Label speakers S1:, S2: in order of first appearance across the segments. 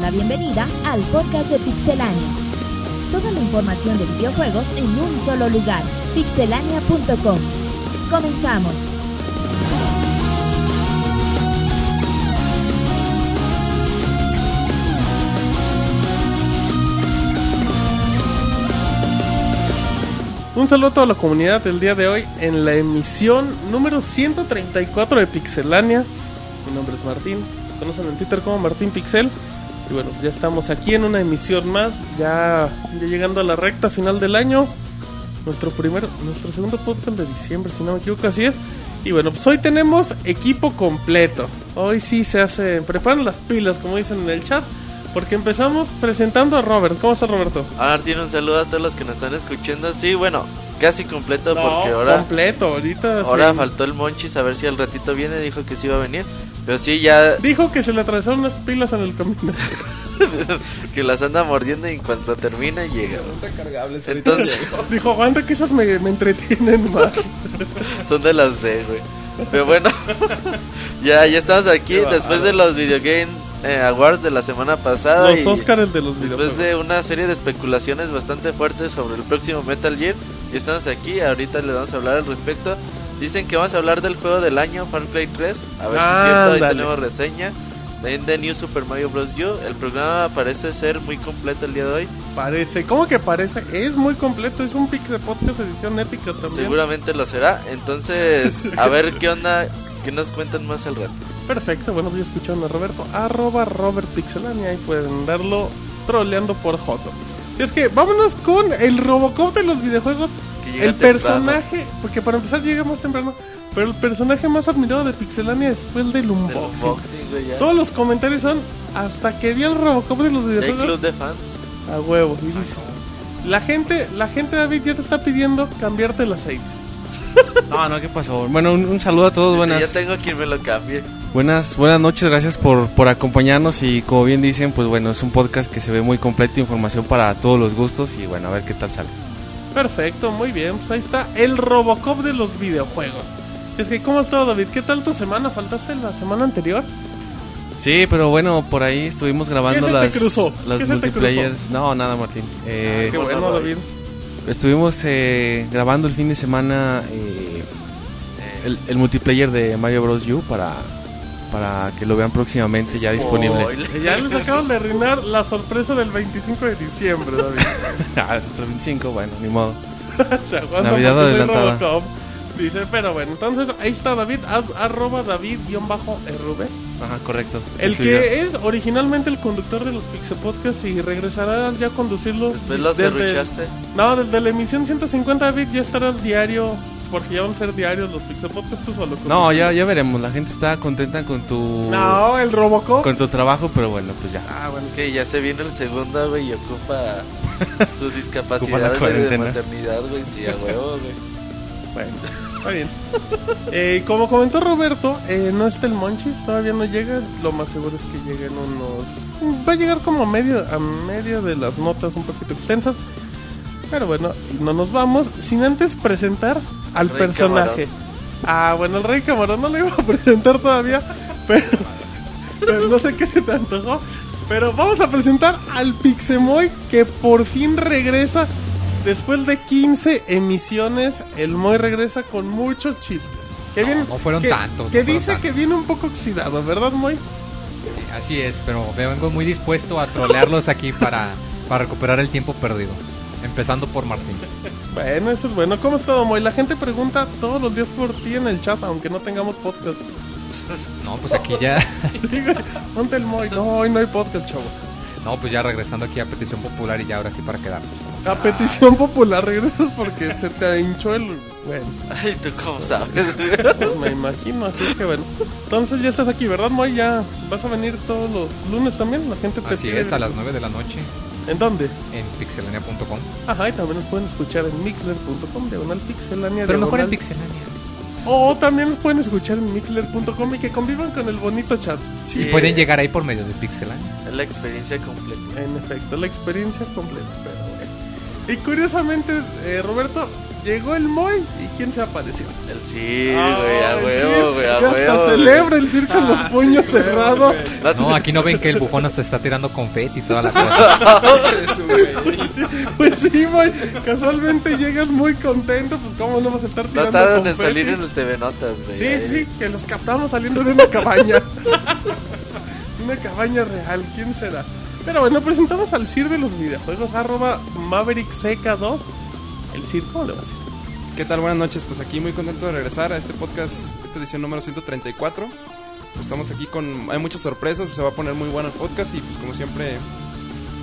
S1: la bienvenida al podcast de Pixelania. Toda la información de videojuegos en un solo lugar, pixelania.com. Comenzamos.
S2: Un saludo a toda la comunidad el día de hoy en la emisión número 134 de Pixelania. Mi nombre es Martín, me conocen en Twitter como Martín Pixel. Y bueno, pues ya estamos aquí en una emisión más, ya, ya llegando a la recta final del año. Nuestro primer, nuestro segundo podcast de diciembre, si no me equivoco, así es. Y bueno, pues hoy tenemos equipo completo. Hoy sí se hace, preparan las pilas, como dicen en el chat. Porque empezamos presentando a Robert. ¿Cómo está Roberto?
S3: A Martín, un saludo a todos los que nos están escuchando. Sí, bueno, casi completo porque
S2: No,
S3: ahora,
S2: completo, ahorita. sí.
S3: ahora faltó el Monchis a ver si al ratito viene. Dijo que sí iba a venir. Pero sí, ya
S2: Dijo que se le atravesaron unas pilas en el camino.
S3: que las anda mordiendo y en cuanto termina llega.
S4: recargables.
S3: Entonces,
S2: Dijo, aguanta que esas me, me entretienen más.
S3: son de las de, güey. Pero bueno, ya, ya estamos aquí
S2: Qué bárbaro.
S3: después de los Video Game eh, Awards de la semana pasada.
S2: Los
S3: y-
S2: Oscars de los videojuegos.
S3: Después de una serie de especulaciones bastante fuertes sobre el próximo Metal Gear, y estamos aquí, ahorita les vamos a hablar al respecto. Dicen que vamos a hablar del juego del año, Far Cry 3, a ver si es cierto, ahí
S2: Ándale.
S3: tenemos reseña. También de New Super Mario Bros. U, el programa parece ser muy completo el día de hoy.
S2: Parece, ¿cómo que parece? Es muy completo, es un Pixel Podcast edición épica también.
S3: Seguramente lo será, entonces a ver qué onda, qué nos cuentan más al rato.
S2: Perfecto, bueno, pues ya escucharon a Roberto, arroba Robert Pixelania, y pueden darlo troleando por Joto. Y es que vámonos con el Robocop de los videojuegos.
S3: Que llega
S2: El
S3: temprano.
S2: personaje, porque para empezar llega más temprano, pero el personaje más admirado de Pixelania después del
S3: Del
S2: unboxing.
S3: unboxing, güey, ya.
S2: Todos los comentarios son hasta que vi el Robocop de los
S3: Ya hay club
S2: videojuegos
S3: de fans.
S2: a huevo. y dice, la gente, la gente David ya te está pidiendo cambiarte el aceite.
S4: No, no, ¿qué pasó? Bueno, un, un saludo a todos,
S2: Pues
S3: Dice,
S4: buenas,
S3: ya tengo quien me lo cambie.
S4: buenas, buenas noches, gracias por, por acompañarnos y como bien dicen, pues bueno, es un podcast que se ve muy completo, información para todos los gustos y bueno, a ver qué tal sale.
S2: Perfecto, muy bien. Pues ahí está el Robocop de los videojuegos. Y Es que cómo has estado David, ¿qué tal tu semana? ¿Faltaste la semana anterior?
S4: Sí, pero bueno, por ahí estuvimos grabando
S2: ¿Qué se te
S4: las,
S2: cruzó?
S4: las
S2: ¿Qué se te
S4: multiplayer. No, nada, Martín. Eh,
S2: Ah, Qué bueno, David.
S4: Estuvimos eh, grabando el fin de semana eh, el, el multiplayer de Mario Bros. U para, para que lo vean próximamente ya disponible.
S3: Spoiler.
S2: Que Ya les acaban de arruinar la sorpresa del 25 de diciembre, David.
S4: Ah, hasta el 25, bueno, ni modo.
S2: o sea, cuando
S4: Navidad
S2: porque soy
S4: adelantada.
S2: Robocop. Dice, pero bueno, entonces ahí está David, ar- arroba David-RV.
S4: Ajá, correcto.
S2: El
S4: Twitter.
S2: que es originalmente el conductor de los Pixel Podcasts y regresará ya a conducirlos.
S3: Después lo
S2: desde-
S3: cerruchaste.
S2: No, desde la emisión 150 David ya estará al diario, porque ya van a ser diarios los Pixel Podcasts tú solo.
S4: No, ya, ya veremos. La gente está contenta con tu
S2: No, el Robocop.
S4: con tu trabajo, pero bueno, pues ya.
S2: Ah, bueno.
S3: Es que ya se viene el segundo, güey, y ocupa su
S4: Ocupa la
S3: discapacidad güey, de
S4: cuarentena.
S3: maternidad, güey, sí, a huevo, güey.
S2: Bueno, está bien. Eh, como comentó Roberto, eh, no está el Monchis, todavía no llega. Lo más seguro es que lleguen unos. Va a llegar como a medio, a medio de las notas un poquito extensas. Pero bueno, no nos vamos sin antes presentar al
S3: Rey
S2: personaje. Ah, bueno, el Rey Camarón no lo iba a presentar todavía, pero, pero no sé qué se te antojó. Pero vamos a presentar al Pixemoy que por fin regresa. Después de 15 emisiones, el Moy regresa con muchos chistes. Que viene-
S5: no fueron
S2: que-
S5: tantos,
S2: Que
S5: no fueron
S2: dice que viene un poco oxidado, ¿verdad, Moy?
S5: Este, Así es, pero me vengo muy dispuesto a trolearlos aquí para, para recuperar el tiempo perdido. Empezando por Martín.
S2: Bueno, eso es bueno. ¿Cómo ha estado, Moy? La gente pregunta todos los días por ti en el chat, aunque no tengamos podcast.
S5: No, pues aquí ya.
S2: Digo, ¿Dónde el Moy? No, hoy no hay podcast, chavo.
S5: No, pues ya regresando aquí a petición popular y ya ahora sí para quedarnos.
S2: A petición popular regresas porque se te hinchó el... Bueno,
S3: Ay, ¿tú cómo sabes, güey?
S2: pues me imagino, así es que bueno. Entonces ya estás aquí, ¿verdad, Moy? Ya vas a venir todos los lunes también, la gente te
S5: Así
S2: quiere.
S5: es, a las 9 de la noche
S2: ¿En dónde?
S5: en pixelania.com.
S2: Ajá, y también nos pueden escuchar en mixler.com, diagonal pixelania.
S5: Pero mejor en
S2: diagonal-
S5: pixelania.
S2: O también nos pueden escuchar en mixler.com y que convivan con el bonito chat.
S3: Sí,
S5: Y pueden llegar ahí por medio de pixelania.
S3: Es la experiencia completa.
S2: En efecto, la experiencia completa. Pero bueno. Y curiosamente, eh, Roberto, Llegó el Moy y ¿quién se apareció?
S3: El sí, güey, a huevo, güey, a
S2: Ya hasta
S3: huevo.
S2: celebra el circo con los puños cerrados.
S5: No, aquí no ven que el bufón hasta está tirando confeti y toda la cosa.
S2: Pues sí, Moy, casualmente llegas muy contento, pues cómo no vas a estar
S3: No
S2: tirando
S3: tardan en
S2: confeti?
S3: salir en el TV Notas, güey.
S2: Sí,
S3: Ahí.
S2: sí, que los captamos saliendo de una cabaña. una cabaña real, ¿quién será? Pero bueno, presentamos al CIR de los videojuegos, arroba MaverickSeca2. El CIR, ¿cómo le va a decir?
S6: ¿Qué tal? Buenas noches. Pues aquí muy contento de regresar a este podcast, esta edición número 134. Pues estamos aquí con... Hay muchas sorpresas, pues se va a poner muy bueno el podcast y pues como siempre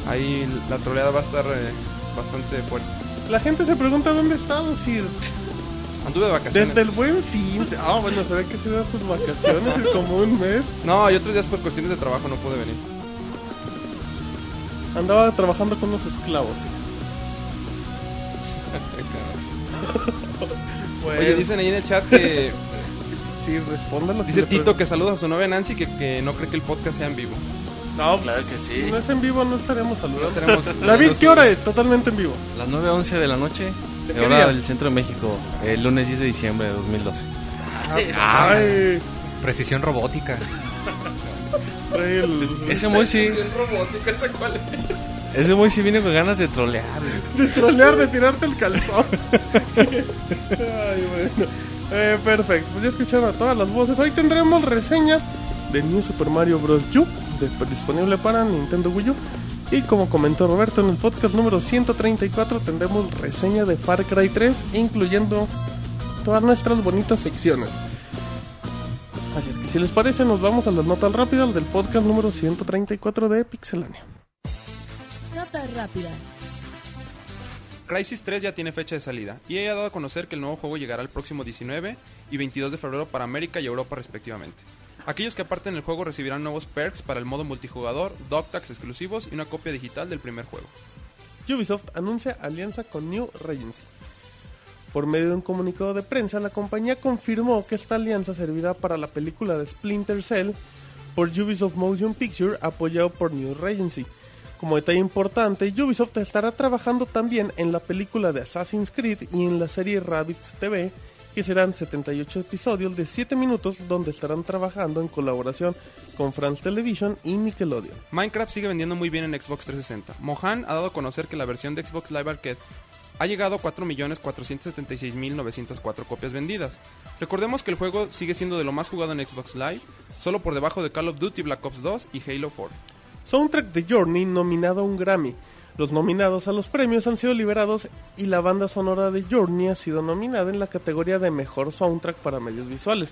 S6: ahí la troleada va a estar eh, bastante fuerte.
S2: La gente se pregunta dónde está Don CIR.
S6: Anduve de vacaciones.
S2: Desde el buen fin. se- Ah, bueno, se ve que se da sus vacaciones y como un mes.
S6: No, y otros días por cuestiones de trabajo no pude venir.
S2: Andaba trabajando con los esclavos. sí. Bueno,
S6: Oye, dicen ahí en el chat que...
S2: sí, responda lo que
S6: Dice
S2: le
S6: Tito que saluda a su novia Nancy que, que no cree que el podcast sea en vivo.
S2: pregunto. No,
S3: Claro
S2: pues,
S3: que sí.
S2: Si no es en vivo, no estaremos
S6: No
S2: saludando.
S6: estaremos-
S2: David, ¿qué hora es? Totalmente en vivo.
S4: Las 9 a 11 de la noche,
S2: ¿De qué día?
S4: hora del centro de México, el lunes 10 de diciembre de 2012.
S3: Ah.
S2: Ay,
S5: Ah, Precisión robótica.
S2: trae el-
S4: Ese muy sí, ese muy sí vino con ganas de trolear.
S2: de trolear, de tirarte el calzón. Ay, bueno. Eh, perfecto, pues ya escucharon a todas las voces. Hoy tendremos reseña de New Super Mario Bros. U, de- disponible para Nintendo Wii U. Y como comentó Roberto en el podcast número 134, tendremos reseña de Far Cry 3, incluyendo todas nuestras bonitas secciones. Así es que si les parece, nos vamos a las notas rápidas del podcast número 134 de Pixelania.
S1: Notas rápidas.
S6: Crisis 3 ya tiene fecha de salida y ella ha dado a conocer que el nuevo juego llegará el próximo 19 y 22 de febrero para América y Europa respectivamente. Aquellos que aparten el juego recibirán nuevos perks para el modo multijugador, dogtags exclusivos y una copia digital del primer juego.
S2: Ubisoft anuncia alianza con New Regency. Por medio de un comunicado de prensa, la compañía confirmó que esta alianza servirá para la película de Splinter Cell por Ubisoft Motion Picture apoyado por New Regency. Como detalle importante, Ubisoft estará trabajando también en la película de Assassin's Creed y en la serie Rabbits TV, que serán 78 episodios de 7 minutos donde estarán trabajando en colaboración con France Television y Nickelodeon.
S6: Minecraft sigue vendiendo muy bien en Xbox 360. Mohan ha dado a conocer que la versión de Xbox Live Arcade ha llegado a 4.476.904 copias vendidas. Recordemos que el juego sigue siendo de lo más jugado en Xbox Live, solo por debajo de Call of Duty Black Ops 2 y Halo 4.
S2: Soundtrack de Journey nominado a un Grammy. Los nominados a los premios han sido liberados y la banda sonora de Journey ha sido nominada en la categoría de Mejor Soundtrack para Medios Visuales,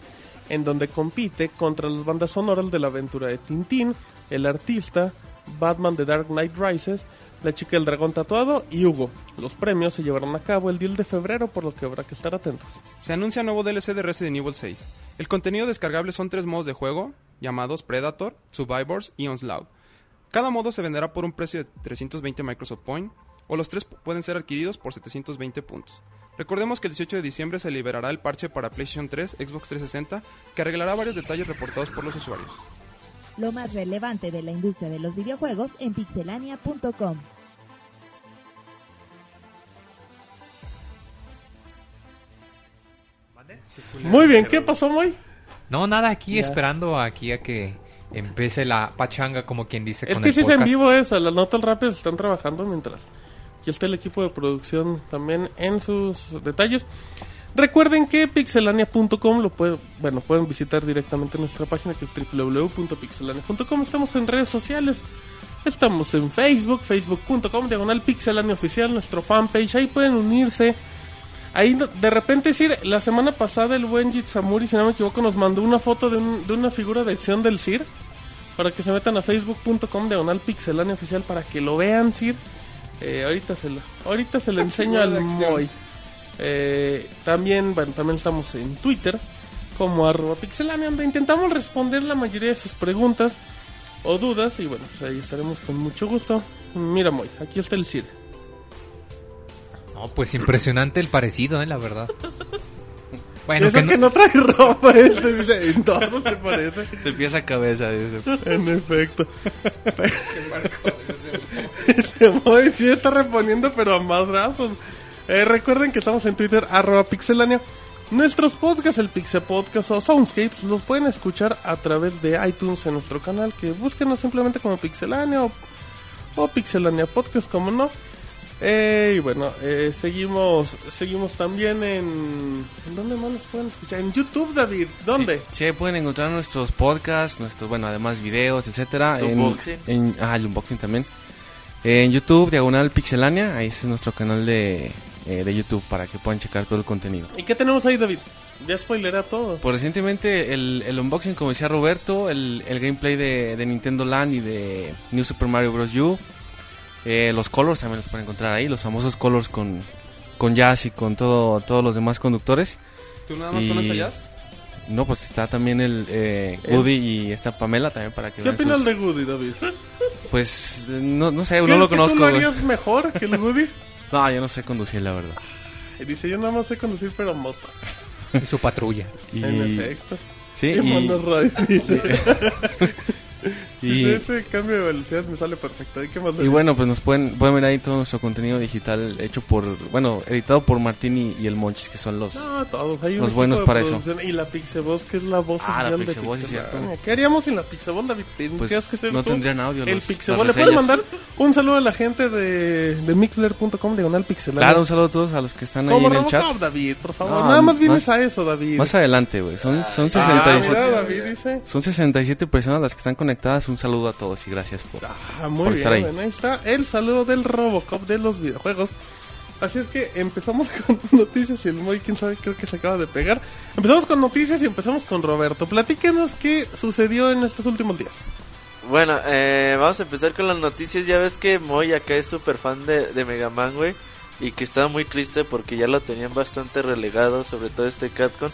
S2: en donde compite contra las bandas sonoras de la aventura de Tintín, El Artista, Batman The Dark Knight Rises, La Chica del Dragón Tatuado y Hugo. Los premios se llevarán a cabo el 10 de febrero, por lo que habrá que estar atentos.
S6: Se anuncia nuevo DLC de Resident Evil 6. El contenido descargable son tres modos de juego, llamados Predator, Survivors y Onslaught. Cada modo se venderá por un precio de 320 Microsoft Point, o los tres pueden ser adquiridos por 720 puntos. Recordemos que el 18 de diciembre se liberará el parche para PlayStation 3, Xbox 360, que arreglará varios detalles reportados por los usuarios.
S1: Lo más relevante de la industria de los videojuegos en pixelania.com.
S2: Muy bien, ¿qué pasó, Moy?
S5: No, nada aquí esperando aquí a que empiece la pachanga, como quien dice.
S2: Es
S5: con
S2: que
S5: el
S2: sí es en
S5: podcast.
S2: vivo eso, las notas rápidas están trabajando mientras. Aquí está el equipo de producción también en sus detalles. Recuerden que pixelania.com lo pueden, bueno, pueden visitar directamente nuestra página que es www.pixelania.com. Estamos en redes sociales. Estamos en Facebook, facebook.com, diagonal pixelania oficial, nuestro fanpage. Ahí pueden unirse. Ahí no- de repente Sir, la semana pasada el buen Jitsamuri, si no me equivoco, nos mandó una foto de, un- de una figura de acción del Sir. Para que se metan a facebook.com diagonal pixelania oficial para que lo vean, Sir. Eh, ahorita se lo, ahorita se lo enseño
S6: Figura de
S2: al
S6: acción.
S2: Moy. Eh, también, bueno, también estamos en Twitter como arroba pixelania, donde intentamos responder la mayoría de sus preguntas o dudas. Y bueno, pues ahí estaremos con mucho gusto. Mira, Moy, aquí está el Sir.
S5: No, pues impresionante el parecido, eh, la verdad. Bueno,
S2: Eso
S5: que no-
S2: trae ropa, este dice, en todo se parece.
S4: De pies a cabeza. dice.
S2: En efecto. Este Moy sí está reponiendo, pero a más brazos. Eh, recuerden que estamos en Twitter, arroba pixelania. Nuestros podcasts, el Pixel Podcast o Soundscapes, los pueden escuchar a través de iTunes en nuestro canal, que búsquenos simplemente como Pixelania o, o Pixelania Podcast, como no. Eh, y bueno, eh, seguimos seguimos también en... ¿En dónde más nos pueden escuchar? En YouTube, David. ¿Dónde?
S4: Sí, sí, ahí pueden encontrar nuestros podcasts, nuestros, bueno, además videos, etcétera.
S3: Tu
S4: en,
S3: unboxing.
S4: en- ah, el unboxing también. En YouTube, Diagonal Pixelania, ahí es nuestro canal de, eh, de YouTube para que puedan checar todo el contenido.
S2: ¿Y qué tenemos ahí, David? Ya spoileré todo.
S4: Pues recientemente el, el unboxing, como decía Roberto, el, el gameplay de, de Nintendo Land y de New Super Mario Bros. U. Eh, los colors también los pueden encontrar ahí, los famosos colors con, con Jazz y con todo, todos los demás conductores.
S6: ¿Tú nada más
S4: Y-
S6: conoces a Jazz?
S4: No, pues está también el eh, Woody y está Pamela también para que
S2: ¿Qué
S4: vean
S2: opinas
S4: sus-
S2: de Goody, David?
S4: Pues eh, no, no sé,
S2: ¿Crees
S4: no lo
S2: que
S4: conozco.
S2: ¿Tú lo
S4: güey.
S2: harías mejor que el Goody?
S4: No, yo no sé conducir, la verdad.
S2: Y dice, yo nada más sé conducir pero motos.
S5: Y su patrulla.
S4: Y,
S2: En efecto.
S4: sí,
S2: Y,
S4: y-
S2: monorraíl, dice.
S4: y-
S2: Ese cambio de velocidad me sale perfecto. ¿Y qué más le
S4: y
S2: digo?
S4: bueno, pues nos pueden, pueden ver ahí todo nuestro contenido digital hecho por, bueno, editado por Martín y, y el Monchis, que son los...
S2: No, todos. Hay un
S4: Los
S2: equipo
S4: buenos
S2: de
S4: para eso.
S2: producción. Y la Pixevoz, que es la voz
S4: Ah, la
S2: oficial de
S4: Pixevoz, sí,
S2: Pixelania.
S4: cierto.
S2: ¿Qué haríamos sin la Pixevoz, David? Tendrías
S4: Pues,
S2: que ser
S4: no
S2: tú.
S4: tendrían audio
S2: El
S4: los-
S2: Pixevoz.
S4: las
S2: ¿Le puedes
S4: reseñas.
S2: mandar un saludo a la gente de, de mixler.com, diagonal pixelania?
S4: Claro, un saludo a todos a los que están ahí
S2: Como
S4: en el chat.
S2: Robocop, David, por favor.
S4: No,
S2: Nada más vienes
S4: más-
S2: a eso, David.
S4: Más adelante, güey. Son, son,
S2: Ah,
S4: 67,
S2: mira, David dice.
S4: son 67 personas las que están conectadas. Un saludo a todos y gracias por...
S2: Ah, muy
S4: por
S2: bien,
S4: estar ahí.
S2: bueno, ahí está el saludo del Robocop de los videojuegos. Así es que empezamos con noticias y el Moy, quién sabe, creo que se acaba de pegar. Empezamos con noticias y empezamos con Roberto. Platíquenos qué sucedió en estos últimos días.
S3: Bueno, eh, vamos a empezar con las noticias. Ya ves que Moy acá es súper fan de, de Mega Man, güey. Y que estaba muy triste porque ya lo tenían bastante relegado, sobre todo este Capcom.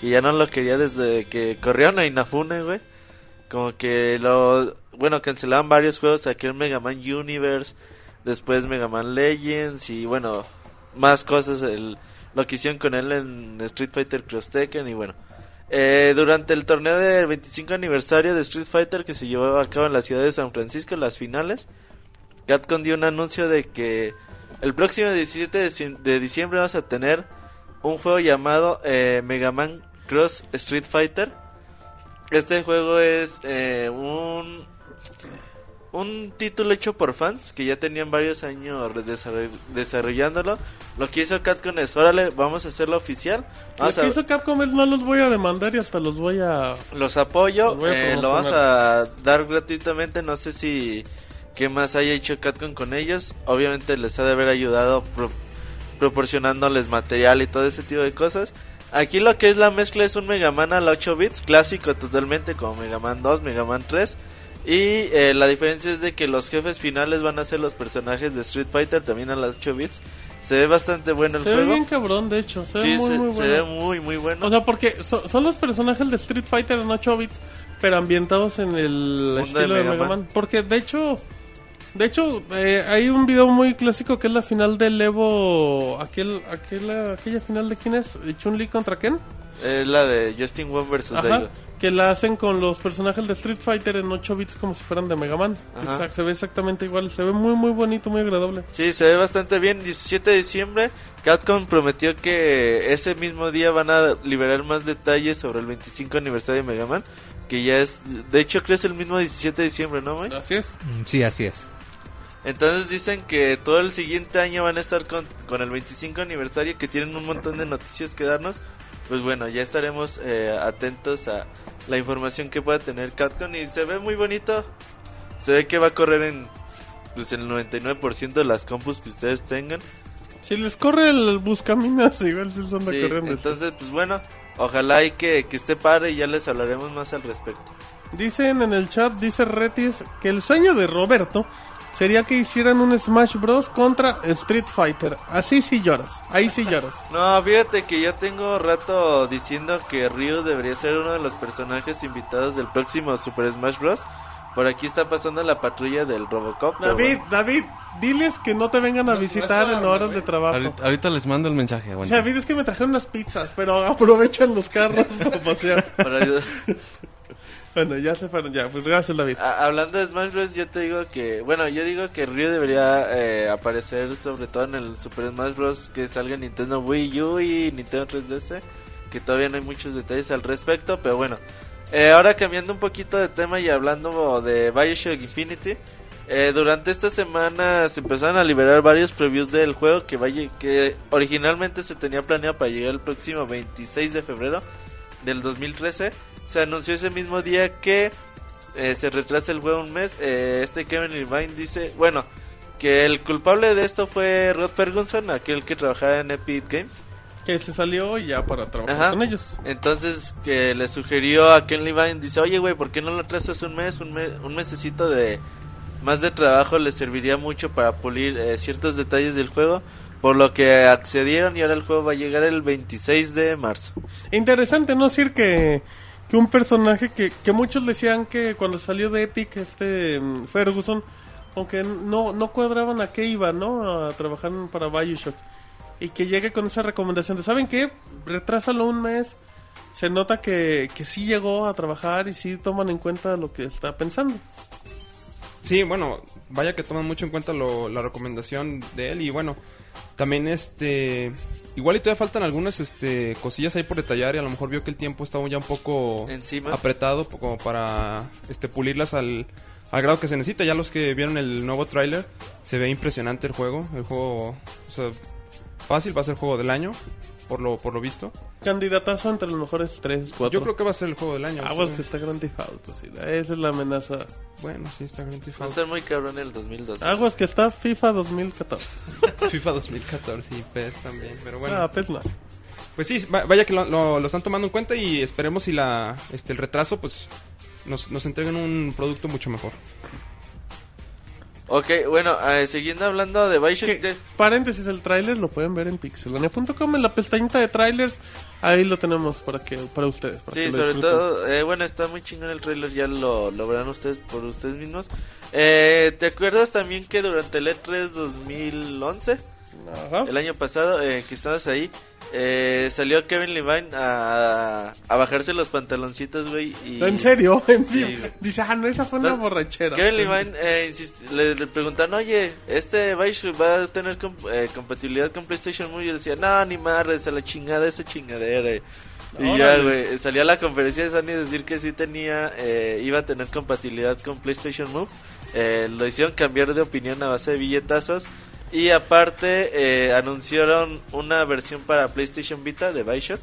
S3: Y ya no lo quería desde que corrieron a Inafune, güey. Como que lo... Bueno, cancelaban varios juegos. Aquí el Mega Man Universe, después Mega Man Legends y bueno, más cosas. El, lo que hicieron con él en Street Fighter Cross Tekken y bueno. Eh, durante el torneo del 25 aniversario de Street Fighter que se llevó a cabo en la ciudad de San Francisco, las finales, Capcom dio un anuncio de que el próximo 17 de diciem- de diciembre vamos a tener un juego llamado eh, Mega Man Cross Street Fighter. Este juego es eh, un, un título hecho por fans que ya tenían varios años desarroll- desarrollándolo. Lo que hizo Capcom es, órale, vamos a hacerlo oficial.
S2: Lo
S3: Vamos
S2: que
S3: a-
S2: hizo Capcom es no los voy a demandar y hasta los voy a...
S3: los apoyo,
S2: Los voy a
S3: eh, lo vamos a dar gratuitamente, no sé si qué más haya hecho Catcon con ellos, obviamente les ha de haber ayudado pro- proporcionándoles material y todo ese tipo de cosas. Aquí lo que es la mezcla es un Mega Man a la 8 bits, clásico totalmente como Mega Man 2, Mega Man 3. Y eh, la diferencia es de que los jefes finales van a ser los personajes de Street Fighter también a las 8 bits. Se ve bastante bueno el
S2: Se ve
S3: juego.
S2: bien cabrón, de hecho. Se ve
S3: Sí,
S2: muy,
S3: se,
S2: muy
S3: se
S2: bueno.
S3: ve muy, muy bueno.
S2: O sea, porque so- son los personajes de Street Fighter en 8 bits, pero ambientados en el
S3: Mundo
S2: estilo de Mega, Man.
S3: Man.
S2: Porque de hecho, de hecho, eh, hay un video muy clásico que es la final del Evo. Aquel, aquel, aquella final de quién es? Chun-Li contra Ken.
S3: es la Pues de Justin Wong versus
S2: Ajá,
S3: Daigo.
S2: que la hacen con los personajes de Street Fighter en 8 bits como si fueran de Mega Man.
S3: Ajá.
S2: Exact- se ve exactamente igual. Se ve muy, muy bonito, muy agradable.
S3: Sí, se ve bastante bien. 17 de diciembre, Capcom prometió que ese mismo día van a liberar más detalles sobre el 25 aniversario de Mega Man. Que ya es, de hecho, creo es el mismo 17 de diciembre, ¿no, güey?
S2: Así es.
S5: Mm, Sí, así es.
S3: Entonces dicen que todo el siguiente año van a estar con, con el 25 aniversario, que tienen un montón de noticias que darnos. Pues bueno, ya estaremos eh, atentos a la información que pueda tener Capcom. Y se ve muy bonito. Se ve que va a correr en pues, el 99% de las compus que ustedes tengan.
S2: Si les corre el buscaminas, igual si les anda
S3: Sí,
S2: corriendo.
S3: entonces, pues bueno, ojalá y que, que esté padre y ya les hablaremos más al respecto.
S2: Dicen en el chat, dice Retis, que el sueño de Roberto sería que hicieran un Smash Bros. contra Street Fighter. Así sí lloras, ahí sí lloras.
S3: No, fíjate que ya tengo rato diciendo que Ryu debería ser uno de los personajes invitados del próximo Super Smash Bros. Por aquí está pasando la patrulla del Robocop. pero
S2: David,
S3: bueno.
S2: David, diles que no te vengan a visitar en horas de trabajo.
S4: Ahorita, ahorita les mando el mensaje,
S2: O
S4: aguanta.
S2: sea, David, es que me trajeron unas pizzas, pero aprovechan los carros para pasear.
S3: Para ayudar-
S2: Bueno, ya se fueron, ya. Pues gracias, David.
S3: A- Ah, hablando de Smash Bros, yo te digo que, bueno, yo digo que Ryu debería eh, aparecer sobre todo en el Super Smash Bros. que salga en Nintendo Wii U y Nintendo 3DS, que todavía no hay muchos detalles al respecto, pero bueno. Eh, ahora cambiando un poquito de tema y hablando de Bioshock Infinity, eh, durante esta semana se empezaron a liberar varios previews del juego que, vaya, que originalmente se tenía planeado para llegar el próximo 26 de febrero del 2013. Se anunció ese mismo día que eh, se retrasa el juego un mes. Eh, este Kevin Irvine dice, bueno, que el culpable de esto fue Rod Ferguson, aquel que trabajaba en Epic Games.
S2: Que se salió ya para trabajar
S3: Ajá.
S2: con ellos.
S3: Entonces que le sugirió a Ken Levine, dice, oye güey, ¿por qué no lo atrasas un mes? Un, mes, un mesecito de más de trabajo le serviría mucho para pulir eh, ciertos detalles del juego. Por lo que accedieron y ahora el juego va a llegar el 26 de marzo.
S2: Interesante, ¿no? Decir que, que un personaje que, que muchos decían que cuando salió de Epic, este mm, Ferguson, aunque no, no cuadraban a qué iba, ¿no? A trabajar para Bioshock. Y que llegue con esa recomendación de, ¿saben qué? Retrásalo un mes. Se nota que, que sí llegó a trabajar y sí toman en cuenta lo que está pensando.
S6: Sí, bueno, vaya que toman mucho en cuenta lo- la recomendación de él y bueno, también este igual y todavía faltan algunas este cosillas ahí por detallar y a lo mejor vio que el tiempo estaba ya un poco
S3: Encima.
S2: Ah,
S6: apretado po- como para este pulirlas al al grado que se necesita. Ya los que vieron el nuevo tráiler, se ve impresionante el juego, el juego, o sea, fácil va a ser juego del año por lo por lo visto.
S2: Candidatazo entre los mejores 3, 4.
S6: Yo creo que va a ser el juego del
S3: Ah,
S6: año.
S2: Aguas
S6: sí.
S2: que está Grand Theft Auto, sí. Esa es la amenaza.
S6: Bueno, sí está Grand Theft
S3: Va a
S6: Auto.
S3: estar muy cabrón el 2012.
S2: Aguas que está FIFA 2014.
S6: FIFA 2014 y PES pues, también, pero bueno.
S2: Ah, pues no.
S6: Pues sí, va- vaya que lo, lo- lo están tomando en cuenta y esperemos si la, este, el retraso pues nos, nos entreguen un producto mucho mejor.
S3: Ok, bueno, eh, siguiendo hablando de Bioshock.
S2: Que,
S3: ya-
S2: paréntesis, el tráiler lo pueden ver en pixelania.com en la pestañita de trailers. Ahí lo tenemos para que para ustedes. Pues, para
S3: Sí,
S2: que lo
S3: sobre
S2: disfruten.
S3: todo, eh, bueno, está muy chingón el trailer, ya lo, lo verán ustedes por ustedes mismos. Eh, ¿Te acuerdas también que durante el E E3 2011,
S2: Ajá.
S3: el año pasado, eh, que estabas ahí, eh, salió Kevin Levine a, a bajarse los pantaloncitos, güey? y-
S2: No, en serio, en
S3: Sí,
S2: serio.
S3: güey.
S2: Dice, ah, no, esa fue una
S3: No,
S2: borrachera.
S3: Kevin Levine eh, insist- le, le preguntaron, oye, este Bioshock va a tener comp- eh, compatibilidad con PlayStation Move. Y él decía, no, ni madres, a la chingada esa chingadera. eh. Y ya,
S2: Órale.
S3: güey, salía a la conferencia de Sony a decir que sí tenía, eh, iba a tener compatibilidad con PlayStation Move. Eh, lo hicieron cambiar de opinión a base de billetazos. Y aparte, eh, anunciaron una versión para PlayStation Vita de Bioshock.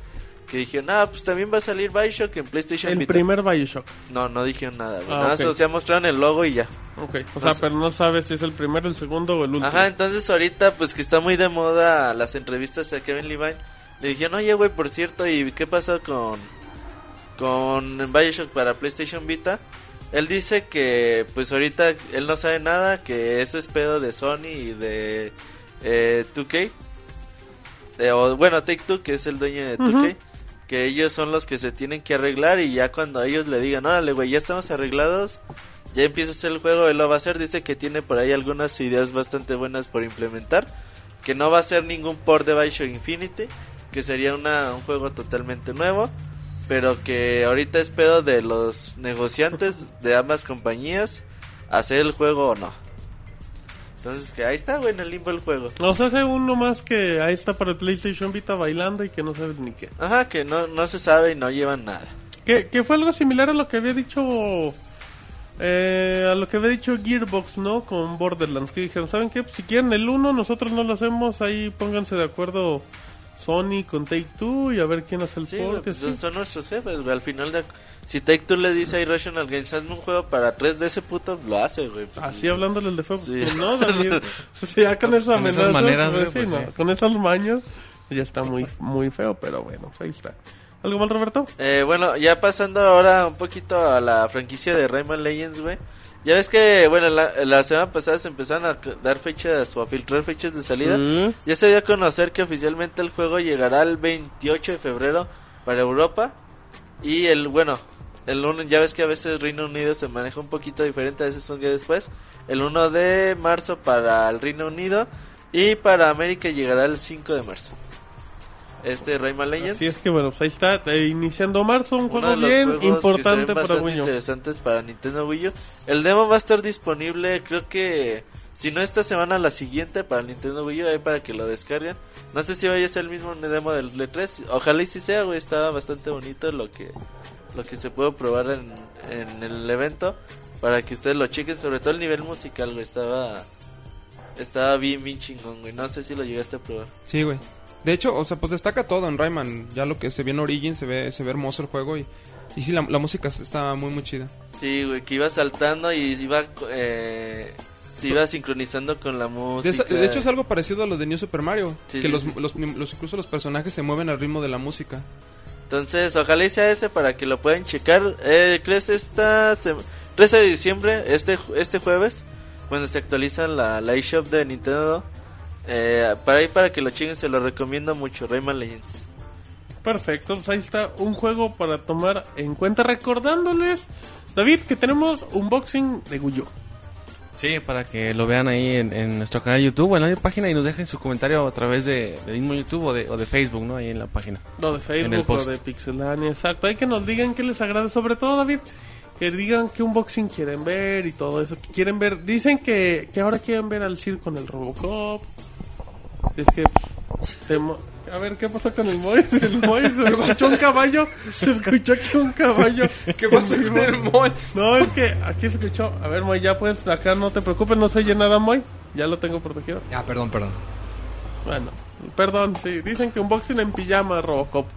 S3: Que dijeron, ah, pues también va a salir Bioshock en PlayStation
S2: El
S3: Vita.
S2: primer Bioshock.
S3: No, no dijeron nada, güey.
S2: Ah,
S3: nada más,
S2: ok.
S3: o sea, mostraron el logo y ya.
S2: Ok, o sea,
S3: sé.
S2: pero no sabes si es el primero, el segundo o el último.
S3: Ajá, entonces ahorita pues que está muy de moda las entrevistas a Kevin Levine. Le dijeron, oye güey, por cierto, ¿y qué pasó con, con Bioshock para PlayStation Vita? Él dice que pues ahorita él no sabe nada, que eso es pedo de Sony y de eh, 2K. De- o, bueno, Take Two, que es el dueño de 2K.
S2: Ujú.
S3: Que ellos son los que se tienen que arreglar y ya cuando ellos le digan, órale güey, ya estamos arreglados, ya empieza a hacer el juego, él lo va a hacer, dice que tiene por ahí algunas ideas bastante buenas por implementar, que no va a ser ningún port de Bioshock Infinity, que sería una, un juego totalmente nuevo, pero que ahorita es pedo de los negociantes de ambas compañías hacer el juego o no. Entonces que ahí está, güey, en el limbo el juego.
S2: O sea, hace uno más que ahí está para el PlayStation Vita bailando y que no sabes ni qué.
S3: Ajá, que no, no se sabe y no llevan nada.
S2: Que, que fue algo similar a lo que había dicho. eh, a lo que había dicho Gearbox, ¿no? Con Borderlands. Que dijeron, ¿saben qué? Pues si quieren el 1, nosotros no lo hacemos. Ahí pónganse de acuerdo Sony con Take Two y a ver quién hace el
S3: Sí, güey,
S2: port. y
S3: pues son,
S2: así.
S3: son nuestros jefes, güey. Al final, de, si Take Two le dice a Irrational Games, hazme un juego para 3 de ese puto, lo hace, güey. pues,
S2: Así hablándole de fuego.
S3: Sí.
S2: Pues no, Daniel. O sea, ya con esas
S4: Con esas
S2: amenazas.
S4: maneras,
S2: pues,
S4: güey,
S2: sí,
S4: pues,
S2: no,
S4: sí.
S2: Con esas mañas. Ya está muy, muy feo, pero bueno, pues ahí está. ¿Algo mal, Roberto?
S3: Eh, bueno, ya pasando ahora un poquito a la franquicia de Rayman Legends, güey. Ya ves que, bueno, la, la semana pasada se empezaron a c- dar fechas o a filtrar fechas de salida.
S4: Mm.
S2: Sí.
S3: Ya se dio a conocer que oficialmente el juego llegará el 28 de febrero para Europa. Y el, bueno, el uno- ya ves que a veces Reino Unido se maneja un poquito diferente, a veces un día después. El 1 de marzo para el Reino Unido. Y para América llegará el 5 de marzo. este Rayman Legends.
S2: Así es que bueno, pues ahí está, eh, iniciando marzo, un
S3: Uno de
S2: juego
S3: los
S2: bien
S3: juegos que se ven
S2: importante para
S3: bastante
S2: Wii U.
S3: interesantes para Nintendo Wii U. El demo va a estar disponible, creo que si no esta semana la siguiente para Nintendo Wii U, ahí para que lo descarguen. No sé si vaya a ser el mismo demo del E3, ojalá y si sea, güey, está bastante bonito lo que lo que se pudo probar en, en el evento para que ustedes lo chequen, sobre todo el nivel musical, güey, estaba estaba bien bien chingón, güey. No sé si lo llegaste a probar.
S6: Sí, güey. De hecho, o sea, pues destaca todo en Rayman. Ya lo que se ve en Origin, se ve, se ve hermoso el juego. Y, y sí, la, la música está muy, muy chida.
S3: Sí, güey, que iba saltando y iba eh, se iba sincronizando con la
S6: De, esa-
S3: música.
S6: de hecho, es algo parecido a lo de New Super Mario.
S3: Sí,
S6: que
S3: sí,
S6: los,
S3: sí.
S6: los- los- incluso los personajes se mueven al ritmo de la música.
S3: Entonces, ojalá y sea ese para que lo puedan checar. Eh, creo que es esta sem- 13 de diciembre, este, ju- este jueves, cuando se actualiza la, la eShop de Nintendo. Eh, para ahí, para que lo chequen, se lo recomiendo mucho. Rayman Legends.
S2: Perfecto, pues ahí está un juego para tomar en cuenta. Recordándoles, David, que tenemos unboxing de Wii U.
S4: Sí, para que lo vean ahí en, en nuestro canal de YouTube o en la página y nos dejen su comentario a través de, del mismo YouTube o de, o de Facebook, ¿no? Ahí en la página.
S2: Lo de
S4: En el
S2: Facebook, lo
S4: post.
S2: de Pixelania, exacto. Hay que nos digan qué les agrada, sobre todo David, que digan qué unboxing quieren ver y todo eso. que quieren ver, dicen que, que ahora quieren ver al Sir con el Robocop. Es que pues, temo- a ver qué pasó con el Mois, el Mois se escuchó un caballo, se escuchó aquí un caballo. ¿Qué pasó con el Mois? No, es que aquí se escuchó. A ver, Moy, ya puedes acá, no te preocupes, no se oye nada, Moy. Ya lo tengo protegido.
S5: Ah, perdón, perdón.
S2: Bueno, perdón, sí, dicen que unboxing en pijama, Robocop.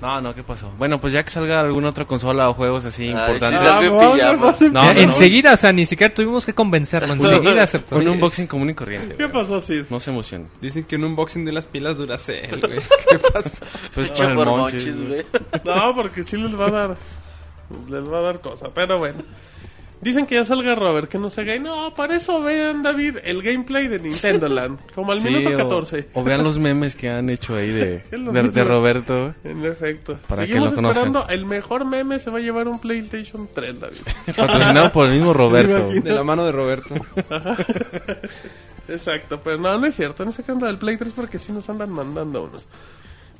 S4: No, no, ¿qué pasó? Bueno, pues ya que salga alguna otra consola o juegos
S3: Ay,
S4: así importantes.
S3: sí, sal- salió en
S2: Ah, vamos,
S3: pijama.
S2: vamos en
S4: No,
S5: Ya,
S2: pijama.
S4: no, no.
S5: enseguida, o sea, ni siquiera tuvimos que convencerlo. Enseguida aceptó.
S4: Un unboxing común y corriente.
S2: ¿Qué
S4: güey.
S2: pasó, Sir?
S4: No se emocionen.
S6: Dicen que un unboxing de las pilas dura cel, güey. ¿Qué pasa?
S4: Pues
S3: Hecho
S4: para el
S3: por
S4: monchis,
S3: Monchis,
S4: güey.
S3: güey.
S2: No, porque sí les va a dar. Les va a dar cosa, pero bueno. Dicen que ya salga Robert, que no se gay. No, para eso vean, David, el gameplay de Nintendo Land. Como al
S4: Sí,
S2: minuto
S4: o-
S2: 14.
S4: O, vean los memes que han hecho ahí de,
S2: Es lo
S4: de- de
S2: mismo.
S4: Roberto.
S2: En efecto.
S4: Para que
S2: Seguimos
S4: lo conozcan.
S2: esperando. El mejor meme se va a llevar un PlayStation 3, David.
S4: Patrocinado por el mismo Roberto.
S6: De la mano de Roberto.
S2: Exacto, pero no, no es cierto. No se canta del Play 3 porque sí nos andan mandando unos.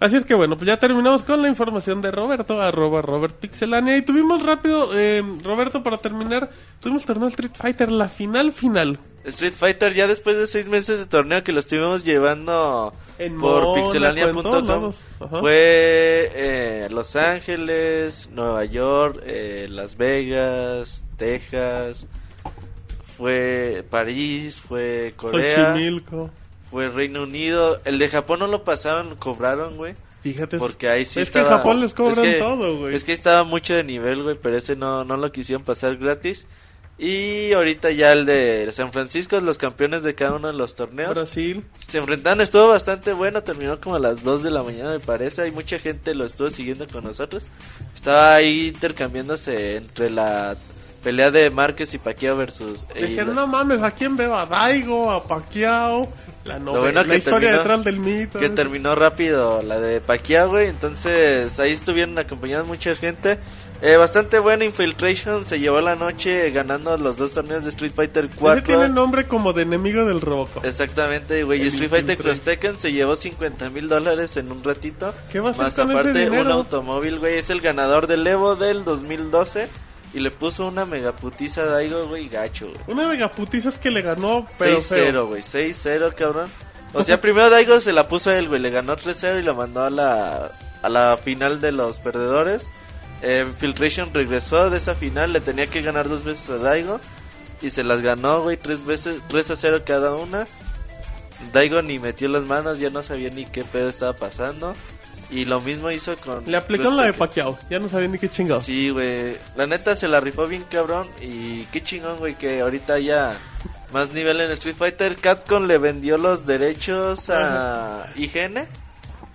S2: Así es que bueno, pues ya terminamos con la información de Roberto, arroba Robert Pixelania. Y tuvimos rápido, eh, Roberto, para terminar, tuvimos torneo Street Fighter, la final final.
S3: Street Fighter, ya después de seis meses de torneo que lo estuvimos llevando
S2: En
S3: por
S2: Mónaco, en todos
S3: pixelania.com,
S2: lados. Ajá.
S3: fue eh, Los Ángeles, Nueva York, eh, Las Vegas, Texas, fue París, fue Corea,
S2: Xochimilco.
S3: fue Reino Unido. El de Japón no lo pasaron, cobraron, güey.
S2: Fíjate, es-
S3: Porque ahí sí
S2: Pues, es que en
S3: estaba-
S2: Japón les cobran
S3: es que-
S2: todo, güey.
S3: Es que estaba mucho de nivel, güey, pero ese no, no lo quisieron pasar gratis. Y ahorita ya el de San Francisco, los campeones de cada uno de los torneos.
S2: Brasil.
S3: Se enfrentaron, estuvo bastante bueno, terminó como a las 2 de la mañana me parece, hay mucha gente lo estuvo siguiendo con nosotros. Estaba ahí intercambiándose entre la pelea de Márquez y Paquiao versus... y
S2: Dijeron,
S3: la-
S2: no mames, ¿a quién veo? A Daigo, a Pacquiao, la novela,
S3: bueno
S2: la
S3: que
S2: historia
S3: terminó-
S2: detrás del mito.
S3: que terminó rápido la de Paquiao, güey, entonces ahí estuvieron acompañados mucha gente. Eh, bastante bueno, Infiltration se llevó la noche ganando los dos torneos de Street Fighter
S2: Ese
S3: 4.
S2: tiene nombre como de enemigo del Robocop.
S3: Exactamente, güey.
S2: El
S3: y Street Fighter
S2: Infiltration.
S3: Cross Tekken se llevó 50 mil dólares en un ratito.
S2: ¿Qué va a hacer
S3: Más
S2: con ese
S3: aparte, un
S2: dinero?
S3: automóvil, güey. Es el ganador del Evo del 2012. Y le puso una megaputiza a Daigo, güey, gacho, güey.
S2: Una megaputiza es que le ganó, pero feo.
S3: 6-0, güey. 6-0, cabrón. O sea, primero Daigo se la puso a él, güey. Le ganó 3-0 y lo mandó a la, a la final de los perdedores. Eh, Filtration regresó de esa final. Le tenía que ganar dos veces a Daigo. Y se las ganó, güey. Tres veces, 3-0 cada una. Daigo ni metió las manos. Ya no sabía ni qué pedo estaba pasando. Y lo mismo hizo con...
S2: Le aplicaron la de
S3: Cross Tekken.
S2: Pacquiao, ya no sabía ni qué chingados.
S3: Sí, güey. La neta se la rifó bien cabrón. Y qué chingón, güey, que ahorita ya más nivel en Street Fighter. Capcom le vendió los derechos a IGN.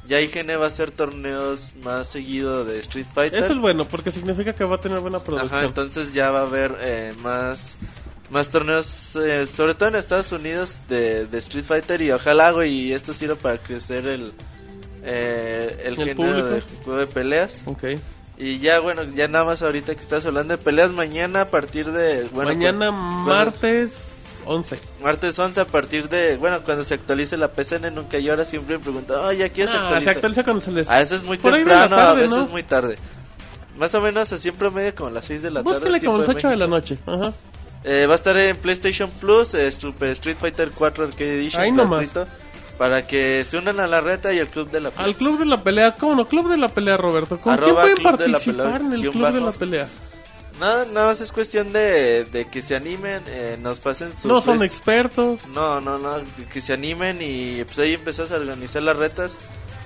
S3: Ya IGN va a hacer torneos más seguido de Street Fighter.
S2: Eso es bueno, porque significa que va a tener buena producción.
S3: Ajá, entonces ya va a haber eh, más más torneos, eh, sobre todo en Estados Unidos, de, de Street Fighter. Y ojalá, güey, y esto sirva para crecer el, eh, el,
S2: El
S3: género
S2: público.
S3: de juego de peleas.
S2: Ok.
S3: Y ya, bueno, ya nada más ahorita que estás hablando de peleas, mañana a partir de... Bueno,
S2: Mañana
S3: cu- bueno,
S2: martes 11.
S3: Martes 11 a partir de, bueno, cuando se actualice la PCN nunca llora, siempre me pregunta, ay, ya quieres
S2: Ah, se
S3: actualizar.
S2: actualiza cuando se les.
S3: A veces muy
S2: Por ahí de la
S3: temprano, a
S2: tarde,
S3: veces
S2: ¿no?
S3: muy tarde. Más o menos a siempre medio como las 6 de la tarde.
S2: Búsquele
S3: tiempo
S2: como las
S3: de
S2: 8 de la
S3: México.
S2: noche. Ajá.
S3: Eh, va a estar en PlayStation Plus, eh, Super Street Fighter 4 Arcade Edition.
S2: Ahí nomás.
S3: gratuito, Para que se unan a la reta y al club de la
S2: Al club de la pelea, ¿cómo no? Club de la pelea, Roberto. ¿Con
S3: Arroba
S2: quién pueden
S3: Club de la
S2: participar
S3: Pelea,
S2: en el
S3: guión
S2: club de
S3: bajo.
S2: la pelea?
S3: Nada, nada más es cuestión de, de que se animen, eh, nos pasen su
S2: No son
S3: Play-
S2: expertos.
S3: No, no, no, que se animen y pues ahí empezás a organizar las retas.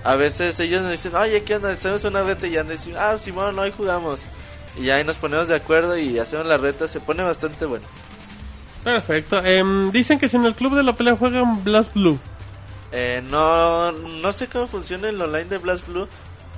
S3: A veces ellos nos dicen, oye, ¿qué onda? Hacemos una reta y ya dicen, ah, Simón, hoy jugamos. Y ahí nos ponemos de acuerdo y hacemos la reta, se pone bastante bueno.
S2: Perfecto. Em, dicen que si en el club de la pelea juegan Blast Blue.
S3: Eh, no, no sé cómo funciona el online de Blast Blue,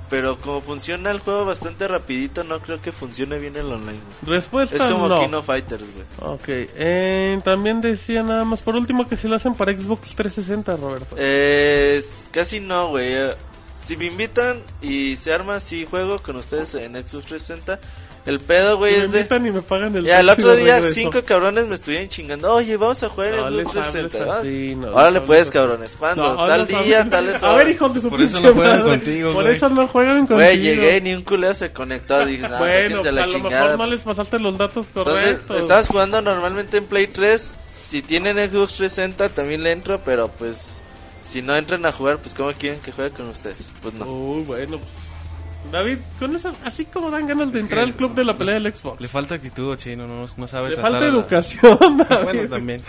S3: pero como funciona el juego bastante rapidito, no creo que funcione bien el online. güey.
S2: Respuesta
S3: Es como
S2: Pues no.
S3: Kino Fighters, güey.
S2: Ok. em, también decía nada más por último que si lo hacen para Xbox 360, Roberto.
S3: Eh, es- casi no, güey. Eh, Si me invitan y se arma, sí juego con ustedes en Xbox 360. El pedo, güey,
S2: Si me
S3: es de...
S2: invitan y me pagan el
S3: Ya, el
S2: taxi
S3: otro
S2: de
S3: día
S2: regreso.
S3: cinco cabrones me estuvieron chingando. Oye, vamos a jugar
S2: No
S3: en el
S2: les
S3: Xbox ¿ah?
S2: hables
S3: 360.
S2: así, no les
S3: Ahora le
S2: hables
S3: puedes,
S2: así.
S3: pues, cabrones. ¿Cuándo?
S2: No,
S3: tal
S2: no saben.
S3: día, tal es
S2: A ver, hijo de su
S4: Por eso
S2: pinche
S4: no juegan
S2: madre.
S4: contigo,
S2: Por
S4: güey.
S2: eso no juegan contigo.
S3: Güey, llegué y ni un culero se conectó. Dije, "Ah, no,
S2: Bueno,
S3: sáquense
S2: pues,
S3: la
S2: a lo
S3: chingada.
S2: mejor no les pasaste los datos
S3: Entonces,
S2: correctos.
S3: estabas jugando normalmente en Play 3. Si tienen Xbox 360, también le entro, pero pues... Si no entran a jugar, pues ¿cómo quieren que juegue con ustedes? Pues no.
S2: Uy, bueno. pues, David, con esas, así como dan ganas de entrar al club de la pelea del Xbox.
S4: Le falta actitud, sí, no, no, no sabe
S2: Le
S4: tratar
S2: falta
S4: a la-
S2: educación, David.
S4: Bueno, también.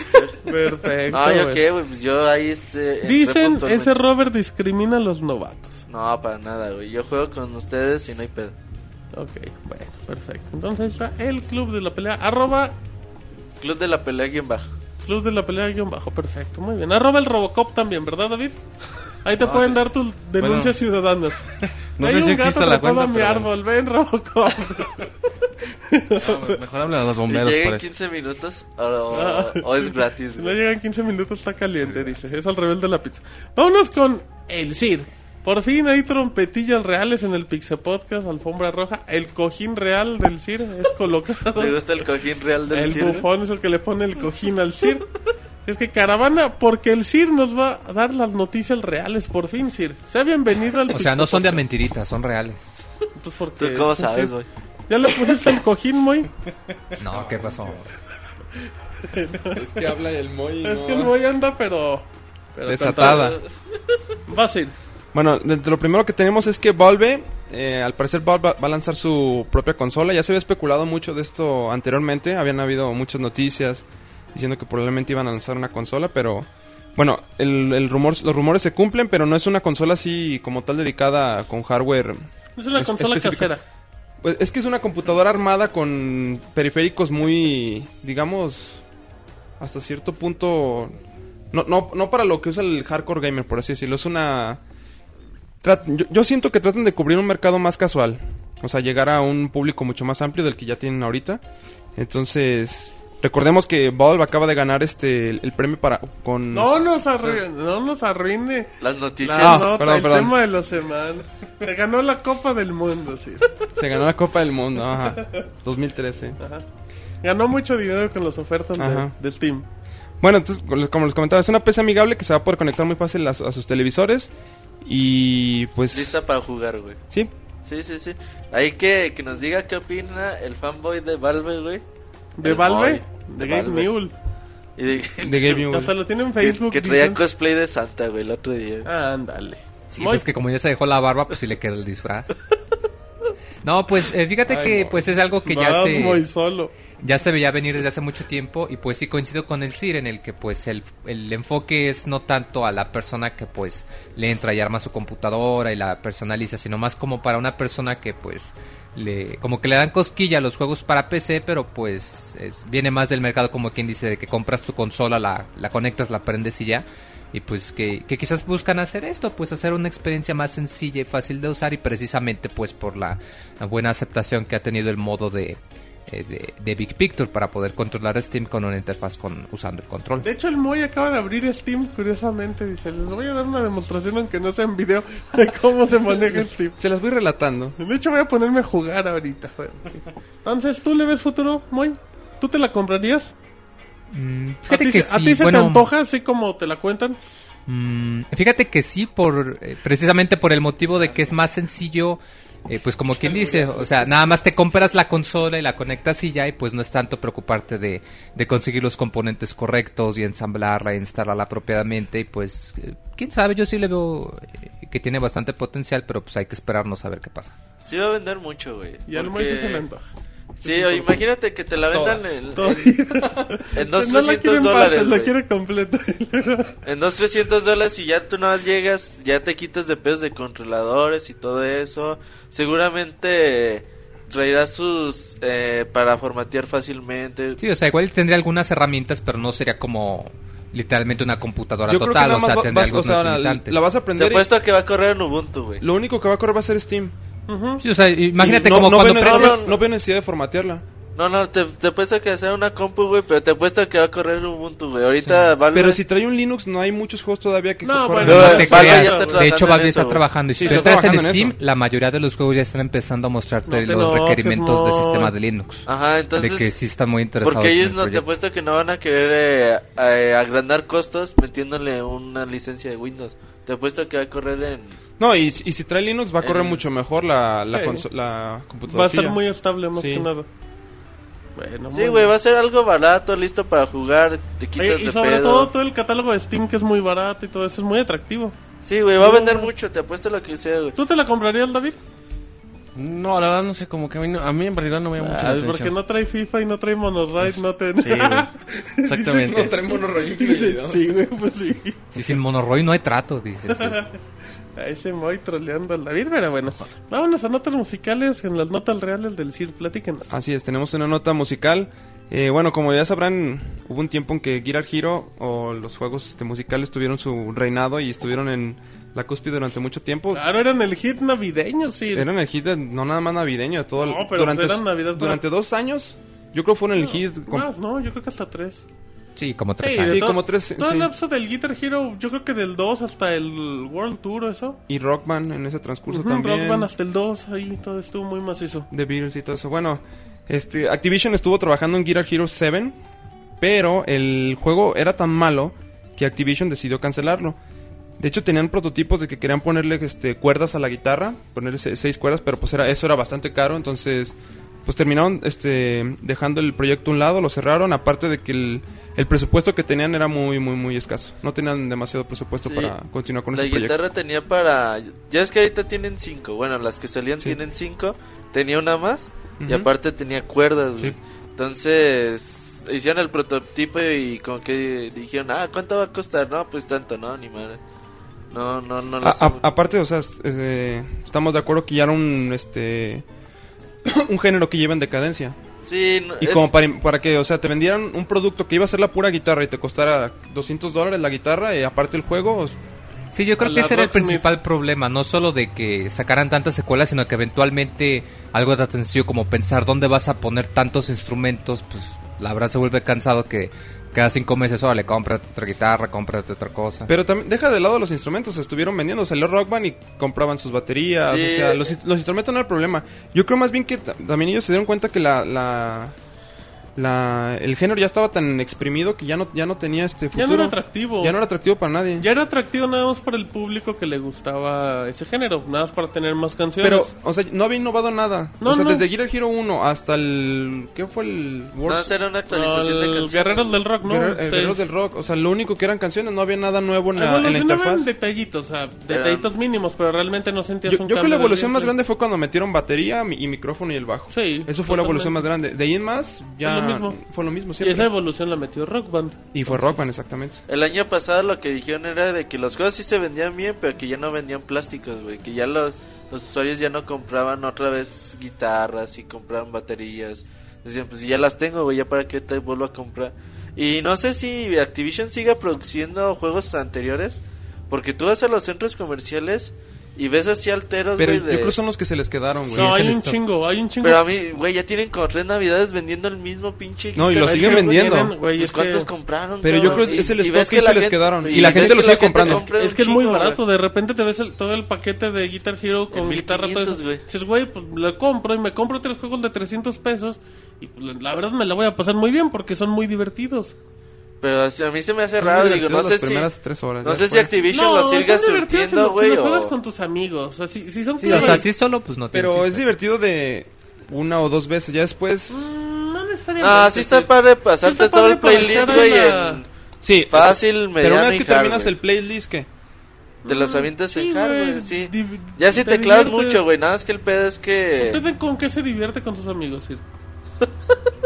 S2: Perfecto.
S3: No, yo
S2: güey.
S3: qué, güey, pues yo ahí este...
S4: Eh,
S3: entré
S2: Dicen,
S3: puntualmente.
S2: ese Robert discrimina a los novatos.
S3: No, para nada, güey. Yo juego con ustedes y no hay pedo.
S2: Ok, bueno, perfecto. Entonces ahí está el club de la pelea, arroba
S3: Club de la pelea aquí en bajo.
S2: club de la pelea guión bajo, perfecto, muy bien. Arroba el Robocop también, ¿verdad, David? Ahí te
S3: No,
S2: pueden
S3: sí.
S2: dar tus denuncias ciudadanas.
S4: Ah, No
S2: Hay
S4: sé si
S2: un gato
S4: exista la
S2: atrapado
S4: cuenta,
S2: a mi
S4: pero-
S2: árbol, ven Robocop.
S4: No, mejor habla a los
S3: Y
S4: bomberos,
S3: llega en
S4: parece.
S3: 15 minutos o, o- o es gratis,
S2: Si no
S3: güey.
S2: llegan 15 minutos está caliente, dice. Es al rebelde de la pizza. Vámonos con el Cid. Por fin hay trompetillas reales en el Pixe Podcast, alfombra roja. El cojín real del Cid es colocado.
S3: ¿Te gusta el cojín real del
S2: el
S3: cielo?
S2: bufón es el que le pone el cojín al Cid. Es que caravana, porque el Cid nos va a dar las noticias reales por fin, Cid. Sea bienvenido al
S5: O sea, no son de a
S2: Pixepodcast.
S5: mentiritas, son reales.
S2: Pues porque
S3: ¿Tú cómo
S2: es un
S3: sabes,
S2: Cid.
S3: güey?
S2: ¿Ya le pusiste el cojín, Moy?
S5: No, ¿qué pasó?
S6: Es que habla el Moy.
S2: Es que el Moy anda, pero... pero
S6: Desatada.
S2: tanta- Va, Cid.
S6: Bueno, de, de lo primero que tenemos es que Valve, eh, al parecer Valve va, va a lanzar su propia consola. Ya se había especulado mucho de esto anteriormente. Habían habido muchas noticias diciendo que probablemente iban a lanzar una consola, pero bueno, el, el rumor, los rumores se cumplen, pero no es una consola así como tal dedicada con hardware.
S2: Es una
S6: Es-
S2: consola
S6: específica.
S2: casera.
S6: Pues es que es una computadora armada con periféricos muy, digamos, hasta cierto punto, no, no, no para lo que usa el hardcore gamer, por así decirlo. Es una Trat- yo, yo siento que tratan de cubrir un mercado más casual. O sea, llegar a un público mucho más amplio del que ya tienen ahorita. Entonces, recordemos que Valve acaba de ganar este el, el premio para
S3: Mm.
S6: con
S2: No nos arruine, no nos arruine.
S3: Las noticias.
S2: La
S6: Ah,
S2: nota,
S6: perdón,
S2: el
S6: perdón.
S2: tema de la semana. Se ganó la Copa del Mundo, sí.
S6: se ganó la Copa del Mundo, ajá, 2013.
S2: Ajá. Ganó mucho dinero con las ofertas de-
S6: Ajá.
S2: del team.
S6: Bueno, entonces, como les- como les comentaba, es una PC amigable que se va a poder conectar muy fácil a, su- a sus televisores y pues
S3: Lista para jugar, güey.
S6: sí,
S3: Sí, sí, sí. Ahí que, que nos diga qué opina el fanboy de Valve, güey.
S2: De
S3: El
S2: Valve,
S3: Boy,
S2: de
S3: de
S2: Gabe
S3: Valve.
S2: Newell.
S3: Y de-
S6: de Game
S2: Hasta lo tiene en
S3: que,
S2: Facebook.
S3: que traía
S2: dicen.
S3: cosplay de Santa, güey, el otro día.
S2: Ah, Ándale.
S5: Sí,
S2: Moy,
S5: pues que como ya se dejó la barba, pues sí le queda el disfraz. No, pues eh, fíjate
S2: Ay,
S5: que
S2: no.
S5: pues es algo que ya
S2: vas
S5: se...
S2: muy solo.
S5: ya se veía venir desde hace mucho tiempo y pues sí coincido con el CIR en el que pues el, el enfoque es no tanto a la persona que pues le entra y arma su computadora y la personaliza, sino más como para una persona que pues le, como que le dan cosquilla a los juegos para PC, pero pues es- viene más del mercado como quien dice de que compras tu consola, la, la conectas, la prendes y ya. Y pues que, que quizás buscan hacer esto, pues hacer una experiencia más sencilla y fácil de usar y precisamente pues por la, la buena aceptación que ha tenido el modo de, eh, de, de Big Picture para poder controlar Steam con una interfaz con, usando el control.
S2: De hecho, el Moy acaba de abrir Steam, curiosamente. Dice: Les voy a dar una demostración, aunque no sea en video, de cómo se maneja Steam.
S6: Se las voy relatando.
S2: De hecho, voy a ponerme a jugar ahorita. güey. Entonces, ¿tú le ves futuro, Moy? ¿Tú te la comprarías?
S5: Mm,
S2: ¿A
S5: fíjate
S2: ti,
S5: que
S2: se- a
S5: sí,
S2: ti se
S5: bueno,
S2: te antoja así como te la cuentan?
S5: mm, fíjate que sí, por eh, precisamente por el motivo de que es más sencillo, eh, pues como quien dice, o sea, nada más te compras la consola y la conectas y ya, y pues no es tanto preocuparte de, de conseguir los componentes correctos y ensamblarla, y instalarla apropiadamente, y pues, eh, quién sabe, yo sí le veo eh, que tiene bastante potencial, pero pues hay que esperarnos a ver qué pasa.
S3: Sí va a vender mucho, güey.
S2: Y al
S3: porque-
S2: Moisés se le antoja.
S3: Sí, o imagínate que te la vendan en,
S2: Todo.
S3: en, en dos,
S2: no la
S3: 300
S2: quieren partes,
S3: dólares.
S2: la
S3: güey.
S2: quieren completa.
S3: En dos, 300 dólares y ya tú nada más llegas, ya te quitas de pedos de controladores y todo eso. Seguramente eh, traerá sus... eh, para formatear fácilmente.
S5: Sí, o sea, igual tendría algunas herramientas, pero no sería como literalmente una computadora
S6: Yo creo que
S5: total,
S6: nada
S5: o sea,
S6: más va-
S5: tendría
S6: vas- o
S5: algunos
S6: sea, la,
S5: limitantes.
S6: la vas a
S3: Te
S6: aprender.
S3: apuesto a que va a correr en Ubuntu, güey.
S6: Lo único que va a correr va a ser Steam.
S2: Ujú.
S5: Sí, o sea, imagínate
S6: no,
S5: como
S6: no
S5: cuando
S6: veo-
S5: prendes...
S6: no, veo- no veo necesidad de formatearla.
S3: No, no, te, te apuesto a que sea una compu, güey, pero te apuesto a que va a correr Ubuntu, güey. Ahorita Valve...
S6: Pero si trae un Linux, no hay muchos juegos todavía que
S2: No,
S6: corran
S2: bueno,
S5: No
S6: en-
S3: Eh,
S5: te
S3: Valve ya
S5: creas.
S3: está trabajando
S5: de hecho,
S3: en
S5: Valve
S3: eso,
S5: está
S3: güey.
S5: trabajando. Y
S6: Sí,
S5: si tú
S6: está
S5: entras en
S6: trabajando en
S5: Steam,
S6: eso.
S5: la mayoría de los juegos ya están empezando a mostrarte
S2: No te
S5: los
S2: enojes,
S5: requerimientos del
S2: Moy.
S5: sistema de Linux.
S6: Ah,
S3: Ajá, entonces...
S5: de que sí están muy interesados.
S3: Porque
S5: en
S3: ellos
S5: el
S3: no, te
S5: proyecto.
S3: apuesto que no van a querer eh, eh, agrandar costos metiéndole una licencia de Windows. Te apuesto que va a correr en...
S6: No, y, si- y si trae Linux va a correr
S3: Eh,
S6: mucho mejor la, la,
S2: sí.
S6: conso- la computadora.
S2: Va a
S5: pues
S2: ser muy estable, más
S6: Sí.
S2: que nada. Bueno,
S3: Sí,
S2: muy
S3: güey,
S2: bien.
S3: va a ser algo barato, listo para jugar, te quitas
S2: Oye,
S3: de
S2: y sobre
S3: pedo.
S2: todo todo el catálogo de Steam que es muy barato y todo eso es muy atractivo.
S3: Sí, güey, va a vender mucho, te apuesto lo que sea, güey.
S2: ¿Tú te la comprarías, David?
S4: No, la verdad no sé, como que a mí, no- a mí en particular no me llama mucho la
S2: Ah, porque
S4: atención.
S2: no trae FIFA y no trae Monorail, no te...
S4: Sí, güey. Exactamente.
S2: Dice, sí, güey, pues sí.
S5: Sí, sin Monoroy no hay trato, dices. sí.
S2: Ahí se voy troleando al David, pero bueno. Vámonos a notas musicales en las notas reales del CIR, platíquenos.
S6: Así es, tenemos una nota musical. Eh, bueno, como ya sabrán, hubo un tiempo en que Guitar Hero o los juegos este, musicales tuvieron su reinado y estuvieron en la cúspide durante mucho tiempo.
S2: Claro, eran el hit navideño, sí.
S6: Eran el hit, de- no nada más navideño, todo el-
S2: No, pero
S6: durante,
S2: pues era Navidad,
S6: durante dos años. Yo creo fueron el hit. com-
S2: Más, no, yo creo que hasta tres.
S5: Sí, como tres
S2: Sí,
S5: años.
S2: de
S6: Sí,
S2: todo-
S6: como tres,
S2: Todo
S6: sí.
S2: el lapso del Guitar Hero, yo creo que del 2 hasta el World Tour, eso.
S6: Y Rockman en ese transcurso
S2: Ujú,
S6: también.
S2: Rock Band hasta el 2, ahí todo estuvo muy macizo.
S6: The Beatles y todo eso. Bueno, este, Activision estuvo trabajando en Guitar Hero 7, pero el juego era tan malo que Activision decidió cancelarlo. De hecho, tenían prototipos de que querían ponerle este, cuerdas a la guitarra, ponerle se- seis cuerdas, pero pues era, eso era bastante caro, entonces pues terminaron este, dejando el proyecto a un lado, lo cerraron, aparte de que el, el presupuesto que tenían era muy, muy, muy escaso. No tenían demasiado presupuesto
S3: Sí.
S6: para continuar con
S3: La
S6: ese proyecto.
S3: guitarra tenía para... Ya es que ahorita tienen cinco, bueno, las que salían
S6: Sí.
S3: tienen cinco, tenía una más y
S6: Ujú.
S3: aparte tenía cuerdas, güey.
S6: Sí.
S3: Entonces, hicieron el prototipo y como que dijeron, ah, ¿cuánto va a costar? No, pues tanto, no, ni madre. No, no, no. lo
S6: A-
S3: hacemos.
S6: a- aparte, o sea, es- es, eh, estamos de acuerdo que ya era un, este, un género que lleva en decadencia.
S3: sí, no,
S6: ah. Y
S3: es-
S6: como para, para que, o sea, te vendieran un producto que iba a ser la pura guitarra y te costara 200 dólares la guitarra y aparte el juego, os-
S5: Sí, yo creo
S2: La
S5: que ese era el
S2: Rocksmith.
S5: principal problema, no solo de que sacaran tantas secuelas, sino que eventualmente algo tan sencillo como pensar dónde vas a poner tantos instrumentos, pues la verdad se vuelve cansado que cada cinco meses, órale, cómprate otra guitarra, cómprate otra
S3: Ah.
S5: cosa.
S6: Pero también deja de lado los instrumentos, se estuvieron vendiendo, salió Rock Band y compraban sus baterías,
S3: Sí.
S6: o sea, los, los instrumentos no era el problema. Yo creo más bien que ta- también ellos se dieron cuenta que la, la, la- el género ya estaba tan exprimido que ya no, ya no tenía este
S2: Ya
S6: futuro.
S2: no era atractivo.
S6: Ya no era atractivo para nadie.
S2: Ya era atractivo nada más para el público que le gustaba ese género, nada más para tener más
S6: Pero,
S2: canciones.
S6: o sea, no había innovado nada.
S2: No,
S6: o sea,
S2: no.
S6: desde Guitar Hero 1 hasta el... ¿Qué fue el
S3: no,
S6: World?
S3: será una
S2: No,
S3: actualización de
S2: el
S3: canciones.
S2: Guerreros del Rock, ¿no?
S6: Guerrero- eh,
S2: Sí.
S6: Guerreros del Rock. O sea, lo único que eran canciones, no había nada nuevo en la, en la
S2: Evolucionaban
S6: interfaz.
S2: detallitos, o sea, detallitos mínimos, pero realmente no
S6: Yo,
S2: sentías
S6: yo
S2: un
S6: creo que
S2: cambio
S6: la
S2: de
S6: evolución más
S2: gameplay.
S6: grande fue cuando metieron batería mi- y micrófono y el bajo.
S2: Sí,
S6: Eso fue la evolución más
S2: totalmente.
S6: grande. De ahí en más, ya
S2: lo mismo.
S6: fue lo mismo
S2: Y esa
S6: siempre.
S2: evolución la metió Rock Band.
S6: Y, fue Rockman, exactamente.
S3: El año pasado lo que dijeron era de que los juegos sí se vendían bien, pero que ya no vendían plásticos, güey. Que ya los, los usuarios ya no compraban otra vez guitarras y compraban baterías. Decían, pues si ya las tengo, güey, ya para qué te vuelvo a comprar. Y no sé si Activision siga produciendo juegos anteriores, porque tú vas a los centros comerciales y ves así alteros,
S6: Pero
S3: güey.
S6: yo
S3: de-
S6: creo que son los que se les quedaron, güey.
S2: no,
S6: Es
S2: hay
S6: el
S2: un
S6: stock.
S2: chingo, hay un chingo.
S3: Pero a mí, güey, ya tienen con tres navidades vendiendo el mismo pinche
S6: No, y lo
S2: Es que
S6: siguen vendiendo.
S2: tienen, güey,
S3: Pues
S2: es que-
S3: cuántos compraron.
S6: Pero yo creo que es el stock
S3: ves
S6: que se
S3: la
S6: les
S3: gente-
S6: quedaron. Y la
S3: ves
S6: gente
S3: que
S6: lo
S3: la
S6: sigue
S3: gente
S6: comprando.
S3: compra
S2: Es
S3: un
S2: que es muy
S3: chingo, güey.
S2: barato, de repente te ves el- todo el paquete de Guitar Hero con
S3: En
S2: guitarra, todo
S3: 1500,
S2: eso.
S3: güey.
S2: Dices, güey, pues lo compro y me compro tres juegos de 300 pesos y pues, la verdad me la voy a pasar muy bien porque son muy divertidos.
S3: Pero así- a mí se me hace
S6: Son
S3: raro,
S6: muy
S3: digo,
S6: divertidas
S3: no sé
S6: las
S3: si...
S6: primeras tres horas.
S3: No
S6: ya
S3: sé si
S6: después-
S3: Activision
S2: no,
S3: lo siga
S2: son divertidas si lo-
S3: surtiendo,
S2: si
S3: güey,
S2: lo juegas
S3: o-
S2: con tus amigos. O sea, si, si son
S5: Sí, o sea,
S2: culeros,
S5: sí solo, pues no tiene
S6: Pero es
S5: chiste.
S6: divertido de una o dos veces. Ya después.
S2: mm, no necesariamente.
S3: Ah, sí está padre pasarte
S2: Sí está
S3: todo
S2: padre
S3: el playlist,
S2: aprovechar
S3: güey,
S2: la-
S3: en...
S6: Sí,
S3: Fácil, mediano
S6: Pero una vez
S3: y
S6: que
S3: hard,
S6: terminas
S3: güey.
S6: el playlist, ¿qué?
S3: Te las avientas
S2: Sí,
S3: en hard,
S2: güey,
S3: güey, sí.
S2: div-
S3: Ya sí
S2: te
S3: te clavas
S2: diviertes.
S3: mucho, güey, nada más que el pedo es que...
S2: ¿Usted con qué se divierte con sus amigos, Sir?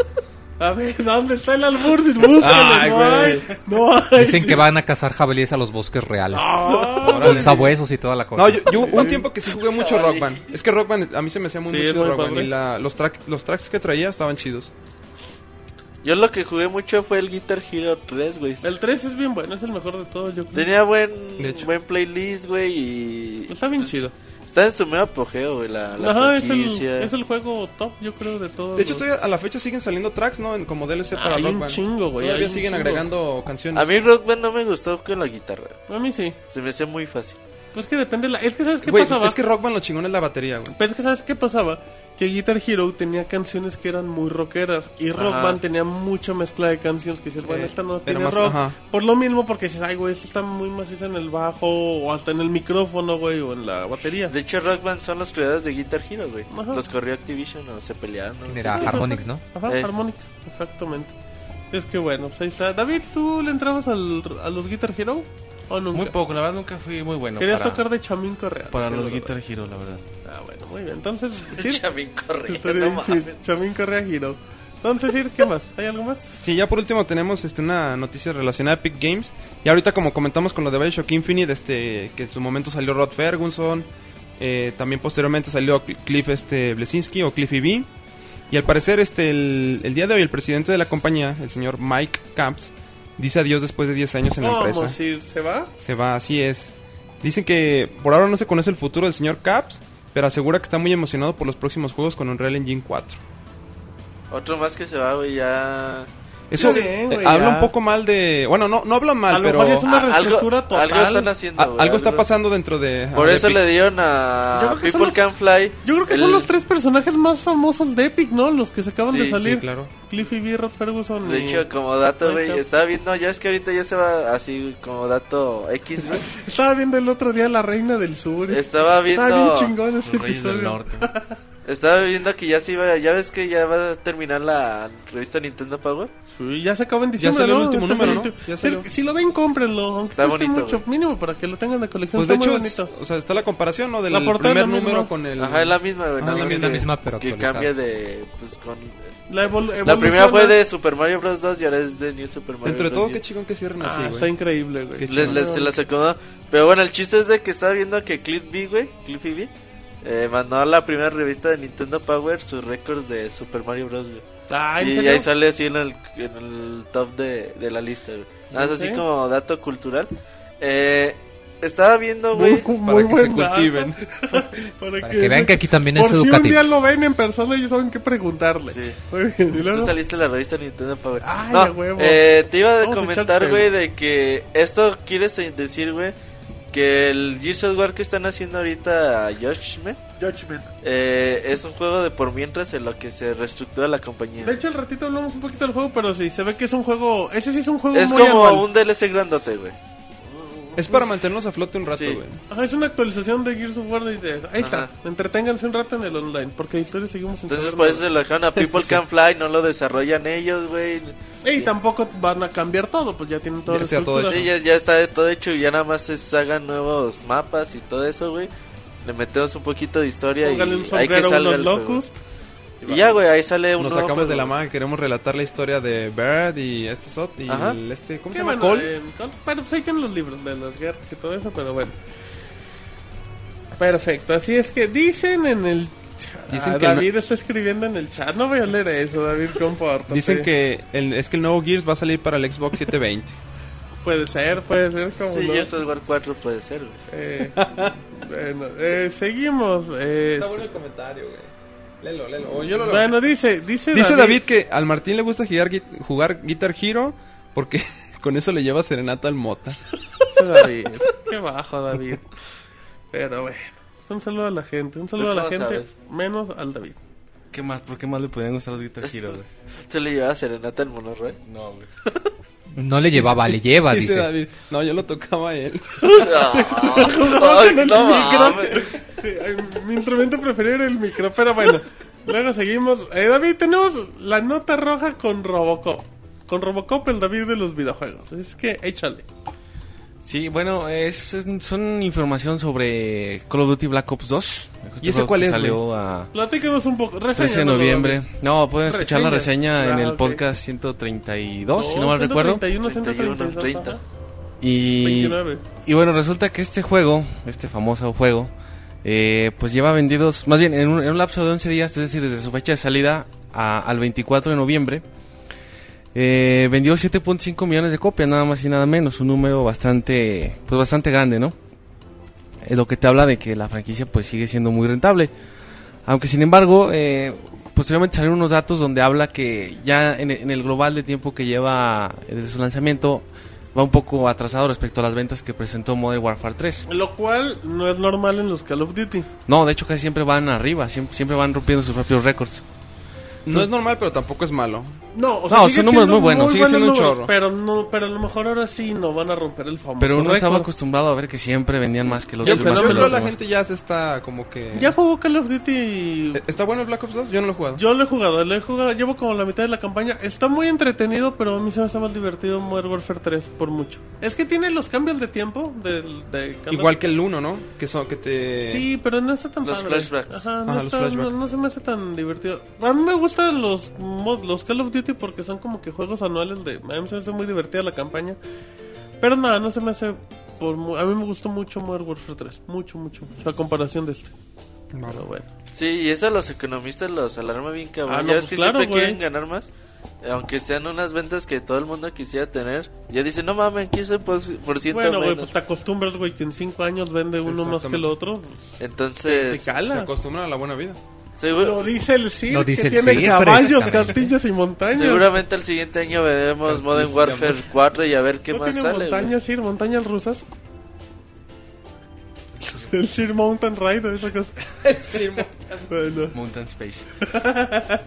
S2: A ver, ¿dónde está el albur, Sir? Búscalo,
S6: Ay,
S2: no
S6: güey.
S2: hay. No hay.
S5: Dicen que van a cazar jabalíes a los bosques reales.
S2: Ah,
S5: Con sabuesos y toda la cosa.
S6: No, yo, yo hubo un tiempo que sí jugué mucho Rock Band. Es que Rock Band a mí se me hacía muy,
S2: Sí,
S6: muy
S2: es
S6: chido
S2: muy
S6: Rock Band.
S2: padre.
S6: Y la- los, track- los tracks que traía estaban chidos.
S3: Yo lo que jugué mucho fue el Guitar Hero 3, güey.
S2: el 3 es bien bueno, es el mejor de todos, yo creo.
S3: Tenía buen,
S6: De hecho.
S3: buen playlist, güey, y...
S2: Pues
S3: pues,
S2: Está bien chido.
S3: Está en su mero apogeo, güey, la, la
S2: Ajá, es el,
S3: franquicia.
S2: es el juego top, yo creo, de todos.
S6: De hecho,
S2: los-
S6: todavía a la fecha siguen saliendo tracks, ¿no? En- Como DLC para
S2: Hay
S6: Rock
S2: un
S6: Band.
S2: chingo, güey, hay
S6: Todavía
S2: un
S6: siguen
S2: chingo.
S6: agregando canciones.
S3: A mí Rock Band no me gustó con la guitarra.
S2: A mí sí.
S3: Se me hacía muy fácil.
S2: Pues que depende. La... Es que, ¿sabes qué
S6: Güey,
S2: pasaba?
S6: es que Rock Band lo chingón es la batería, güey.
S2: Pero es que ¿sabes qué pasaba? Que Guitar Hero tenía canciones que eran muy rockeras y Rock
S3: Ajá.
S2: Band tenía mucha mezcla de canciones que decían, bueno,
S6: Eh,
S2: esta no
S6: era
S2: tiene
S6: más-
S2: rock.
S6: ajá.
S2: Por lo mismo, porque dices, ay, güey, esta está muy maciza en el bajo o hasta en el micrófono, güey, o en la batería.
S3: De hecho, Rock Band son los creadores de Guitar Hero, güey.
S2: Ajá.
S3: Los corrió Activision o se pelearon. no sé
S5: Era
S3: qué.
S5: Harmonix, ¿no?
S2: Ajá,
S3: Eh.
S2: Harmonix, exactamente. Es que bueno, pues ahí está. David, ¿tú le entrabas al, a los Guitar Hero o nunca?
S4: Muy poco, la verdad nunca fui muy bueno.
S2: Querías
S4: para,
S2: tocar de Chamín Correa.
S4: para
S2: sí,
S4: los
S2: ¿verdad?
S4: Guitar Hero, la verdad.
S2: Ah, bueno, muy bien. Entonces, Sir,
S3: Chavín Correa,
S2: estaría
S3: no
S2: bien chido.
S3: mames.
S2: Chamín Correa Hero. Entonces, Sir, ¿qué más? ¿Hay algo más?
S6: Sí, ya por último tenemos este, una noticia relacionada a Epic Games. Y ahorita como comentamos con lo de Bioshock Infinite, este, que en su momento salió Rod Ferguson, eh, también posteriormente salió Cl- Cliff este, Blesinski o Cliffy B. Y al parecer este, el, el día de hoy el presidente de la compañía, el señor Mike Camps, dice adiós después de 10 años en la
S2: ¿Cómo,
S6: empresa.
S2: Sir? ¿Se va?
S6: Se va, así es. Dicen que por ahora no se conoce el futuro del señor Caps, pero asegura que está muy emocionado por los próximos juegos con Unreal Engine 4.
S3: Otro más que se va, güey, ya.
S6: Eso
S2: Sí, güey,
S6: eh,
S2: ya.
S6: habla un poco mal de... Bueno, no, no habla mal,
S2: A lo
S6: pero
S2: mejor es una
S3: Ah,
S2: reestructura
S3: algo,
S2: total.
S3: algo están haciendo,
S6: a-
S3: güey,
S6: algo está pasando Ah, dentro de...
S3: Por
S6: de
S3: eso
S6: Epic.
S3: le dieron
S2: Yo
S3: a
S2: creo que son
S3: People
S2: los-
S3: Can Fly.
S2: Yo creo que
S3: el-
S2: son los tres personajes más famosos de Epic, ¿no? Los que se acaban
S3: Sí,
S2: de salir.
S6: sí, claro.
S2: Cliffy B, Rod Ferguson.
S3: De
S2: y-
S3: hecho, como dato, güey,
S2: Minecraft.
S3: estaba viendo, ya es que ahorita ya se va así como dato X, güey.
S2: Estaba viendo el otro día La Reina del Sur. Estaba
S3: Estaba
S2: bien
S3: viendo,
S2: chingón ese
S4: Los Reyes del
S2: episodio.
S4: Norte.
S3: estaba viendo que ya se iba, ya ves que ya va a terminar la revista Nintendo Power.
S2: Sí, ya se acaba en diciembre,
S6: salió el
S2: ¿no?
S6: último
S2: Este
S6: número,
S2: salió-
S6: ¿no? Ya salió.
S2: Si lo ven, cómprenlo. Aunque
S3: Está
S2: cueste
S3: bonito,
S2: mucho,
S3: güey.
S2: mínimo, para que lo tengan de colección.
S6: Pues de
S2: Está
S6: hecho,
S2: muy bonito.
S6: es- o sea, está la comparación, ¿no? Del
S2: La portada
S6: primer
S2: es la misma.
S6: número con el...
S3: Ajá, es la misma, güey.
S6: Ah,
S3: nada
S6: la
S3: más
S6: misma,
S3: que-
S5: misma, pero
S3: Que
S5: actualizada.
S3: cambia de, pues con
S2: La, evol-
S3: La
S2: evoluciona.
S3: primera fue de Super Mario Bros. 2 y ahora es de New Super Mario
S6: Dentro de
S3: Bros.
S6: todo, qué
S3: 10.
S6: chingón que cierren
S2: Ah,
S6: así, güey.
S2: está increíble, güey.
S6: Qué
S3: Le- le-
S2: chingón.
S3: se las acomodó. Pero bueno, el chiste es de que estaba viendo que Cliff B, güey, Cliffy B, eh, mandó a la primera revista de Nintendo Power sus récords de Super Mario Bros. güey.
S2: Ah, ¿en
S3: y
S2: serio?
S3: ahí sale así en el, en el top de, de la lista, güey. Nada más así
S2: Ok.
S3: como dato cultural. Eh, estaba viendo, güey.
S2: Muy- muy
S6: para que se
S2: buen dato.
S6: cultiven.
S5: Para que vean que aquí también es
S2: Por si un
S5: educativo.
S2: día lo ven en persona, ellos saben qué preguntarle.
S3: Sí.
S2: Muy bien, y luego-
S3: Tú saliste en la revista Nintendo Power.
S2: Ay, a
S3: no,
S2: huevo.
S3: eh, te iba a
S2: Vamos a
S3: comentar,
S2: echar
S3: güey,
S2: chela.
S3: de que esto quiere se- decir, güey, que el Gears of War que están haciendo ahorita Judgment
S2: Judgment.
S3: eh, es un juego de por mientras en lo que se reestructura la compañía.
S2: De hecho, al ratito hablamos un poquito del juego, pero sí, se ve que es un juego. Ese sí es un juego
S3: es
S2: muy
S3: como
S2: anual.
S3: un DLC grandote, güey.
S6: Es para mantenernos a flote un rato,
S3: Sí.
S6: güey.
S2: Ajá, es una actualización de Gears of War. y de- Ahí
S3: Ajá.
S2: está. Entreténganse un rato en el online, porque de historia seguimos sin
S3: Entonces
S2: saber
S3: pues, por
S2: nada.
S3: eso se lo dejaron a People Can Fly, no lo desarrollan ellos, güey.
S2: Y tampoco van a cambiar todo, pues ya tienen toda
S6: Ya
S2: la
S6: está todo
S2: estructura.
S3: Sí, ya, ya está todo hecho y ya nada más es hagan nuevos mapas y todo eso, güey. Le metemos un poquito de historia
S2: Póngale un
S3: y hay que
S2: sombrero a
S3: salga
S2: unos
S3: el juego.
S2: locust.
S3: Y ya, güey, ahí sale un
S6: Nos
S3: nuevo
S6: sacamos de la
S3: juego.
S6: manga, queremos relatar la historia de Bird y este Sot y
S3: Ajá.
S6: el este... ¿Cómo
S2: Qué
S6: se llama?
S2: bueno,
S6: Cole.
S2: eh, Col- Pero pues ahí tienen los libros de las guerras y todo eso, pero bueno. Perfecto, así es que dicen en el chat.
S6: Dicen
S2: Ah,
S6: que
S2: David está escribiendo en el chat. No voy a leer eso, David, compórtate.
S6: Dicen que el- es que el nuevo Gears va a salir para el Xbox 720.
S2: Puede ser, puede ser como.
S3: Sí,
S2: no.
S3: Gears of War 4 puede ser, güey.
S2: Eh, bueno, eh, seguimos. eh,
S6: el comentario, güey. Lelo, lelo. yo
S2: bueno, dice, dice,
S6: Dice David que al Martín le gusta jugar, gui- jugar Guitar Hero porque con eso le lleva serenata al Mota.
S2: Dice David. Qué bajo, David. Pero bueno, pues un saludo a la gente, un saludo a
S3: ¿Tú
S2: la
S3: cómo
S2: gente,
S3: sabes?
S2: menos al David.
S4: ¿Qué más? ¿Por qué más le podían gustar los Guitar Hero, güey?
S3: ¿Tú le llevabas serenata al monorroy?
S4: No, güey.
S5: No le llevaba, le lleva,
S6: Dice
S5: dice.
S6: David, no, yo lo tocaba a él.
S3: Ay, no mames.
S2: Mi instrumento preferido era el micro, pero bueno. Luego seguimos. Eh, David, tenemos la nota roja con Robocop. Con Robocop, el David de los videojuegos. Es que échale.
S4: Sí, bueno, es, es- son información sobre Call of Duty Black Ops 2.
S6: ¿Y ese cuál
S4: Que
S6: es,
S4: Salió a
S2: Platícanos un poco.
S4: 13 de
S2: reséñanoslo,
S4: noviembre.
S2: David.
S4: No, pueden escuchar la
S2: Reseña.
S4: reseña en
S2: Ah,
S4: el
S2: ok.
S4: podcast 132, si no mal recuerdo.
S2: 131,
S3: 31,
S2: 132, ajá.
S4: Y,
S2: 29.
S4: y bueno, resulta que este juego, este famoso juego, eh, pues lleva vendidos, más bien en un, en un lapso de 11 días, es decir, desde su fecha de salida a- al 24 de noviembre, eh, vendió 7.5 millones de copias, nada más y nada menos, un número bastante, pues bastante grande, ¿no? Es lo que te habla de que la franquicia pues sigue siendo muy rentable. Aunque sin embargo, eh, posteriormente salieron unos datos donde habla que ya en, en el global de tiempo que lleva eh, desde su lanzamiento va un poco atrasado respecto a las ventas que presentó Modern Warfare 3.
S2: Lo cual no es normal en los Call of Duty.
S4: No, de hecho casi siempre van arriba, siempre, siempre van rompiendo sus propios récords.
S6: No es normal, pero tampoco es malo.
S2: No, o
S4: No,
S2: sea,
S4: su número es muy bueno,
S2: buenos
S6: sigue siendo un
S2: números,
S6: chorro.
S2: Pero, no, pero a lo mejor ahora sí no van a romper el famoso.
S4: Pero uno estaba
S2: récord.
S4: acostumbrado a ver que siempre vendían más que los
S2: Y el
S4: demás,
S6: Yo
S4: que
S2: fenómeno
S6: creo
S4: los
S6: la
S4: demás.
S6: gente ya se está como que...
S2: Ya jugó Call of Duty.
S6: ¿Está bueno el Black Ops 2? Yo no lo he jugado.
S2: Yo lo he jugado, lo he jugado, llevo como la mitad de la campaña. Está muy entretenido, pero a mí se me está más divertido Modern Warfare 3 por mucho. Es que tiene los cambios de tiempo del de Call of-
S6: Igual que el 1, ¿no? Que, son, que te...
S2: Sí, pero no está tan
S3: Los
S2: padre.
S3: flashbacks.
S2: Ajá, no,
S6: Ajá, los
S2: está-
S6: flashbacks.
S2: no- no se me hace tan divertido. A mí me gustan los mod- los Call of Duty porque son como que juegos anuales de... A mí se me hace muy divertida la campaña. Pero nada, no se me hace... Por, mu- a mí me gustó mucho Modern Warfare 3. Mucho, mucho. mucho, a comparación de este. Pero bueno.
S3: Sí, y eso a los economistas los alarma bien cabrón.
S2: Ah, no,
S3: ya ves
S2: pues
S3: que
S2: claro,
S3: siempre
S2: güey.
S3: quieren ganar más. eh, Aunque sean unas ventas que todo el mundo quisiera tener. Ya dicen, no mames, 15% por ciento
S2: Bueno, güey,
S3: menos.
S2: pues te acostumbras, güey, que en 5 años vende uno más que el otro. pues, te
S3: Entonces,
S6: Se
S2: cala.
S6: acostumbran a la buena vida.
S2: Lo
S3: seguro,
S2: dice el CIR,
S5: Lo dice
S2: que
S5: el
S2: tiene
S5: CIR,
S2: caballos,
S5: exactamente.
S2: castillos y montañas.
S3: seguramente el siguiente año
S2: Pues,
S3: veremos Modern Warfare 4 y a ver qué
S2: ¿No
S3: más
S2: tiene
S3: sale. güey.
S2: montañas, Sir? ¿Montañas rusas? El Sir Mountain Ride, esa cosa. Bueno.
S4: Mountain Space.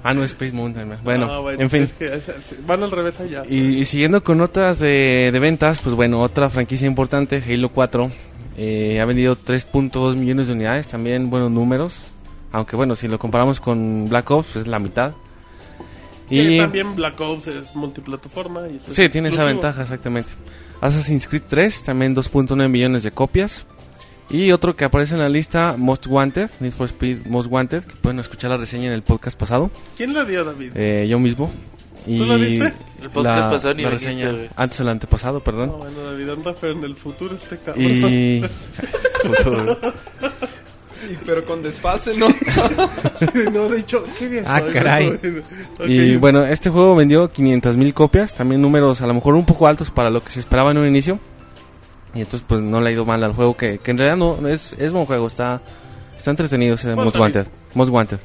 S4: ah, no, Space Mountain. Bueno,
S2: Ah,
S4: en fin.
S2: es que es- es- van al revés allá.
S4: Y, y siguiendo con notas de, de ventas, pues bueno, otra franquicia importante, Halo 4, eh, ha vendido 3.2 millones de unidades, también buenos números, aunque bueno, si lo comparamos con Black Ops, pues es la mitad.
S2: Que
S4: Y
S2: también Black Ops es multiplataforma. y eso es
S4: sí, tiene esa
S2: exclusivo.
S4: ventaja, exactamente. Assassin's Creed 3, también 2.9 millones de copias. Y otro que aparece en la lista, Most Wanted, Need for Speed Most Wanted, que pueden escuchar la reseña en el podcast pasado,
S2: ¿Quién la dio, David?
S4: eh, yo mismo. Y
S2: ¿Tú la viste?
S3: El podcast
S4: la-
S3: pasado ni
S4: la
S3: viniste,
S4: reseña,
S3: güey.
S4: antes el antepasado,
S2: Ah,
S4: perdón.
S2: bueno, David anda, pero en el futuro este cabrón.
S4: Y. Puto,
S6: Pero con desfase, ¿no?
S2: no, de hecho, ¿qué día
S5: Ah,
S2: soy?
S5: caray.
S2: Bueno, ok.
S4: y bueno, este juego vendió 500.000 copias. También números a lo mejor un poco altos para lo que se esperaba en un inicio. Y entonces, pues no le ha ido mal al juego. Que, que en realidad no no es, es buen juego. Está, está entretenido ese de
S2: Bueno,
S4: Most
S2: también.
S4: Wanted. Most Wanted.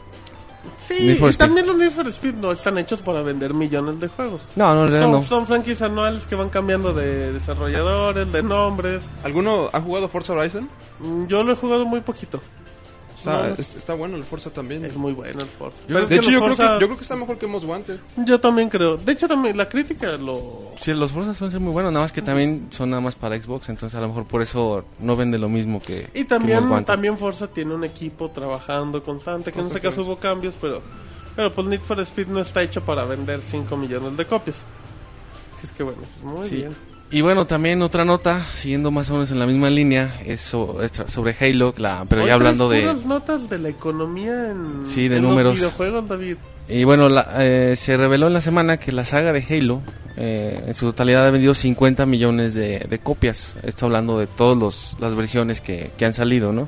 S2: Sí,
S4: Need for
S2: y
S4: Speed.
S2: también los Need for Speed no están hechos para vender millones de juegos.
S4: No, no, en realidad
S2: Son,
S4: no.
S2: son franquicias anuales que van cambiando de desarrolladores, de nombres.
S6: ¿Alguno ha jugado Forza Horizon?
S2: Mm, Yo lo he jugado muy poquito.
S6: Está,
S2: No, no.
S6: es- está bueno el Forza también.
S2: Es muy bueno el Forza. Pero es que
S6: de hecho,
S2: los
S6: yo, creo
S2: Forza-
S6: que, yo creo que está mejor que Most Wanted.
S2: yo también creo. De hecho, también la crítica lo...
S4: Sí, los Forza son muy buenos. Nada más que también son nada más para Xbox. Entonces, a lo mejor por eso no vende lo mismo que.
S2: Y
S4: que Most
S2: también,
S4: Wanted.
S2: también Forza tiene un equipo trabajando constante, que en este caso hubo cambios, pero... Pero pues Need for Speed no está hecho para vender 5 millones de copias. Así es que bueno, pues muy
S4: Sí.
S2: bien.
S4: Y bueno, también otra nota, siguiendo más o menos en la misma línea, es so- es tra- sobre Halo, la- pero
S2: Hoy traes
S4: ya hablando de...
S2: puras notas de la economía en,
S4: Sí, de
S2: en
S4: números.
S2: los videojuegos, David.
S4: Y bueno, la- eh, se reveló en la semana que la saga de Halo eh, en su totalidad ha vendido 50 millones de, de copias. Esto hablando de todas las versiones que, que han salido, ¿no?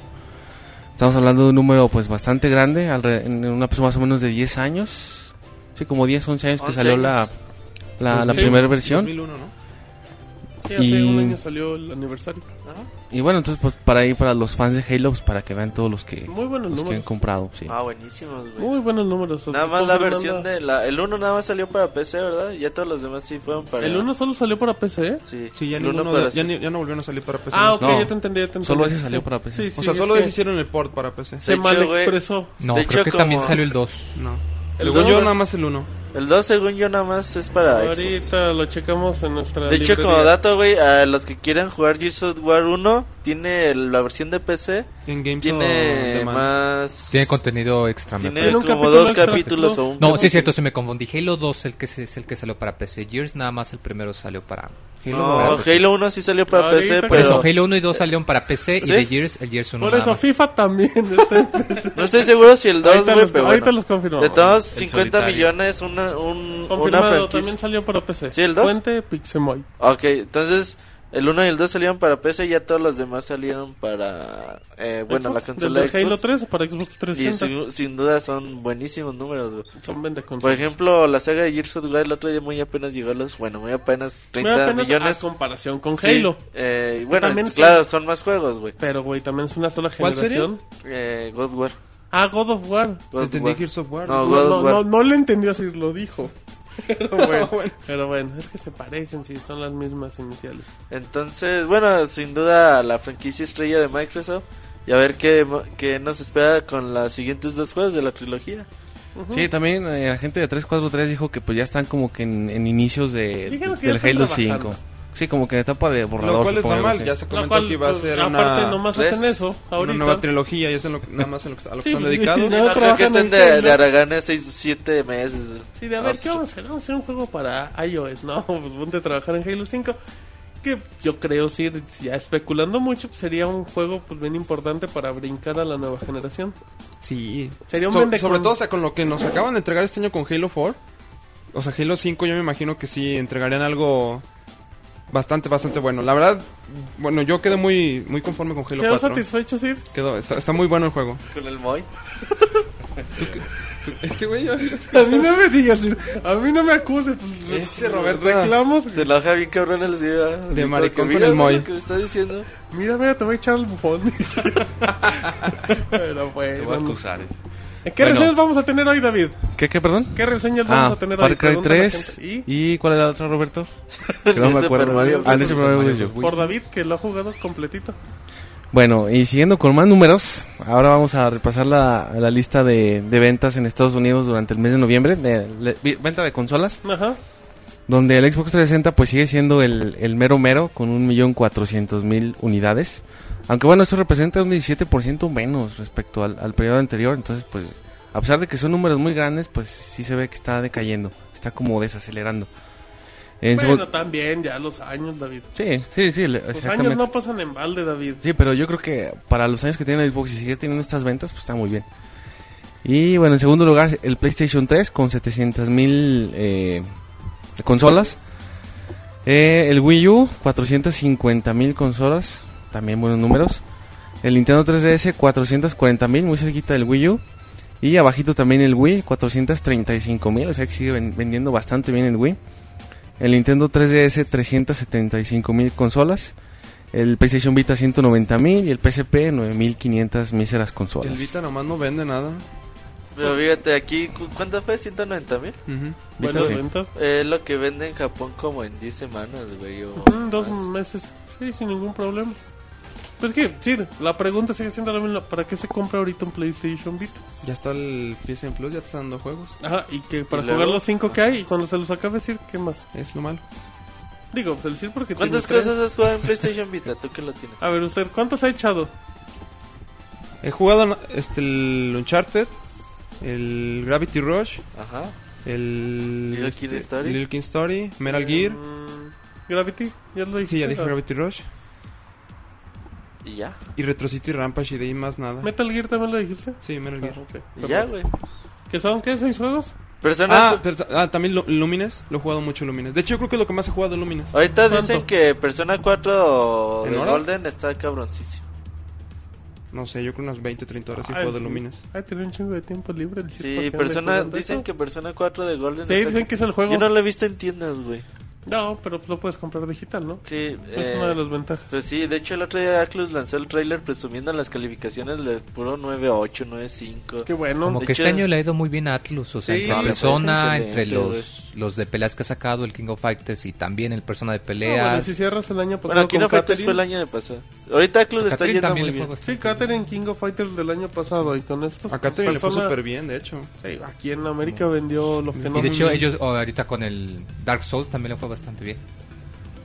S4: Estamos hablando de un número pues bastante grande, alre- en una persona más o menos de 10 años. Sí, como 10, 11 años que
S3: 11
S4: salió la,
S3: años.
S4: la, la
S2: Sí.
S4: primera versión.
S6: 2001, ¿no?
S2: Sí, hace
S4: Y-
S2: un año salió el aniversario.
S4: Y bueno, entonces pues para ahí, para los fans de Halo, pues para que vean todos los que,
S2: Muy buenos
S4: los que han
S2: números.
S4: comprado. Sí.
S3: Ah, buenísimos, güey.
S2: Muy buenos números.
S3: Nada más
S2: Con
S3: la
S2: Fernanda.
S3: versión de la... El 1 nada más salió para PC, ¿verdad? Ya todos los demás sí fueron para...
S2: ¿El 1 solo salió para PC?
S3: Sí,
S6: Sí, ya,
S3: el
S6: ninguno
S3: uno
S6: de-
S3: para
S6: ya, ni- ya no volvieron a salir para PC.
S2: Ah,
S6: no
S2: ok,
S6: sé.
S4: Pues No.
S2: ya te entendí, ya te entendí.
S4: Solo ese salió
S2: Sí.
S4: para PC.
S2: Sí,
S6: O
S2: sí,
S6: sea,
S2: es
S6: solo
S2: que
S6: deshicieron el port para PC.
S2: Se
S3: De hecho, güey,
S2: malexpresó.
S5: No,
S3: De
S5: creo
S3: hecho,
S5: que también
S3: como-
S5: salió el 2.
S6: No.
S3: El
S6: Según
S3: dos,
S6: yo,
S3: güey.
S6: nada más el 1.
S3: El 2, según yo, nada más es para Xbox.
S2: Ahorita lo checamos en nuestra.
S3: Ah, De hecho,
S2: librería.
S3: como dato, güey, a los que quieran jugar Gears of War 1, tiene la versión de PC,
S6: En Games
S3: tiene
S6: on Demand.
S3: más...
S5: Tiene contenido extra. me
S3: Tiene
S5: parece.
S2: Tiene un
S3: como
S2: capítulo
S3: dos
S2: extra.
S3: capítulos o un
S5: No, sí
S3: capítulo.
S5: es cierto, se me confundí. Halo 2 el que se- es el que salió para PC. Gears nada más el primero salió para...
S3: No,
S6: Halo no,
S3: Halo,
S6: pues,
S3: 1 sí salió para
S2: Ahorita
S3: PC,
S2: que-
S5: Por eso,
S3: pero
S5: Halo 1 y 2 salieron para PC y
S3: ¿Sí?
S5: de Gears, el Gears 1
S2: Por eso,
S5: nada más.
S2: FIFA también. este,
S3: no estoy seguro si el 2,
S2: ahorita,
S3: güey,
S2: los,
S3: pero
S2: ahorita
S3: bueno.
S2: los confirmamos.
S3: De todos,
S4: El
S3: 50
S4: solitario.
S3: millones, una, un, una
S2: Confirmado,
S3: franquicia.
S2: también salió para PC.
S3: ¿Sí, el dos?
S2: Fuente Pixemoy.
S3: Ok, entonces el 1 y el 2 salieron para PC y ya todos los demás salieron para... eh, bueno, la
S2: Xbox,
S3: consola
S2: desde Halo
S3: Xbox.
S2: 3 para Xbox
S3: Y
S2: 360.
S3: sin, sin duda son buenísimos números, güey.
S2: Son vendeconsolas.
S3: Por ejemplo, la saga de Gears of War el otro día muy apenas llegó a los... Bueno, muy apenas 30
S2: Mira, apenas
S3: millones.
S2: A comparación con
S3: Sí,
S2: Halo.
S3: eh, y bueno,
S2: también
S3: es-
S2: sí.
S3: claro, son más juegos, güey.
S2: Pero, güey, también es una sola
S6: ¿Cuál
S2: generación.
S3: Eh, God War.
S2: Ah, God of War.
S3: God
S6: Entendí
S3: War.
S6: Gears of War.
S3: No,
S2: No,
S3: God
S2: no,
S3: of War.
S2: no, no le entendió si lo dijo. Pero bueno, pero bueno, es que se parecen, sí, son las mismas iniciales.
S3: Entonces, bueno, sin duda la franquicia estrella de Microsoft. Y a ver qué, mo- qué nos espera con los siguientes dos juegos de la trilogía.
S2: Mm.
S4: Sí, también eh, la gente de 343 dijo que pues ya están como que en, en inicios de,
S2: Dijeron que ya
S4: del
S2: están
S4: Halo
S2: trabajando.
S4: 5. Sí, como que en etapa de borrador.
S6: Lo cual es
S4: supongo, algo
S6: normal,
S4: así.
S6: ya se
S2: La
S6: comentó
S2: cual, pues,
S6: que iba a ser
S2: aparte,
S6: una,
S2: nomás
S3: tres,
S2: hacen eso.
S6: una
S2: Ahorita.
S6: nueva trilogía y es en lo que- nada más a lo que, a lo que
S2: Sí,
S6: están
S2: pues, sí, no.
S6: dedicados.
S3: No, creo que
S2: trabajan
S3: estén
S2: en
S3: de,
S2: Halo.
S3: de Aragana 6, 7 meses. Ah,
S2: Sí, de a ver, ¿qué
S3: Hostia.
S2: vamos a hacer? Vamos a hacer un juego para iOS, ¿no? Pues ponte a trabajar en Halo 5. Que yo creo, sí, ya especulando mucho, pues, sería un juego pues bien importante para brincar a la nueva generación.
S6: Sí.
S2: Sería un
S6: So-
S2: vendecon-
S6: sobre todo, o sea, con lo que nos acaban de entregar este año con Halo 4. O sea, Halo 5 yo me imagino que sí entregarían algo bastante, bastante bueno. La verdad, bueno, yo quedé muy, muy conforme con Halo
S2: Quedó
S6: 4.
S2: satisfecho, Sir.
S6: Quedó, está, está muy bueno el juego.
S3: Con el Moy.
S6: Este güey,
S2: A mí no me digas, Sir. A mí no me acuse. Pues,
S6: Ese
S2: re-
S6: Roberto.
S2: Reclamos.
S3: Se enoja bien cabrón el día. Dijo,
S6: maricón
S3: que
S6: con
S3: mira,
S6: el
S3: güey,
S6: Moy.
S3: lo que me está diciendo.
S2: Mira, mira, te voy a echar el bufón. Pero bueno.
S4: Te voy a acusar. eh.
S2: ¿Qué
S4: Bueno.
S2: reseñas vamos a tener hoy, David?
S4: ¿Qué, qué, perdón?
S2: ¿Qué reseñas vamos
S4: Ah,
S2: a tener hoy?
S4: Far Cry
S2: Pregunta a la
S4: 3.
S2: gente.
S4: ¿Y?
S2: ¿Y?
S4: cuál era la otra, Roberto? Que
S3: El
S4: no me
S3: Super
S4: acuerdo.
S3: Mario
S4: Ah, el Super Mario Bros. U.
S2: Por David, que lo ha jugado completito.
S4: Bueno, y siguiendo con más números, ahora vamos a repasar la, la lista de, de ventas en Estados Unidos durante el mes de noviembre, de, de- vi- venta de consolas,
S2: Ajá.
S4: donde el Xbox 360 pues sigue siendo el, el mero mero con 1.400.000 unidades. Aunque bueno, esto representa un 17% menos respecto al, al periodo anterior, entonces pues a pesar de que son números muy grandes, pues sí se ve que está decayendo, está como desacelerando. En
S2: bueno,
S4: segun-
S2: también, ya los años, David.
S4: sí, sí, sí, le-
S2: Los
S4: exactamente.
S2: años no pasan en balde, David.
S4: Sí, pero yo creo que para los años que tiene el Xbox y seguir teniendo estas ventas, pues está muy bien. Y bueno, en segundo lugar, el PlayStation 3 con 700.000 eh, consolas. Eh, el Wii U, 450.000 consolas, también buenos números. El Nintendo 3DS, 440.000, muy cerquita del Wii U. Y abajito también el Wii, 435.000, o sea que sigue ven- vendiendo bastante bien el Wii. El Nintendo 3DS, 375.000 consolas. El PlayStation Vita 190.000 y el PSP 9.500 míseras
S6: el
S4: consolas.
S6: Vita nomás no vende nada.
S3: Pero fíjate, aquí, ¿cu- ¿cuánto fue? 190 mil.
S2: Bueno,
S4: sí.
S2: ventas.
S3: Es lo que vende en Japón como en 10 semanas, güey. o
S2: Mm, dos
S3: más.
S2: meses. Sí, sin ningún problema. Pues que, sí, la pregunta sigue siendo la misma. ¿Para qué se compra ahorita un PlayStation Vita?
S6: Ya está el PSN Plus, ya te están dando juegos.
S2: Ajá, y que para
S3: ¿Y luego?
S2: jugar los cinco que hay y cuando se los acabe, Sir, ¿qué más?
S6: Es lo malo.
S2: Digo, pues el Sir porque
S3: ¿Cuántas
S2: tiene tres.
S3: cosas has jugado en PlayStation Vita? ¿Tú que lo tienes?
S2: A ver, usted, ¿cuántos ha echado?
S6: He jugado este, el Uncharted, el Gravity Rush,
S3: Ajá.
S6: el
S3: Little Kid Story. Eh,
S6: Little Kid Story, Metal Gear.
S2: Mm, Gravity, ya lo Ah, dije.
S6: Sí, ya dije Gravity Rush.
S3: Y ya.
S6: Y Retro City Rampage y de ahí más nada.
S2: Metal Gear también lo dijiste.
S6: Sí, Metal Gear.
S2: Ah, ok.
S3: Y ya, güey.
S2: ¿Que son qué? ¿Seis juegos?
S3: Persona
S6: Ah, pero- ah, también Lu- Lumines. Lo he jugado mucho Lumines. De hecho, yo creo que es lo que más he jugado Lumines.
S3: Ahorita
S2: ¿Cuánto?
S3: dicen que Persona 4
S6: ¿En
S3: de
S6: horas?
S3: Golden está cabroncísimo.
S6: No sé, yo creo unas 20, 30 horas he
S2: Ay,
S6: jugado
S2: Ah, sí.
S6: Lumines.
S2: Ay, tiene un chingo de tiempo libre. El Sir, ¿por qué
S3: Sí,
S2: anda
S3: persona,
S2: jugando
S3: dicen
S2: eso?
S3: que Persona 4 de Golden
S2: Sí,
S3: está-
S2: dicen que es el juego.
S3: Yo no
S2: no...
S3: lo he visto en tiendas, güey.
S2: pero lo puedes comprar digital, ¿no?
S3: Sí,
S2: Es
S3: eh,
S2: una de las ventajas.
S3: Pues sí, de hecho el otro día Atlus lanzó el tráiler presumiendo las calificaciones de puro 9.8, 9.5.
S2: Qué bueno.
S5: Como
S3: De
S5: que este
S3: hecho-
S5: año le ha ido muy bien a Atlus, o sea,
S2: Sí,
S5: entre
S2: no,
S5: la
S2: le
S5: persona,
S3: parece
S5: entre
S3: excelente,
S5: los, los de peleas que ha sacado, el King of Fighters y también el Persona de
S2: No, bueno,
S5: Peleas.
S2: si cierras el año pasado
S3: Bueno, King
S2: con
S3: of Fighters
S2: Catherine-
S3: fue el año de pasado. Ahorita Club está
S5: Catherine
S3: yendo
S5: también
S3: muy
S5: le fue
S3: bien.
S5: bastante
S2: Sí, Catherine King of Fighters del año pasado y con estos
S6: A Catherine le fue
S2: personas-
S6: súper bien, de hecho.
S2: Sí, aquí en América vendió los que no
S5: Y de hecho, ellos oh, ahorita con el Dark Souls también le fue bastante bien.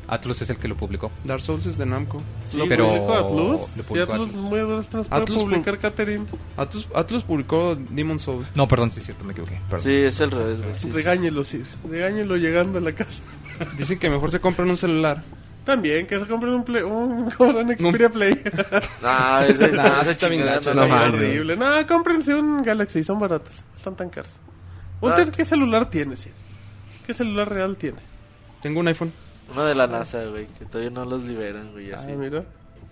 S5: Atlus es el que lo publicó.
S6: Dark Souls es de Namco.
S2: Sí,
S5: lo
S2: pero
S5: publicó
S2: Atlus.
S5: lo
S2: y
S5: publicó
S2: Atlus,
S5: Atlus.
S2: muy atrás nos puede
S6: Atlus
S2: publicar Catherine.
S6: Atlus, Atlus publicó Demon Souls.
S5: No, perdón, sí es cierto, me equivoqué. perdón.
S3: Sí, es al revés, güey. sí, sí.
S2: Regáñelo, Sir. Regáñelo llegando a la casa.
S6: Dicen que mejor se compran un celular.
S2: También, que se compre un, play, un Gordon Xperia Play.
S3: Nah, ese-
S6: Nah,
S3: esa
S6: sí está bien
S3: chingada
S6: gacho,
S3: no
S6: la
S3: la-
S2: Ay,
S4: manches.
S2: horrible. No, cómprense un Galaxy, son baratas. Están tan caras. ¿Usted
S3: Ah.
S2: qué celular tiene, Sir? ¿Qué celular real tiene?
S6: Tengo un iPhone.
S3: Uno de la NASA, güey, que todavía no los liberan, güey,
S2: Ah,
S3: así.
S2: mira.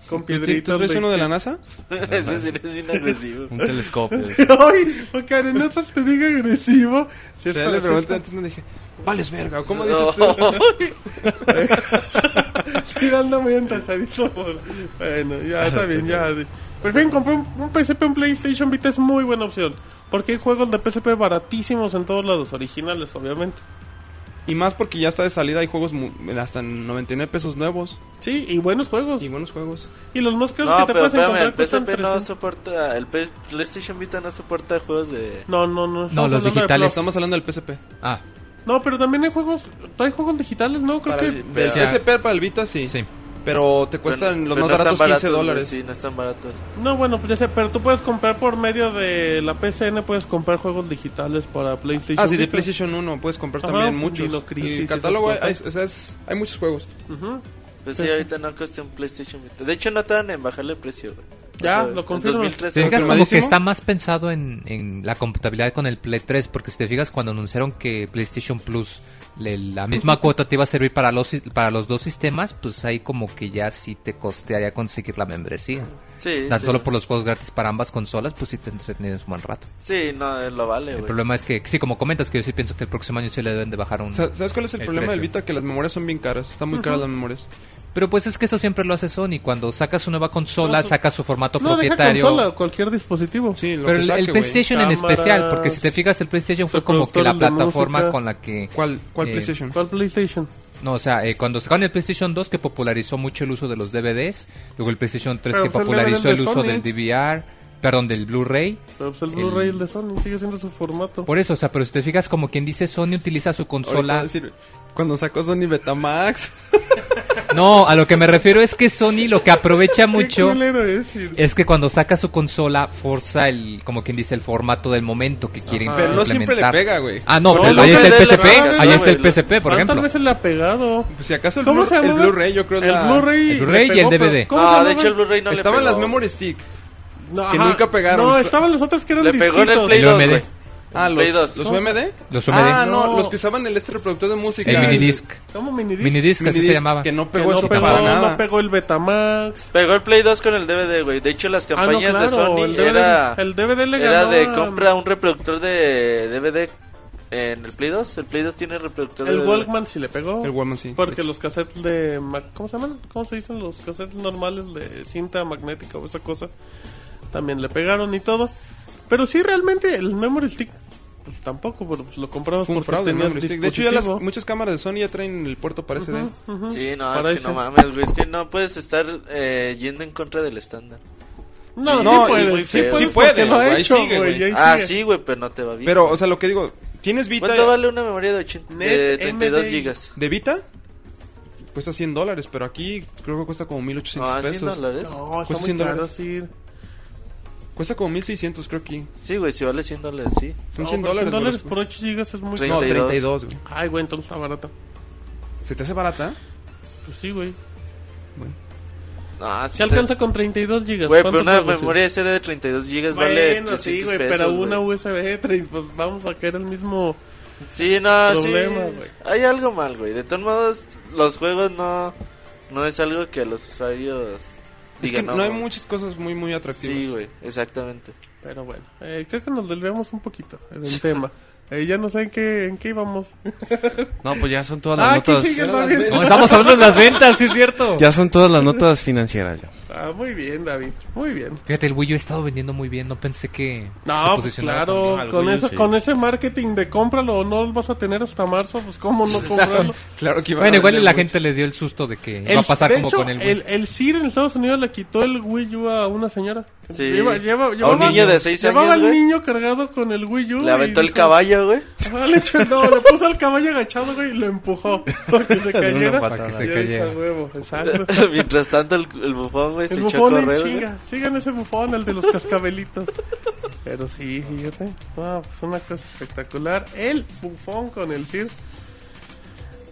S2: Con
S6: ¿Tú, ti- tú
S2: piedritas.
S6: traes uno de la NASA?
S3: Ese sí es bien agresivo.
S4: Un telescopio.
S2: Ay, Karen, no te diga agresivo. Si
S6: O
S2: es
S6: sea,
S2: para
S6: le
S2: hacer-
S6: pregunté antes, no dije, vales verga, ¿cómo dices
S3: No.
S6: tú?
S2: Sí, anda muy antajadito. Bueno,
S6: Ah,
S2: ya está bien, ya. sí. Por fin compré un, un PSP, un PlayStation Vita es muy buena opción. Porque hay juegos de PSP baratísimos en todos lados, originales, obviamente.
S6: Y más porque ya está de salida, hay juegos mu- hasta en 99 pesos nuevos
S2: Sí, y buenos juegos.
S6: y
S2: Y,
S6: buenos juegos.
S2: los más caros
S3: No,
S2: que te
S3: pero
S2: puedes
S3: espérame, el
S2: encontrar cuestan
S3: PSP no
S2: 300.
S3: soporta, el P- PlayStation Vita no soporta juegos de...
S2: No, no, no.
S5: No,
S2: estamos
S5: los
S2: hablando de
S5: digitales.
S2: Plus.
S6: Estamos hablando del PSP.
S5: Ah,
S2: No, pero también hay juegos. Hay juegos digitales, ¿no? Creo
S6: Para
S2: que.
S6: el, del
S5: o sea,
S6: PSP para el Vita sí,
S5: sí.
S6: pero te cuestan
S3: Pero-
S6: los
S3: pero
S6: más
S3: pues están
S6: baratos 15
S3: baratos, güey,
S6: dólares.
S3: Sí, no están baratos.
S2: No, bueno, pues ya sé, pero tú puedes comprar por medio de la PCN, puedes comprar juegos digitales para PlayStation.
S6: Ah, sí, de
S2: Vita.
S6: PlayStation 1 puedes comprar
S2: Ajá,
S6: también muchos.
S2: Dino Crisis,
S6: el catálogo,
S2: esas
S6: hay,
S2: cosas.
S6: o sea, es- hay muchos juegos.
S2: Ujú.
S3: Pues sí, ahorita no cuesta un PlayStation Vita. De hecho, no tardan en bajarle el precio, güey. O
S2: Ya,
S3: sea,
S2: lo
S3: en
S2: confirmo.
S3: 2013,
S5: Te fijas como que
S6: confirmadísimo.
S5: está más pensado en, en la computabilidad con el Play 3, porque si te fijas cuando anunciaron que PlayStation Plus le- la misma cuota te iba a servir para los si- para los dos sistemas, pues ahí como que ya sí te costearía conseguir la membresía.
S3: Sí,
S5: Tan
S3: sí.
S5: solo por los juegos gratis para ambas consolas, pues sí te entretienes un buen rato.
S3: Sí, no, eh, lo vale,
S5: El
S3: güey.
S5: problema es que, sí, como comentas, que yo sí pienso que el próximo año sí le deben de bajar un...
S6: O sea, ¿Sabes cuál es el,
S5: El
S6: problema
S5: Mm.
S6: del
S5: precio.
S6: Vita? Que las memorias son bien caras, están muy caras las memorias.
S5: Pero pues es que eso siempre lo hace Sony, cuando saca su nueva consola,
S2: No, su-
S5: saca su formato
S2: No, deja
S5: propietario...
S2: consola, cualquier dispositivo.
S6: Sí, lo
S5: Pero
S6: que
S5: el,
S6: saque,
S5: el
S6: güey.
S5: PlayStation en
S2: Cámaras,
S5: especial, porque si te fijas, el PlayStation fue como que la
S2: reproductores de
S5: plataforma
S2: música.
S5: con la que...
S6: ¿Cuál, cuál
S5: Eh,
S6: PlayStation?
S2: ¿Cuál PlayStation?
S5: No, o sea, eh, cuando sacaron el PlayStation 2 que popularizó mucho el uso de los DVDs, luego el PlayStation 3
S2: Pero,
S5: que
S2: pues, el
S5: popularizó
S2: DVD
S5: el
S2: de
S5: uso
S2: Sony.
S5: del DVR, perdón, del Blu-ray.
S2: Pero pues el
S5: El-
S2: Blu-ray, el de Sony, sigue siendo su formato.
S5: Por eso, o sea, pero si te fijas, como quien dice, Sony utiliza su
S6: Ahorita va a
S5: consola.
S6: decir, Cuando sacó Sony Betamax.
S5: Ah, No, a lo que me refiero es que Sony lo que aprovecha mucho
S2: Qué culero es, ir.
S5: es que cuando saca su consola forza el, como quien dice, el formato del momento que quiere
S2: Ajá.
S6: Pero no siempre le
S5: implementar.
S6: pega, güey.
S5: Ah, no,
S2: No,
S5: pero
S2: no,
S5: ahí
S2: pero
S5: está el
S2: le- le
S5: PSP,
S2: pega,
S5: ahí está
S3: güey,
S5: el
S3: le-
S5: PSP, por
S2: Ah,
S5: ejemplo.
S2: Tal vez se le ha pegado.
S6: Pues si acaso el,
S2: ¿Cómo
S6: Blu-
S2: se llama?
S6: el Blu-ray, yo creo.
S2: El
S6: la-
S2: Blu-ray.
S5: el Blu-ray
S2: le
S5: y el
S2: pegó,
S5: DVD.
S2: pero ¿cómo se
S3: No, Ah, de
S2: llama?
S3: hecho el Blu-ray no le
S6: Estaban
S3: pegó.
S6: las memory stick.
S2: No,
S6: que
S2: ajá.
S6: nunca pegaron.
S2: No, estaban las otras que eran
S3: Le pegó en el Play
S2: disquitos.
S3: 2,
S5: El
S3: güey.
S6: Ah, los,
S3: Play 2.
S6: los UMD.
S5: Los
S6: Ah,
S5: UMD.
S6: no,
S2: No.
S6: los que usaban el este reproductor de música.
S5: el
S2: el-
S5: minidisc.
S2: ¿Cómo minidisc?
S5: Minidisc, así se
S6: minidisc,
S5: llamaba.
S6: Que no
S2: Que
S6: pegó
S2: no
S6: eso
S2: pegó,
S6: para nada.
S2: no pegó el Betamax.
S3: Pegó el Play 2 con el DVD, güey. De hecho, las
S2: Ah, no,
S3: campañas
S2: claro, el
S3: de Sony
S2: DVD,
S3: era,
S2: el DVD le
S3: era
S2: ganó
S3: de
S2: a-
S3: compra un reproductor de DVD en el Play 2. El Play 2 tiene reproductor de
S2: El
S3: DVD.
S2: Walkman sí le pegó.
S6: El Walkman, sí.
S2: Porque los cassettes de... ma- ¿Cómo se llaman? ¿Cómo se dicen los cassettes normales de cinta magnética o esa cosa? También le pegaron y todo. Pero sí, realmente el memory stick pues, tampoco, pero pues, lo comprabas
S6: Fue un
S2: porque
S6: fraude el
S2: tenías
S6: memory stick. De hecho, ya las,
S2: dispositivo.
S6: muchas cámaras de Sony ya traen el puerto para ¿eh? SD.
S2: Ujú.
S3: Sí, no,
S2: Para
S3: es que
S2: eso.
S3: no mames, güey. Es que no puedes estar eh, yendo en contra del estándar.
S2: No, sí,
S6: No, y muy
S2: puedes, sí
S3: feo.
S2: puedes,
S6: Sí puede,
S2: porque lo ha
S6: ahí
S2: hecho,
S6: sigue,
S2: güey.
S6: güey.
S2: ahí
S3: Ah,
S2: sigue.
S3: sí, güey, pero no te va bien.
S6: Pero, o sea, lo que digo, ¿tienes Vita?
S3: ¿Cuánto vale una memoria de, 80, de
S2: Net
S3: 32
S2: MDI.
S3: gigas?
S6: ¿De Vita? Cuesta 100 dólares, pero aquí creo que cuesta como 1800
S3: Ah, 100
S6: pesos.
S3: dólares.
S2: No, está
S6: Cuesta
S2: muy
S6: 100
S2: caro,
S6: dólares.
S2: sí.
S6: Cuesta como 1600, creo que.
S3: Sí, güey, si vale 100 dólares, sí.
S6: Son
S2: No,
S6: 100
S2: pero
S6: dólares. güey.
S2: por 8 gigas es muy
S3: Treinta.
S6: No,
S2: 32.
S6: 32, güey.
S2: Ay, güey, entonces está barata.
S6: ¿Se te hace barata?
S2: Pues sí, güey.
S6: Bueno.
S3: Ah, sí
S2: Se alcanza con 32 gigas.
S3: Güey, pero
S2: ¿Cuánto
S3: una
S2: juegos, sí?
S3: memoria SD de 32 gigas vale
S2: Bueno,
S3: 300
S2: sí, güey,
S3: pesos,
S2: pero una
S3: güey.
S2: USB 3, pues vamos a caer el mismo...
S3: Sí, no,
S2: Problema,
S3: sí.
S2: güey.
S3: Hay algo mal, güey. De todos modos, los juegos no, no es algo que los usuarios
S6: Es que
S3: digan.
S6: no, hay
S3: güey".
S6: muchas cosas muy, muy atractivas.
S3: Sí, güey, exactamente.
S2: Pero bueno, eh, creo que nos desviamos un poquito del tema. Eh, ya no sé en qué, en qué íbamos.
S4: No, pues ya son todas las
S2: Ah, aquí
S4: notas.
S2: sigue
S6: Ya las
S2: también.
S6: ven.
S5: No, estamos hablando de las ventas, sí es cierto.
S4: Ya son todas las notas financieras. Ya.
S2: Ah, muy bien, David. Muy bien.
S5: Fíjate, el Wii U ha estado vendiendo muy bien. No pensé que
S2: No, pues claro,
S4: también.
S2: con,
S4: Al
S2: eso,
S4: Wii, sí.
S2: con ese marketing de cómpralo o no lo vas a tener hasta marzo, pues cómo no comprarlo.
S6: Claro que iba
S5: Bueno,
S6: a
S5: igual
S6: vender
S5: la
S6: mucho.
S5: gente le dio el susto de que
S2: El-
S5: va a pasar
S2: de
S5: como
S2: hecho,
S5: con el Wii.
S2: el, el CIR en Estados Unidos le quitó el Wii U a una señora.
S3: Sí.
S2: Lleva- lleva-
S3: A un
S2: llevaba-
S3: niño de seis
S2: Llevaba
S3: años,
S2: al
S3: güey.
S2: niño cargado con el Wii U.
S3: Le
S2: y
S3: aventó el
S2: dijo,
S3: caballo, güey.
S2: "Ah, le echó- no, le puso al caballo agachado, güey, y lo empujó para que se cayera.
S5: patada. Para que se
S2: Y yo dije,
S5: cayera.
S2: "A huevo, exacto.
S3: Mientras tanto, el, el bufón, güey, se
S2: El
S3: echó a
S2: bufón en
S3: correr, güey.
S2: chinga. Sigan ese bufón, el de los cascabelitos. Pero sí, fíjate. No, pues una cosa espectacular. El bufón con el Cid.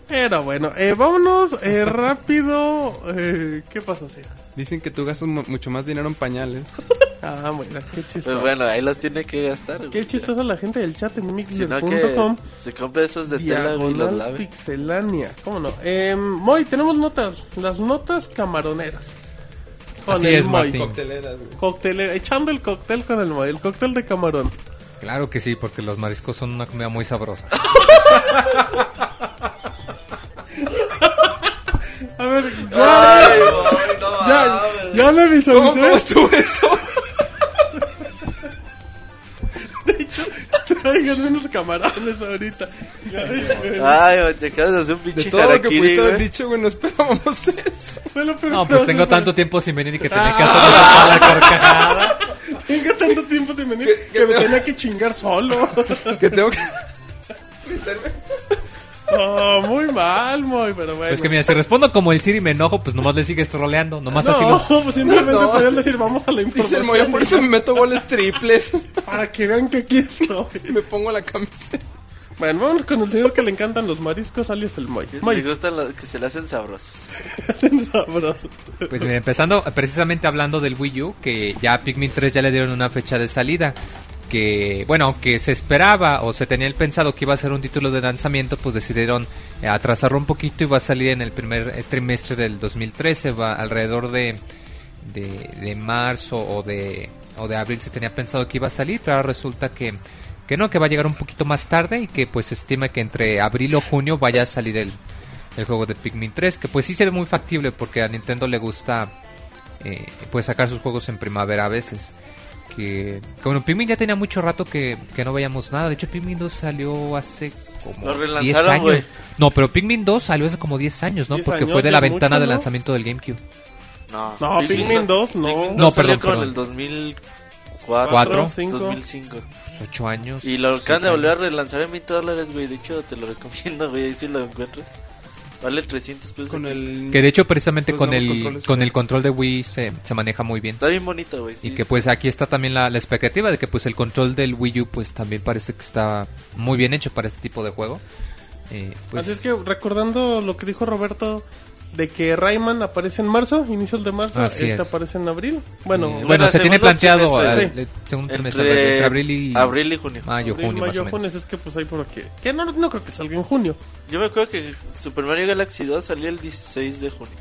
S2: Pero bueno, eh, vámonos eh, rápido. Eh, ¿Qué pasó, Cid?
S6: Dicen que tú gastas mu- mucho más dinero en pañales.
S2: Ah, mira, qué
S3: Pues
S2: chistoso.
S3: bueno, ahí las tiene que gastar, güey.
S2: Qué chistoso la gente del chat en
S3: Sino que
S2: mixler.com.
S3: se compra esos de tela, güey, y los
S2: Diagonal
S3: lave.
S2: pixelania. ¿Cómo no? Eh, Moy, tenemos notas. Las notas camaroneras.
S5: Así es, Martín.
S6: Cocteleras, güey.
S2: Coctelera, echando el cóctel con el Moy, el cóctel de camarón.
S5: Claro que sí, porque los mariscos son una comida muy sabrosa.
S2: A ver, ya,
S3: Ay, güey, no
S2: ya,
S3: mames.
S2: ya le visualicé.
S6: ¿Cómo, cómo estuvo eso?
S2: Traigan unos camarones ahorita. Ya, eh,
S3: Ay, güey, te acabas de hacer un
S6: De
S3: pinche
S6: todo lo que
S3: harakiri,
S6: pudiste haber
S3: güey.
S6: dicho, güey, no esperábamos eso.
S2: fue lo peor
S5: No,
S2: que
S5: pues
S2: me
S5: tengo
S2: haces,
S5: tanto tiempo sin venir y que tenía que
S2: Ah,
S5: hacer la carcajada.
S2: Tengo tanto tiempo de venir que me tenía que chingar solo.
S6: Que tengo que...
S2: Oh, muy mal, muy, pero bueno.
S5: Pero es Pues que mira, si respondo como el Siri y me enojo, pues nomás le sigues troleando. Nomás así
S2: no,
S5: lo...
S2: pues simplemente
S6: No.
S2: podían decir, vamos a la
S6: Dice el
S2: información.
S6: Moya, por eso me meto goles triples.
S2: Para que vean que aquí estoy.
S6: Me pongo la camiseta.
S2: Bueno, vámonos con el señor que le encantan los mariscos, alias el Moy.
S3: Me
S2: Moy,
S3: gustan los que se le hacen sabrosos.
S2: sabroso.
S5: Pues mira, empezando eh, precisamente hablando del Wii U, que ya a Pikmin 3 ya le dieron una fecha de salida. Que, bueno, aunque se esperaba o se tenía el pensado que iba a ser un título de lanzamiento, pues decidieron eh, atrasarlo un poquito y va a salir en el primer eh, trimestre del 2013, va alrededor de, de, de marzo o de, o de abril se tenía pensado que iba a salir, pero ahora resulta que, que no, que va a llegar un poquito más tarde y que pues se estima que entre abril o junio vaya a salir el, el juego de Pikmin 3, que pues sí se ve muy factible porque a Nintendo le gusta eh, pues sacar sus juegos en primavera a veces. Que, que bueno, Pikmin ya tenía mucho rato que, que no veíamos nada. De hecho, Pikmin 2 salió hace como
S3: Lo
S5: 10
S3: relanzaron,
S5: años.
S3: güey.
S5: No, pero Pikmin 2 salió hace como 10 años, ¿no?
S2: 10
S5: Porque
S2: años,
S5: fue de la
S2: ya mucho,
S5: ventana de
S2: ¿no?
S5: lanzamiento del GameCube.
S3: No,
S2: No, Pikmin 2, no.
S3: Pikmin 2
S5: No,
S3: salió
S5: perdón,
S3: con
S5: perdón.
S3: el 2004,
S5: Cuatro.
S3: 2005.
S5: 8 años.
S3: Y lo
S5: seis
S3: acaban de volver a
S5: años.
S3: relanzar en 20 dólares, güey. De hecho, te lo recomiendo, güey. Ahí si lo encuentras. Vale 300 pesos.
S6: Con el...
S5: Que de hecho, precisamente
S6: Los
S5: con
S6: nuevos
S5: el,
S6: controles.
S5: con el control de Wii se, se maneja muy bien.
S3: Está bien bonito, güey. sí.
S5: Y que pues aquí está también la, la expectativa de que pues el control del Wii U pues también parece que está muy bien hecho para este tipo de juego. Eh, pues,
S2: Así es que recordando lo que dijo Roberto de que Rayman aparece en marzo, inicios de marzo,
S5: Así
S2: este
S5: es.
S2: aparece en abril.
S5: eh,
S2: Bueno,
S5: bueno,
S3: bueno,
S5: se tiene
S3: segundo
S5: planteado
S3: trimestre,
S5: al-
S2: sí.
S5: el segundo trimestre,
S3: Entre
S5: entre abril y
S3: abril y junio.
S5: mayo,
S2: abril,
S5: junio más
S2: mayo,
S5: o menos.
S2: junio, es que pues hay por aquí. Que no, no creo que salga en junio.
S3: Yo me acuerdo que Super Mario Galaxy 2 salió el 16 de junio.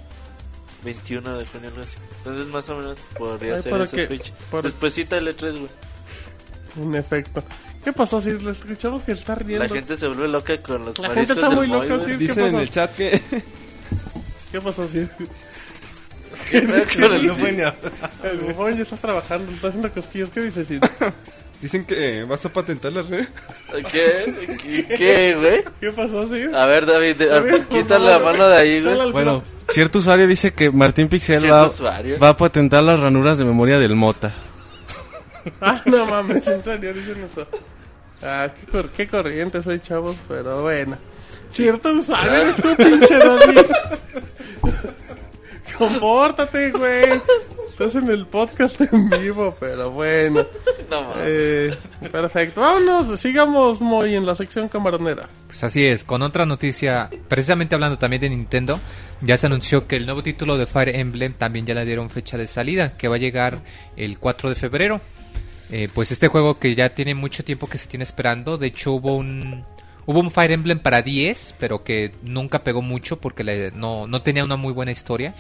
S3: 21 de junio, no sé. Entonces, más o menos podría
S2: Ay,
S3: ser
S2: ¿para
S3: esa
S2: qué?
S3: fecha.
S2: ¿Para-
S3: Despuésita del E3, güey.
S2: En efecto. ¿Qué pasó, Sir? Le escuchamos que está riendo.
S3: La gente se vuelve loca con los
S2: La
S3: mariscos
S2: gente está
S3: del
S2: muy
S3: Moy,
S2: loca, sí. ¿Qué
S3: güey.
S6: Dicen en
S2: pasó?
S6: el chat que...
S2: ¿Qué pasó, Sir?
S3: ¿Qué pedo con el Siri?
S2: El bufón ya está trabajando, está haciendo cosquillas. ¿Qué dices, Sir?
S6: Dicen que vas a patentar las redes.
S3: ¿Qué? ¿Qué- ¿Qué, güey?
S2: ¿Qué pasó, Sir?
S3: A ver, David, de-
S2: A ver, por
S3: quítale la
S2: favor,
S3: mano de ahí, güey.
S2: Sal al
S4: Bueno,
S2: frente.
S4: cierto usuario dice que Martín Pixel
S3: Cierto
S4: va,
S3: usuario.
S4: va a patentar las ranuras de memoria del Mota.
S2: Ah, no mames, en serio, dicen eso. Ah, qué, cor- qué corriente soy, chavos, pero bueno. Cierto usuario, eres tú, pinche Dodi. Compórtate, güey. Estás en el podcast en vivo, pero bueno.
S3: No, mames.
S2: Eh, perfecto. Vámonos, sigamos muy en la sección camaronera.
S5: Pues así es, con otra noticia, precisamente hablando también de Nintendo, ya se anunció que el nuevo título de Fire Emblem también ya le dieron fecha de salida, que va a llegar el 4 de febrero. Eh, pues este juego que ya tiene mucho tiempo que se tiene esperando, de hecho hubo un hubo un Fire Emblem para 10, pero que nunca pegó mucho porque le- no, no tenía una muy buena historia.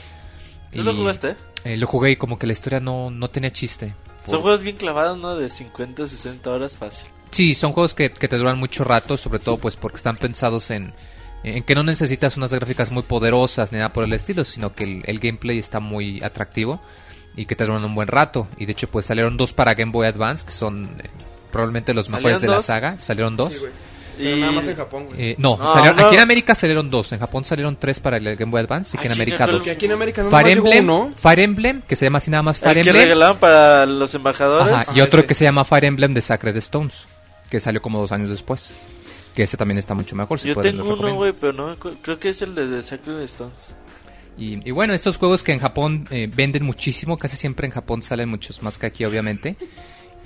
S3: ¿Tú lo
S5: Y,
S3: jugaste?
S5: eh, lo jugué y como que la historia no, no tenía chiste.
S3: Son juegos bien clavados, ¿no? De 50, 60 horas fácil.
S5: Sí, son juegos que, que te duran mucho rato, sobre todo pues porque están pensados en, en que no necesitas unas gráficas muy poderosas ni nada por el estilo, sino que el, el gameplay está muy atractivo. y que te duran un buen rato. Y de hecho, pues salieron dos para Game Boy Advance, que son eh, probablemente los mejores de la
S3: dos?
S5: saga. Salieron dos.
S6: Sí, güey. Pero
S3: Y
S6: nada más en Japón, güey.
S5: Eh, no,
S3: No,
S5: salieron-
S3: no.
S5: aquí en América salieron dos. En Japón salieron tres para el Game Boy Advance y que en
S3: Ah,
S5: América
S3: chinga,
S5: dos.
S3: ¿cuál-
S6: Que aquí en América no
S5: Fire
S6: más llegó
S5: Emblem,
S6: uno.
S5: Fire Emblem, que se llama así nada más Fire
S3: el que
S5: Emblem.
S3: regalaban para los embajadores.
S5: Ajá, y
S6: Ah,
S5: otro
S6: ese.
S5: que se llama Fire Emblem de Sacred Stones, que salió como dos años después. Que ese también está mucho mejor. si
S3: Yo
S5: pueden,
S3: tengo
S5: lo
S3: uno,
S5: recomiendo.
S3: güey, pero no, me acuerdo. creo que es el de The Sacred Stones.
S5: Y, y bueno, estos juegos que en Japón eh, venden muchísimo, casi siempre en Japón salen muchos más que aquí, obviamente.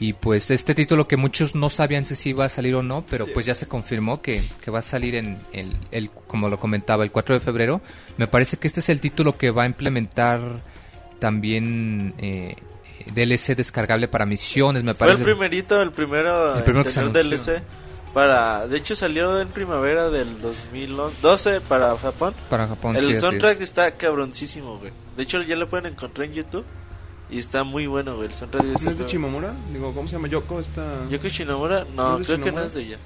S5: Y pues este título que muchos no sabían si sí iba a salir o no, pero pues ya se confirmó que, que va a salir en el, el- como lo comentaba, el 4 de febrero. Me parece que este es el título que va a implementar también eh, DLC descargable para misiones, me
S3: Fue
S5: parece.
S3: el primerito, el primero,
S5: El
S3: en
S5: primero que se
S3: tener
S5: anunció.
S3: DLC. Para, de hecho salió en primavera del 2012 para Japón.
S5: para Japón, sí, así
S3: el
S5: es.
S3: soundtrack está cabroncísimo, güey. De hecho ya lo pueden encontrar en YouTube y está muy bueno, güey. El soundtrack de ese
S6: Pues ¿No es de
S3: juego.
S6: Chimomura? Digo, ¿cómo se llama? Yoko esta...
S3: Yoko Shinomura, no,
S6: ¿No es de
S3: creo que no
S6: Shinomura?
S3: es de ella.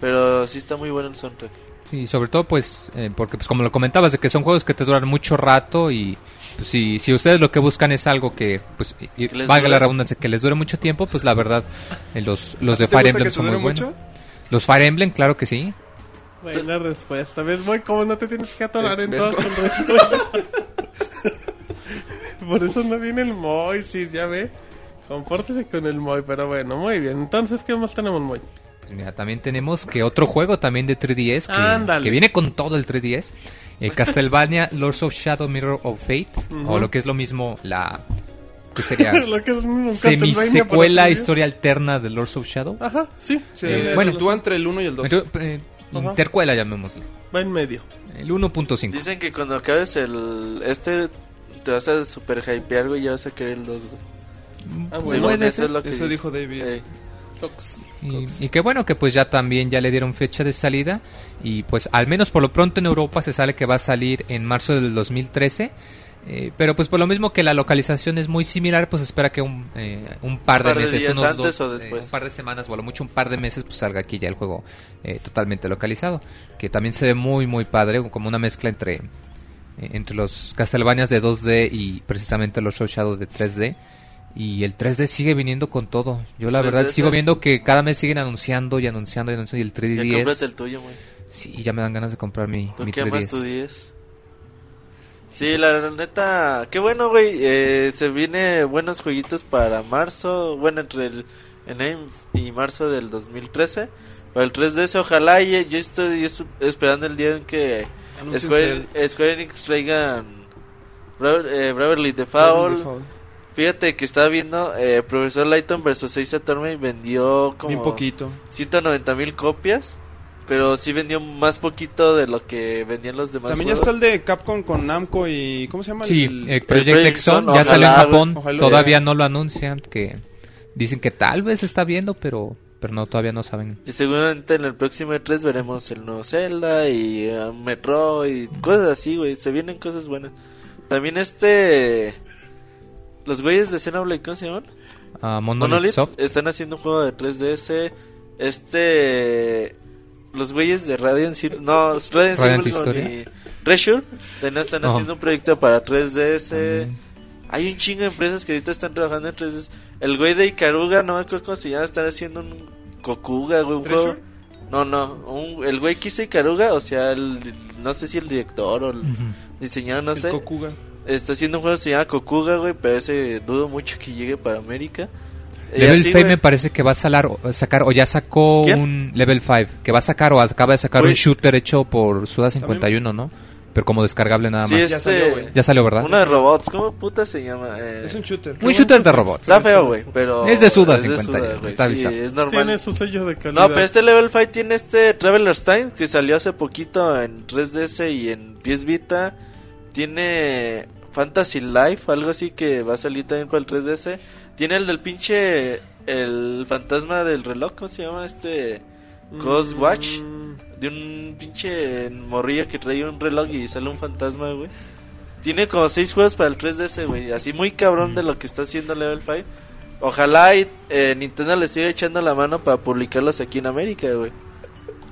S3: Pero sí está muy bueno el soundtrack.
S5: Y sobre todo, pues, eh, porque pues como lo comentabas, de que son juegos que te duran mucho rato y pues, si, si ustedes lo que buscan es algo que, pues, y- y
S3: Que les
S5: valga la
S3: dure.
S5: redundancia, que les dure mucho tiempo, pues la verdad, eh, los, los de
S6: ¿Te
S5: Fire
S6: gusta
S5: Emblem
S6: que
S5: son muy
S6: dure
S5: buenos.
S6: mucho?
S5: Los Fire Emblem, claro que sí.
S2: Buena respuesta. ¿Ves, Moy? ¿Cómo no te tienes que atorar en
S6: ¿Ves
S2: todo
S6: cómo?
S2: con respuesta? Por eso no viene el Moy, sí, ya ve. Compórtese con el Moy, pero bueno, muy bien. Entonces, ¿qué más tenemos, Moy?
S5: Pues mira, también tenemos que otro juego también de 3DS que,
S2: Ándale.
S5: que viene con todo el 3DS. eh, Castlevania Lords of Shadow Mirror of Fate, o lo que es lo mismo, la... que sería?
S2: Lo que es un Castlevania para
S5: Semi-secuela,
S2: ti.
S5: historia alterna de Lords of Shadow.
S2: Ajá, sí.
S6: Sí,
S5: Eh,
S6: se
S5: bueno.
S6: sitúa entre el 1 y el 2.
S5: Entonces, eh,
S2: Ajá.
S5: intercuela, llamémosle.
S2: Va en medio.
S5: El 1.5.
S3: Dicen que cuando acabes el este te vas a super hypear, güey, y ya vas a querer el 2, güey.
S2: Ah,
S5: Sí,
S2: bueno.
S3: Según
S5: puede
S3: eso
S5: ser.
S3: es lo que
S6: Eso
S3: dice.
S6: dijo David.
S3: Eh,
S2: Tox.
S5: Y, y qué bueno que pues ya también ya le dieron fecha de salida y pues al menos por lo pronto en Europa se sale que va a salir en marzo del 2013. eh, pero pues por lo mismo que la localización es muy similar, pues espera que un, eh, un par de
S3: Un par de
S5: meses,
S3: días
S5: unos
S3: antes
S5: dos,
S3: o después.
S5: eh, un par de semanas, o a lo mucho un par de meses, pues salga aquí ya el juego eh, totalmente localizado. Que también se ve muy, muy padre, como una mezcla entre, eh, entre los Castlevanias de 2D y precisamente los Soul Shadow de 3D. Y el 3D sigue viniendo con todo. Yo la
S3: 3D
S5: verdad
S3: es
S5: sigo
S3: el-
S5: viendo que cada mes siguen anunciando y anunciando y anunciando. Y
S3: ya
S5: el 3D
S3: cómprate
S5: 10.
S3: el tuyo, güey.
S5: Sí, ya me dan ganas de comprar mi,
S3: ¿Tú
S5: mi
S3: qué amas tu
S5: 3DS.
S3: 10? Sí, la neta, qué bueno, güey. eh, se viene buenos jueguitos para marzo, bueno, entre el enero y marzo del 2013. Para el 3DS, ojalá, y yo estoy es- esperando el día en que
S6: Anuncien
S3: Square, Square Enix traigan Bra- eh, Bravely Default. Fíjate que estaba viendo eh, Profesor Lighton versus 6 Atorme y vendió como...
S6: Bien poquito.
S3: 190 mil copias, pero sí vendió más poquito de lo que vendían los demás.
S6: También ya está
S3: juegos.
S6: el de Capcom con Namco y... ¿Cómo se llama?
S5: Sí,
S6: El-
S5: eh,
S3: Project
S5: Project Exxon
S3: Exxon,
S5: ya salió en
S3: ojalá, güey,
S5: Japón.
S6: ojalá.
S5: todavía no lo anuncian. que Dicen que tal vez está viendo, pero, pero no, todavía no saben.
S3: Y seguramente en el próximo E3 veremos el nuevo Zelda y eh, Metro y cosas así, güey. Se vienen cosas buenas. También este... Los güeyes de Xenoblade, ¿cómo se llaman?
S5: Ah, Monolith,
S3: Monolith.
S5: Soft.
S3: Están haciendo un juego de 3DS. Este... Los güeyes de Radiant Cir- No, Radiant,
S5: Radiant
S3: Circle
S5: Historia.
S3: y Treasure. También están
S5: Ajá.
S3: haciendo un proyecto para 3DS.
S5: También.
S3: Hay un chingo de empresas que ahorita están trabajando en 3 El güey de Icaruga, no me acuerdo cómo se llama, están haciendo un Kokuga, güey, un
S6: ¿Treasure?
S3: juego. No, no, un- el güey que hizo Icaruga, o sea, el- no sé si el director o el
S5: Ujú.
S3: diseñador, no
S6: el
S3: sé.
S6: Kokuga.
S3: Está haciendo un juego que se llama Kokuga, güey, pero ese dudo mucho que llegue para América. eh, Y
S5: Level
S3: así,
S5: 5
S3: güey,
S5: me parece que va a salar- sacar, o ya sacó
S3: ¿Quién? Pues,
S5: un Level 5, que va a sacar o acaba de sacar
S3: Güey.
S5: un shooter hecho por Suda51, ¿no? Pero como descargable nada
S3: Sí,
S5: más.
S3: este,
S6: Ya salió, güey.
S5: Ya salió, ¿verdad?
S3: uno de robots, ¿cómo puta se llama? Eh,
S6: Es un shooter.
S5: Un shooter de robots.
S3: Está feo, güey, pero...
S5: Es de Suda
S3: es
S5: 50,
S3: Suda, güey,
S5: está
S3: sí,
S5: bizarro.
S3: es normal.
S2: Tiene su sello de calidad.
S3: No, pero este Level 5 tiene este Traveler's Time que salió hace poquito en 3DS y en PS Vita. Tiene Fantasy Life, algo así que va a salir también para el 3DS. Tiene el del pinche. El fantasma del reloj, ¿cómo se llama este? Ghost Watch.
S2: Mm,
S3: De un pinche morrillo que trae un reloj y sale un fantasma, güey. Tiene como 6 juegos para el 3DS, güey. Así muy cabrón de lo que está haciendo Level 5. Ojalá y, eh, Nintendo le siga echando la mano para publicarlos aquí en América, güey.
S5: Que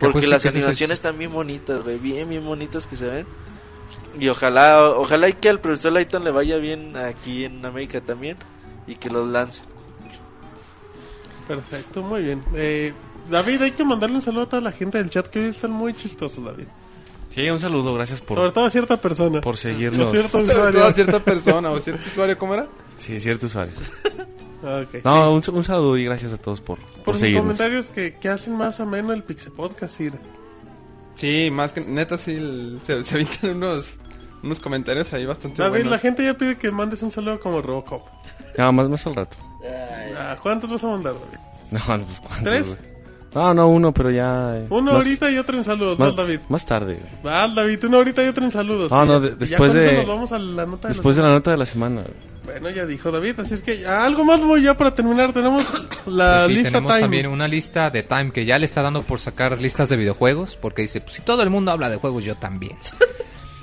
S3: Porque
S5: pues sí,
S3: las
S5: que sí se-
S3: animaciones están bien bonitas, güey. Bien, bien bonitas que se ven. Y ojalá, ojalá y que al profesor Layton le vaya bien aquí en América también y que los lance.
S2: Perfecto, muy bien. Eh, David, hay que mandarle un saludo a toda la gente del chat que hoy están muy chistosos, David.
S4: Sí, un saludo, gracias
S2: Sobre
S4: por,
S2: todo a cierta persona.
S4: por
S2: No,
S4: seguirnos.
S2: cierto
S6: Sobre
S2: usuario.
S6: todo a cierta persona o cierto usuario, ¿cómo era?
S4: Sí, cierto usuario.
S2: Ok, sí.
S4: No, pues un, un saludo y gracias a todos por, por,
S2: Por sus
S4: seguirnos.
S2: comentarios que, que hacen más ameno el Pixel Podcast, Ira.
S6: Sí, más que neta, sí, el- se, se avientan unos, unos comentarios ahí bastante
S2: David,
S6: buenos.
S2: la gente ya pide que mandes un saludo como Robocop.
S4: Nada más, más al rato.
S5: Eh.
S2: Ah, ¿Cuántos vas a mandar, David?
S4: No, no, pues cuántos,
S2: ¿Tres?
S4: güey? No, no, uno, pero ya. eh,
S2: Uno
S4: más-
S2: ahorita y otro en saludos, ¿no,
S4: Más,
S2: David?
S4: más tarde. güey.
S2: Vas, David, uno ahorita y otro en saludos.
S4: Ah,
S2: Y ya-
S4: no, de-
S2: y ya
S4: después
S2: con eso
S4: de-
S2: nos vamos a la nota de
S4: Después de la nota de la semana. güey.
S2: los- Bueno, ya dijo David, así es que ah, algo más voy ya para terminar. Tenemos la
S5: Pues sí,
S2: Ah, lista
S5: tenemos
S2: Time.
S5: también una lista de Time que ya le está dando por sacar listas de videojuegos porque dice, pues, si todo el mundo habla de juegos, yo también.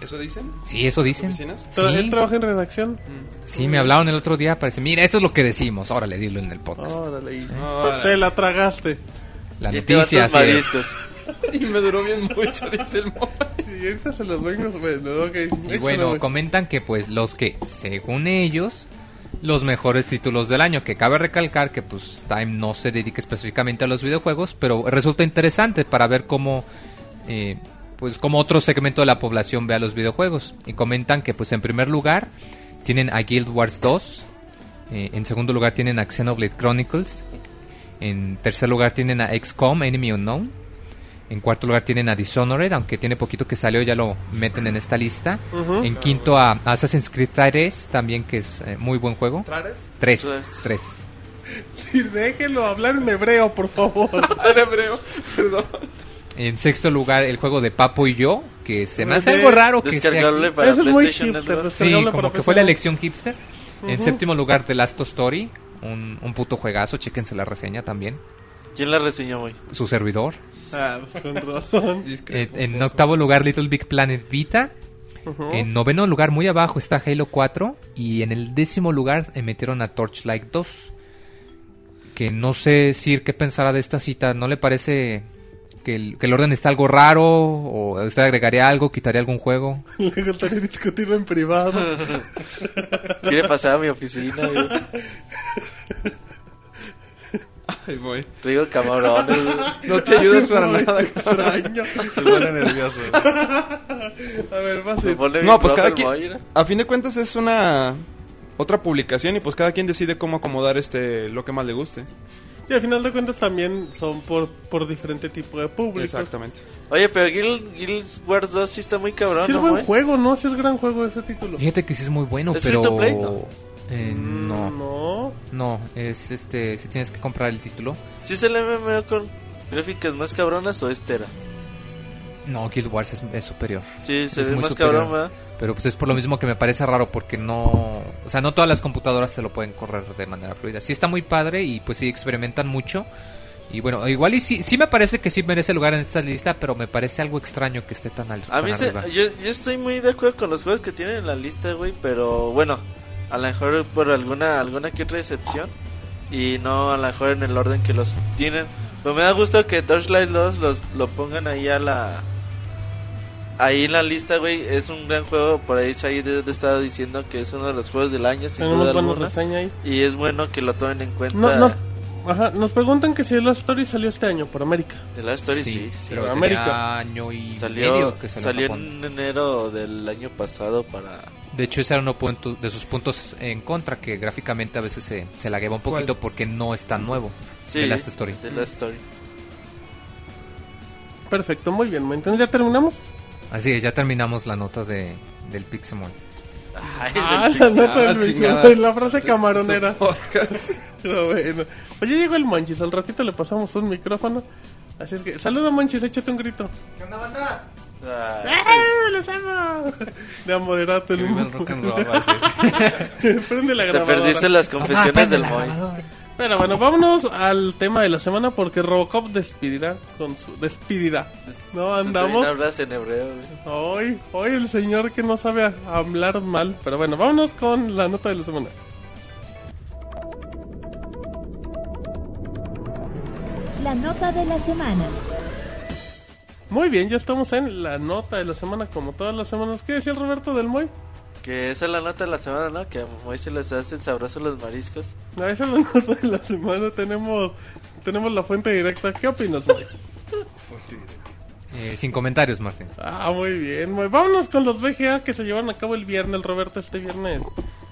S6: ¿Eso dicen?
S5: Sí, eso dicen.
S6: ¿Oficinas?
S2: Tra-
S5: Sí,
S2: Él trabaja en redacción.
S5: sí, me hablaron el otro día para decir, mira, esto es lo que decimos, órale, dilo en el podcast.
S2: Órale, y-
S6: Órale.
S2: te la tragaste.
S5: La
S3: Y este te va
S5: noticia,
S3: tus
S5: así de-
S3: mariscos.
S6: Y me duró bien mucho, dice el mo.
S2: Y ahorita se los vengo. Bueno, ok.
S5: Y
S2: échale,
S5: bueno,
S2: güey.
S5: comentan que pues los que, según ellos, los mejores títulos del año, que cabe recalcar que pues Time no se dedica específicamente a los videojuegos, pero resulta interesante para ver cómo, eh, pues cómo otro segmento de la población ve a los videojuegos. Y comentan que pues en primer lugar tienen a Guild Wars 2, eh, en segundo lugar tienen a Xenoblade Chronicles, en tercer lugar tienen a XCOM, Enemy Unknown, en cuarto lugar tienen a Dishonored, aunque tiene poquito que salió, ya lo meten en esta lista.
S2: Ujú.
S5: En quinto a Assassin's Creed 3, también que es eh, muy buen juego.
S6: ¿Trares?
S5: Tres,
S3: Tres.
S5: tres.
S2: Sí, déjenlo hablar en hebreo, por favor.
S6: Era hebreo, perdón.
S5: En sexto lugar el juego de Papo y yo, que se me hace
S2: Oye,
S5: algo raro que esté aquí.
S3: Descargable para
S2: Eso es muy
S3: PlayStation
S2: hipster,
S3: Network.
S5: Sí,
S2: descargable para
S5: como que fue la
S2: PC.
S5: elección hipster. En séptimo lugar The Last of Story, un, un puto juegazo, chéquense la reseña también.
S3: ¿Quién la reseñó hoy?
S5: Su servidor.
S2: Ah, pues con razón.
S5: En, Eh,
S3: Eh.
S5: en octavo lugar Little Big Planet Vita.
S2: Ujú.
S5: En noveno lugar, muy abajo, está Halo 4. Y en el décimo lugar eh, metieron a Torchlight 2. Que no sé decir qué pensará de esta cita. ¿No le parece que el, que el orden está algo raro? ¿O usted agregaría algo? ¿Quitaría algún juego?
S2: Le gustaría discutirlo en privado.
S3: ¿Quiere pasar a mi oficina? güey?
S6: Ay, voy.
S3: Traigo camarones. güey.
S6: No te ayudas para
S2: Muy
S6: nada. Pues,
S2: extraño.
S4: Se pone nervioso.
S2: A ver, va a
S3: Me
S2: ser.
S3: pone
S6: No,
S3: bien
S6: pues
S3: guapo
S6: cada
S3: el
S6: quien.
S3: Moira.
S6: A fin de cuentas es una. Otra publicación y pues cada quien decide cómo acomodar este lo que más le guste.
S2: Y al final de cuentas también son por, por diferente tipo de público.
S6: Exactamente.
S3: Oye, pero Guild, Guild Wars 2 sí está muy cabrón,
S2: Sí, es
S3: ¿no,
S2: buen
S3: güey?
S2: juego, ¿no? Sí, es gran juego ese título.
S5: Fíjate que sí es muy bueno,
S3: ¿Es
S5: pero...
S3: free to play? No. Mm,
S5: Eh, no,
S2: Mm, No.
S5: no, es este, si tienes que comprar el título.
S3: ¿Sí es el MMO con gráficas más cabronas o este era?
S5: No, Guild Wars es, es superior.
S3: Sí, se
S5: Es
S3: ve
S5: muy
S3: más
S5: superior.
S3: cabrón, ¿verdad?
S5: Pero pues es por lo mismo que me parece raro porque no... O sea, no todas las computadoras te lo pueden correr de manera fluida. Sí está muy padre y pues sí experimentan mucho. Y bueno, igual y sí, sí me parece que sí merece lugar en esta lista, pero me parece algo extraño que esté tan alto.
S3: A mí se, yo, yo estoy muy de acuerdo con los juegos que tienen en la lista, güey, pero bueno, a lo mejor por alguna alguna que otra excepción y no a lo mejor en el orden que los tienen. Pero me da gusto que Torchlight 2 los, lo pongan ahí a la ahí en la lista, güey, es un gran juego, por ahí Said te estaba diciendo que es uno de los juegos del año sin
S2: Tenemos
S3: duda
S2: buena
S3: alguna
S2: reseña ahí.
S3: y es bueno que lo tomen en cuenta.
S2: No, no. Ajá, nos preguntan que si el Last Story salió este año por América.
S3: De la Story sí, sí.
S5: pero
S2: en
S5: tenía
S2: América.
S5: año y
S3: Salió,
S5: medio que salió,
S3: salió
S5: en Japón.
S3: en enero del año pasado para
S5: De hecho, ese era uno punto- de sus puntos en contra, que gráficamente a veces se, se lagueaba un poquito porque no es tan nuevo.
S3: Sí,
S5: The Last Story.
S3: The Last Story.
S2: Perfecto, muy bien. Entonces ya terminamos.
S5: Así es, ya terminamos la nota de, del Pixelmon.
S3: Ay,
S2: Ah,
S3: del
S2: la
S3: Pixar.
S2: nota del
S6: chingada.
S2: Pixel, la frase camaronera.
S6: Su este podcast.
S2: Pero bueno. Oye, llegó el Monchis. Al ratito le pasamos un micrófono. Así es que, saluda Monchis, échate un grito.
S3: Ay,
S2: ¡Eh, ¡Los amo! De amoderato el mundo. Prende la
S3: Te
S2: grabadora.
S3: perdiste las
S5: Ah, pues,
S3: confesiones del Moy.
S2: Pero bueno, vámonos al tema de la semana porque Robocop despidirá con su... Despidirá. No andamos.
S3: También hablas en hebreo, güey.
S2: Hoy, hoy el señor que no sabe a- hablar mal. Pero bueno, vámonos con la nota de la semana.
S1: La nota de la semana.
S2: Muy bien, ya estamos en la nota de la semana, como todas las semanas. ¿Qué decía el Roberto del Moy?
S3: Que esa es la nota de la semana, ¿no? Que a Moy se les hace el sabroso los mariscos.
S2: No, esa es la nota de la semana. Tenemos, tenemos la fuente directa. ¿Qué opinas, Moy?
S5: Eh, sin comentarios, Martín.
S2: Ah, muy bien, Moy. Vámonos con los VGA que se llevaron a cabo el viernes, Roberto, este viernes.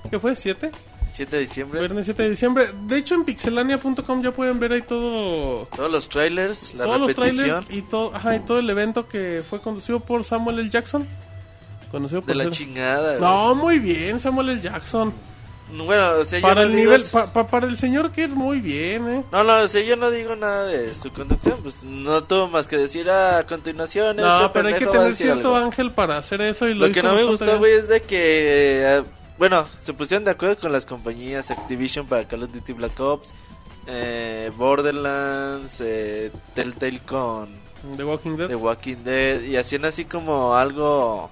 S2: ¿Qué fue? ¿7?
S3: 7 de diciembre.
S2: Viernes 7 de diciembre. De hecho, en pixelania.com ya pueden ver ahí todo.
S3: Todos los trailers, la
S2: todos los
S3: repetición
S2: trailers y todo, ajá, y todo el evento que fue conducido por Samuel L. Jackson. Conocido por
S3: de la
S2: ser-
S3: chingada.
S2: No, muy bien, Samuel L. Jackson.
S3: güey. Bueno, o sea,
S2: Para
S3: yo no
S2: el
S3: digo
S2: nivel,
S3: eso.
S2: pa- pa- para el señor que es muy bien, eh.
S3: No, no, o sea, yo no digo nada de su conducción, pues no tuvo más que decir "Ah, a continuación.
S2: No,
S3: este
S2: pero hay que
S3: pendejo va a
S2: tener
S3: decir
S2: cierto
S3: algo".
S2: ángel para hacer eso y lo,
S3: Lo que
S2: hizo
S3: no me
S2: bastante
S3: gustó,
S2: bien.
S3: güey, es de que. eh, bueno, se pusieron de acuerdo con las compañías Activision para Call of Duty Black Ops, eh, Borderlands, eh, Telltale con
S2: The Walking Dead.
S3: The Walking Dead, y hacían así como algo.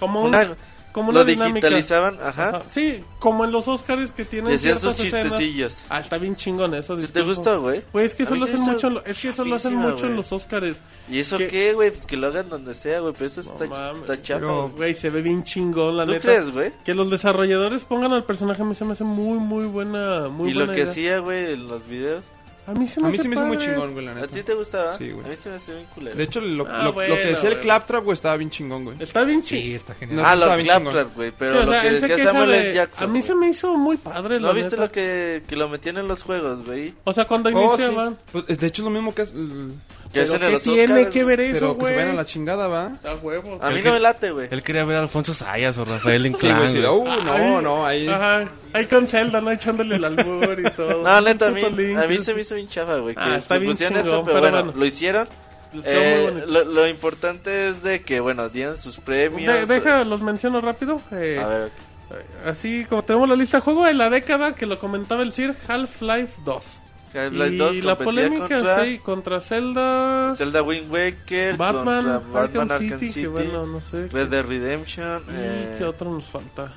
S2: Como una,
S3: Una,
S2: como
S3: lo
S2: una dinámica.
S3: digitalizaban, ajá,
S2: Ajá, Sí, como en los Oscars que tienen
S3: y hacían sus
S2: ciertas escenas.
S3: chistecillos.
S2: Ah, está bien chingón eso.
S3: ¿Sí ¿Te
S2: disculpa.
S3: gustó, güey?
S2: Güey, es que
S3: A
S2: eso
S3: mí
S2: lo
S3: se
S2: hacen
S3: me hizo
S2: mucho, en lo- es que eso lo hacen
S3: chafísima,
S2: mucho en
S3: güey.
S2: los Oscars.
S3: ¿Y eso
S2: Que-
S3: qué, güey? Pues que lo hagan donde sea, güey, pero eso
S2: No
S3: está, ch-
S2: mames.
S3: está chafa,
S6: Pero-
S3: güey.
S2: Güey, se ve bien chingón, la
S3: ¿Tú
S2: neta.
S3: crees, güey?
S2: Que los desarrolladores pongan al personaje a mí se me hace muy, muy buena. Muy
S3: Y lo
S2: buena
S3: que
S2: idea.
S3: hacía, güey, en los videos.
S2: A mí se me,
S6: A mí
S2: hace
S6: se me hizo muy
S2: padre.
S6: chingón, güey, la
S3: ¿A ti
S6: neta.
S3: te gustaba?
S6: Sí, güey.
S3: A mí se me hace bien culero.
S6: De hecho, lo,
S2: Ah,
S6: lo- lo
S2: bueno,
S6: que decía
S2: bueno.
S6: el Claptrap, güey, estaba bien chingón, güey.
S2: Está bien
S5: Sí,
S2: chingón.
S5: está genial.
S6: No,
S3: ah,
S2: pues,
S6: eso estaba
S3: los
S6: bien
S3: claptrap, güey. Pero
S2: Sí, o
S3: lo
S2: sea,
S3: que
S2: él se
S3: decía
S2: queja
S3: Samuel
S2: de-
S3: L. Jackson.
S2: A mí
S3: güey.
S2: se me hizo muy padre.
S3: ¿No
S2: la
S3: viste
S2: neta.
S3: lo que, que lo metían en los juegos, güey?
S2: O sea, cuando
S6: Oh,
S2: inicia,
S6: sí.
S2: van.
S6: Pues, de hecho, es lo mismo que es. l-
S3: Que
S2: ¿Pero
S3: hacen en
S2: ¿Qué
S3: los
S2: tiene
S3: Oscars,
S2: que
S3: güey. Ah,
S2: ver
S6: Pero
S2: eso,
S6: que se vayan a
S2: güey?
S6: la chingada, va.
S2: A huevo.
S3: A mí
S4: El
S3: no
S4: que-
S3: me late, güey.
S4: Él quería ver a Alfonso Sayas o Rafael
S6: Sí,
S4: Inclán.
S6: güey, sí,
S4: güey.
S6: uh, no, no, ahí.
S2: Ajá. Ahí con Zelda, ¿no? Echándole el albur y todo.
S3: No, neta, a mí,
S2: Puto Link.
S3: a mí se me hizo bien chafa, güey. Que
S2: Ah, está bien
S3: pusieron
S2: chingón,
S3: eso, pero,
S2: pero
S3: bueno,
S2: bueno.
S3: lo hicieron.
S2: Les quedó muy
S3: Eh,
S2: bonito.
S3: lo, lo importante es de que, bueno, dieron sus premios.
S2: De- deja, los menciono rápido. eh,
S3: A ver,
S2: Así como tenemos la lista juego de la década que lo comentaba el Sir, Half-Life 2.
S3: Half-Life
S2: y
S3: 2
S2: la
S3: competía
S2: polémica,
S3: contra
S2: sí, contra Zelda,
S3: Zelda Wind Waker,
S2: Batman,
S3: contra
S2: Arkham,
S3: Batman Arkham
S2: City,
S3: City,
S2: que bueno, no sé.
S3: Red
S2: qué-
S3: Dead Redemption.
S2: ¿Y
S3: eh,
S2: qué otro nos falta?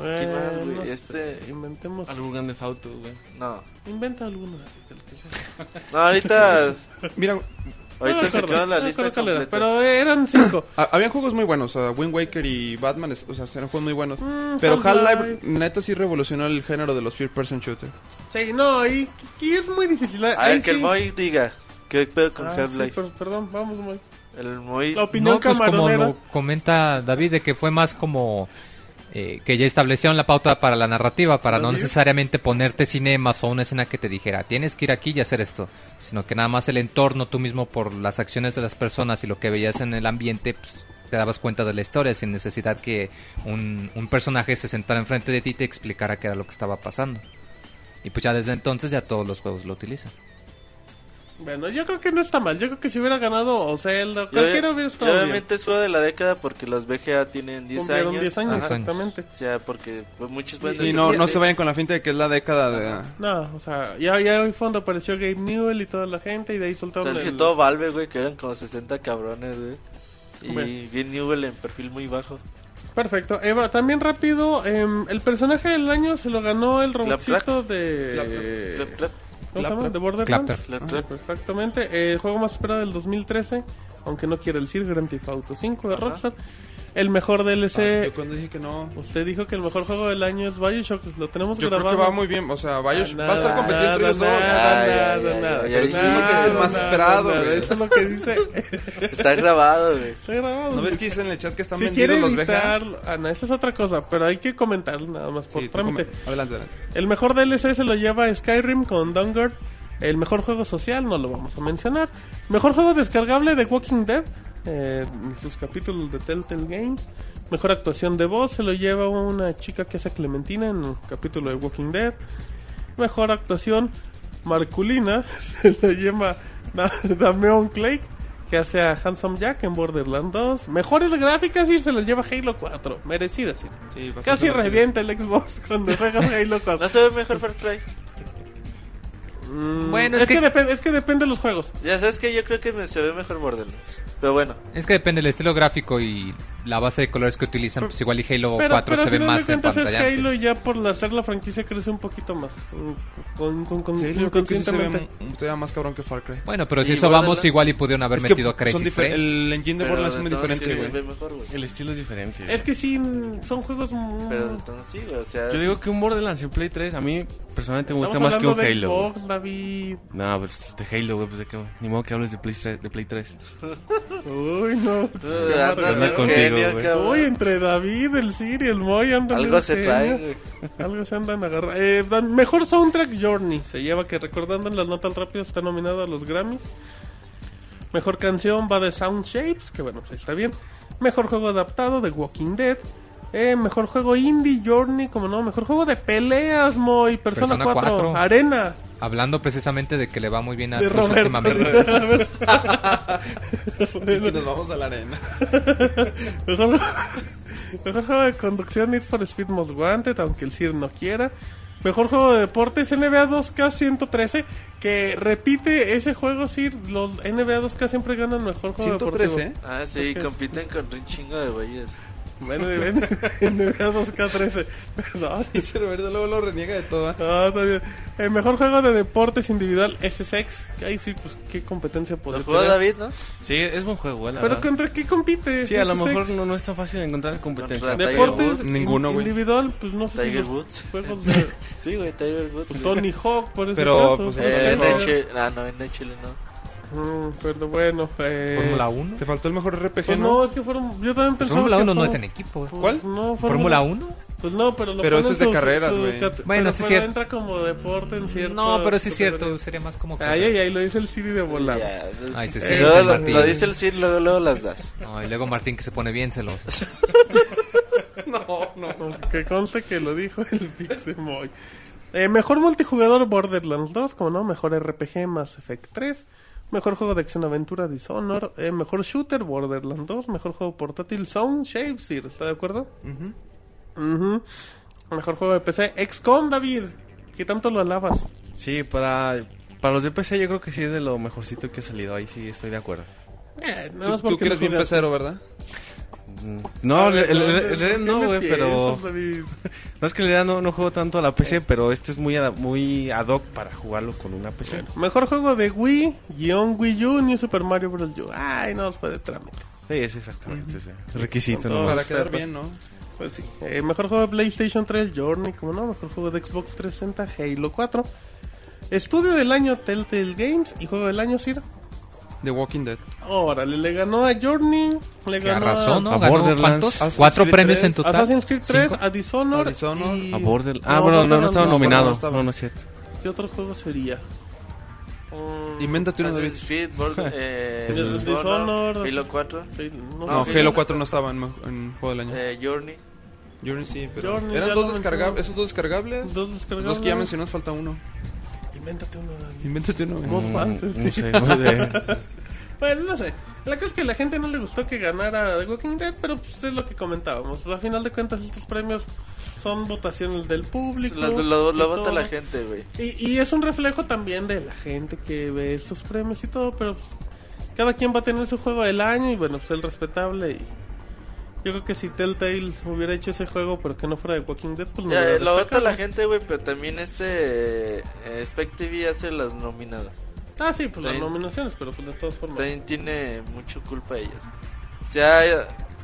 S3: ¿Quién más, güey?
S2: no sé,
S3: Este-
S2: Inventemos...
S4: Algún grande fauto, güey.
S3: No,
S2: Inventa alguno. de lo que sea.
S3: no ahorita,
S6: Mira, güey,
S2: No me
S3: ahorita
S2: acuerdo,
S3: sacaron la
S2: no me
S3: lista
S2: acuerdo cuál era,
S3: completa.
S2: Pero eran cinco.
S6: ha- habían juegos muy buenos. O sea, Wind Waker y Batman, es- o sea, eran juegos muy buenos.
S2: Mm,
S6: Pero Half-Life,
S2: Half-Life.
S6: neta, sí revolucionó el género de los first person shooter.
S2: Sí, no, y, y es muy difícil.
S3: A
S2: eh, ahí
S3: ver, que Ah, el
S2: sí.
S3: Moy diga. ¿Qué pedo con
S2: Ah, sí,
S3: Half-Life?
S2: per- perdón, vamos, Moy.
S3: El Moy.
S2: La opinión
S5: no, pues como
S2: camaronera.
S5: lo comenta David, de que fue más como eh, que ya establecieron la pauta para la narrativa, para no
S2: David.
S5: necesariamente ponerte cinemas o una escena que te dijera, tienes que ir aquí y hacer esto, sino que nada más el entorno tú mismo por las acciones de las personas y lo que veías en el ambiente, pues, te dabas cuenta de la historia sin necesidad que un, un personaje se sentara enfrente de ti y te explicara qué era lo que estaba pasando. Y pues ya desde entonces ya todos los juegos lo utilizan.
S2: Bueno, yo creo que no está mal. Yo creo que si hubiera ganado o Zelda,
S3: Yo-
S2: cualquiera hubiera
S3: yo
S2: estado bien.
S3: obviamente es juego de la década porque los BGA tienen 10
S2: Cumplieron
S3: años.
S2: 10 años,
S3: Ajá.
S5: Ajá.
S2: exactamente.
S3: O sea, porque pues, muchos pueden
S6: Y
S3: decir
S6: no,
S3: que-
S6: no se vayan con la finta de que es la década de. ah,
S2: No, o sea, ya, ya hoy fondo apareció Gabe Newell y toda la gente y de ahí
S3: O
S2: soltaron
S3: sea, es que
S2: el-
S3: todo Valve, güey, que eran como 60 cabrones, güey. Y
S2: Hombre.
S3: Gabe Newell en perfil muy bajo.
S2: Perfecto. Eva, también rápido, em, el personaje del año se lo ganó el
S3: Clap,
S2: robotcito de...
S3: Clap, clap,
S2: ¿Cómo se
S6: Clap,
S2: llama?
S6: clap.
S2: De Borderlands.
S5: Clapter.
S3: clap,
S2: Ah,
S3: clap.
S2: Exactamente. Eh, el juego más esperado del 2013, aunque no quiere decir Grand Theft Auto 5 de
S3: Ajá.
S2: Rockstar. El mejor
S6: Ah,
S2: DLC...
S6: yo cuando dije que no.
S2: Usted dijo que el mejor juego del año es Bioshock, lo tenemos
S6: Yo creo
S2: grabado. Ah,
S6: que va muy bien. O sea, Bioshock
S2: Nada,
S6: va a estar competiendo entre ellos dos.
S2: nada,
S3: Ay,
S2: nada,
S3: ay, ay,
S2: nada,
S3: ay, ay,
S2: nada,
S6: ay, dije que es el más
S2: nada,
S6: esperado,
S2: nada,
S6: güey.
S2: Eso es lo que dice.
S3: Está grabado, güey.
S2: Está grabado.
S6: ¿No ves que dicen en el chat que están
S2: si quiere
S6: vendidos los BGA?
S2: editar, ah, no, esa es otra cosa, pero hay que comentarlo nada más por
S6: Sí, tú
S2: trámite.
S6: come- Adelante, adelante.
S2: El mejor DLC se lo lleva Skyrim con Dungard. El mejor juego social, no lo vamos a mencionar. Mejor juego descargable de Walking Dead, eh, sus capítulos de Telltale Games. Mejor actuación de voz se lo lleva una chica que hace Clementina en el capítulo de Walking Dead. Mejor actuación marculina se lo lleva Da- Dameon Clay, que hace a Handsome Jack en Borderlands 2. Mejores gráficas y se lo lleva Halo 4, merecidas. Sir.
S6: Sí, bastante
S2: Casi
S6: merecido.
S2: revienta el Xbox cuando juegas Halo 4.
S3: No se ve mejor Far Cry.
S2: Mm,
S5: Bueno,
S2: es,
S5: es
S2: que,
S5: que-
S2: depende, es que depende de los juegos.
S3: Ya sabes que yo creo que me- se ve mejor Borderlands. Pero bueno,
S5: Es que depende del estilo gráfico y la base de colores que utilizan,
S2: Pero-
S5: pues igual y Halo
S2: Pero,
S5: 4
S2: pero
S5: se
S2: al
S5: ve
S2: final
S5: más
S2: de
S5: en
S2: cuentas es
S5: pantalla.
S2: Halo y ya por la- ser la franquicia crece un poquito más. Con, con, con-
S6: Halo creo que sí se ve
S2: inconscientemente.
S6: mu- todavía más cabrón que Far Cry.
S5: Bueno, pero si
S3: Y
S5: eso
S3: Borderlands-
S5: vamos, igual y pudieron haber
S6: Es que
S5: metido a
S6: son
S5: Crysis
S6: difer-
S5: 3.
S6: el engine de
S3: Pero
S6: Borderlands es muy
S3: de todas
S6: diferente,
S3: sí se
S6: güey.
S3: ve mejor, güey.
S4: El estilo es diferente.
S2: Es que sí, mm, son juegos. mm,
S3: Pero de todas sí, güey, o sea...
S4: Yo digo que un Borderlands en Play 3 a mí personalmente me
S2: estamos
S4: gusta más que un
S2: hablando de
S4: Halo. güey.
S2: Xbox, David.
S4: No, pues de Halo, güey, pues de que ni modo que hables de Play 3. De Play 3.
S2: Uy, no.
S3: Uh, anda
S4: onda
S3: bien
S4: contigo,
S3: genio,
S4: güey?
S3: cabrón.
S2: Uy, entre David, el Siri, el Moy andan.
S3: Algo
S2: bien
S3: se
S2: genios.
S3: trae, güey.
S2: Algo se andan agarrando. Eh, dan- mejor soundtrack Journey. Se lleva que recordando en las notas rápidas está nominado a los Grammys. Mejor canción va de Sound Shapes, que bueno, pues está bien. Mejor juego adaptado de Walking Dead. Eh, mejor juego indie Journey, como no. Mejor juego de peleas, Moy. Persona,
S5: Persona
S2: 4,
S5: 4.
S2: Arena.
S5: Hablando precisamente de que le va muy bien a
S2: De
S5: Cruz
S2: Roberto.
S5: últimamente.
S6: Y nos vamos a la arena.
S2: Mejor, mejor juego de conducción Need for Speed Most Wanted, aunque el CIR no quiera. Mejor juego de deportes NBA 2K113, que repite ese juego CIR. Los NBA 2K siempre ganan mejor juego
S6: 113, ¿eh?
S2: deportivo.
S3: Ah, sí, compiten con un chingo de güeyes.
S4: ¿eh?
S2: Bueno, ven, NBA 2K13. Perdón.
S6: Dice Roberto, luego lo reniega de todo. ¿eh?
S2: Ah, está bien. El mejor juego de deportes individual SSX. Que ahí sí, pues qué competencia
S3: Lo
S2: podría
S3: jugó
S2: tener.
S3: David, ¿no?
S4: Sí, es buen juego, güey, la
S2: Pero
S4: verdad.
S2: contra qué compite.
S4: Sí, a lo
S2: SSX?
S4: mejor no, no es tan fácil encontrar competencia.
S3: Contra-
S2: Deportes
S3: Tiger Woods.
S2: in-
S6: Ninguno, güey.
S2: individual, pues no sé si
S3: Tiger
S2: los
S3: Woods.
S2: juegos de-
S3: Sí, güey, Tiger Woods. güey.
S2: Pues Tony Hawk, por ese
S6: Pero,
S2: caso.
S6: pues,
S2: Pues,
S3: Eh,
S2: que no.
S3: NHL. Ah, no, NHL no.
S2: Mm, pero bueno, eh,
S5: Fórmula 1.
S6: Te faltó el mejor RPG,
S2: Pues
S6: ¿no?
S2: no, es que fueron. Yo también pensaba.
S5: Pues Fórmula
S2: que
S5: 1 no
S2: fue-
S5: es en equipo. ¿eh?
S2: pues,
S6: ¿Cuál?
S2: No,
S5: ¿Fórmula 1?
S2: Pues no, pero lo
S6: Pero
S2: ponen
S6: eso es de
S2: su-
S6: carreras,
S2: su-
S6: güey.
S2: cate-
S5: Bueno,
S2: pero
S5: sí es cierto.
S2: entra como deporte en cierto.
S5: No, pero sí es
S2: categoría.
S5: cierto. Sería más como. que-
S2: Ay, ay, ay, lo dice el Siri de volada.
S3: Ya,
S5: Ay, se
S3: eh,
S5: siente,
S3: luego lo,
S5: Martín.
S3: lo dice el Cid, luego, luego las das.
S5: No, y luego Martín que se pone bien celoso.
S2: Que conste que lo dijo el Pixemoy. Eh, mejor multijugador Borderlands 2, como no, mejor RPG Mass Effect 3, mejor juego de acción aventura Dishonor, eh, mejor shooter Borderlands 2, mejor juego portátil Sound Shapesir, ¿está de acuerdo? Ujú. Mejor juego de PC XCOM David, que tanto lo alabas.
S4: Sí, para, para los de PC yo creo que sí es de lo mejorcito que ha salido. Ahí sí estoy de acuerdo.
S2: Eh, nada
S6: Tú,
S2: más
S6: tú
S2: porque
S6: que eres
S2: lo
S6: bien
S2: jugaste.
S6: pesero, ¿verdad?
S4: Mm, No, el, el- el- el Red no,
S2: ¿Qué
S4: güey,
S2: me
S4: pero...
S2: piensas, David?
S4: No es que en realidad no, no juego tanto a la PC, pero este es muy, ad- muy ad hoc para jugarlo con una PC.
S2: Mejor juego de Wii, guión Wii U, New Super Mario Bros. U. Ay, no, fue de trámite.
S4: Sí, es exactamente. o sea, requisito
S2: Con todo
S4: nomás.
S6: Para quedar
S2: perfecto.
S6: bien, ¿no?
S2: Pues sí. Eh, mejor juego de PlayStation 3, Journey, como no. Mejor juego de Xbox 360, Halo 4. Estudio del año, Telltale Games. Y juego del año, Sir.
S6: The Walking Dead.
S2: Órale, le ganó a Journey. Le
S5: Que a
S2: ganó
S5: razón,
S2: a,
S5: ¿no?
S4: a
S5: Ganó
S4: Borderlands,
S5: cuántos?
S6: Assassin's
S5: Cuatro
S6: Creed
S5: premios
S6: 3,
S5: en total.
S2: Assassin's Creed 3,
S5: Cinco.
S2: a Dishonored.
S6: A Dishonored,
S2: y-
S4: A Border- Ah, bueno, no,
S2: Borderlands
S4: no estaba
S2: no.
S4: nominado.
S6: estaba.
S4: No, no es cierto.
S2: ¿Qué otro juego sería? Mm,
S6: Invéntate uno, David.
S3: Assassin's Creed, Border- eh,
S2: El Dishonored.
S3: Dishonored, Halo 4,
S2: sí,
S6: No,
S2: sé.
S6: Halo 4 no estaba en, en juego del año.
S3: eh, Journey.
S6: Journey sí, pero.
S2: Journey, ya
S6: Eran
S2: lo
S6: dos descargables.
S2: mencionamos.
S6: Esos dos descargables.
S2: Dos descargables.
S6: Los que ya mencionas, falta uno.
S2: Invéntate uno, David.
S6: Invéntate uno, güey.
S2: Most
S4: Mm,
S2: Wanted.
S4: no sé. no sé.
S2: Bueno, Pues, no sé. La cosa es que a la gente no le gustó que ganara The Walking Dead, pero pues es lo que comentábamos. A final de cuentas, estos premios son votaciones del público.
S3: Lo, lo- lo
S2: y
S3: vota
S2: todo.
S3: la gente, güey.
S2: Y, y es un reflejo también de la gente que ve estos premios y todo, pero pues, cada quien va a tener su juego del año y bueno, pues el respetable. y Yo creo que si Telltale hubiera hecho ese juego, pero que no fuera de Walking Dead, pues no
S3: Ya,
S2: hubiera
S3: eh, lo vota
S2: destacado.
S3: la gente, güey, pero también este. Eh, Spec TV hace las nominadas.
S2: Ah, sí, pues las
S3: Sí.
S2: nominaciones, pero pues de todas formas.
S3: También tiene mucho culpa ellos. O sea, eh,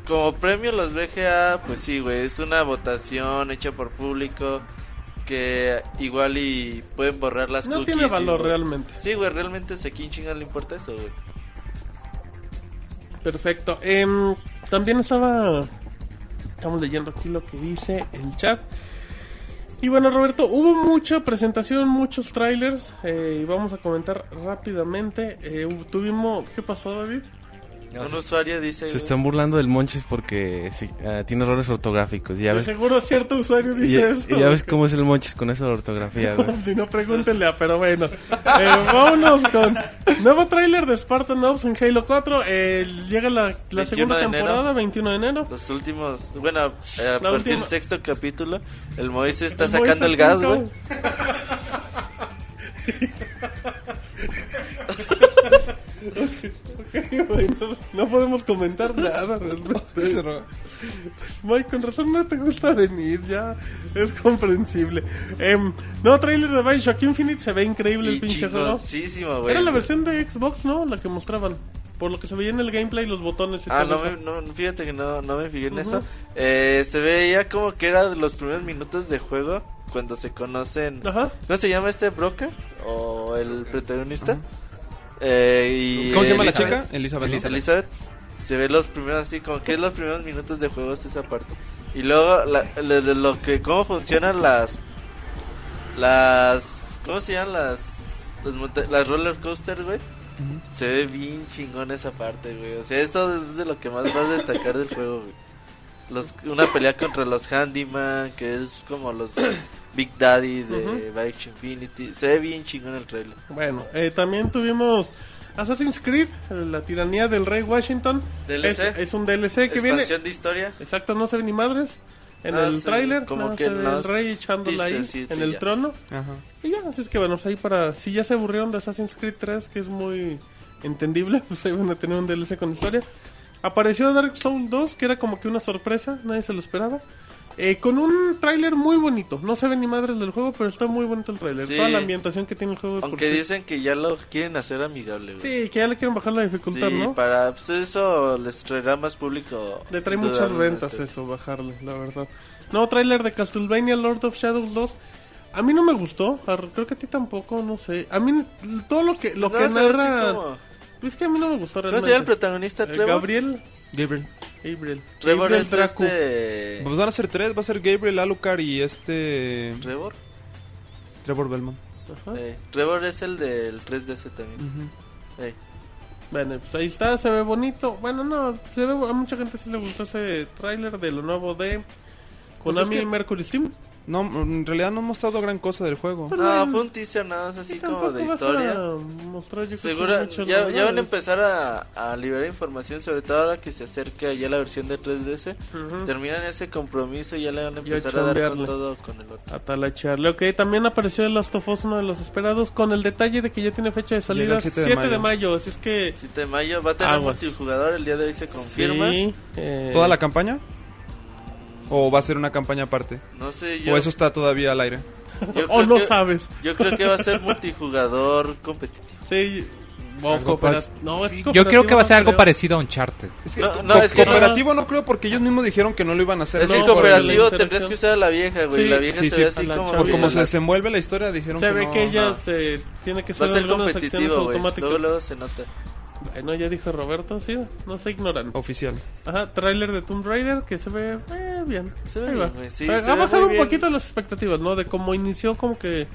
S3: como premio los BGA, pues sí, güey, es una votación hecha por público que igual y pueden borrar las
S2: No
S3: cookies
S2: tiene
S3: y-
S2: valor realmente.
S3: Sí, güey, realmente es aquí en chinga le importa eso, güey.
S2: Perfecto. Em, también estaba. Estamos leyendo aquí lo que dice el chat. Y bueno, Roberto, hubo mucha presentación, muchos trailers. eh, y vamos a comentar rápidamente. Eh, hubo- tuvimos. ¿Qué pasó, David?
S3: Un usuario dice,
S4: Se
S3: güey,
S4: están burlando del Monchis porque sí, ah, tiene errores ortográficos. Ya
S2: De
S4: ves,
S2: seguro cierto usuario
S4: y
S2: dice
S4: ya,
S2: eso.
S4: y ya ves cómo es el Monchis con esa ortografía, güey.
S2: Si no, pregúntenle a, pero bueno. Eh, vámonos con nuevo tráiler de Spartan Ops en Halo 4. eh, llega la, la
S3: 21
S2: segunda
S3: de enero.
S2: temporada, 21 de enero.
S3: los últimos, bueno, eh, a
S2: La
S3: partir
S2: última-
S3: del sexto capítulo, el Moisés está
S2: El Moisés
S3: sacando el gas,
S2: Pinto.
S3: güey.
S2: Ok, no podemos comentar nada. al respecto. Mike, con razón no te gusta venir, ya es comprensible. Em, no, trailer de Bioshock Infinite se ve increíble el
S3: Y
S2: pinche juego.
S3: chingoncísimo, güey.
S2: Era la versión de Xbox, ¿no? La que mostraban. Por lo que se veía en el gameplay, los botones. y
S3: Ah, no,
S2: todo
S3: me,
S2: eso.
S3: no, fíjate que no, no me fijé en
S2: Ujú.
S3: eso. Eh, se veía como que era de los primeros minutos de juego cuando se conocen.
S2: Ajá.
S3: ¿No se llama este Broker? ¿O el protagonista? Eh, y
S6: ¿Cómo se llama la
S3: Elizabeth.
S6: chica? Elizabeth. ¿no?
S5: Elizabeth.
S3: Elizabeth. Se ve los primeros, así como que es los primeros minutos de juegos esa parte. Y luego, la- la- de lo que, cómo funcionan las. Las. ¿Cómo se llaman las. Las, monta- las roller coaster, güey? Se ve bien chingón esa parte, güey. O sea, esto es de lo que más vas a destacar del juego, güey. Los, una pelea contra los Handyman, que es como los Big Daddy de Bike Infinity. Se ve bien chingón el trailer.
S2: Bueno, eh, también tuvimos Assassin's Creed, eh, la tiranía del rey Washington. Es,
S3: DLC.
S2: es un DLC que viene.
S3: Expansión de historia.
S2: Exacto, no se ven ni madres. En
S3: Ah,
S2: el
S3: sí,
S2: tráiler,
S3: como
S2: nada,
S3: que
S2: se ve el
S3: las
S2: rey echándola ahí
S3: dices, sí,
S2: en
S3: sí,
S2: el
S3: ya.
S2: trono.
S6: Ajá.
S2: Y ya, así es que bueno, pues ahí para. Si ya se aburrieron de Assassin's Creed 3, que es muy entendible, pues ahí van a tener un DLC con historia. Apareció Dark Souls 2, que era como que una sorpresa, nadie se lo esperaba. eh, con un tráiler muy bonito. No se ven ni madres del juego, pero está muy bonito el tráiler.
S3: Sí.
S2: Toda la ambientación que tiene el juego. de por
S3: Aunque
S2: sí.
S3: dicen que ya lo quieren hacer amigable, güey.
S2: Sí, que ya le quieren bajar la dificultad,
S3: Sí,
S2: ¿no?
S3: para pues, eso les traerá más público. este.
S2: Le trae muchas
S3: indudablemente.
S2: ventas eso, bajarle, la verdad. No, tráiler de Castlevania Lord of Shadows 2. A mí no me gustó, a- creo que a ti tampoco, no sé. A mí todo lo que lo
S3: No,
S2: que
S3: se ve así
S2: narra
S3: como-
S2: es que a mí no me gustó
S3: ¿Cómo
S2: realmente.
S3: sería el protagonista,
S2: Eh,
S3: Trevor?
S2: Gabriel,
S6: Gabriel.
S2: Gabriel,
S3: Trevor
S2: Gabriel
S3: es este...
S6: Pues van a ser tres, va a ser Gabriel, Alucard y este...
S3: ¿Trevor?
S6: Trevor Belmont.
S2: Ajá.
S3: Eh, Trevor es el del 3DS también. Eh,
S2: Bueno, pues ahí está, se ve bonito. Bueno, no, se ve a mucha gente sí le gustó ese tráiler de lo nuevo de
S6: Pues
S2: Konami
S6: es que-
S2: y Mercury Steam.
S6: No, en realidad no han mostrado gran cosa del juego.
S3: No, Ah, fue un teaser nada más
S2: Y
S3: así
S2: tampoco
S3: como de
S2: vas a
S3: historia.
S2: mostrar, yo creo que
S3: Segura,
S2: mucho
S3: ya, ya van a
S2: novedades.
S3: empezar a, a liberar información, sobre todo ahora que se acerca ya la versión de 3DS.
S2: Ujú.
S3: Terminan ese compromiso y ya le van a
S2: Y a
S3: empezar a dar con
S2: chambearle.
S3: todo con el otro.
S2: A talachearle. Ok, también apareció el Last of Us, uno de los esperados, con el detalle de que ya tiene fecha de
S6: Llega
S2: salida
S6: el
S2: 7 de, mayo. Así es que.
S3: 7 de mayo va a tener
S2: Aguas.
S3: multijugador, el día de hoy se confirma.
S2: Sí, eh,
S6: ¿Toda la campaña? ¿O va a ser una campaña aparte?
S3: No sé, yo,
S6: ¿O eso está todavía al aire?
S3: yo
S2: O
S3: creo
S2: no
S3: que-
S2: sabes.
S3: Yo creo que va a ser multijugador competitivo.
S2: Sí. o
S5: Algo
S2: coopera-
S5: pas-
S2: no, es que
S5: Yo creo
S2: cooperativo
S5: que va a ser
S2: no
S5: algo
S2: creo.
S5: parecido a Uncharted.
S6: Es que,
S3: No, no,
S6: co-
S3: es que no.
S6: cooperativo no, creo porque ellos mismos dijeron que no lo iban a hacer.
S3: Es
S2: No,
S3: que
S6: por
S3: cooperativo
S2: la
S3: tendrías
S2: interacción.
S3: que usar a la vieja, güey.
S2: Sí,
S3: la vieja
S2: sí,
S3: se
S2: sí,
S3: ve
S2: a
S3: así
S2: la
S3: como.
S2: chava.
S6: Por
S3: que
S6: cómo
S3: la-
S6: se desenvuelve la historia, dijeron
S2: Se
S6: que
S2: ve
S6: no.
S2: que ella
S3: no.
S2: se tiene que
S3: Va a
S2: ser
S3: ser
S2: algunas acciones
S3: competitivo, güey.
S2: automáticas.
S3: Luego, luego se nota.
S2: Bueno, ya dijo Roberto, sí, no sé
S5: Oh.
S2: ignorante.
S6: Oficial.
S2: Ajá, tráiler de Tomb Raider que se ve eh, bien.
S3: Se ve
S2: Ahí
S3: bien,
S2: va.
S3: güey, sí,
S2: Eh,
S3: se
S2: ha
S3: ve
S2: bajado
S3: muy
S2: un
S3: bien.
S2: poquito las expectativas, ¿no? De cómo inició, como que.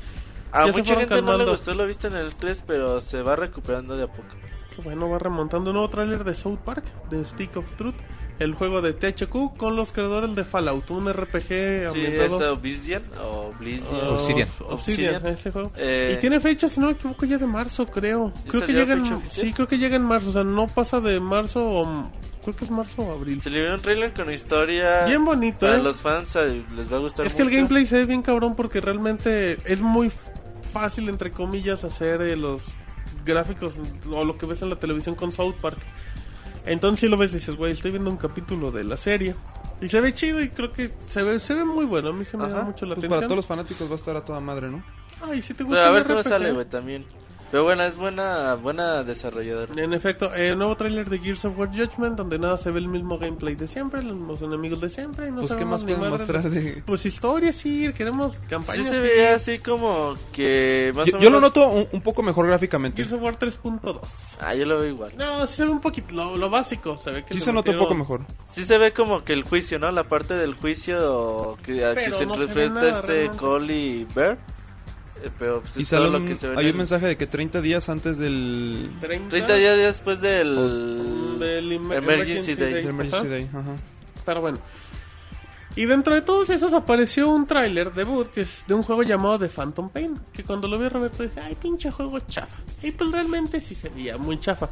S3: A
S2: Ya se
S3: mucha
S2: fueron
S3: gente no
S2: calmando.
S3: le gustó lo visto en el 3, pero se va recuperando de a poco.
S2: Que bueno, va remontando un nuevo tráiler de South Park, de Stick of Truth, el juego de THQ con los creadores de Fallout, un RPG
S3: Sí, este
S2: ambientado...
S3: es Obsidian o Oblivion.
S2: Ah,
S5: Obsidian.
S2: Obsidian, ese juego.
S3: Eh,
S2: y tiene fecha, si no me equivoco, ya de marzo, creo.
S3: ¿Ya
S2: Creo que
S3: salió
S2: llega
S3: fecha
S2: en,
S3: oficial?
S2: sí, creo que llega en marzo, o sea, no pasa de marzo o... m- Creo que es marzo o abril.
S3: Se liberó un trailer con historia.
S2: Bien bonito,
S3: Para
S2: ¿eh?
S3: los fans eh, les va a gustar
S2: Es que el
S3: mucho.
S2: gameplay se ve bien cabrón porque realmente es muy f- fácil, entre comillas, hacer eh, los gráficos o lo que ves en la televisión con South Park. Entonces si lo ves y dices, güey, estoy viendo un capítulo de la serie. Y se ve chido y creo que se ve, se ve muy bueno. A mí se me da
S6: Ajá.
S2: mucho la
S6: Pues para
S2: atención.
S6: todos los fanáticos va a estar a toda madre, ¿no?
S2: Ay, si te gusta
S3: Pero a
S2: el
S3: ver cómo
S2: RPG.
S3: sale, güey, también. Pero bueno, es buena, buena desarrolladora.
S2: En efecto, eh, nuevo tráiler de Gears of War Judgment, donde nada se ve el mismo gameplay de siempre, los mismos enemigos de siempre. y no
S6: Pues qué
S2: sabemos
S6: más
S2: ni
S6: pueden
S2: madres de-
S6: mostrar de...
S2: Pues historia, sí, queremos campaña.
S3: Sí se
S2: sí.
S3: ve así como que más
S6: Yo,
S3: o
S6: yo lo
S3: menos-
S6: noto un, un poco mejor gráficamente.
S2: Gears of War 3.2.
S3: Ah, yo lo veo igual.
S2: No, sí se ve un poquito lo, lo básico. Se ve que
S6: Sí
S2: le
S6: se nota un
S2: metieron-
S6: poco mejor.
S3: Sí se ve como que el juicio, ¿no? La parte del juicio que, a que
S2: Pero
S3: se
S2: no se ve
S3: enfrenta
S2: nada,
S3: este
S2: realmente.
S3: Cole y Bear. Eh, pero pues
S6: Y
S3: es todo
S6: sale
S3: lo
S6: un-
S3: que se ve. en
S6: hay
S3: el-
S6: un mensaje de que 30 días antes del...
S2: 30,
S3: 30 días después
S2: mm,
S3: del...
S2: del em- Emer-
S3: Emergency Day.
S6: del Emergency
S2: Ajá.
S6: Day, ajá.
S2: Pero bueno. Y dentro de todos esos apareció un tráiler debut que es de un juego llamado The Phantom Pain. Que cuando lo vi Roberto dije, ay, pinche juego chafa. Y pues realmente sí se veía muy chafa.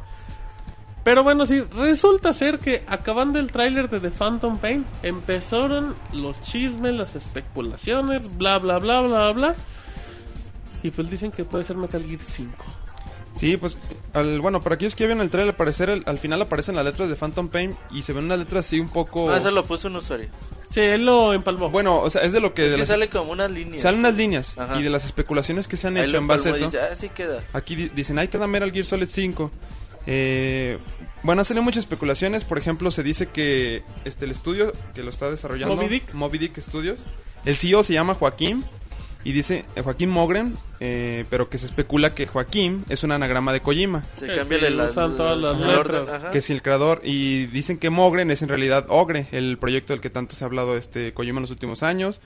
S2: Pero bueno, sí, resulta ser que acabando el tráiler de The Phantom Pain, empezaron los chismes, las especulaciones, bla, bla, bla, bla, bla. Y pues dicen que puede ser Metal Gear 5.
S6: Sí, pues, al- bueno, para aquellos que vieron el trailer, al parecer, el- al final aparecen las letras de Phantom Pain y se ven unas letras así un poco...
S3: Ah, eso lo puso un usuario.
S2: Sí, él lo empalmó.
S6: Bueno, o sea, es de lo que...
S3: Es
S6: de
S3: que
S6: las-
S3: sale como unas líneas.
S6: Salen unas líneas
S3: Ajá.
S6: y de las especulaciones que se han
S3: Ahí
S6: hecho
S3: lo
S6: en base a
S3: palmo y
S6: eso.
S3: dice, ah, sí queda.
S6: Aquí di- dicen, hay que dar al Gear Solid 5. Eh, van a salir muchas especulaciones. Por ejemplo, se dice que este, el estudio que lo está desarrollando,
S2: Moby Dick.
S6: Dick Studios, el CEO se llama Joaquín. Y dice eh, Joaquín Mogren, eh, pero que se especula que Joaquín es un anagrama de Kojima.
S3: Se
S2: Sí,
S3: cambia
S2: sí,
S3: la-
S2: usan todas las
S3: la orden,
S2: letras.
S3: ajá.
S6: Que es el creador. Y dicen que Mogren es en realidad Ogre, el proyecto del que tanto se ha hablado este Kojima en los últimos años.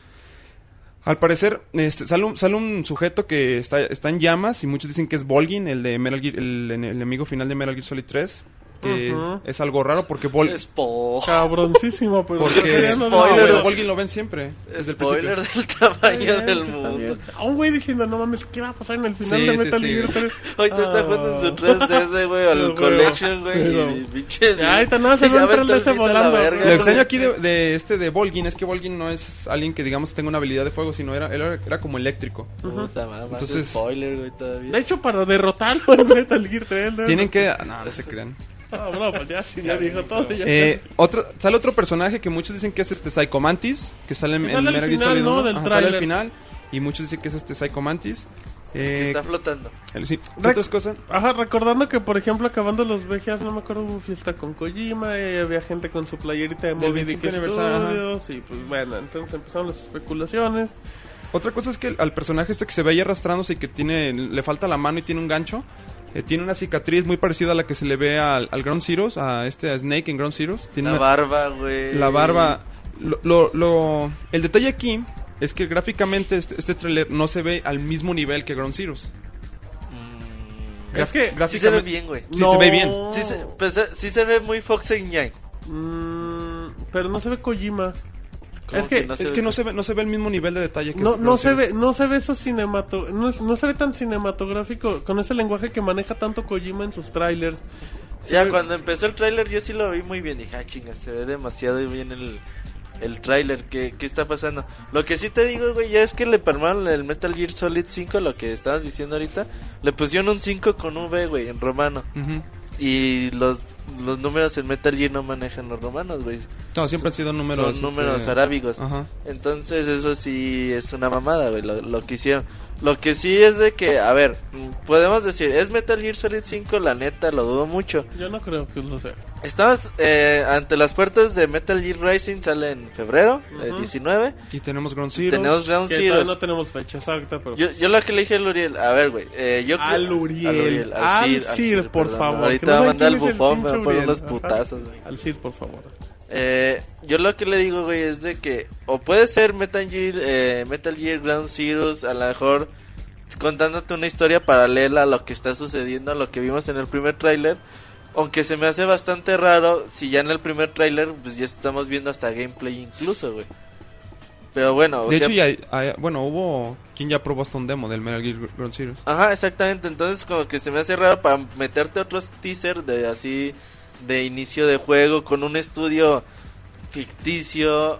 S6: Al parecer, este, sale, un, sale un sujeto que está, está en llamas y muchos dicen que es Volgin, el de Metal Gear- el, ene- el enemigo final de Metal Gear Solid 3. Que
S2: Ujú.
S6: es algo raro porque Vol-
S3: Spo-
S2: Cabroncísimo, pero
S6: porque
S2: ya no lo-
S3: Spoiler.
S6: no, güey, Volgin lo ven siempre. Desde el
S3: Spoiler
S6: principio.
S3: del
S2: Está bien,
S3: tamaño del
S2: está
S3: mundo.
S2: bien. A un güey diciendo, no mames, ¿qué va a pasar en el final
S6: Sí,
S2: de
S6: sí,
S2: Metal
S6: sí,
S2: Gear
S6: güey.
S2: 3?
S3: Ahorita está
S2: Ah.
S3: jugando en su 3DS, güey, al
S2: Pero,
S3: Collection,
S2: pero-
S3: güey, y pinches.
S2: Ya, ahorita no, se
S3: Ya
S2: ve un
S3: vete
S2: 3DS
S3: ahorita a la
S2: volando.
S3: verga,
S2: Lo
S6: Lo
S3: güey.
S6: extraño aquí de, de este de Volgin es que Volgin no es alguien que digamos tenga una habilidad de fuego, sino era, era, era como eléctrico.
S3: Puta madre,
S6: Entonces-
S3: spoiler, güey, todavía.
S2: De hecho, para derrotarlo en Metal Gear 3. ¿no?
S6: Tienen que... No, no se crean.
S2: Ah, bro, pues ya, sí, ya dijo todo. Ya,
S6: Eh, otro- sale otro personaje que muchos dicen que es este Psycho Mantis, que sale en,
S2: Que
S6: en
S2: sale al
S6: Metal Gear
S2: final,
S6: Solid
S2: ¿no?
S6: 1.
S2: Del
S6: Ajá, sale al
S2: tráiler.
S6: final. Y muchos dicen que es este Psycho Mantis.
S3: Que
S6: Eh,
S3: está flotando.
S6: el- sí, ¿qué
S2: Rec-
S6: otras cosas?
S2: Ajá, recordando que, por ejemplo, acabando los VGAs, no me acuerdo, hubo fiesta con Kojima, eh, había gente con su playerita de
S6: Del
S2: Moby Dick
S6: 25 aniversario, ajá.
S2: Studios, y pues bueno, entonces empezaron las especulaciones.
S6: Otra cosa es que el- al personaje este que se ve ahí arrastrándose y que tiene, le falta la mano y tiene un gancho, eh, tiene una cicatriz muy parecida a la que se le ve al, al Ground Zeroes, a este a Snake en Ground Zeroes. Tiene
S3: La
S6: una-
S3: barba, güey.
S6: la barba. Lo, lo- lo- el detalle aquí es que gráficamente este, este trailer no se ve al mismo nivel que Ground Zeroes.
S3: Mm.
S2: Es que,
S3: Sí se ve
S6: gráficamente-
S3: bien, güey.
S6: Sí, se ve bien.
S3: Sí se, pues, eh, sí se ve muy Fox and Yang.
S2: Mm, pero no se ve Kojima.
S3: Como
S2: Es que,
S3: no se
S6: es
S3: ve-
S6: que no se ve, no se ve el mismo nivel de detalle que
S2: No,
S6: Ground
S2: no se
S6: Zeroes.
S2: ve, no se ve eso cinemato, no, es- no se ve tan cinematográfico con ese lenguaje que maneja tanto Kojima en sus trailers. Se
S3: Ya,
S2: ve-
S3: cuando empezó el tráiler yo sí lo vi muy bien. Dije, ah, chinga, se ve demasiado bien el, el tráiler. ¿Qué, ¿Qué está pasando? Lo que sí te digo, güey, ya es que le permaron el Metal Gear Solid 5, lo que estabas diciendo ahorita. Le pusieron un 5 con V, güey, en romano.
S6: Ujú.
S3: Y los, los números en Metal Gear no manejan los romanos, güey.
S6: No, siempre han sido números.
S3: Son
S6: este,
S3: números arábigos.
S6: Ajá.
S3: Entonces eso sí es una mamada, güey, lo, lo que hicieron. Lo que sí es de que, a ver, mm, podemos decir, ¿es Metal Gear Solid 5? La neta, lo dudo mucho.
S2: Yo no creo que lo sea.
S3: Estamos eh, ante las puertas de Metal Gear Rising, sale en febrero, eh,
S2: Ujú.
S3: 19.
S6: Y tenemos Ground Zeroes.
S3: Tenemos Ground
S2: Que todavía
S3: Zeroes.
S2: no tenemos fecha exacta, pero
S3: Yo, yo lo que le dije a Luriel, a ver, güey, eh, yo...
S2: Al Uriel, al Sir, por favor, que
S3: Ahorita
S2: no
S3: va a
S2: saben
S3: mandar el
S2: quién es el
S3: bufón, me
S2: pinche
S3: va a poner
S2: Uriel.
S3: unos
S2: Ajá.
S3: putazos, güey.
S2: al Cid, por favor.
S3: Eh, yo lo que le digo, güey, es de que o puede ser Metal Gear, eh, Metal Gear Ground Zeroes, a lo mejor contándote una historia paralela a lo que está sucediendo, a lo que vimos en el primer tráiler. Aunque se me hace bastante raro si ya en el primer tráiler pues ya estamos viendo hasta gameplay incluso, güey. Pero bueno, o
S6: De
S3: sea,
S6: hecho, ya, hay- bueno, hubo quien ya probó hasta un demo del Metal Gear Ground Zeroes.
S3: Ajá, exactamente. Entonces, como que se me hace raro para meterte otros teaser de así de inicio de juego con un estudio ficticio.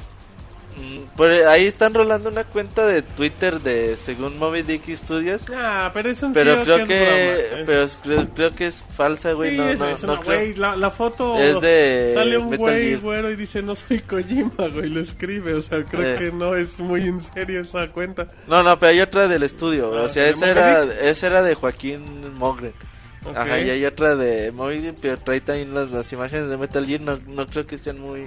S3: Mm, Por ahí están rolando una cuenta de Twitter de según Moby Dick Studios,
S2: Ah, pero es un
S3: pero
S2: CEO
S3: creo
S2: es
S3: que
S2: broma, eh.
S3: pero creo, creo que es falsa, güey.
S2: Sí,
S3: no,
S2: es,
S3: no,
S2: es
S3: no
S2: una
S3: creo.
S2: güey, la, la foto
S3: Es de
S2: sale un
S3: Metal
S2: güey
S3: Gear.
S2: güero y dice no soy Kojima, güey, lo escribe, o sea, creo
S3: Eh.
S2: que no es muy en serio esa cuenta.
S3: No, no, pero hay otra del estudio, güey,
S2: Ah,
S3: o sea,
S2: ¿de
S3: esa
S2: Moby
S3: era esa era de Joaquín Mogren.
S2: Ok.
S3: Ajá, y hay otra de Moby Dick, pero trae también las, las imágenes de Metal Gear, no, no creo que sean muy...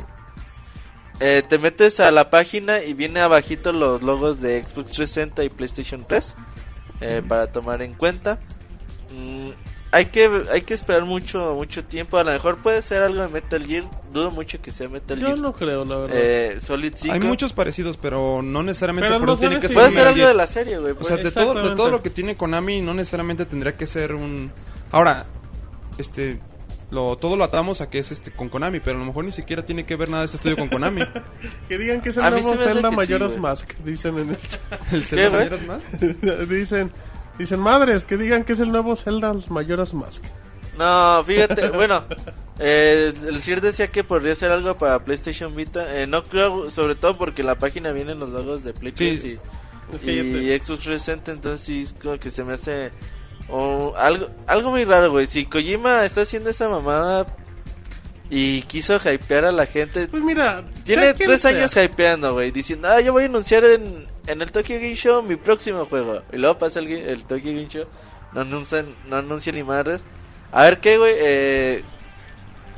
S3: Eh, te metes a la página y viene abajito los logos de Xbox 360 y PlayStation 3 eh, para tomar en cuenta. Mm, hay, que, hay que esperar mucho mucho tiempo, a lo mejor puede ser algo de Metal Gear, dudo mucho que sea Metal
S2: Yo
S3: Gear
S2: no creo, la verdad.
S3: eh, Solid 5.
S6: Hay muchos parecidos, pero no necesariamente
S2: Pero
S6: por
S2: no
S6: un tiene
S2: sabes
S6: que
S2: si
S6: ser
S3: Puede
S6: un
S3: ser
S6: Metal
S3: algo de
S6: Gear.
S3: la serie, güey.
S6: O sea, de todo, de todo lo que tiene Konami no necesariamente tendría que ser un... Ahora, este... Lo, todo lo atamos a que es este con Konami, pero a lo mejor ni siquiera tiene que ver nada este estudio con Konami.
S2: Que digan que es
S3: A
S2: el
S3: mí se
S2: nuevo
S3: me hace
S2: Zelda
S3: que sí,
S2: Mayoras
S3: güey.
S2: Mask, dicen en el chat.
S6: El Zelda
S3: güey?
S6: Majora's Mask.
S2: dicen, dicen madres, que digan que es el nuevo Zelda Mayoras Mask.
S3: No, fíjate, bueno, eh, el CIR decía que podría ser algo para PlayStation Vita. eh, no creo, sobre todo porque en la página vienen los logos de PlayStation
S6: Sí,
S3: y,
S2: es que ya te-
S3: y Xbox 360, entonces sí, como que se me hace O algo, algo muy raro, güey. Si Kojima está haciendo esa mamada y quiso hypear a la gente.
S2: Pues mira,
S3: Tiene
S2: sea quien
S3: tres
S2: sea.
S3: años hypeando, güey. Diciendo, ah, yo voy a anunciar en, en el Tokyo Game Show mi próximo juego. Y luego pasa el, ga- el Tokyo Game Show. No anuncian, no anuncian ni madres. A ver qué, güey. Eh,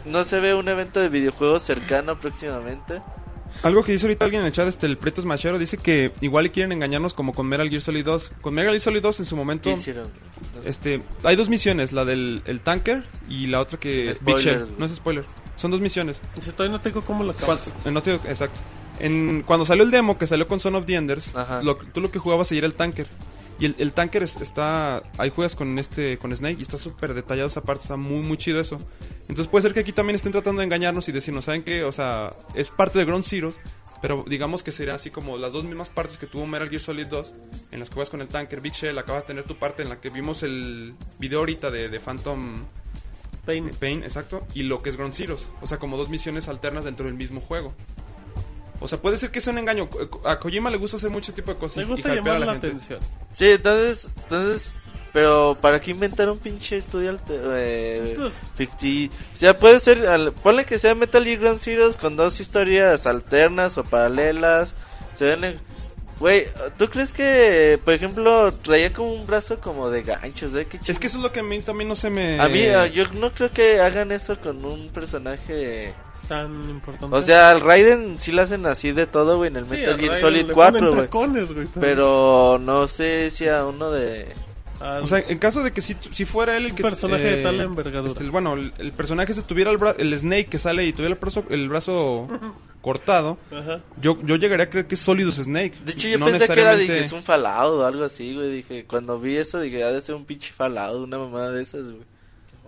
S3: no se ve un evento de videojuegos cercano próximamente.
S6: Algo que dice ahorita alguien en el chat, este, el Pretos Machero, dice que igual y quieren engañarnos como con Metal Gear Solid 2. Con Metal Gear Solid 2 en su momento,
S3: ¿Qué hicieron?
S6: este, hay dos misiones, la del el tanker y la otra que es Big
S3: Spoilers,
S6: Shell.
S3: güey.
S6: No es spoiler, son dos misiones.
S2: Yo todavía no tengo cómo lo acabo.
S6: Cuan- eh, no te digo- exacto. En, cuando salió el demo que salió con Son of the Enders,
S3: Ajá.
S6: lo- tú lo que jugabas ahí era el tanker. Y el, el tanker es- está. Ahí juegas con este con Snake y está súper detallado esa parte, está muy, muy chido eso. Entonces puede ser que aquí también estén tratando de engañarnos y decirnos, ¿saben qué? O sea, es parte de Ground Zero, pero digamos que será así como las dos mismas partes que tuvo Metal Gear Solid 2, en las que juegas con el tanker. Big Shell acabas de tener tu parte en la que vimos el video ahorita de, de Phantom
S2: Pain.
S6: Pain, exacto. Y lo que es Ground Zeroes. O sea, como dos misiones alternas dentro del mismo juego. O sea, puede ser que sea un engaño. Co- A Kojima le gusta hacer mucho tipo de cosas.
S2: Me
S6: y-
S2: gusta
S6: y hypear
S2: llamar
S6: a
S2: la,
S6: gente.
S2: atención.
S3: Sí, entonces, entonces, pero ¿para qué inventar un pinche estudio alter- eh,
S2: Pues-
S3: ficti- O sea, puede ser, al- ponle que sea Metal Gear Ground Zeroes con dos historias alternas o paralelas. Se ven, en- güey, ¿tú crees que, por ejemplo, traía como un brazo como de ganchos, eh? Qué
S6: Es que eso es lo que a mí también no se me.
S3: chingón. A mí, eh, yo no creo que hagan eso con un personaje.
S2: Tan importante.
S3: O sea, al Raiden sí lo hacen así de todo, güey, en el
S2: Sí,
S3: Metal
S2: al
S3: Gear
S2: Raiden
S3: Solid
S2: le ponen
S3: 4, güey.
S2: tacones, güey, también.
S3: Pero no sé si a uno de.
S2: Al-
S6: O sea, en caso de que si, tu- si fuera él el que.
S2: personaje de tal envergadura.
S6: este, el- bueno, el, el personaje se tuviera el, bra- el Snake que sale y tuviera el brazo, el brazo cortado.
S2: Ajá.
S6: Yo, yo llegaría a creer que es Solidus Snake.
S3: De hecho, yo
S6: No
S3: pensé que era,
S6: necesariamente-
S3: dije, es un falado o algo así, güey. Dije, cuando vi eso, dije, ha de ser un pinche falado, una mamada de esas, güey.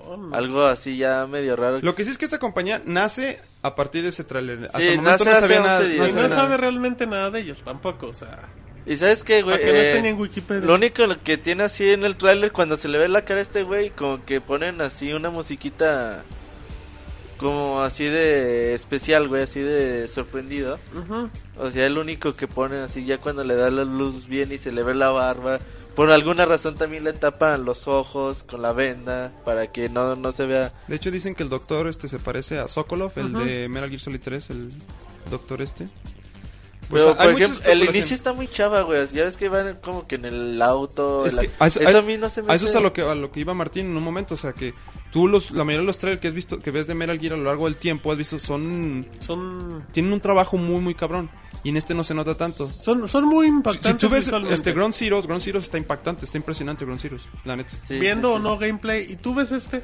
S2: Oh, no.
S3: Algo así ya medio raro.
S6: Lo que sí es que esta compañía nace a partir de ese trailer. Hasta
S3: Sí,
S6: el momento
S3: nace
S6: no
S3: hace
S6: sabía
S3: 11
S6: nada.
S3: días.
S2: Y Pues no
S3: o sea,
S6: sabía
S2: sabe
S6: nada.
S2: realmente nada de ellos tampoco, o sea.
S3: Y sabes qué, güey.
S2: Para que no
S3: Eh,
S2: esté ni en Wikipedia.
S3: lo único que tiene así en el tráiler, cuando se le ve la cara a este güey, como que ponen así una musiquita como así de especial, güey, así de sorprendido.
S2: Ujú.
S3: O sea, el único que ponen así ya cuando le da la luz bien y se le ve la barba. Por alguna razón también le tapan los ojos con la venda para que no, no se vea.
S6: De hecho dicen que el doctor este se parece a Sokolov, el
S2: Ajá.
S6: de Metal Gear Solid 3, el doctor este. Pues
S3: Pero,
S6: hay
S3: por ejemplo,
S6: muchas
S3: el
S6: especulaciones.
S3: inicio está muy chava, güey. Ya ves que van como que en el auto.
S6: Es
S3: en la-
S6: que a eso-
S3: Eso
S6: a-
S3: a mí no se me
S6: A eso es
S3: hace-
S6: a lo que a lo que iba Martín en un momento, o sea que tú los la mayoría de los trailers que has visto que ves de Metal Gear a lo largo del tiempo has visto son
S2: Son,
S6: tienen un trabajo muy muy cabrón y en este no se nota tanto.
S2: son, son muy
S6: Si, si
S2: impactantes.
S6: tú ves
S2: visualmente.
S6: este Ground Zeroes, Ground Zeroes está impactante, está impresionante Ground Zeroes, la neta.
S3: Sí, sí,
S2: viendo o
S3: sí.
S2: no gameplay, y tú ves este,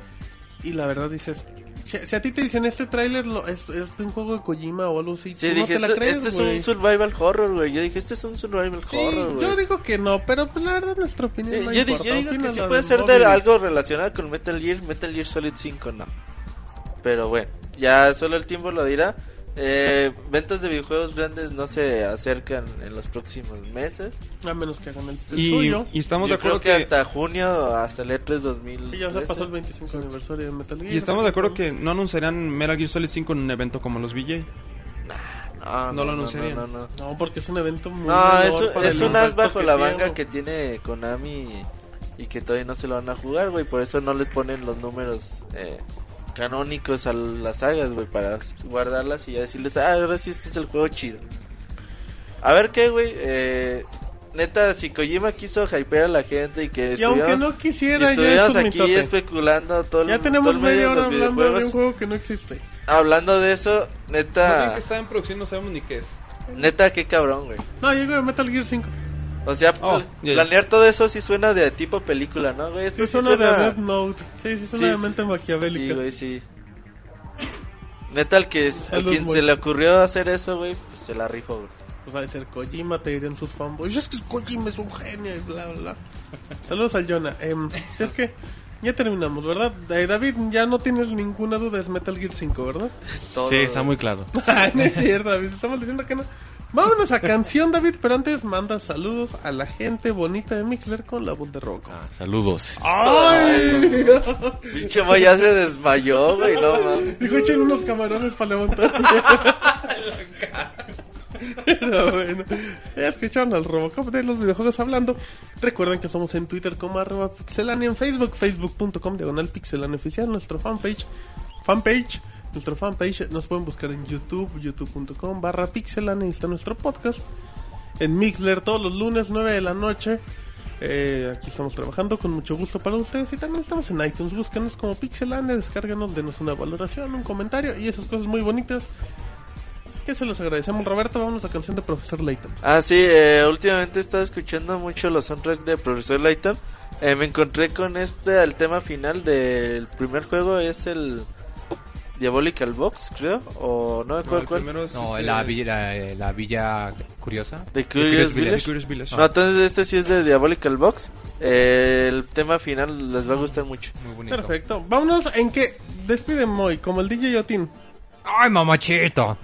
S2: y la verdad dices. Si, si a ti te dicen este tráiler lo- es, es de un juego de Kojima o algo así,
S3: Sí,
S2: tú
S3: dije,
S2: no te la
S3: este,
S2: crees,
S3: este es
S2: güey.
S3: un survival horror, güey. Yo dije, este es un survival
S2: Sí,
S3: horror, güey.
S2: yo digo que no, pero pues la verdad nuestra opinión
S3: Sí,
S2: no
S3: yo, di-
S2: importa.
S3: yo digo que
S2: Opina
S3: sí
S2: la
S3: puede
S2: del
S3: ser
S2: Bobby.
S3: de algo relacionado con Metal Gear, Metal Gear Solid 5 no. Pero bueno, ya solo el tiempo lo dirá. Eh, ventas de videojuegos grandes no se acercan en los próximos meses.
S2: A menos que hagan el, el
S6: Y,
S2: suyo.
S6: y estamos
S3: Yo
S6: de acuerdo
S3: creo que, hasta junio, hasta el E E3 2000.
S2: Y ya se pasó el 25 aniversario de Metal Gear.
S6: y estamos de acuerdo que no anunciarían Metal Gear Solid 5 en un evento como los VJ.
S3: Ah, No,
S6: no lo
S3: no,
S6: anunciarían.
S3: No, no, no.
S2: No, porque es un evento muy.
S3: No,
S2: menor
S3: es, un-
S2: para
S3: es
S2: el
S3: un as
S2: impacto
S3: bajo la
S2: tiene.
S3: manga que tiene Konami y que todavía no se lo van a jugar, güey. Por eso no les ponen los números eh, canónicos a las sagas, güey, para guardarlas y ya decirles, ah, ahora sí este es el juego chido. A ver qué, güey. eh, neta, si Kojima quiso hypear a la gente y que
S2: Y aunque
S3: estuvimos,
S2: no quisiera, ya es
S3: estuvimos
S2: un
S3: aquí
S2: mitote.
S3: especulando todo el-
S2: Ya
S3: todo
S2: tenemos
S3: el medio
S2: media
S3: de los
S2: hora hablando de
S3: videojuegos,
S2: un juego que no existe.
S3: hablando de eso,
S6: Más bien
S3: neta,
S6: que está en producción no sabemos ni qué es.
S3: neta, qué cabrón, güey.
S2: No, yo digo de Metal Gear 5.
S3: O sea,
S6: Oh,
S3: pl-
S6: ya, ya.
S3: planear todo eso sí suena de tipo película, ¿no, güey? Esto
S2: Sí, suena de Death Note. Sí, sí, suena de mente maquiavélica.
S3: Sí, güey, sí. Neta, al que es- al
S2: Salud,
S3: quien
S2: güey.
S3: se le ocurrió hacer eso, güey, pues se la rifó, güey.
S2: O sea, de ser Kojima, te dirían sus fanboys. Es que Kojima es un genio y bla, bla, bla. Saludos al Jonah. Em, si es que ya terminamos, ¿verdad? Eh, David, ya no tienes ninguna duda, es Metal Gear 5, ¿verdad?
S3: Es todo,
S4: Sí, está
S3: güey.
S4: muy claro.
S2: Ay, no es cierto, David. Estamos diciendo que no. Vámonos a canción, David, pero antes manda saludos a la gente bonita de Mixler con la voz de Rocco.
S4: Ah, saludos.
S2: Ah, ¡Ay!
S3: Pinche Moy ya se desmayó, güey, no mames.
S2: Dijo, echen unos camarones para levantar. Pero bueno, ya escucharon al Robocop de los videojuegos hablando. Recuerden que somos en Twitter como arroba pixelania, en Facebook, facebook.com diagonal pixelania oficial, nuestro fanpage, fanpage, nuestro fanpage, nos pueden buscar en YouTube, youtube.com barra pixelania, y está nuestro podcast. En Mixler todos los lunes, 9 de la noche. Eh, aquí estamos trabajando con mucho gusto para ustedes y también estamos en iTunes. Búsquenos como Pixelania, descárganos, denos una valoración, un comentario y esas cosas muy bonitas que se los agradecemos. Roberto, vamos a canción de Profesor Layton.
S3: Ah, sí, eh, últimamente he estado escuchando mucho los soundtrack de Profesor Layton. Eh, me encontré con este, el tema final del primer juego, es el Diabolical Box, creo, o no me
S6: No,
S3: acuerdo
S6: el
S3: cuál.
S6: primero es,
S5: No,
S6: este,
S5: la, villa- la, eh, la villa curiosa.
S3: The Curious
S6: The
S3: Village.
S6: Curious Village.
S3: No, entonces este sí es de Diabolical Box. Eh, el tema final les va a gustar mucho.
S5: Muy bonito.
S2: Perfecto. Vámonos en que despiden Moy, como el DJ Yotin.
S5: ¡Ay, mamachito!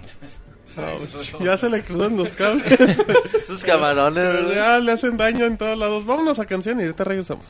S2: ya se le cruzan los cables.
S3: Esos camarones.
S2: Pero
S3: güey.
S2: ya le hacen daño en todos lados. Vámonos a canción y ahorita regresamos.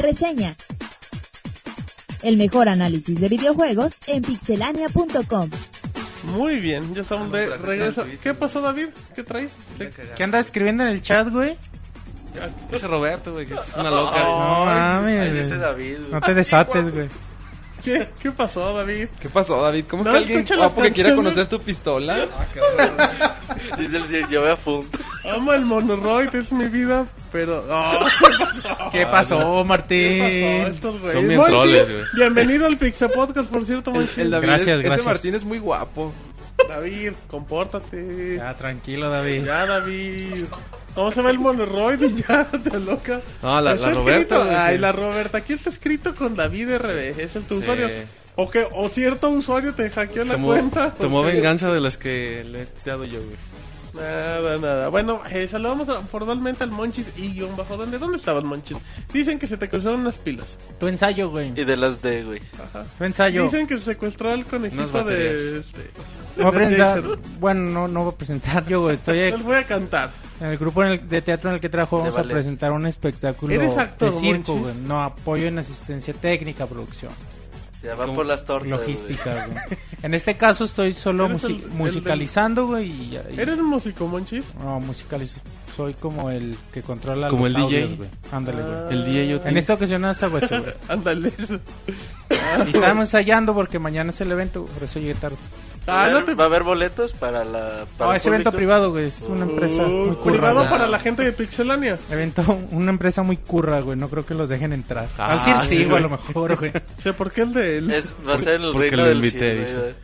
S1: Reseña. El mejor análisis de videojuegos en pixelania.com.
S2: Muy bien, ya estamos de regreso. ¿Qué pasó, David? ¿Qué traes?
S7: ¿Qué andas escribiendo en el chat, güey?
S4: pues Ese Roberto, güey, que es una loca.
S7: No mames,
S3: Ay, ese
S7: güey.
S3: David, güey.
S7: No te desates, güey.
S2: ¿Qué, ¿Qué pasó, David?
S6: ¿Qué pasó, David? ¿Cómo
S2: No,
S6: que alguien
S2: escucha las
S6: guapo que quiera
S2: canciones.
S6: conocer tu pistola?
S3: Dice el señor, yo me apunto.
S2: Amo el monoroid, es mi vida, pero... ¡Oh!
S7: ¿Qué pasó,
S2: ¿Qué pasó?
S7: Martín?
S2: Estos güeyes.
S4: Son bien
S2: Monchi,
S4: troles, güey.
S2: Bienvenido al Pixel Podcast, por cierto, Monchi.
S6: El David,
S7: Gracias,
S6: es-
S7: gracias.
S6: Ese Martín es muy guapo.
S2: David, compórtate. Ya.
S7: Ya, tranquilo, David.
S2: David. ¿Cómo se ve el monoroid? Ya, te loca.
S4: No, la-
S2: Está
S4: la Roberta,
S2: escrito-
S4: güey,
S2: Ay,
S4: sí.
S2: la Roberta. Aquí está escrito con David RB. Ese es tu
S4: Sí.
S2: usuario. O, que, o cierto usuario te hackeó la
S4: Tomó,
S2: cuenta.
S4: tomó
S2: O sea,
S4: venganza de las que le he dado yo, güey.
S2: Nada, nada. Bueno, eh, saludamos a- formalmente al Monchis y guión bajo. ¿Dónde, ¿Dónde estaban Monchis? Dicen que se te cruzaron unas pilas.
S7: Tu ensayo, güey.
S3: Y de las D, güey.
S7: Tu ensayo.
S2: Dicen que se secuestró al
S4: Unas
S2: conejito
S4: baterías.
S2: de... este,
S7: Voy a presentar.
S2: Energizer.
S7: Bueno, no, no voy a presentar yo, güey. Estoy
S2: Él
S7: en
S2: fue a cantar.
S7: el grupo en el- de teatro en el que trabajo.
S3: Le
S7: Vamos
S3: vale.
S7: a presentar un espectáculo
S2: Eres actor,
S7: de circo,
S2: Monchis.
S7: güey. No, apoyo en asistencia técnica, producción,
S3: Ya van
S4: Como
S3: por las tortas. güey.
S7: logística, güey. En este caso estoy solo
S2: Eres
S7: musi-
S2: el- el
S7: musicalizando, güey. y ya- y-
S2: ¿Eres músico, Monchis?
S7: No, musicalizo. Soy como el que controla
S4: Como
S7: los
S4: el DJ.
S7: audios, güey. Ándale, güey.
S4: El DJ yo
S7: En este- esta ocasión hasta güey.
S2: Ándale.
S7: Y estábamos ensayando porque mañana es el evento, güey, por eso llegué tarde.
S3: ¿Va a
S2: Ah, no
S3: haber-
S2: te...
S3: ¿Va a haber boletos para la. Para
S7: No,
S3: el
S7: es evento
S3: público?
S7: privado, güey. Es una empresa muy
S2: Uh,
S7: curra.
S2: privado
S7: güey.
S2: para la gente de Pixelania.
S7: Evento, una empresa muy curra, güey. No creo que los dejen entrar.
S4: Ah,
S7: Al Circe,
S4: sí,
S7: sí, güey,
S4: güey.
S7: a lo mejor, güey.
S2: O sea, ¿por qué el de él?
S3: Es, va a ser en el
S4: Porque
S3: reino
S4: lo
S3: del
S4: invité,
S3: cine,
S4: dice.
S3: güey.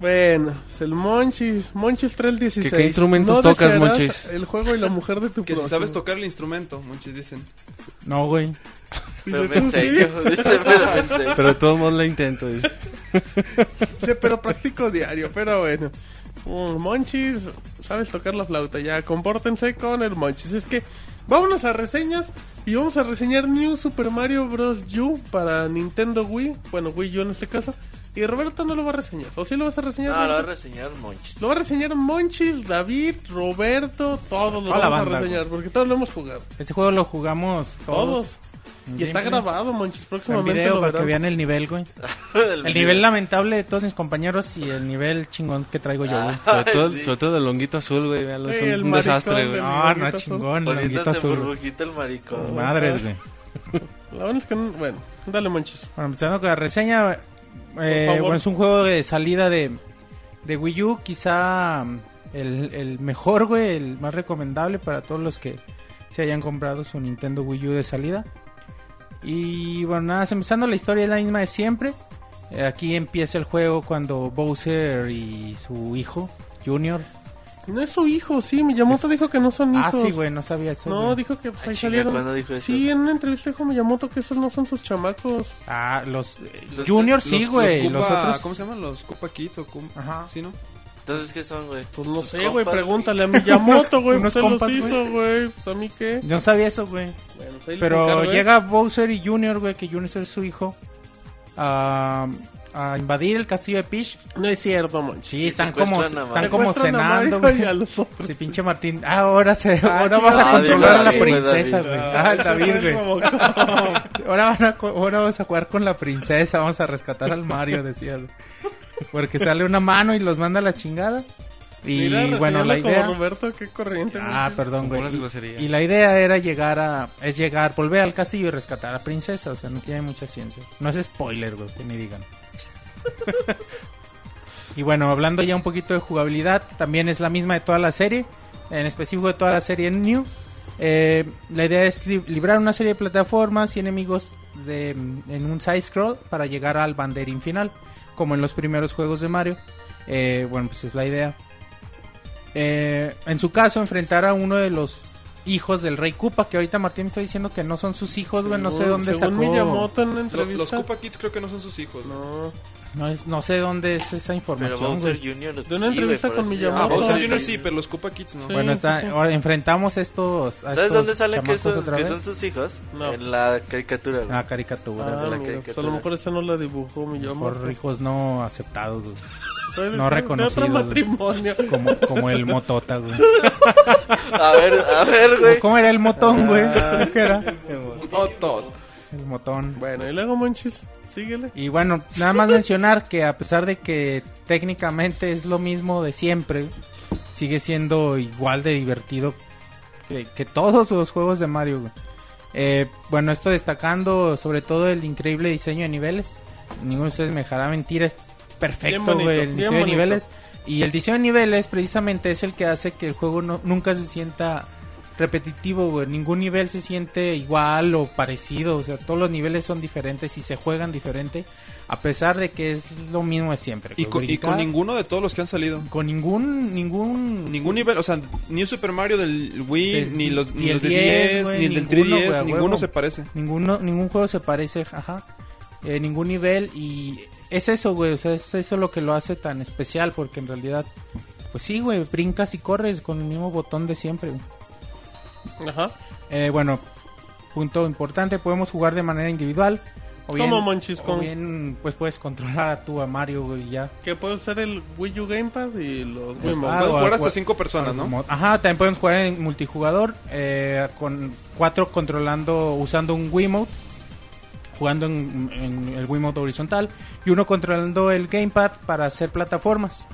S2: Bueno, es el Monchis. Monchis 316.
S4: ¿Qué- qué instrumentos
S2: No
S4: tocas,
S2: desearás
S4: Monchis?
S2: El juego y la mujer de tu
S6: Que si
S2: prójimo.
S6: sabes tocar el instrumento, muchos dicen.
S7: No, güey.
S3: Pero
S2: Dice,
S3: me
S2: ¿tú sí?
S3: enseño. Dice, pero me enseño.
S4: Pero de todos modos la intento, dice.
S2: Sí, pero practico diario, pero bueno. Mm, Monchis, sabes tocar la flauta, ya compórtense con el Monchis. Es que vámonos a reseñas y vamos a reseñar New Super Mario Bros. U para Nintendo Wii, bueno, Wii U en este caso. Y Roberto no lo va a reseñar, ¿o sí lo vas a reseñar?
S3: No, lo va a
S2: Roberto?
S3: reseñar Monchis.
S2: Lo va a reseñar Monchis, David, Roberto, todos lo
S7: Toda la
S2: vamos
S7: banda,
S2: a reseñar, porque todos lo hemos jugado,
S7: Este juego lo jugamos todos.
S2: todos. Y está grabado, Monchis,
S7: Está en
S2: próximamente
S7: video
S2: lo
S7: para que
S2: verán.
S7: vean el nivel, güey.
S3: El,
S7: El nivel lamentable de todos mis compañeros y el nivel chingón que traigo yo, güey. Ah,
S4: Sobre todo,
S3: sí.
S4: sobre todo el longuito azul, güey. véanlo, Es
S2: Ey, el
S4: un, un
S2: maricón
S4: desastre, güey. Ah,
S2: del-
S7: No, no,
S2: Longuito
S7: chingón, longuito
S3: Poniéndose
S7: azul. güey.
S3: burbujita el maricón.
S7: Madres, güey.
S2: La verdad es que, no- bueno, dale Monchis.
S7: Bueno, empezando con la reseña. eh,
S2: favor.
S7: bueno, es un juego de salida de, de Wii U. Quizá mm, el, el mejor, güey. El más recomendable para todos los que se hayan comprado su Nintendo Wii U de salida. Y bueno, nada, más, empezando la historia es la misma de siempre. Eh, Aquí empieza el juego cuando Bowser y su hijo, Junior.
S2: No es su hijo, sí, Miyamoto
S7: Es-
S2: dijo que no son hijos.
S7: Ah, sí, güey, no sabía eso.
S2: No,
S7: güey.
S2: dijo que pues, ahí
S3: chinga,
S2: salieron.
S3: ¿cuándo dijo eso?
S2: Sí, en una entrevista dijo Miyamoto que esos no son sus chamacos.
S7: Ah, los. eh,
S3: Los-
S7: Junior sí,
S6: Los-
S7: güey.
S6: los
S7: Los,
S6: Koopa-
S7: otros.
S6: ¿Cómo se llaman? Los Copa Kids o cum-
S7: Ajá.
S6: ¿Sí, no?
S3: Entonces, ¿qué son, güey?
S2: Pues no
S3: Sus
S2: sé, güey,
S3: compas,
S2: pregúntale a Miyamoto, güey,
S7: Unos
S2: pues él los
S7: compas, güey.
S2: hizo, güey, pues a mí qué.
S7: Yo no sabía eso, güey.
S2: Bueno, pues, ahí les
S7: Pero
S2: encargo, ¿eh?
S7: llega Bowser y Junior, güey, que Junior es su hijo, a, a invadir el castillo de Peach.
S2: No es cierto, manchi.
S7: Sí, están
S3: secuestran
S7: como,
S3: a Mario.
S7: están como
S2: Secuestran a
S7: cenando,
S2: Mario y
S7: güey.
S2: a los otros.
S7: Sí, pinche Martín. Ah, ahora, se,
S2: Ah,
S7: ahora vas a
S3: chingada.
S7: controlar a la
S3: David, güey,
S7: princesa,
S3: David.
S7: güey. Ah, el
S2: Ese fue
S7: David,
S2: el
S7: güey.
S2: Robocop.
S7: Ahora, van a, co- ahora vas a jugar con la princesa. Vamos a rescatar al Mario, decía. güey. Porque sale una mano y los manda a la chingada. Y
S2: Mira,
S7: bueno, la
S2: reseñando como
S7: idea.
S2: Roberto, qué corriente.
S7: Ah, perdón, güey.
S4: puras
S7: Y,
S4: groserías.
S7: y la idea era llegar a. Es llegar, volver al castillo y rescatar a la princesa. O sea, no tiene mucha ciencia. No es spoiler, güey, que ni digan. y bueno, hablando ya un poquito de jugabilidad, también es la misma de toda la serie. En específico de toda la serie en New. Eh, la idea es li- librar una serie de plataformas y enemigos de, en un side-scroll para llegar al banderín final, como en los primeros juegos de Mario. Eh, bueno, pues es la idea. Eh, en su caso, enfrentar a uno de los hijos del rey Koopa, que ahorita Martín me está diciendo que no son sus hijos, güey, no sé
S2: Según-
S7: dónde
S2: según
S7: sacó.
S2: Miyamoto en una
S6: Los,
S2: entrevista.
S6: los Koopa Kids creo que no son sus hijos, ¿no?
S2: No.
S7: No, es- no sé dónde es esa
S3: Pero
S7: información,
S3: Bowser
S7: güey.
S3: Jr. los-
S2: De una
S3: sí, güey,
S2: entrevista
S3: por
S2: con
S3: eso se
S2: Miyamoto.
S3: llama
S6: Ah, Bowser
S2: sí.
S6: Jr. sí, pero los Koopa Kids no.
S2: Sí.
S7: Bueno, está, ahora enfrentamos estos. a
S3: ¿Sabes
S7: estos
S3: dónde sale que
S7: chamacos
S3: son,
S7: otra
S3: que
S7: vez?
S3: son sus hijos?
S2: No.
S3: En la caricatura, güey.
S7: Ah, caricatura.
S2: Ah,
S3: de la
S2: mira, pues, a
S3: caricatura.
S2: lo mejor esa no la dibujó Miyamoto.
S7: Por hijos no aceptados, güey.
S2: Entonces,
S7: no
S2: de otro
S7: reconocidos, güey.
S2: matrimonio.
S7: Como, como el motota, güey.
S3: A ver, a ver, güey. Ah.
S7: ¿Cómo era el motón, güey? ¿Qué era?
S3: Oh,
S2: Otot.
S7: El motón.
S2: Bueno, y luego, Monchis, síguele.
S7: Y bueno, nada más mencionar que a pesar de que técnicamente es lo mismo de siempre, sigue siendo igual de divertido que, que todos los juegos de Mario. güey. Eh, bueno, esto destacando sobre todo el increíble diseño de niveles. Ninguno de ustedes me dejará mentir, es perfecto
S2: Bien bonito,
S7: güey, el
S2: bien
S7: diseño de
S2: bonito.
S7: niveles. Y el diseño de niveles precisamente es el que hace que el juego no- nunca se sienta repetitivo, güey. Ningún nivel se siente igual o parecido. O sea, todos los niveles son diferentes y se juegan diferente. A pesar de que es lo mismo de siempre.
S6: Y
S7: güey.
S6: con, y
S7: Brincar
S6: con ninguno de todos los que han salido.
S7: con ningún ningún
S6: Ningún nivel, o sea, ni el Super Mario del Wii,
S7: Del-
S6: ni los, ni
S7: ni el
S6: los de
S7: 10,
S6: 10,
S7: güey,
S6: ni el del
S7: ninguno,
S6: 3DS,
S7: güey, a
S6: ninguno
S7: huevo. Ah,
S6: se parece.
S7: ninguno ningún juego se parece ajá eh, ningún nivel y es eso güey o sea es eso lo que lo hace tan especial porque en realidad pues sí güey brincas y corres con el mismo botón de siempre güey.
S2: Ajá.
S7: Eh, bueno punto importante podemos jugar de manera individual o bien,
S2: ¿Cómo, Monchis?
S7: o
S2: ¿Cómo?
S7: bien pues puedes controlar a tu a Mario güey y ya
S2: Que puede usar el Wii U Gamepad y los
S7: Pues,
S2: Wii
S7: ah,
S6: Puedes
S7: o-
S6: jugar
S7: o-
S6: hasta cinco personas, ¿no?
S7: Como- Ajá, también pueden jugar en multijugador eh, con cuatro controlando, usando un Wiimote, jugando en, en el Wiimote horizontal y uno controlando el gamepad para hacer plataformas.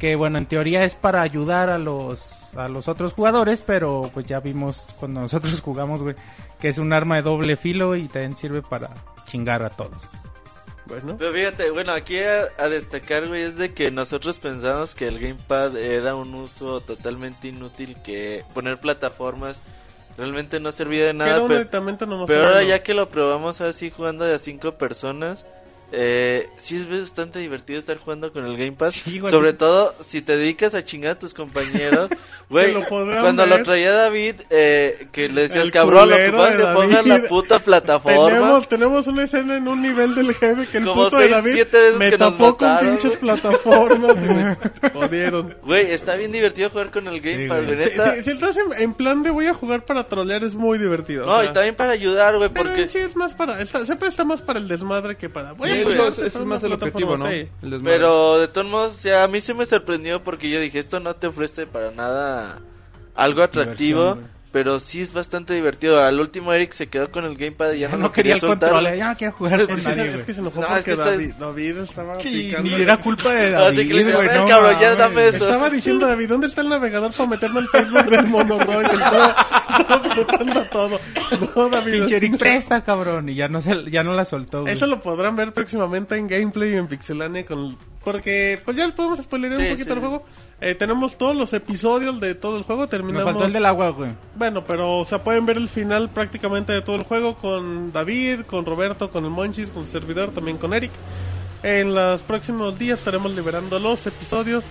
S7: Que bueno, en teoría es para ayudar a los a los otros jugadores, pero pues ya vimos cuando nosotros jugamos, güey, que es un arma de doble filo y también sirve para chingar a todos.
S2: Bueno,
S3: Pero fíjate, bueno, aquí a, a destacar, güey, es de que nosotros pensamos que el gamepad era un uso totalmente inútil, que poner plataformas realmente no servía de
S2: que era
S3: nada,
S2: un
S3: pero,
S2: aditamento nomás.
S3: pero
S2: para
S3: ahora
S2: lo-
S3: ya que lo probamos así jugando de a cinco personas, eh, sí es bastante divertido estar jugando con el gamepad,
S7: Sí, güey.
S3: sobre todo si te dedicas a chingar a tus compañeros, güey,
S2: Que lo podrán
S3: cuando
S2: ver.
S3: lo traía David, eh, que le decías,
S2: El
S3: cabrón, lo
S2: culero
S3: ocupas
S2: de
S3: que pongas
S2: David.
S3: la puta plataforma.
S2: Tenemos, tenemos una escena en un nivel del jefe que el
S3: Como
S2: puto de
S3: seis,
S2: David
S3: siete veces
S2: me
S3: que nos
S2: tapó con
S3: mataron,
S2: pinches
S3: güey.
S2: plataformas y me jodieron.
S3: Güey, está bien divertido jugar con el gamepad, güey.
S2: Si,
S3: neta.
S2: si- si estás en, en plan de voy a jugar para trolear es muy divertido.
S3: No,
S2: o
S3: y
S2: sea,
S3: también para ayudar, güey,
S2: pero
S3: porque...
S2: en sí es más para, está- siempre está más para el desmadre que para. voy a
S6: Sí,
S3: güey,
S2: pegarte
S6: es, es
S2: para
S6: más
S2: una
S6: el objetivo, ¿no?
S2: plataforma, sí.
S6: El desmadre.
S3: Pero de todos modos, o sea, a mí se me sorprendió porque yo dije, esto no te ofrece para nada algo atractivo,
S7: Diversión, güey.
S3: pero sí es bastante divertido. Al último Eric se quedó con el gamepad y ya
S7: Ya
S3: no,
S7: no quería el
S3: soltar.
S7: control, eh. ya no quiero jugar
S2: Es
S7: con
S2: que, se-
S7: nadie,
S2: es que
S7: güey.
S2: se enojó
S3: No, es
S2: porque
S3: que estoy-
S2: David, David estaba
S7: Y
S2: picando.
S7: ni era culpa de David,
S3: Así que le dije, a
S7: güey,
S3: ver,
S7: no
S3: cabrón, ya dame
S7: mames.
S3: eso.
S2: Estaba diciendo David, ¿dónde está el navegador para meterme al Facebook del monorroy? Que estaba apretando todo. No, David.
S7: Pinche Eric,
S2: es-
S7: presta, cabrón. Y ya no, se, ya no la soltó. güey.
S2: Eso lo podrán ver próximamente en gameplay y en Pixelania con porque pues ya les podemos spoilear un
S3: Sí,
S2: poquito
S3: sí.
S2: el juego. Eh, tenemos todos los episodios de todo el juego,
S7: Nos
S2: terminamos
S7: faltó el del agua, güey.
S2: Bueno, pero o sea, pueden ver el final prácticamente de todo el juego con David, con Roberto, con el Monchis, con el servidor, también con Eric. En los próximos días estaremos liberando los episodios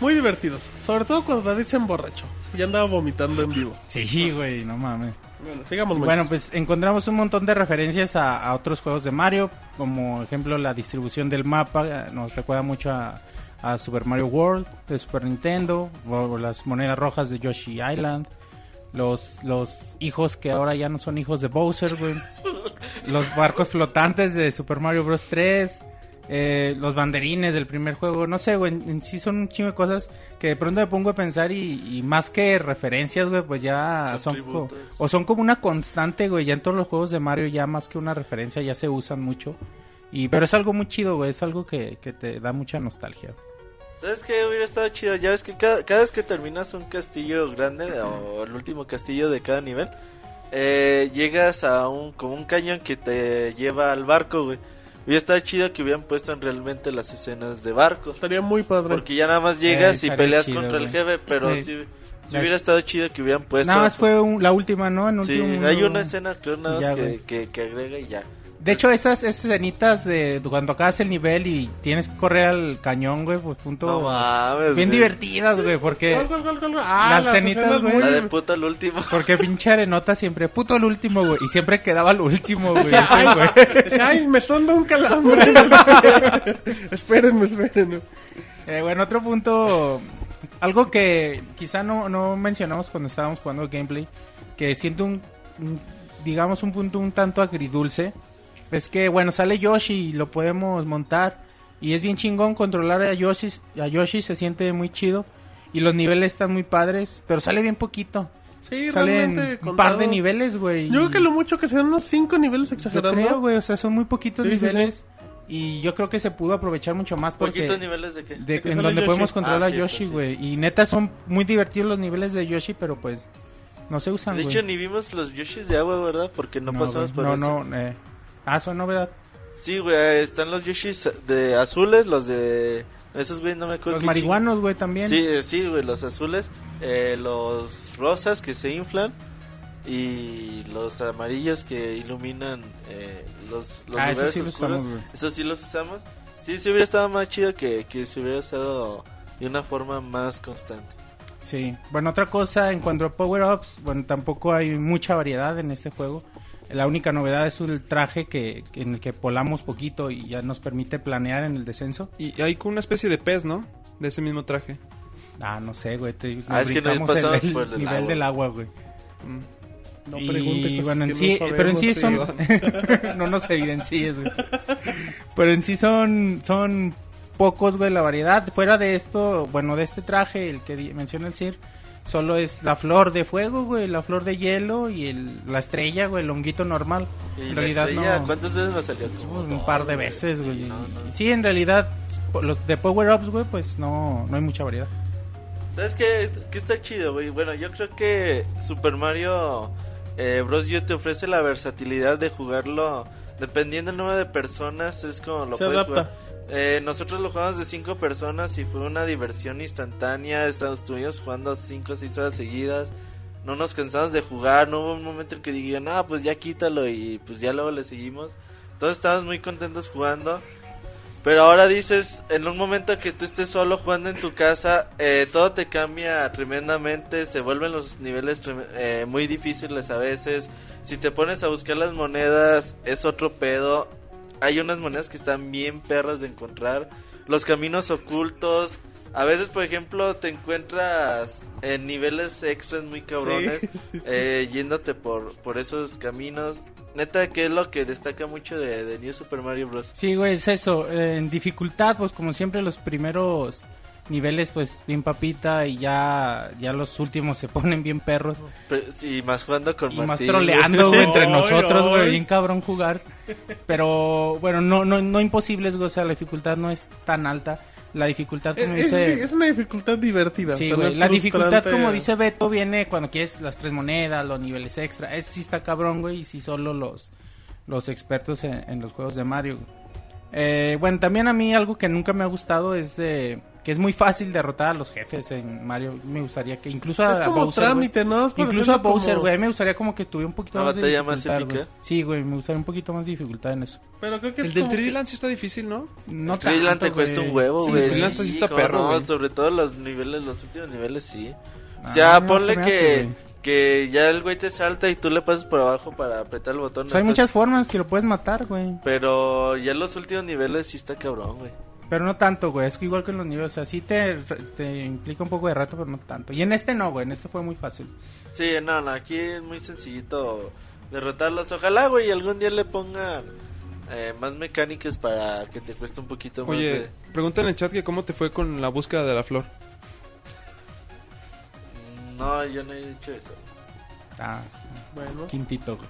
S2: muy divertidos, sobre todo cuando David se emborrachó y andaba vomitando en vivo.
S7: Sí, güey, no mames.
S2: Bueno, sigamos,
S7: Y
S2: Monchis.
S7: Bueno, pues encontramos un montón de referencias a, a otros juegos de Mario, como ejemplo la distribución del mapa, eh, nos recuerda mucho a, a Super Mario World de Super Nintendo, o, o las monedas rojas de Yoshi Island, los, los hijos que ahora ya no son hijos de Bowser, güey, los barcos flotantes de Super Mario Bros. 3. eh, los banderines del primer juego, no sé, güey, en, en sí son un chingo de cosas que de pronto me pongo a pensar y, y más que referencias, güey, pues ya
S3: Son
S7: son, co-
S3: tributos.
S7: o son como una constante, güey. Ya en todos los juegos de Mario, ya más que una referencia, ya se usan mucho. Y, pero es algo muy chido, güey. Es algo que, que te da mucha nostalgia.
S3: ¿Sabes qué? Hubiera estado chido. Ya ves que cada, cada vez que terminas un castillo grande de- o el último castillo de cada nivel, eh, llegas a un, como un cañón que te lleva al barco, güey. Hubiera estado chido que hubieran puesto en realmente las escenas de barcos.
S2: estaría muy padre.
S3: Porque ya nada más llegas
S7: Eh,
S3: y
S7: estaría
S3: peleas
S7: chido,
S3: contra el
S7: güey.
S3: jefe, pero si,
S7: Sí.
S3: si
S7: Ya
S3: hubiera
S7: es-
S3: estado chido que hubieran puesto.
S7: Nada más fue un- la última, ¿no? En
S3: Este Sí,
S7: último
S3: hay
S7: mundo.
S3: una escena, creo, nada más
S7: Ya,
S3: que,
S7: güey.
S3: que, que agrega y ya.
S7: De hecho, esas, esas escenitas de cuando acabas el nivel y tienes que correr al cañón, güey, pues punto.
S3: No mames.
S7: bien
S3: güey.
S7: divertidas, güey, porque.
S2: Gol, gol, gol, gol, gol. Ah,
S7: Las
S2: las
S7: cenitas,
S2: escenas
S7: güey.
S2: muy-
S3: La de puta, el último.
S7: Porque pinche arenota siempre, puto el último, güey. Y siempre quedaba el último, güey.
S2: Ay,
S7: ese, güey.
S2: ay, me están dando un calambre. espérenme, espérenme.
S7: Eh, bueno, otro punto, algo que quizá no, no mencionamos cuando estábamos jugando el gameplay, que siento un, un- digamos, un punto un tanto agridulce, es que, bueno, sale Yoshi y lo podemos montar, y es bien chingón controlar a Yoshi, a Yoshi se siente muy chido, y los niveles están muy padres, pero sale bien poquito.
S2: Sí,
S7: Salen
S2: realmente
S7: un par de
S2: contados.
S7: niveles, güey.
S2: Yo creo que
S7: y-
S2: lo mucho que sean unos 5 niveles
S7: Yo
S2: exagerando.
S7: creo, güey, o sea, son muy poquitos
S2: Sí, sí, sí.
S7: niveles y yo creo que se pudo aprovechar mucho más porque
S3: ¿Poquitos niveles de qué?
S7: de-
S2: que
S7: en
S2: sale
S7: donde
S2: Yoshi.
S7: podemos controlar
S3: Ah,
S7: a
S3: cierto,
S7: Yoshi,
S3: sí.
S7: güey. Y neta son muy divertidos los niveles de Yoshi, pero pues no se usan,
S3: De
S7: güey.
S3: hecho, ni vimos los Yoshis de agua, ¿verdad? Porque no, pasamos por
S7: güey,
S3: eso.
S7: No, no, eh. Ah, son novedad.
S3: Sí, güey, están los Yoshis de azules, los de... Esos, güey, no me acuerdo.
S7: Los
S3: qué
S7: marihuanos, güey,
S3: ching-
S7: también.
S3: Sí, eh, sí, güey, los azules. eh, los rosas que se inflan. Y los amarillos que iluminan eh, los, los
S7: ah, esos
S3: lugares
S7: sí los
S3: oscuros.
S7: usamos, güey.
S3: Eso sí los usamos. Sí, sí hubiera estado más chido que, que se hubiera usado de una forma más constante.
S7: Sí. Bueno, otra cosa en cuanto a power-ups, bueno, tampoco hay mucha variedad en este juego. La única novedad es el traje que, que- en el que polamos poquito y ya nos permite planear en el descenso.
S6: Y hay como una especie de pez, ¿no? De ese mismo traje.
S7: Ah, no sé, güey. te- nos
S3: Ah, es que nos
S7: brincamos el-
S3: pasamos
S7: el
S3: por el
S7: nivel
S3: agua.
S7: del agua, güey.
S6: Mm.
S2: No
S7: Y,
S2: pregunte cosas
S7: bueno, en
S2: que no
S7: sí-
S2: sabemos,
S7: pero en sí son
S2: señor.
S7: no nos evidencies, güey. Pero en sí son son pocos, güey, la variedad. Fuera de esto, bueno, de este traje, el que di- menciona el Sir, solo es la flor de fuego, güey, la flor de hielo y el- la estrella, güey, el honguito normal.
S3: Y
S7: En
S3: la
S7: realidad
S3: estrella,
S7: no.
S3: ¿Cuántas veces me salió? Como
S7: Un
S3: dos,
S7: par de
S3: güey.
S7: veces, güey.
S3: Sí, no, no.
S7: Sí, en realidad po- los de power ups, güey, pues no no hay mucha variedad.
S3: ¿Sabes qué? ¿Qué está chido, güey? Bueno, yo creo que Super Mario eh, Bros. U te ofrece la versatilidad de jugarlo dependiendo del número de personas, es como lo
S2: Se
S3: puedes
S2: adapta.
S3: jugar. Eh, nosotros lo jugamos de cinco personas y fue una diversión instantánea. Estuvimos jugando 5 o 6 horas seguidas. No nos cansamos de jugar. No hubo un momento en que digan, ah, pues ya quítalo y pues ya luego le seguimos. Todos estábamos muy contentos jugando. Pero ahora dices, en un momento que tú estés solo jugando en tu casa, eh, todo te cambia tremendamente, se vuelven los niveles trem- eh, muy difíciles a veces. Si te pones a buscar las monedas, es otro pedo. Hay unas monedas que están bien perras de encontrar. Los caminos ocultos. A veces, por ejemplo, te encuentras en niveles extras muy cabrones, eh, yéndote por, por esos caminos. Neta, que es lo que destaca mucho de, de New Super Mario Bros.
S7: Sí, güey, es eso. Eh, En dificultad, pues como siempre los primeros niveles, pues bien papita y ya, ya los últimos se ponen bien perros.
S3: Pe- sí, más jugando con
S7: Y
S3: Martín.
S7: más
S3: güey.
S7: troleando, güey, entre
S2: Ay,
S7: nosotros,
S2: ay.
S7: güey, bien cabrón jugar. Pero bueno, no, no, no imposibles, güey, o sea, la dificultad no es tan alta. La dificultad,
S2: Es,
S7: como
S2: es-
S7: dice...
S2: es una dificultad divertida.
S7: Sí,
S2: o sea, no
S7: güey,
S2: es
S7: La dificultad,
S2: frustrante.
S7: como dice Beto, viene cuando quieres las tres monedas, los niveles extra. Eso sí está cabrón, güey, y sí solo los, los expertos en, en los juegos de Mario. güey. Eh, bueno, también a mí algo que nunca me ha gustado es eh, que es muy fácil derrotar a los jefes en Mario. Me gustaría que incluso a,
S2: Es
S7: a
S2: como
S7: Bowser, güey.
S2: trámite, ¿no? Es para
S7: Incluso a
S2: hacerlo como-
S7: Bowser, güey. Me gustaría como que tuviera un poquito
S3: Una
S7: más de
S3: batalla más
S7: dificultad,
S3: épica.
S7: güey. Sí, güey, me gustaría un poquito más de dificultad en eso.
S2: Pero creo que es
S6: El del
S2: como
S6: 3D
S2: que-
S6: Land sí está difícil, ¿no?
S7: No
S3: Trillan te
S7: tanto,
S3: cuesta
S7: güey.
S3: un huevo,
S7: Sí,
S3: güey.
S6: Trillan está- sí está
S3: cómo
S6: perro,
S3: no,
S6: güey.
S3: sobre todo los niveles, los últimos niveles, sí.
S7: Ah,
S3: O sea,
S7: no,
S3: ponle
S7: se me hace,
S3: que,
S7: güey.
S3: que ya el güey te salta y tú le pasas por abajo para apretar el botón.
S7: O sea, hay
S3: Estás-
S7: muchas formas que lo puedes matar, güey.
S3: Pero ya los últimos niveles sí está cabrón, güey.
S7: Pero no tanto, güey. Es que igual que en los niveles. O sea, sí te, te implica un poco de rato, pero no tanto. Y en este no, güey. En este fue muy fácil.
S3: Sí, no, no, aquí es muy sencillito derrotarlos. Ojalá, güey, algún día le pongan eh, más mecánicas para que te cueste un poquito más.
S6: Oye,
S3: de-
S6: pregunta en el chat que cómo te fue con la búsqueda de la flor.
S3: No, yo no he dicho eso.
S7: Ah,
S2: Bueno.
S7: quintito, güey.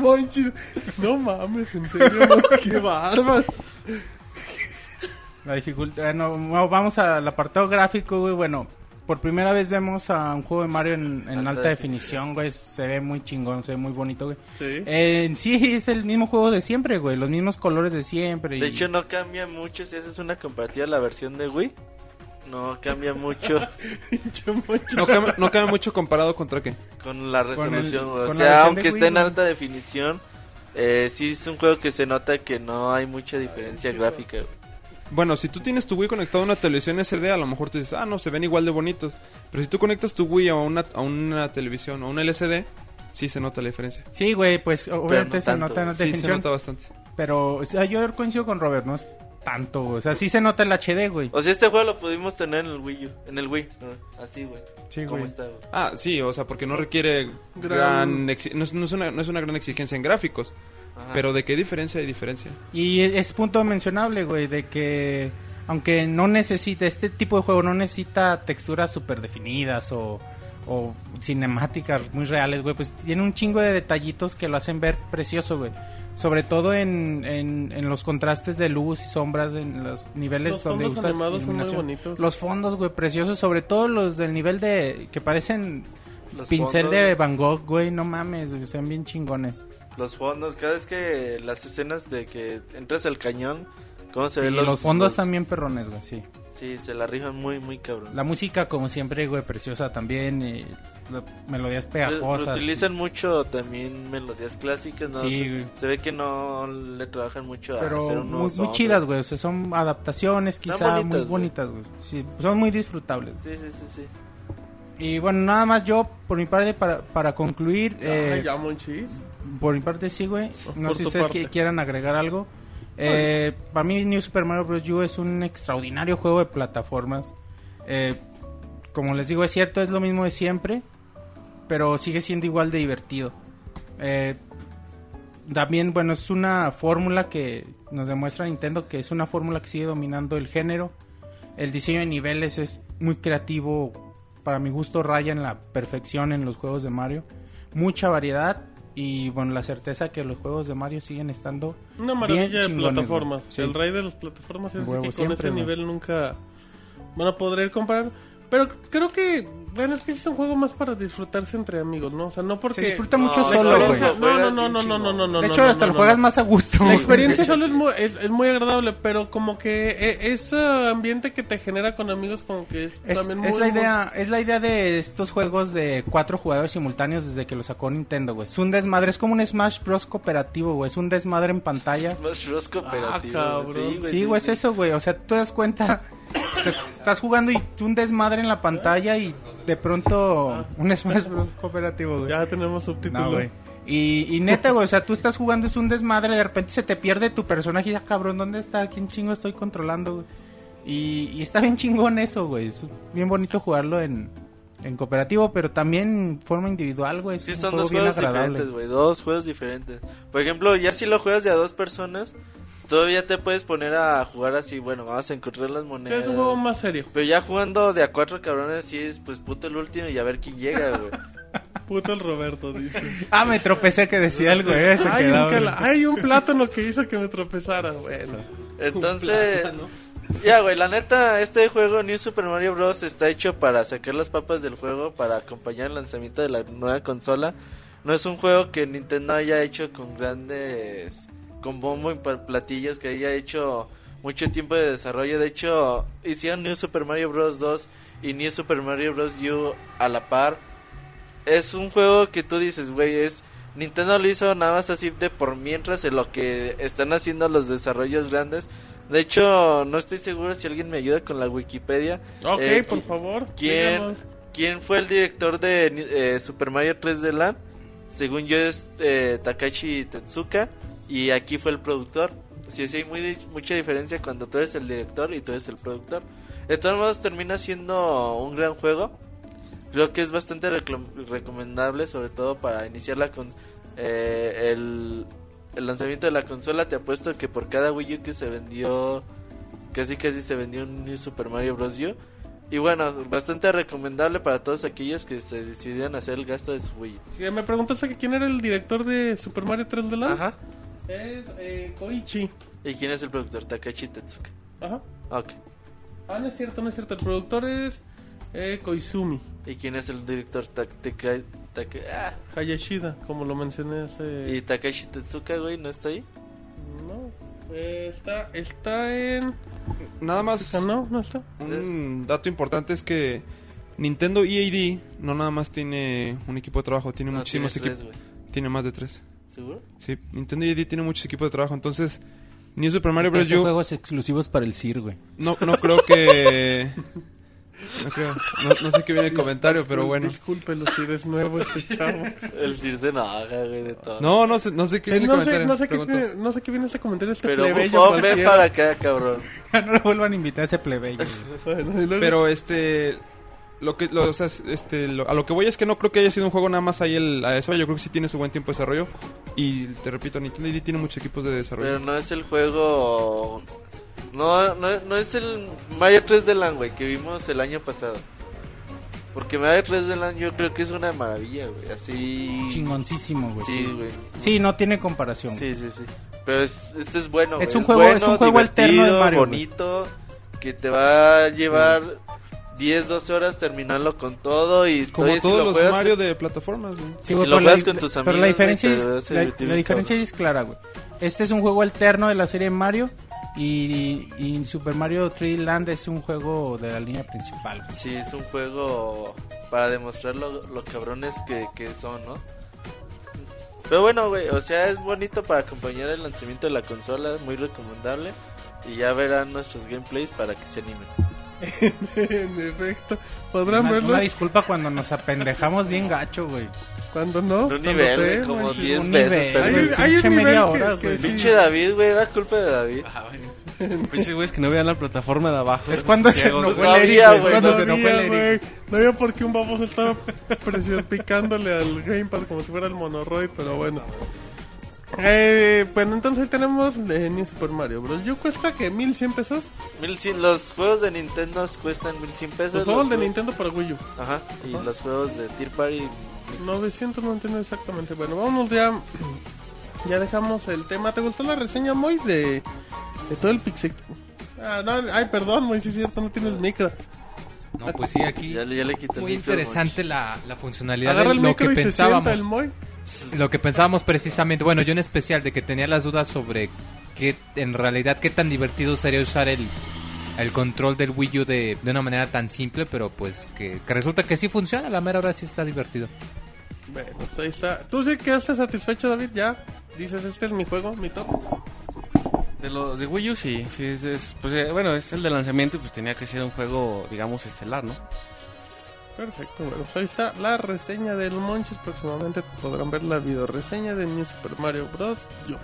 S2: Monchis. No mames, en serio, no, qué bárbaro.
S7: La dificultad. eh, no, no, vamos al apartado gráfico, güey. Bueno, por primera vez vemos a un juego de Mario en, en
S3: Alta
S7: alta,
S3: definición.
S7: definición, güey. Se ve muy chingón, se ve muy bonito, güey.
S2: Sí.
S7: Eh, En sí es el mismo juego de siempre, güey. Los mismos colores de siempre. y-
S3: De hecho, no cambia mucho. Si haces una comparativa a la versión de Wii, no cambia mucho
S2: Pinche Monchis.
S6: No cambia, no cambia mucho comparado contra qué.
S3: con la
S7: Con el-
S3: resolución. güey. o
S7: con
S3: sea,
S7: la versión de
S3: aunque
S7: Wii,
S3: esté en
S7: güey.
S3: alta definición, eh, sí es un juego que se nota que no hay mucha diferencia gráfica. güey.
S6: Bueno, si tú tienes tu Wii conectado a una televisión SD, a lo mejor tú dices, ah, no, se ven igual de bonitos. Pero si tú conectas tu Wii a una, a una televisión o a un LCD, sí se nota la diferencia.
S7: Sí, güey, pues obviamente
S3: no
S7: se
S3: tanto,
S7: nota en
S3: güey.
S7: alta
S6: Sí, se
S7: definición.
S6: nota bastante.
S7: pero o sea, yo coincido con Robert, no es tanto, güey. O sea, sí se nota el HD, güey.
S3: O sea, este juego lo pudimos tener en el Wii U, en el Wii, ¿no? así, güey.
S7: Sí,
S3: ¿Cómo
S7: güey.
S3: está, güey?
S6: Ah, sí, o sea, porque no requiere gran...
S2: Gran-
S6: exi- no, es, no es una, no es una gran exigencia en gráficos.
S3: Ajá.
S6: Pero ¿de qué diferencia hay diferencia?
S7: Y es- es punto mencionable, güey, de que aunque no necesita, este tipo de juego no necesita texturas súper definidas o, o cinemáticas muy reales, güey, pues tiene un chingo de detallitos que lo hacen ver precioso, güey. Sobre todo en, en, en los contrastes de luz y sombras, en los niveles
S2: Los
S7: donde
S2: fondos
S7: usas
S2: animados son muy
S7: iluminación.
S2: bonitos.
S7: Los fondos, güey, preciosos, sobre todo los del nivel de... que parecen
S3: Los
S7: pincel
S3: fondos,
S7: de
S3: güey.
S7: Van Gogh, güey, no mames, güey, sean bien chingones.
S3: Los fondos, cada vez que las escenas de que entras al cañón, ¿cómo se
S7: Y
S3: ven
S7: los, fondos también perrones, güey, sí.
S3: Sí, se la rifan muy, muy cabrón.
S7: La música, como siempre, güey, preciosa también. Y la- melodías
S3: Re-
S7: pegajosas.
S3: Reutilizan mucho también melodías clásicas, ¿no?
S7: Sí,
S3: Se-
S7: güey.
S3: se, ve que no le trabajan mucho a hacer
S7: pero
S3: un nuevo
S7: muy, muy
S3: soundtrack.
S7: chidas, güey. O sea, son adaptaciones
S3: Están
S7: quizá
S3: bonitas,
S7: muy
S3: güey.
S7: bonitas, güey. Sí, son muy disfrutables.
S3: Sí, sí, sí, sí.
S7: Y bueno, nada más yo, por mi parte, para, para concluir, eh,
S2: Ay, ya, Monchis.
S7: por mi parte sí, güey. No
S2: Por
S7: sé si
S2: tu
S7: ustedes
S2: parte.
S7: que- quieran agregar algo. Eh, para mí New Super Mario Bros. U es un extraordinario juego de plataformas. Eh, como les digo, es cierto, es lo mismo de siempre, pero sigue siendo igual de divertido. Eh, también, bueno, es una fórmula que nos demuestra Nintendo que es una fórmula que sigue dominando el género. El diseño de niveles es muy creativo, para mi gusto raya en la perfección en los juegos de Mario. Mucha variedad y bueno, la certeza que los juegos de Mario siguen estando
S2: Una
S7: bien
S2: maravilla de
S7: chingones, güey.
S2: plataformas.
S7: Sí.
S2: El rey de las plataformas. Así
S7: Huevo,
S2: que con
S7: siempre,
S2: ese
S7: güey.
S2: nivel nunca van a poder comparar. Pero creo que, bueno, es que es un juego más para disfrutarse entre amigos, ¿no? O sea, no porque...
S7: Se disfruta
S3: No,
S7: mucho
S3: la
S7: solo, güey.
S3: experiencia-
S2: No, no, no, no, no, no, no, no.
S7: de hecho,
S2: no,
S7: hasta
S2: no,
S7: lo
S2: no,
S7: juegas
S2: no.
S7: más a gusto.
S2: La
S7: güey.
S2: experiencia solo es muy, es, es muy agradable, pero como que e- ese ambiente que te genera con amigos como que es,
S7: Es,
S2: también muy...
S7: es la
S2: muy-
S7: idea, es la idea de estos juegos de cuatro jugadores simultáneos desde que lo sacó Nintendo, güey. Es un desmadre, es como un Smash Bros coperativo, güey. Es un desmadre en pantalla.
S3: Smash Bros. cooperativo.
S2: Ah,
S3: güey.
S2: cabrón.
S3: Sí, güey.
S7: Sí, güey, es eso, güey. O sea, tú te das cuenta, te- estás jugando y un desmadre en la pantalla y de pronto un Smash Bros cooperativo, güey.
S2: Ya tenemos subtítulo.
S7: No, güey. Y, y neta, güey, o sea, tú estás jugando, es un desmadre, de repente se te pierde tu personaje y ya, cabrón, ¿dónde está? ¿Quién chingo estoy controlando, güey? Y, y está bien chingón eso, güey. Es bien bonito jugarlo en, en cooperativo, pero también en forma individual, güey. Es
S3: Sí,
S7: un
S3: son
S7: juego
S3: dos
S7: bien
S3: juegos
S7: agradable.
S3: diferentes, güey. Dos juegos diferentes. Por ejemplo, ya si lo juegas de a dos personas, todavía te puedes poner a jugar así. Bueno, vamos a encontrar las
S2: Ya
S3: monedas.
S2: es un juego más serio.
S3: Pero ya jugando de a cuatro cabrones, sí es pues puto el último y a ver quién llega, güey.
S2: Puto el Roberto, dice.
S7: Ah, me tropecé que decía algo, güey. Se
S2: Hay
S7: quedaba,
S2: un,
S7: güey.
S2: cala- hay un plátano que hizo que me tropezara, bueno.
S3: Entonces, ya, güey, la neta, este juego New Super Mario Bros. está hecho para sacar las papas del juego, para acompañar el lanzamiento de la nueva consola. No es un juego que Nintendo haya hecho con grandes, con bombo y pa- platillos, que haya hecho mucho tiempo de desarrollo. De hecho, hicieron New Super Mario Bros. 2 y New Super Mario Bros. U a la par. Es un juego que tú dices, güey, es... Nintendo lo hizo nada más así de por mientras en lo que están haciendo los desarrollos grandes. De hecho, no estoy seguro si alguien me ayuda con la Wikipedia.
S2: Ok,
S3: Eh,
S2: por
S3: qui-
S2: favor.
S3: ¿Quién,
S2: díganos.
S3: ¿Quién fue el director de ni- eh, Super Mario 3D Land? Según yo es eh, Takashi Tetsuka y aquí fue el productor. Sí, sí hay muy, di- mucha diferencia cuando tú eres el director y tú eres el productor. De todos modos termina siendo un gran juego. Creo que es bastante reclam- recomendable, sobre todo para iniciar la con- eh, el, el lanzamiento de la consola. Te apuesto que por cada Wii U que se vendió, casi casi se vendió un New Super Mario Bros. U. Y bueno, bastante recomendable para todos aquellos que se decidieron hacer el gasto de su Wii.
S2: Sí, me preguntaste que quién era el director de Super Mario 3D Land.
S3: Ajá.
S2: Es eh, Koichi.
S3: ¿Y quién es el productor? Takashi Tetsuka.
S2: Ajá.
S3: Ok.
S2: Ah, no es cierto, no es cierto. El productor es eh, Koizumi
S3: ¿Y quién es el director? Tak- Teka- Taka- ah.
S2: Hayashida, como lo mencioné hace.
S3: ¿Y Takashi Tetsuka, güey, no está ahí?
S2: No. eh, está, está en.
S6: Nada más.
S2: Ah, No, no está.
S6: Un dato importante es que Nintendo EAD no nada más tiene un equipo de trabajo, tiene
S3: No,
S6: muchísimos
S3: tiene tres,
S6: equipos.
S3: güey.
S6: Tiene más de tres.
S3: ¿Seguro?
S6: Sí, Nintendo EAD tiene muchos equipos de trabajo. Entonces, New Super Mario Bros.
S8: Entonces,
S6: U
S8: juegos exclusivos para el CIR, güey.
S6: no, no creo que. No creo. No, no sé qué viene el comentario, pero bueno.
S2: Discúlpelo si eres nuevo este chavo.
S3: El Sir se enoja, güey, de todo.
S6: No, no sé, no sé qué viene el
S2: no, sé,
S6: comentario.
S2: no, sé qué,
S6: pregunto.
S2: tiene- no sé qué viene este comentario. Este
S3: Pero
S2: plebeyo
S3: bufón, ven
S2: cualquiera.
S3: para acá, cabrón.
S7: no lo vuelvan a invitar a ese plebeyo. güey.
S2: Bueno, y luego-
S6: Pero este lo que lo- o sea, este lo- a lo que voy es que no creo que haya sido un juego nada más ahí el a eso, yo creo que sí tiene su buen tiempo de desarrollo y te repito, Nintendo ID tiene muchos equipos de desarrollo.
S3: Pero no es el juego No, no, no es el Mario 3 de Land, güey, que vimos el año pasado. Porque Mario 3 de Land yo creo que es una maravilla, güey. Así...
S7: Chingoncísimo, güey.
S3: Sí, güey.
S7: Sí, no tiene comparación. güey.
S3: Sí, sí, sí. Pero es- este es bueno.
S7: Es
S3: güey.
S7: un juego- es
S3: bueno,
S7: un juego alterno de
S3: divertido,
S7: Mario, güey.
S3: bonito, que te va a llevar 10, 12 horas terminarlo con todo y
S6: Como
S3: todavía si
S6: todos
S3: lo
S6: los
S3: juegas
S6: Mario de plataformas, güey.
S7: Sí,
S3: Si
S7: güey,
S3: lo
S7: pero la-
S3: juegas con tus
S7: Pero la
S3: amigos, güey,
S7: diferencia,
S3: te
S7: es,
S3: vas a
S7: la,
S3: divertir
S7: la
S3: un
S7: diferencia es clara, güey. Este es un juego alterno de la serie Mario y, y Super Mario 3 Land es un juego de la línea principal. güey.
S3: Sí, es un juego para demostrar lo, lo cabrones que, que son, ¿no? Pero bueno, güey, o sea, es bonito para acompañar el lanzamiento de la consola, muy recomendable. Y ya verán nuestros gameplays para que se animen.
S2: en efecto, podrán
S7: Una,
S2: verlo
S7: una disculpa cuando nos apendejamos bien gacho, güey.
S2: cuando no.
S3: De un
S2: cuando
S3: nivel,
S2: te-
S3: güey, como
S2: manches.
S3: 10
S7: Un
S3: veces,
S7: nivel,
S2: Hay,
S3: pero...
S7: güey.
S2: un- hay un
S7: Pinche
S2: nivel
S7: media
S2: que,
S7: hora,
S2: que
S7: güey.
S2: sí.
S3: Pinche David, güey, era culpa de David.
S4: Pinches güeyes que no vean la plataforma de abajo.
S7: Es cuando se
S4: Ciegos.
S7: enojó
S3: No
S7: el Eric,
S3: había,
S7: güey,
S3: güey,
S7: cuando
S2: no,
S7: se enojó el
S2: había,
S7: Eric.
S2: güey. no había por qué un baboso estaba presión picándole al gamepad como si fuera el monoroid, pero bueno. Eh, bueno, entonces ahí tenemos de New Super Mario Bros. Yo cuesta que 1100 pesos.
S3: 1100 los juegos de Nintendo cuestan 1100 pesos.
S2: Los juegos de
S3: jue-
S2: Nintendo para Wii U.
S3: Ajá, y los juegos de Tier Party.
S2: 999 exactamente. Bueno, vámonos ya. Ya dejamos el tema. ¿Te gustó la reseña, Moy? De, de todo el pixel. Ah, no, ay, perdón, Moy, sí es cierto, no tienes micro.
S5: No, pues sí, aquí.
S3: Ya, le- ya le quité el
S5: Muy
S3: micro, güey.
S5: interesante la, la funcionalidad
S2: Agarra
S5: de
S2: el
S5: lo que
S2: micro y se sienta el
S5: pensábamos.
S2: Moy.
S5: Lo que pensábamos precisamente, bueno, yo en especial de que tenía las dudas sobre qué en realidad qué tan divertido sería usar el, el control del Wii U de, de una manera tan simple, pero pues que, que resulta que sí funciona, a la mera hora sí está divertido.
S2: Bueno, pues ahí está. ¿Tú sí quedaste satisfecho, David? Ya. Dices, este es mi juego, mi top.
S4: De, lo, de Wii U sí, sí es, es- pues, eh, bueno, es el de lanzamiento y pues tenía que ser un juego, digamos, estelar, ¿no?
S2: Perfecto, bueno, pues ahí está la reseña del Monchis. Próximamente podrán ver la videoreseña de New Super Mario Bros. Yo.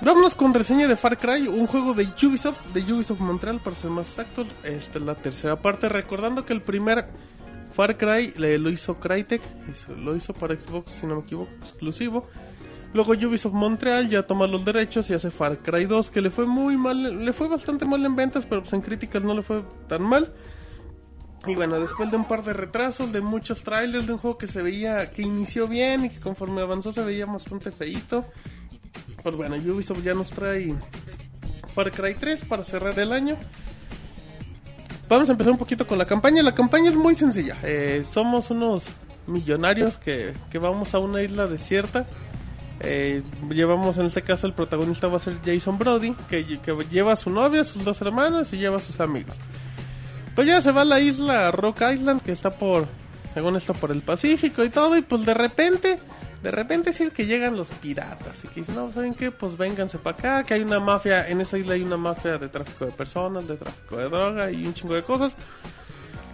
S2: Vámonos con reseña de Far Cry, un juego de Ubisoft, de Ubisoft Montreal, para ser más exactos. Esta es la tercera parte. Recordando que el primer Far Cry le- lo hizo Crytek, hizo- lo hizo para Xbox, si no me equivoco, exclusivo. Luego Ubisoft Montreal ya toma los derechos y hace Far Cry 2, que le fue muy mal, le fue bastante mal en ventas, pero pues en críticas no le fue tan mal. Y bueno, después de un par de retrasos, de muchos trailers, de un juego que se veía, que inició bien y que conforme avanzó se veía bastante feíto. Pues bueno, Ubisoft ya nos trae Far Cry 3 para cerrar el año. Vamos a empezar un poquito con la campaña. La campaña es muy sencilla. Eh, somos unos millonarios que, que vamos a una isla desierta. Eh, llevamos en este caso el protagonista va a ser Jason Brody, que, lle- que lleva a su novia, sus dos hermanos y lleva a sus amigos. Pues ya se va a la isla Rock Island, que está por, según esto, por el Pacífico y todo, y pues de repente, de repente es el que llegan los piratas. Y que dicen, no, ¿saben qué? Pues vénganse para acá, que hay una mafia, en esa isla hay una mafia de tráfico de personas, de tráfico de droga y un chingo de cosas.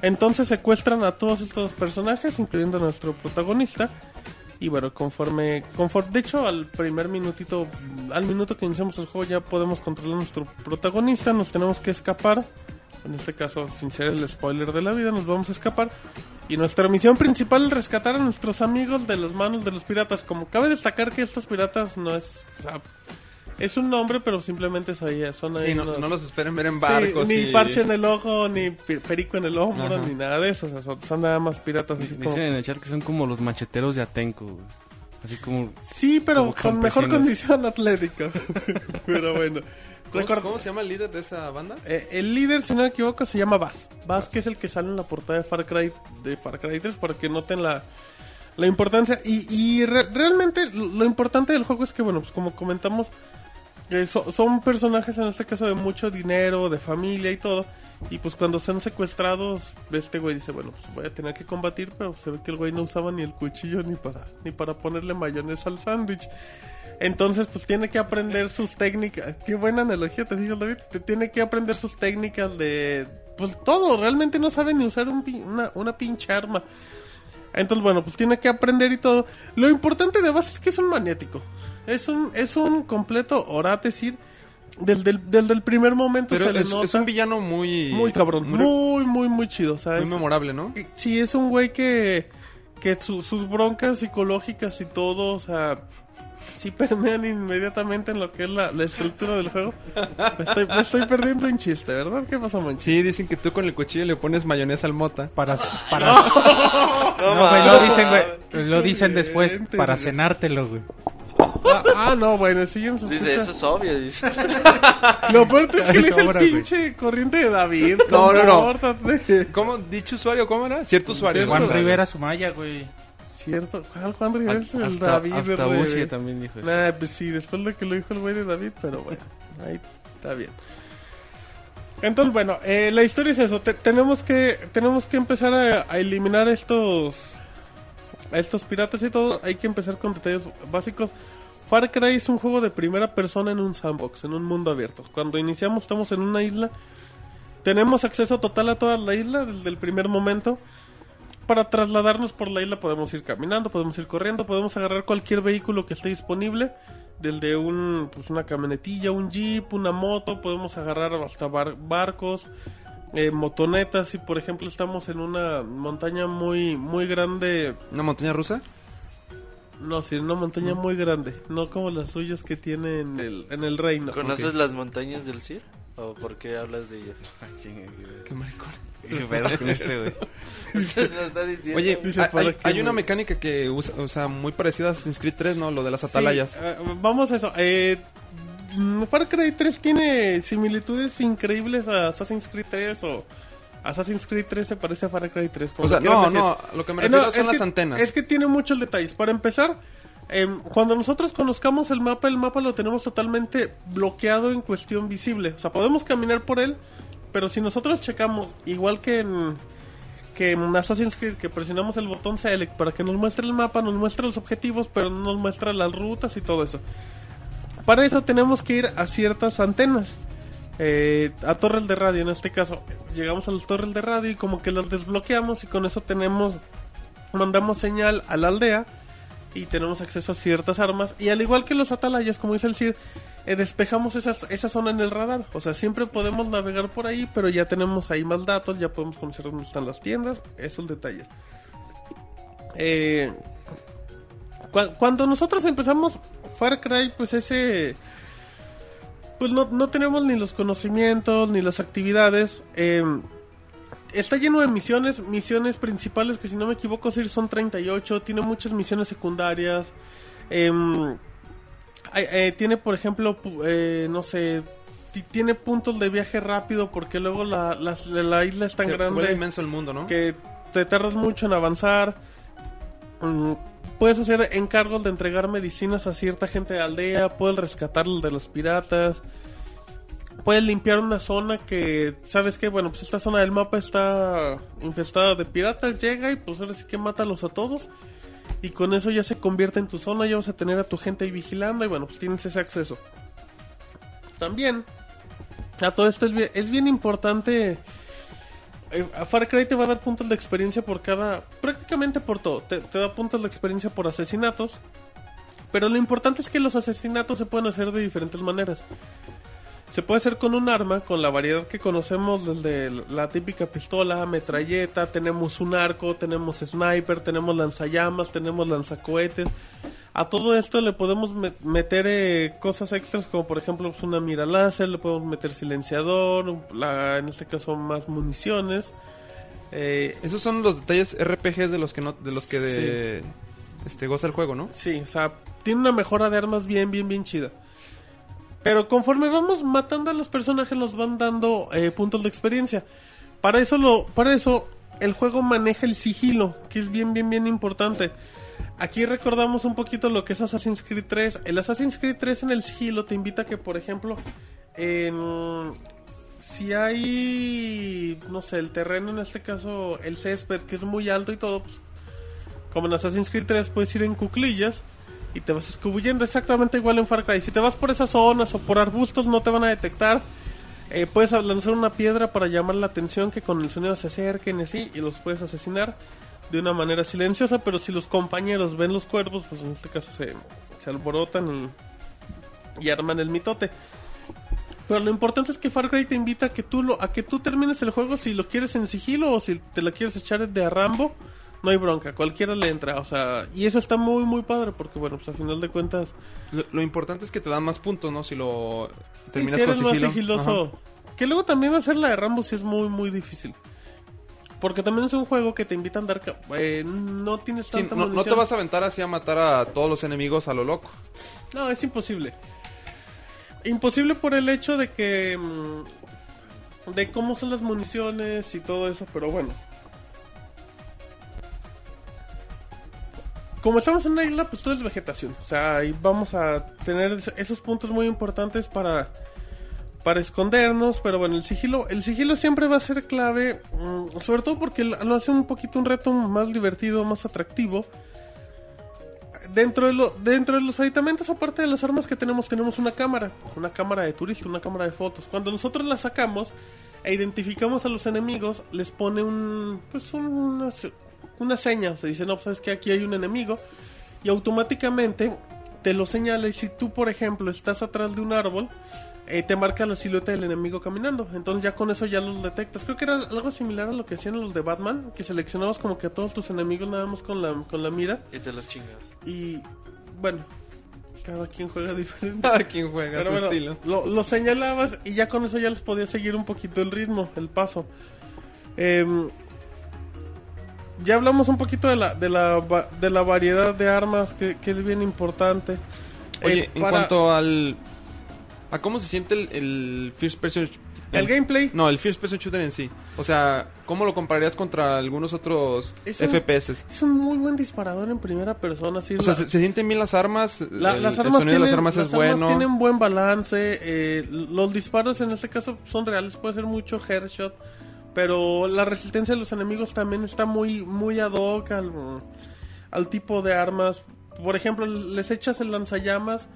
S2: Entonces secuestran a todos estos personajes, incluyendo a nuestro protagonista. Y bueno, conforme, conforme. De hecho, al primer minutito, al minuto que iniciamos el juego, ya podemos controlar a nuestro protagonista. Nos tenemos que escapar. En este caso, sin ser el spoiler de la vida, nos vamos a escapar. Y nuestra misión principal es rescatar a nuestros amigos de las manos de los piratas. Como cabe destacar que estos piratas no es. o sea, es un nombre, pero simplemente es ahí, son ahí
S9: Sí, no,
S2: unos-
S9: no los esperen ver en barcos.
S2: Sí, ni
S9: y-
S2: parche en el ojo, ni pe- perico en el hombro,
S9: Ajá.
S2: ni nada de eso. O sea, son, son nada más piratas. Así como-
S4: Dicen en el chat que son como los macheteros de Atenco, güey. Así como...
S2: Sí, pero
S4: como
S2: con mejor
S4: campesinos.
S2: condición atlética. pero bueno.
S9: ¿Cómo,
S2: Record-
S9: cómo se llama el líder de esa banda?
S2: eh, el líder, si no me equivoco, se llama Bass. Bass, que es el que sale en la portada de Far Cry, de Far Cry 3, para que noten la, la importancia. Y, y re- realmente lo- lo importante del juego es que, bueno, pues como comentamos, eh, so- son personajes en este caso de mucho dinero, de familia y todo. Y pues cuando sean secuestrados, este güey dice, bueno, pues voy a tener que combatir, pero se ve que el güey no usaba ni el cuchillo ni para, ni para ponerle mayonesa al sándwich. Entonces, pues tiene que aprender sus técnicas. Qué buena analogía, te fijas, David. Te tiene que aprender sus técnicas de... Pues todo, realmente no sabe ni usar un pin- una, una pinche arma. Entonces, bueno, pues tiene que aprender y todo. Lo importante de base es que es un maniático. Es un, es un completo orate, es decir, desde el, desde el primer momento
S9: Pero
S2: se le
S9: es,
S2: nota
S9: es un villano muy...
S2: muy cabrón,
S9: Muy,
S2: muy, muy, muy chido. O sea,
S9: muy
S2: es-
S9: memorable, ¿no?
S2: Sí, es un güey que, que su- sus broncas psicológicas y todo, o sea, sí permean inmediatamente en lo que es la, la estructura del juego. Me estoy, me estoy perdiendo en chiste, ¿verdad? ¿Qué pasó, Monchi?
S9: Sí, dicen que tú con el cuchillo le pones mayonesa al mota.
S7: Para, para, no, güey, lo dicen, güey. Lo dicen después
S2: corriente,
S7: para
S2: güey.
S7: cenártelo, güey.
S2: Ah, ah, no, bueno, sí, ya nos
S3: Dice,
S2: escucha.
S3: eso es obvio. Dice.
S2: Lo peor es que él es el
S7: Sobra, güey.
S2: pinche corriente de David.
S9: No, no, no.
S2: compórtate.
S9: ¿Cómo? ¿Dicho usuario? ¿Cómo era? Cierto usuario.
S2: Cierto.
S7: Juan Rivera Sumaya, güey.
S2: Cierto, ¿cuál Juan Rivera es el David? de
S4: Aftabusia
S2: Rivera?
S4: también dijo eso.
S2: Nah, pues sí, después de que lo dijo el güey de David, pero bueno, ahí está bien. Entonces, bueno, eh, la historia es eso. te- tenemos, que, tenemos que empezar a, a eliminar estos, a estos piratas y todo. Hay que empezar con detalles básicos. Far Cry es un juego de primera persona en un sandbox, en un mundo abierto. Cuando iniciamos estamos en una isla. Tenemos acceso total a toda la isla desde el primer momento. Para trasladarnos por la isla podemos ir caminando, podemos ir corriendo, podemos agarrar cualquier vehículo que esté disponible, desde un, pues una camionetilla, un jeep, una moto, podemos agarrar hasta bar- barcos, eh, motonetas. Si por ejemplo estamos en una montaña muy muy grande,
S9: ¿Una montaña rusa?
S2: no, si en una montaña muy grande, no como las suyas que tiene en el, en el reino.
S3: ¿Conoces las montañas del CIR? ¿O por qué hablas de ellas?
S9: Qué maricón.
S4: Qué pedo con este, güey.
S3: No está diciendo.
S9: Oye,
S2: Dice,
S9: hay-
S2: ¿para
S9: hay,
S2: qué,
S9: hay una
S2: güey?
S9: mecánica que usa, o sea, muy parecida a Assassin's Creed 3, ¿no? Lo de las atalayas.
S2: Sí, eh, vamos a eso. Eh, mm, Far Cry 3 tiene similitudes increíbles a Assassin's Creed 3 o Assassin's Creed 3 se parece a Far Cry 3. como
S9: o sea,
S2: quieras
S9: no,
S2: decir.
S9: no, lo que me
S2: Eh,
S9: refiero
S2: no,
S9: son
S2: es
S9: las
S2: que-
S9: antenas.
S2: Es que tiene muchos detalles. Para empezar, em, cuando nosotros conozcamos el mapa, el mapa lo tenemos totalmente bloqueado en cuestión visible. O sea, podemos caminar por él, pero si nosotros checamos, igual que en, que en Assassin's Creed, que presionamos el botón Select para que nos muestre el mapa, nos muestra los objetivos, pero no nos muestra las rutas y todo eso. Para eso tenemos que ir a ciertas antenas. eh, a torres de radio, en este caso. Llegamos a las torres de radio y como que las desbloqueamos y con eso tenemos... Mandamos señal a la aldea y tenemos acceso a ciertas armas. Y al igual que los atalayas, como dice el Sir, eh, despejamos esas, esa zona en el radar. O sea, siempre podemos navegar por ahí, pero ya tenemos ahí más datos, ya podemos conocer dónde están las tiendas, esos detalles. Eh, cua- cuando nosotros empezamos Far Cry, pues ese... Pues no, no tenemos ni los conocimientos, ni las actividades. em, está lleno de misiones, misiones principales que si no me equivoco Sir, son 38, tiene muchas misiones secundarias. em, hay- eh, tiene por ejemplo, pu- eh, no sé, ti- tiene puntos de viaje rápido porque luego la, las- la isla es tan
S9: se, se
S2: grande
S9: vuelve inmenso el mundo, ¿no?
S2: que te tardas mucho en avanzar. Mm, Puedes hacer encargos de entregar medicinas a cierta gente de aldea, puedes rescatar de los piratas, puedes limpiar una zona que, ¿sabes qué? Bueno, pues esta zona del mapa está infestada de piratas, llega y pues ahora sí que mátalos a todos. Y con eso ya se convierte en tu zona, ya vas a tener a tu gente ahí vigilando y bueno, pues tienes ese acceso. También, a todo esto es bien, es bien importante eh, a Far Cry te va a dar puntos de experiencia por cada. prácticamente por todo. Te, te da puntos de experiencia por asesinatos. Pero lo importante es que los asesinatos se pueden hacer de diferentes maneras. Se puede hacer con un arma, con la variedad que conocemos desde la típica pistola, metralleta, tenemos un arco, tenemos sniper, tenemos lanzallamas, tenemos lanzacohetes. A todo esto le podemos me- meter eh, cosas extras como por ejemplo pues, una mira láser, le podemos meter silenciador, un- la- en este caso más municiones. Eh,
S9: Esos son los detalles RPGs de los que no, de los que de- este goza el juego, ¿no?
S2: Sí, o sea, tiene una mejora de armas bien, bien, bien chida. Pero conforme vamos matando a los personajes, nos van dando eh, puntos de experiencia. Para eso, lo, para eso, el juego maneja el sigilo, que es bien, bien, bien importante. Aquí recordamos un poquito lo que es Assassin's Creed 3. El Assassin's Creed 3 en el sigilo te invita a que, por ejemplo, en- si hay, no sé, el terreno, en este caso el césped, que es muy alto y todo, pues como en Assassin's Creed 3 puedes ir en cuclillas y te vas escubullendo exactamente igual en Far Cry. Si te vas por esas zonas o por arbustos no te van a detectar. Eh, puedes lanzar una piedra para llamar la atención que con el sonido se acerquen y así y los puedes asesinar de una manera silenciosa. Pero si los compañeros ven los cuerpos, pues en este caso se, se alborotan y, y arman el mitote. Pero lo importante es que Far Cry te invita a que tú lo, a que tú termines el juego si lo quieres en sigilo o si te lo quieres echar de a Rambo No hay bronca, cualquiera le entra, o sea, y eso está muy, muy padre, porque bueno, pues a final de cuentas,
S9: Lo, lo importante es que te dan más puntos, ¿no? Si lo
S2: si
S9: terminas
S2: eres
S9: con sigilo.
S2: más sigiloso, que luego también hacer la de Rambo sí es muy, muy difícil. Porque también es un juego que te invita a andar, ca- eh, no tienes
S9: Sí,
S2: tanta
S9: no, no te
S2: munición.
S9: vas a aventar así a matar a todos los enemigos a lo loco.
S2: No, es imposible. Imposible por el hecho de que. mm, de cómo son las municiones y todo eso, pero bueno. Como estamos en una isla, pues todo es vegetación. O sea, y vamos a tener es- esos puntos muy importantes para. Para escondernos, pero bueno, el sigilo, el sigilo siempre va a ser clave, mm, sobre todo porque lo lo hace un poquito un reto más divertido, más atractivo dentro de, lo- dentro de los aditamentos, aparte de las armas que tenemos, tenemos una cámara, una cámara de turista, una cámara de fotos. Cuando nosotros la sacamos e identificamos a los enemigos, les pone un, pues un- una, se- una seña, se dice, no, pues, sabes que aquí hay un enemigo, y automáticamente te lo señala y si tú, por ejemplo, estás atrás de un árbol, eh, te marca la silueta del enemigo caminando. Entonces ya con eso ya los detectas. Creo que era algo similar a lo que hacían los de Batman, que seleccionabas como que a todos tus enemigos nada más con la, con la mira.
S3: Y te los chingas.
S2: Y bueno, cada quien juega diferente.
S9: Cada quien juega a
S2: Pero
S9: su
S2: bueno,
S9: estilo.
S2: lo, lo señalabas y ya con eso ya les podías seguir un poquito el ritmo, el paso. Em, ya hablamos un poquito de la, de la, va- de la variedad de armas que, que es bien importante.
S9: Oye,
S2: Eh,
S9: en
S2: para-
S9: cuanto al. ¿A cómo se siente el, el First Person sh-
S2: El gameplay.
S9: No, el First Person Shooter en sí. O sea, ¿cómo lo compararías contra algunos otros
S2: Es un-
S9: FPS?
S2: Es un muy buen disparador en primera persona. sí,
S9: O sea,
S2: la-
S9: se, se sienten bien las armas.
S2: La-
S9: el,
S2: las
S9: el sonido
S2: armas tienen,
S9: de las armas es bueno.
S2: tienen buen balance. eh, los disparos en este caso son reales. Puede ser mucho headshot. Pero la resistencia de los enemigos también está muy, muy ad hoc al, al tipo de armas. Por ejemplo, les echas el lanzallamas.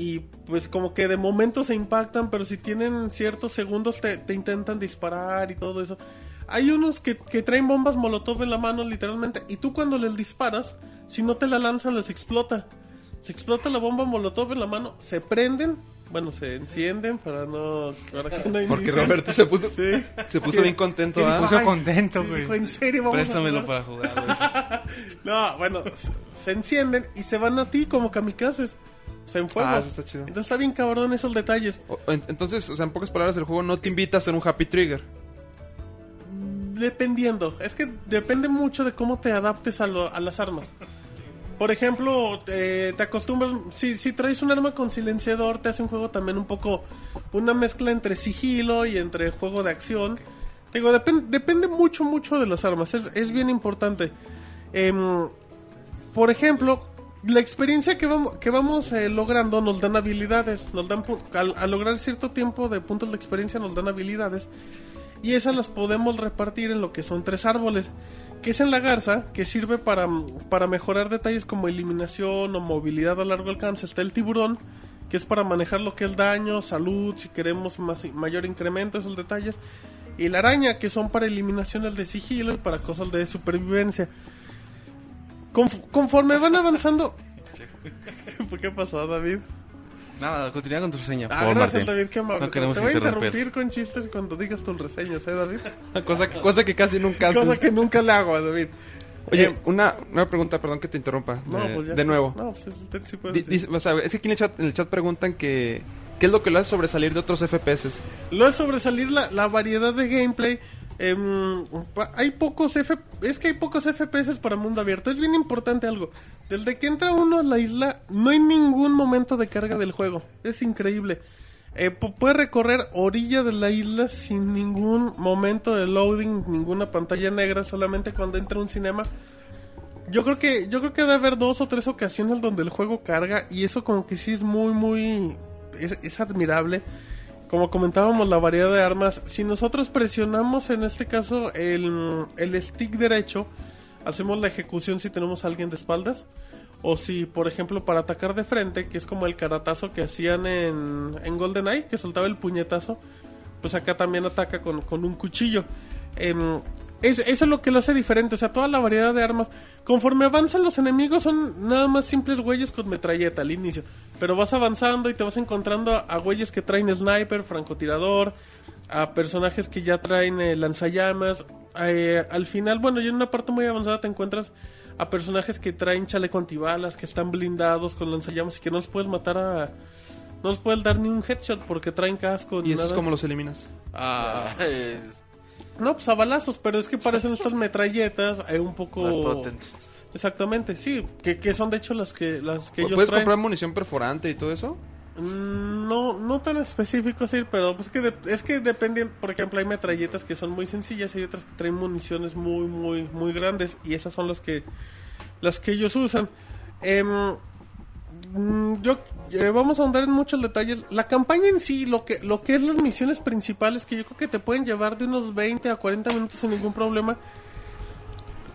S2: Y pues como que de momento se impactan, pero si tienen ciertos segundos te, te intentan disparar y todo eso. Hay unos que, que traen bombas molotov en la mano literalmente y tú cuando les disparas, si no te la lanzan, les explota. Se explota la bomba molotov en la mano, se prenden, bueno, se encienden para no... Para que no
S9: Porque
S2: inicien.
S9: Roberto se puso,
S2: Sí.
S9: se puso bien contento. ¿ah?
S7: puso
S2: Ay,
S7: contento,
S2: sí,
S7: güey.
S2: dijo, en serio, vamos a
S4: Préstamelo
S2: jugar?"
S4: para jugar, güey.
S2: No, bueno, se- se encienden y se van a ti como kamikazes. O sea, en fuego.
S9: Ah, eso está chido.
S2: Entonces está bien cabrón esos detalles.
S9: O- en- Entonces, o sea, en pocas palabras, el juego no te invita a hacer un Happy Trigger.
S2: Dependiendo, es que depende mucho de cómo te adaptes a, lo- a las armas. Por ejemplo, eh, te acostumbras, si, si traes un arma con silenciador, te hace un juego también un poco, una mezcla entre sigilo y entre juego de acción. Te digo, depen- depende mucho, mucho de las armas, es, es bien importante. Em, por ejemplo, la experiencia que vamos, que vamos eh, logrando nos dan habilidades, nos dan pu- al- al lograr cierto tiempo de puntos de experiencia nos dan habilidades y esas las podemos repartir en lo que son tres árboles, que es en la garza, que sirve para, para mejorar detalles como eliminación o movilidad a largo alcance. Está el tiburón, que es para manejar lo que es daño, salud, si queremos más, mayor incremento, esos detalles. Y la araña, que son para eliminaciones de sigilo y para cosas de supervivencia. Conf- conforme van avanzando... ¿Qué pasó, David?
S4: Nada, continúa con tu reseña.
S2: Ah,
S4: por
S2: gracias,
S4: Martín.
S2: David, qué amable.
S4: No queremos
S2: Te voy a
S4: interrumpir.
S2: interrumpir con chistes cuando digas tus reseñas, ¿eh, David?
S9: Cosa, cosa que casi nunca haces.
S2: Cosa que nunca le hago a David. Eh,
S9: Oye, una, una pregunta, perdón que te interrumpa.
S2: No,
S9: eh,
S2: pues ya.
S9: de nuevo.
S2: No, pues es- usted sí puede
S9: Di- dice-
S2: decir.
S9: o sea, es que aquí en el, chat, en el chat preguntan que... ¿Qué es lo que lo hace sobresalir de otros FPS?
S2: Lo de sobresalir la, la variedad de gameplay. em, pa- hay pocos F es que hay pocos FPS para mundo abierto. Es bien importante algo. Desde que entra uno a la isla, no hay ningún momento de carga del juego. Es increíble. Eh, pu- puede recorrer orilla de la isla sin ningún momento de loading, ninguna pantalla negra, solamente cuando entra un cinema. Yo creo que yo creo que debe haber dos o tres ocasiones donde el juego carga y eso como que sí es muy muy es, es admirable. Como comentábamos la variedad de armas, si nosotros presionamos en este caso el, el stick derecho, hacemos la ejecución si tenemos a alguien de espaldas o si por ejemplo para atacar de frente, que es como el caratazo que hacían en en GoldenEye, que soltaba el puñetazo, pues acá también ataca con, con un cuchillo. Em, es- eso es lo que lo hace diferente, o sea, toda la variedad de armas. Conforme avanzan los enemigos son nada más simples güeyes con metralleta al inicio. Pero vas avanzando y te vas encontrando a, a güeyes que traen sniper, francotirador, a personajes que ya traen eh, lanzallamas. eh, al final, bueno, ya en una parte muy avanzada te encuentras a personajes que traen chaleco antibalas, que están blindados con lanzallamas y que no los puedes matar a... No les puedes dar ni un headshot porque traen casco. ni
S9: Y eso es
S2: nada.
S9: como los eliminas.
S2: Ah.
S3: Es
S2: No, pues a balazos, pero es que parecen estas metralletas eh, un poco...
S3: Más potentes.
S2: Exactamente, sí, que, que son de hecho las que, las que ellos
S9: ¿Puedes
S2: traen.
S9: comprar munición perforante y todo eso?
S2: Mm, No, no tan específico, sí, pero pues que de- es que depende, por ejemplo, hay metralletas que son muy sencillas y hay otras que traen municiones muy, muy, muy grandes y esas son las que, las que ellos usan. Em, mm, yo eh, vamos a ahondar en muchos detalles. La campaña en sí, lo que, lo que es las misiones principales, que yo creo que te pueden llevar de unos 20 a 40 minutos sin ningún problema.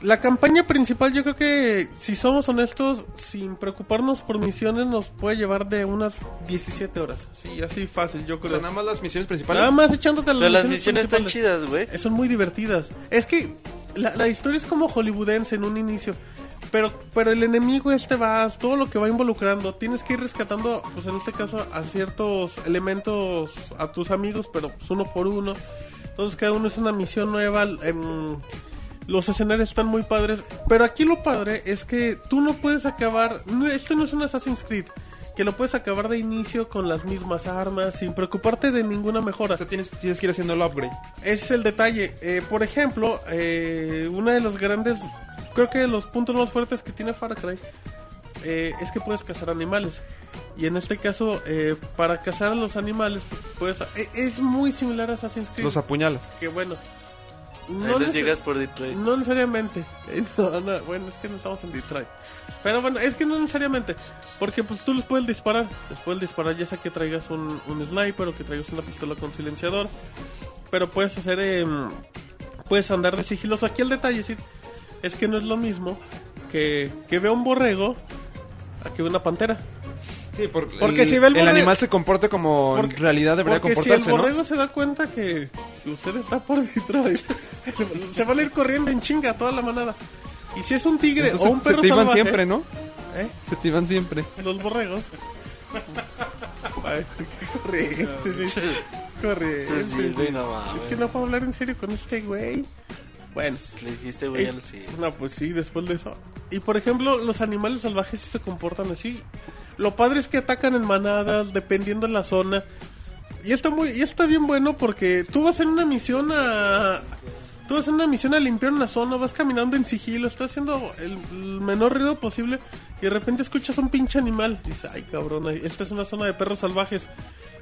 S2: La campaña principal, yo creo que, si somos honestos, sin preocuparnos por misiones, nos puede llevar de unas 17 horas. Sí, así fácil, yo
S9: O
S2: creo.
S9: sea, nada más las misiones principales.
S2: nada más echándote a
S3: Pero las misiones
S2: misiones
S3: están
S2: principales.
S3: chidas, güey.
S2: Eh, Son muy divertidas. Es que la, la historia es como hollywoodense en un inicio. Pero, pero el enemigo este va, todo lo que va involucrando, tienes que ir rescatando, pues en este caso, a ciertos elementos, a tus amigos, pero pues uno por uno. Entonces cada uno es una misión nueva. em, los escenarios están muy padres. Pero aquí lo padre es que tú no puedes acabar. no, Esto no es un Assassin's Creed. Que lo puedes acabar de inicio con las mismas armas, sin preocuparte de ninguna mejora.
S9: O sea, tienes, tienes que ir haciendo el upgrade.
S2: Ese es el detalle. Eh, por ejemplo, eh, una de las grandes, creo que los puntos más fuertes que tiene Far Cry eh, es que puedes cazar animales. Y en este caso, eh, para cazar a los animales, puedes, e- es muy similar a Assassin's Creed.
S9: Los apuñalas.
S2: que bueno,
S3: Ahí
S2: no,
S3: les
S2: neces-
S3: llegas por Detroit.
S2: no necesariamente. Eh, no, no, bueno, es que no estamos en Detroit. Pero bueno, es que no necesariamente. Porque pues tú les puedes disparar. Les puedes disparar ya sea que traigas un, un sniper o que traigas una pistola con silenciador. Pero puedes hacer... em, puedes andar de sigiloso. Aquí el detalle es, es que no es lo mismo que, que vea un borrego a que vea una pantera.
S9: Sí, porque,
S2: Porque
S9: el,
S2: si ve el
S9: el
S2: borre-
S9: animal se comporta como
S2: Porque-
S9: en realidad debería
S2: Porque si
S9: comportarse,
S2: el borrego
S9: ¿no?
S2: se da cuenta que que usted está por Detroit, se van a ir corriendo en chinga toda la manada. Y si es un tigre
S9: Entonces,
S2: o un perro
S9: se te iban
S2: salvaje,
S9: siempre, ¿no?
S2: ¿eh?
S9: Se te iban siempre.
S2: Los borregos. Ay, qué corriente, sí. Corriente.
S3: Sí, sí, güey, no
S2: Es que
S3: mames.
S2: no puedo hablar en serio con este güey. Bueno.
S3: Le dijiste, este güey,
S2: Eh,
S3: al sí.
S2: No, pues sí, después de eso. Y por ejemplo, los animales salvajes sí se comportan así. Lo padre es que atacan en manadas, dependiendo de la zona. Y está muy, y está bien bueno porque tú vas en una misión a. Tú vas en una misión a limpiar una zona, vas caminando en sigilo, estás haciendo el, el menor ruido posible y de repente escuchas un pinche animal. Y dices, ay cabrón, ay, esta es una zona de perros salvajes.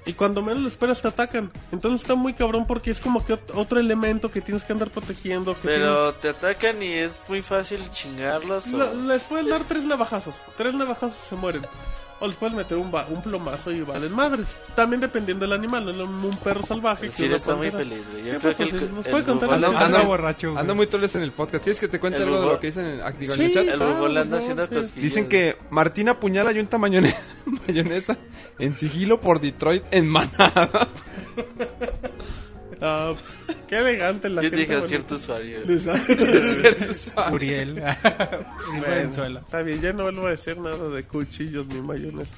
S2: Y cuando menos lo esperas te atacan. Entonces está muy cabrón porque es como que ot- otro elemento que tienes que andar protegiendo. Que tienes-
S3: Pero te atacan y es muy fácil chingarlos. o-
S2: la- les puedes dar tres navajazos. Tres navajazos y se mueren. O les puedes meter un, ba- un plomazo y valen madres. También dependiendo del animal. No es lo mismo un perro salvaje.
S3: El
S2: que
S3: Ciro
S2: una
S3: está muy
S2: pantera.
S3: feliz, güey.
S2: ¿Qué
S3: Yo creo
S2: pasó,
S3: que el,
S2: Ciro?
S3: el,
S2: pues, ¿Nos puede contar
S3: Bubol
S2: la
S3: anda-
S9: Anda
S7: Anda
S3: anda-
S7: borracho. güey.
S9: Anda muy troles en el podcast. ¿Quieres que te cuente
S3: El
S9: algo de
S3: Bubol-
S9: lo que dicen en, ah, digo, en
S2: Sí,
S9: el chat?
S3: el
S2: Ah,
S3: Bubol anda
S2: no,
S3: haciendo
S2: sí.
S3: cosquillas.
S9: Dicen que Martín apuñala y unta mayone- mayonesa en sigilo por Detroit en manada.
S2: Ah, pues, qué elegante la
S3: Yo
S2: gente.
S3: dije a
S2: bonita.
S3: cierto usuario.
S2: Les da-
S7: Uriel. Uriel Valenzuela.
S2: Está bien, ya no vuelvo a decir nada de cuchillos ni mayonesa.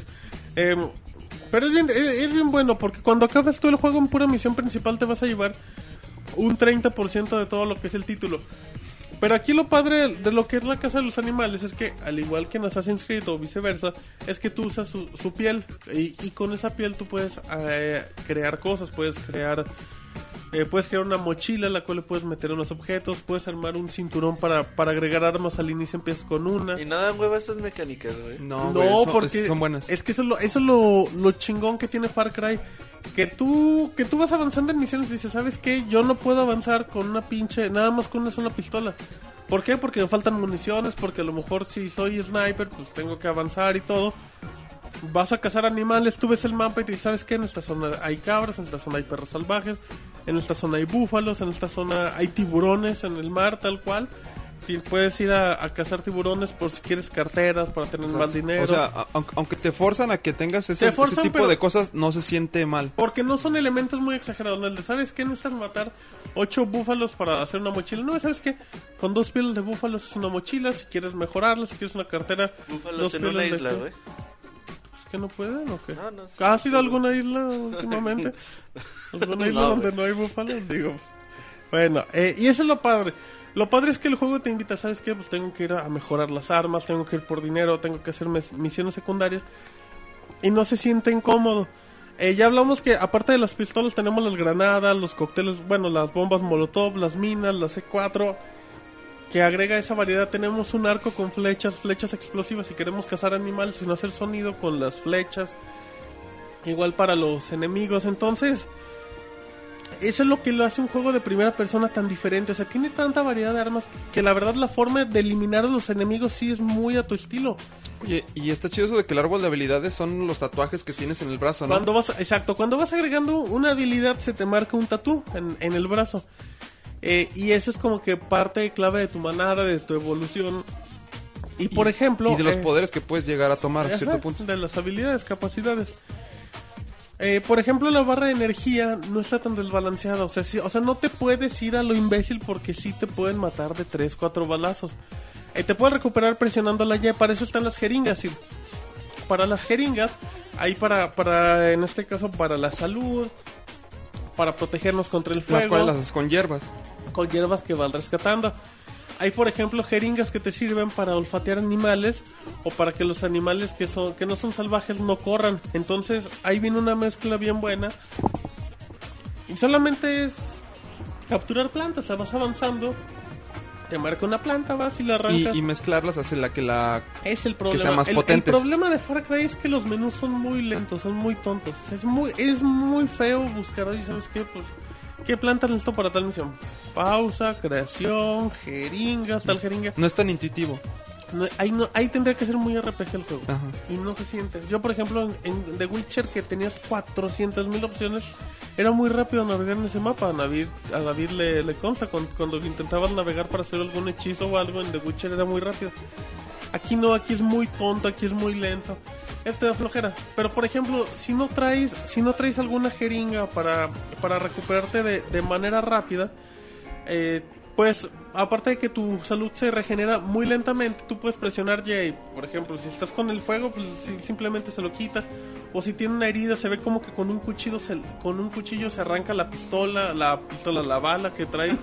S2: Em, pero es bien, es, es bien bueno porque cuando acabas tú el juego en pura misión principal te vas a llevar un 30% de todo lo que es el título. Pero aquí lo padre de lo que es la casa de los animales es que, al igual que en Assassin's Creed o viceversa, es que tú usas su, su piel y, y con esa piel tú puedes eh, crear cosas, puedes crear eh, puedes crear una mochila en la cual le puedes meter unos objetos, puedes armar un cinturón para, para agregar armas al inicio, empiezas con una.
S3: Y nada, hueva estas mecánicas, güey.
S9: No,
S2: No,
S9: güey, son-
S2: porque
S9: son buenas.
S2: Es que eso es lo, eso es lo, lo chingón que tiene Far Cry. Que tú, que tú vas avanzando en misiones y dices, ¿sabes qué? Yo no puedo avanzar con una pinche, nada más con una sola pistola. ¿Por qué? Porque me faltan municiones, porque a lo mejor si soy sniper, pues tengo que avanzar y todo. Vas a cazar animales, tú ves el mapa y te dices, ¿sabes qué? En esta zona hay cabras, en esta zona hay perros salvajes, en esta zona hay búfalos, en esta zona hay tiburones en el mar, tal cual. Y puedes ir a, a cazar tiburones por si quieres carteras, para tener más dinero.
S9: O sea, a- aunque, aunque te forzan a que tengas ese,
S2: Te
S9: ese
S2: forzan,
S9: tipo
S2: pero-
S9: de cosas, no se siente mal.
S2: Porque no son elementos muy exagerados. No, el de, ¿sabes qué? Necesitas matar ocho búfalos para hacer una mochila. No, ¿sabes qué? Con dos pieles de búfalos es una mochila. Si quieres mejorarla, si quieres una cartera.
S3: Búfalos
S2: dos
S3: en una
S2: pieles de
S3: isla,
S2: qué.
S3: güey.
S2: Pues que no pueden o qué.
S3: No, no sé.
S2: ¿Has ido a alguna isla últimamente? ¿Alguna isla
S3: No,
S2: donde
S3: güey.
S2: no hay búfalos? Digo, Bueno, eh, y eso es lo padre. Lo padre es que el juego te invita, ¿sabes qué? Pues tengo que ir a mejorar las armas, tengo que ir por dinero, tengo que hacer mis- misiones secundarias. Y no se siente incómodo. Eh, ya hablamos que aparte de las pistolas tenemos las granadas, los cócteles, bueno, las bombas molotov, las minas, las C4. Que agrega esa variedad. Tenemos un arco con flechas, flechas explosivas. Si queremos cazar animales, sino hacer sonido con las flechas. Igual para los enemigos. Entonces, eso es lo que lo hace un juego de primera persona tan diferente. O sea, tiene tanta variedad de armas que la verdad la forma de eliminar a los enemigos sí es muy a tu estilo.
S9: Oye, y está chido eso de que el árbol de habilidades son los tatuajes que tienes en el brazo, ¿no?
S2: Cuando vas, exacto, cuando vas agregando una habilidad se te marca un tatú en, en el brazo. Eh, y eso es como que parte clave de tu manada, de tu evolución. Y por ejemplo...
S9: y de los
S2: eh,
S9: poderes que puedes llegar a tomar a cierto
S2: Ajá,
S9: punto.
S2: De las habilidades, capacidades. Eh, por ejemplo, la barra de energía no está tan desbalanceada. O sea, sí- o sea, no te puedes ir a lo imbécil porque sí te pueden matar de 3, 4 balazos. Eh, te puedes recuperar presionando la Y. Para eso están las jeringas. sí. Para las jeringas, hay para, para, en este caso, para la salud, para protegernos contra el fuego
S9: Las cuales las haces con hierbas.
S2: con hierbas que van rescatando. Hay, por ejemplo, jeringas que te sirven para olfatear animales o para que los animales que, son, que no son salvajes no corran. Entonces, ahí viene una mezcla bien buena. Y solamente es capturar plantas, o sea, vas avanzando. Te marca una planta, vas y la
S9: Y,
S2: arrancas.
S9: y mezclarlas hace la que la...
S2: es el problema.
S9: sean más
S2: El- el,
S9: potentes.
S2: problema de Far Cry es que los menús son muy lentos, son muy tontos. Es muy, es muy feo buscar ahí, ¿sabes qué? Pues, ¿qué planta necesito para tal misión? Pausa, creación, jeringas, tal jeringa.
S9: No es tan intuitivo.
S2: No, ahí, no, ahí tendría que ser muy RPG el juego.
S9: Ajá.
S2: Y no se siente. Yo, por ejemplo, en, en The Witcher, que tenías 400.000 opciones, era muy rápido navegar en ese mapa. A David, a David le, le consta, cuando, cuando intentabas navegar para hacer algún hechizo o algo en The Witcher era muy rápido. Aquí no, aquí es muy tonto, aquí es muy lento. Este da flojera. Pero por ejemplo, si no traes, si no traes alguna jeringa para, para recuperarte de, de manera rápida, eh, pues aparte de que tu salud se regenera muy lentamente, tú puedes presionar Jay. Por ejemplo, si estás con el fuego, pues si- simplemente se lo quita. O si tiene una herida, se ve como que con un cuchillo se, con un cuchillo se arranca la pistola, la pistola, la bala que trae.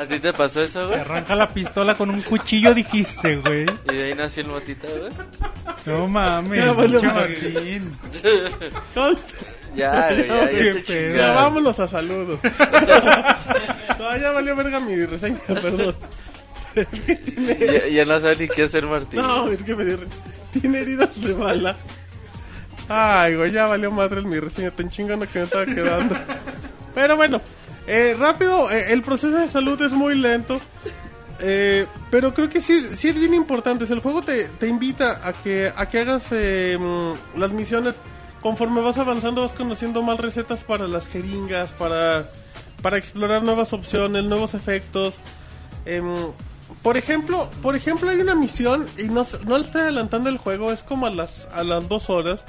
S3: ¿A ti te pasó eso,
S7: Se
S3: güey?
S7: arranca la pistola con un cuchillo, dijiste, güey.
S3: Y de ahí nació el motita, güey.
S7: No mames,
S2: Ya, bueno,
S7: pinche
S2: madre.
S7: Martín.
S3: Ya, güey, ya, ya
S7: Qué
S3: te
S7: pedo.
S2: Ya,
S3: chingaste.
S2: vámonos a saludos. no, ya valió verga mi reseña, perdón.
S3: Ya, ya no sabe ni qué hacer Martín.
S2: No, es que me dio risa. Tiene heridas de bala. Ay, güey, ya valió madre mi reseña tan chingona que me estaba quedando. Pero bueno, eh, rápido, eh, el proceso de salud es muy lento. eh, pero creo que sí, sí es bien importante. O sea, El juego te, te invita a que, a que hagas eh, mm, las misiones. Conforme vas avanzando, vas conociendo más recetas para las jeringas, para, para explorar nuevas opciones, nuevos efectos. Em, por ejemplo, por ejemplo hay una misión y no, s- no le estoy adelantando el juego, es como a las a las dos horas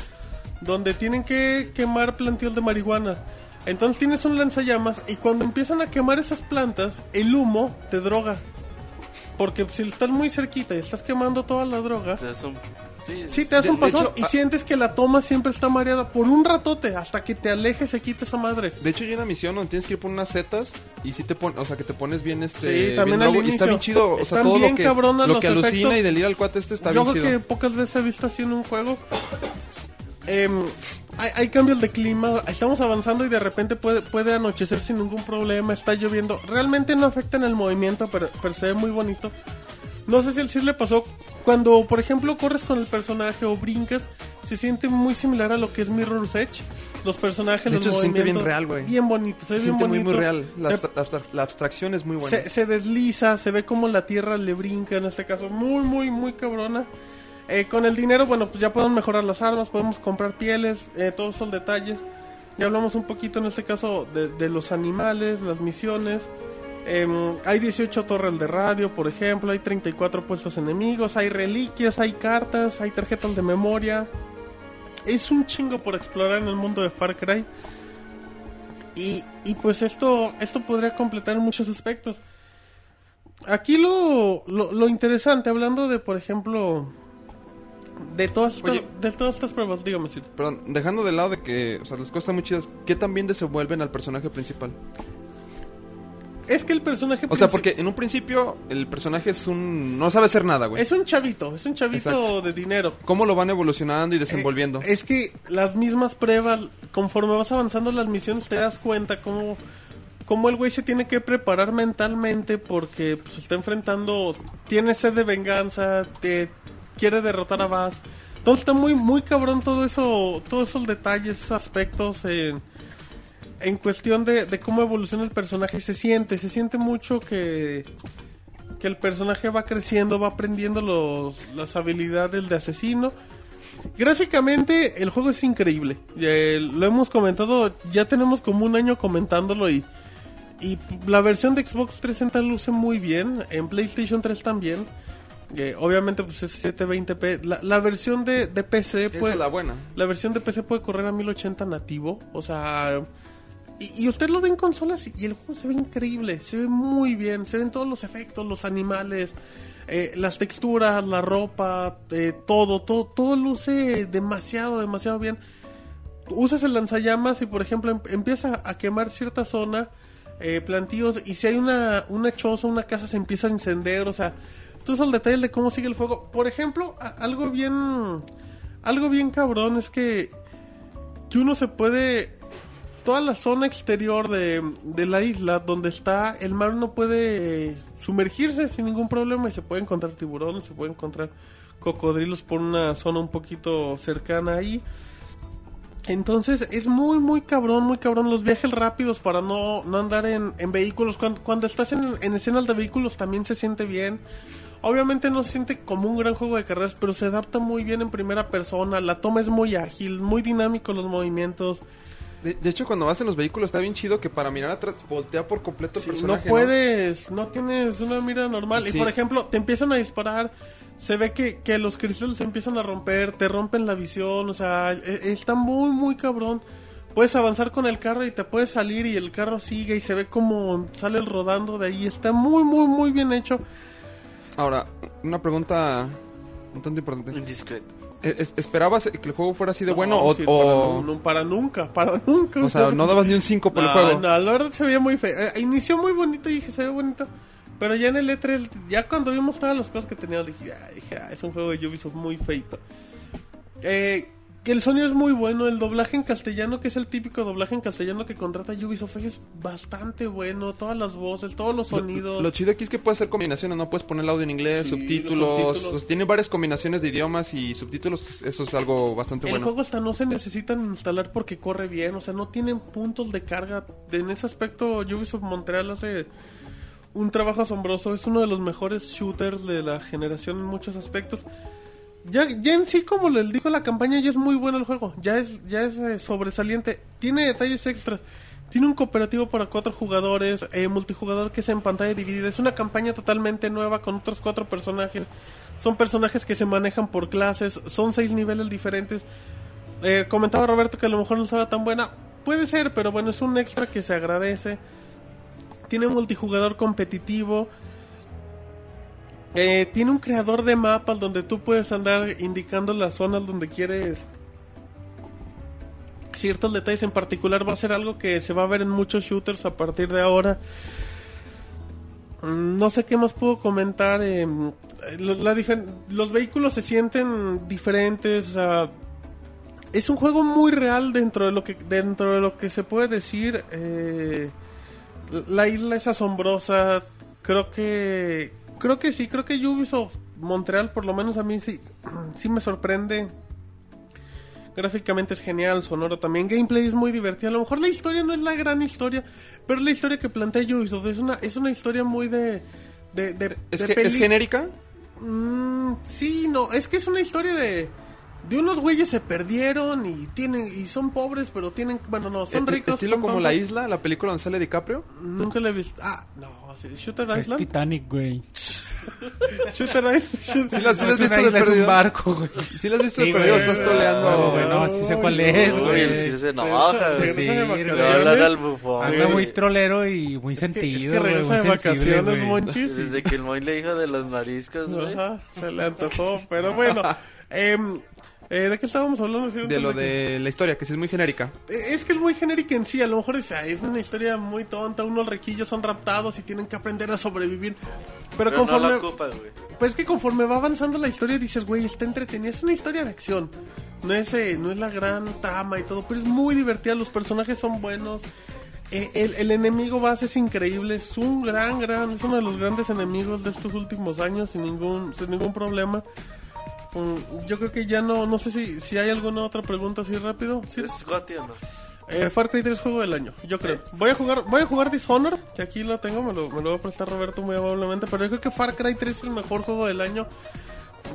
S2: donde tienen que quemar plantíos de marihuana. Entonces tienes un lanzallamas y cuando empiezan a quemar esas plantas, el humo te droga. Porque si estás muy cerquita y estás quemando toda la droga,
S3: Te das un- Sí,
S2: Sí, te das
S9: De-
S2: un
S9: de
S2: pasón
S9: hecho,
S2: y
S9: ah-
S2: sientes que la toma siempre está mareada por un ratote hasta que te alejes se quita esa madre.
S9: De hecho, hay una misión donde tienes que ir por unas setas y si te pon, o sea, que te pones bien este
S2: Sí,
S9: bien
S2: también al
S9: loco, y
S2: inicio.
S9: está bien chido, o sea,
S2: Están
S9: todo
S2: bien
S9: lo que
S2: cabronas
S9: lo
S2: los
S9: que alucina
S2: efectos.
S9: y delira el cuate este está
S2: Yo
S9: bien
S2: creo
S9: chido.
S2: que pocas veces he visto así en un juego. Em, hay, hay cambios de clima, estamos avanzando y de repente puede, puede anochecer sin ningún problema, está lloviendo. Realmente no afecta en el movimiento, pero, pero se ve muy bonito. No sé si al Sir le pasó cuando, por ejemplo, corres con el personaje o brincas, se siente muy similar a lo que es Mirror's Edge. Los personajes,
S9: De
S2: los
S9: hecho, se siente bien
S2: movimientos,
S9: real, güey.
S2: Bien bonito, se
S9: se
S2: ve bien
S9: siente muy
S2: bonito.
S9: muy real. La,
S2: Te-
S9: abstra- la abstra- la abstracción es muy buena.
S2: se, se desliza, se ve como la tierra le brinca en este caso. Muy, muy, muy cabrona. Eh, con el dinero, bueno, pues ya podemos mejorar las armas, podemos comprar pieles, eh, todos son detalles. Ya hablamos un poquito en este caso de, de los animales, las misiones. Em, hay 18 torres de radio, por ejemplo, hay 34 puestos enemigos, hay reliquias, hay cartas, hay tarjetas de memoria. Es un chingo por explorar en el mundo de Far Cry. Y, y pues esto, esto podría completar en muchos aspectos. Aquí lo, lo, lo interesante, hablando de, por ejemplo, de todas, estas-
S9: Oye.
S2: de todas estas pruebas, dígame si...
S9: Perdón, dejando de lado de que, o sea, las cosas están muy chidas, ¿qué tan bien desenvuelven al personaje principal?
S2: Es que el personaje.
S9: O sea,
S2: princip-
S9: porque en un principio el personaje es un... No sabe hacer nada, güey.
S2: Es un chavito, es un chavito
S9: Exacto.
S2: de dinero.
S9: ¿Cómo lo van evolucionando y desenvolviendo?
S2: Eh, es que las mismas pruebas, conforme vas avanzando las misiones, te das cuenta cómo, cómo el güey se tiene que preparar mentalmente porque pues, está enfrentando, tiene sed de venganza, te quiere derrotar a Bass. Entonces está muy, muy cabrón todo eso, todos esos detalles, esos aspectos en, en cuestión de, de cómo evoluciona el personaje. y Se siente, se siente mucho que que el personaje va creciendo, va aprendiendo los, las habilidades de asesino. Gráficamente el juego es increíble. Eh, lo hemos comentado, ya tenemos como un año comentándolo y, y la versión de Xbox 360 luce muy bien, en PlayStation 3 también. Eh, obviamente pues es 720p. La, la versión de, de PC
S9: Esa
S2: pues,
S9: es la buena.
S2: la versión de PC puede correr a 1080 nativo. O sea. Y, y usted lo ve en consolas y el juego se ve increíble. Se ve muy bien. Se ven todos los efectos, los animales, eh, las texturas, la ropa, eh, todo, todo. Todo luce demasiado, demasiado bien. Usas el lanzallamas y, por ejemplo, em- empieza a quemar cierta zona, eh, plantíos. Y si hay una, una choza, una casa, se empieza a encender. O sea, todos el detalle de cómo sigue el fuego. Por ejemplo, a- algo bien algo bien cabrón es que, que uno se puede... Toda la zona exterior de, de la isla donde está el mar uno puede eh, sumergirse sin ningún problema y se puede encontrar tiburones, se puede encontrar cocodrilos por una zona un poquito cercana ahí. Entonces es muy, muy cabrón, muy cabrón los viajes rápidos para no, no andar en, en vehículos. Cuando, cuando estás en, en escenas de vehículos también se siente bien. Obviamente no se siente como un gran juego de carreras, pero se adapta muy bien en primera persona. La toma es muy ágil, muy dinámico los movimientos.
S9: De, de hecho, cuando vas en los vehículos está bien chido que para mirar atrás voltea por completo el
S2: Sí, no
S9: personaje.
S2: puedes, no tienes una mira normal.
S9: Sí.
S2: Y por ejemplo, te empiezan a disparar, se ve que, que los cristales se empiezan a romper, te rompen la visión, o sea, e- está muy, muy cabrón. Puedes avanzar con el carro y te puedes salir y el carro sigue y se ve como sale rodando de ahí. Está muy, muy, muy bien hecho.
S9: Ahora, una pregunta un tanto importante.
S3: Indiscreto.
S9: Eh, es- ¿Esperabas que el juego fuera así de bueno
S2: No,
S9: o,
S2: sí,
S9: o-
S2: para, nu- para nunca, para nunca.
S9: o sea, no dabas ni un 5 por el
S2: No,
S9: juego?
S2: no, la verdad se veía muy feo. Eh, inició muy bonito y dije, se ve bonito. Pero ya en el E3, ya cuando vimos todas las cosas que tenía, dije, "Ah", dije, "Ah, es un juego de Ubisoft muy feito. Eh, que el sonido es muy bueno, el doblaje en castellano, que es el típico doblaje en castellano que contrata Ubisoft, es bastante bueno. Todas las voces, todos los
S9: Lo,
S2: sonidos.
S9: lo chido aquí es que puedes hacer combinaciones, ¿no? Puedes poner el audio en inglés,
S2: Sí,
S9: subtítulos.
S2: los subtítulos.
S9: o sea, tiene varias combinaciones de idiomas y subtítulos. que Eso es algo bastante
S2: el
S9: bueno.
S2: juego hasta no se necesitan instalar porque corre bien, o sea, no tienen puntos de carga. En ese aspecto, Ubisoft Montreal hace un trabajo asombroso. Es uno de los mejores shooters de la generación en muchos aspectos. Ya, ya en sí, como les digo, la campaña ya es muy buena el juego. Ya es, ya es eh, sobresaliente. Tiene detalles extras. Tiene un cooperativo para cuatro jugadores, eh, multijugador que es en pantalla dividida. Es una campaña totalmente nueva con otros cuatro personajes. Son personajes que se manejan por clases. Son seis niveles diferentes. Eh, comentaba Roberto que a lo mejor no estaba tan buena. Puede ser, pero bueno, es un extra que se agradece. Tiene multijugador competitivo. Eh, tiene un creador de mapas donde tú puedes andar indicando las zonas donde quieres ciertos detalles en particular va a ser algo que se va a ver en muchos shooters a partir de ahora. Mm, No sé qué más puedo comentar. eh, lo- la difer- los vehículos se sienten diferentes. o sea, es un juego muy real dentro de lo que dentro de lo que se puede decir. eh, la isla es asombrosa. Creo que creo que sí. Creo que Ubisoft Montreal, por lo menos a mí sí, sí me sorprende. Gráficamente es genial, sonoro también. Gameplay es muy divertido. A lo mejor la historia no es la gran historia, pero la historia que plantea Ubisoft es una, es una historia muy de. de, de-
S9: ¿Es,
S2: de
S9: ge- ¿Es
S2: peli-
S9: genérica?
S2: Mm, sí, no, es que es una historia de. De unos güeyes se perdieron y tienen y son pobres, pero tienen. Bueno, no, son
S9: Eh, eh,
S2: ricos.
S9: ¿Estilo
S2: son
S9: como La
S2: tontos.
S9: Isla, la película donde sale DiCaprio?
S2: Nunca la he visto. Ah, no, sí, Shooter
S8: Es
S2: Island.
S8: Titanic, güey.
S2: Shooter Island.
S9: Sí, la, sí la
S7: No,
S9: has
S7: es una
S9: visto de
S7: isla, es un
S9: perdido.
S7: barco, güey.
S9: Sí la has visto
S7: Sí,
S9: de perdido,
S7: güey.
S9: estás troleando.
S7: güey, no, sí sé cuál es,
S3: Uy,
S7: güey.
S3: el Circe no
S2: Regresa-
S3: pues, baja, güey.
S2: regresa de
S7: Sí, güey.
S3: Le
S2: vacaciones.
S3: va a hablar al bufón.
S7: Anda
S3: güey.
S7: muy trolero y muy
S2: Es que-
S7: sentido,
S2: Es que
S7: güey,
S2: regresa
S7: muy
S2: de
S7: sensible,
S2: vacaciones,
S7: güey.
S2: Monchis. y-
S3: Desde que el Moy le dijo de los mariscos, güey.
S2: Ajá, se le antojó, pero bueno. em, Eh, ¿De qué estábamos hablando? cierto?
S9: De lo de la historia, que sí es muy genérica.
S2: Eh, Es que es muy genérica en sí, a lo mejor es, ah, es una historia muy tonta, unos requillos son raptados y tienen que aprender a sobrevivir. Pero,
S3: Pero
S2: conforme...
S3: no lo ocupa, güey.
S2: Pues es que conforme va avanzando la historia dices, güey, está entretenida, es una historia de acción. No es, eh, no es la gran trama y todo, pero es muy divertida, los personajes son buenos. Eh, el, el enemigo base es increíble, es un gran, gran, es uno de los grandes enemigos de estos últimos años sin ningún, sin ningún problema. Mm, yo creo que ya no, no sé si, si hay alguna otra pregunta así rápido. ¿Sí?
S3: ¿Es Gotti o no?
S2: Eh, Far Cry 3 juego del año, yo creo. Voy a jugar, voy a jugar Dishonor, que aquí lo tengo, me lo, me lo va a prestar Roberto muy amablemente, pero yo creo que Far Cry 3 es el mejor juego del año.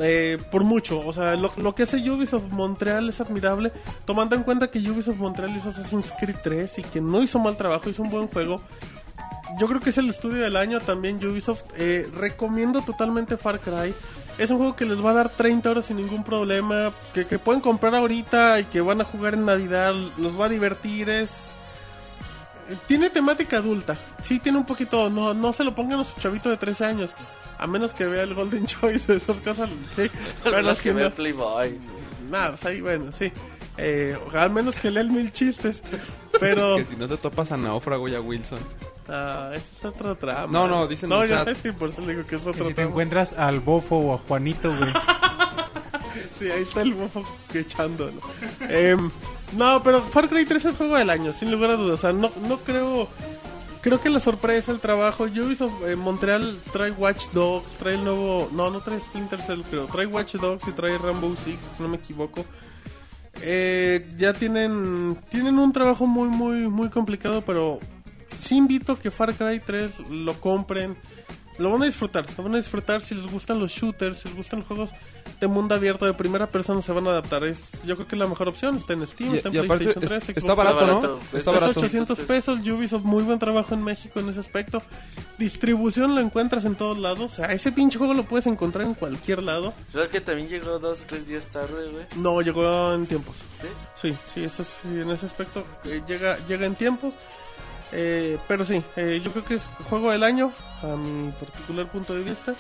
S2: eh, por mucho, o sea, lo, lo que hace Ubisoft Montreal es admirable, tomando en cuenta que Ubisoft Montreal hizo Assassin's Creed 3 y que no hizo mal trabajo, hizo un buen juego. Yo creo que es el estudio del año también Ubisoft. Eh, recomiendo totalmente Far Cry. Es un juego que les va a dar 30 horas sin ningún problema. Que, que pueden comprar ahorita y que van a jugar en Navidad. Los va a divertir. Es. eh, Tiene temática adulta. Sí, tiene un poquito. No, no se lo pongan a su chavito de 13 años. A menos que vea el Golden Choice o esas cosas. Sí, pero
S3: Los
S2: es
S3: que
S2: que
S3: ve
S2: no.
S3: Playboy.
S2: Nah, pues ahí, bueno, sí. Eh, al menos que lea el mil chistes. Pero.
S9: Que si no te topas a Náufrago y a Wilson.
S2: Ah, ese es otro trama.
S9: No, no, dicen en
S2: No,
S9: el
S2: ya
S9: chat.
S2: sé, sí, por eso le digo que es
S7: Que
S2: otro
S7: si te
S2: trama.
S7: encuentras al bofo o a Juanito, güey.
S2: Sí, ahí está el bofo quechándolo. Em, no, pero Far Cry 3 es juego del año, sin lugar a dudas. O sea, no, no creo. Creo que la sorpresa, el trabajo. Ubisoft en Montreal trae Watch Dogs, trae el nuevo. No, no trae Splinter Cell, creo. Trae Watch Dogs y trae Rainbow Six, si no me equivoco. Eh, ya tienen tienen un trabajo muy muy muy complicado pero sí invito a que Far Cry 3 lo compren lo van a disfrutar lo van a disfrutar si les gustan los shooters si les gustan los juegos de mundo abierto de primera persona se van a adaptar es yo creo que es la mejor opción está en Steam
S9: Y-
S2: está en
S9: y aparte
S2: PlayStation
S9: es-
S2: 3 Xbox
S9: está barato,
S3: barato.
S9: ¿no?
S3: Está
S9: Está
S2: Cuesta
S9: barato.
S2: 800 pesos, Ubisoft, muy buen trabajo en México en ese aspecto. Distribución lo encuentras en todos lados. O sea, ese pinche juego lo puedes encontrar en cualquier lado.
S3: Creo que también llegó dos, tres días tarde, güey.
S2: No, llegó en tiempos.
S3: ¿Sí?
S2: Sí, sí, eso sí, en ese aspecto eh, llega, llega en tiempos. Eh, pero sí, eh, yo creo que es juego del año, a mi particular punto de vista.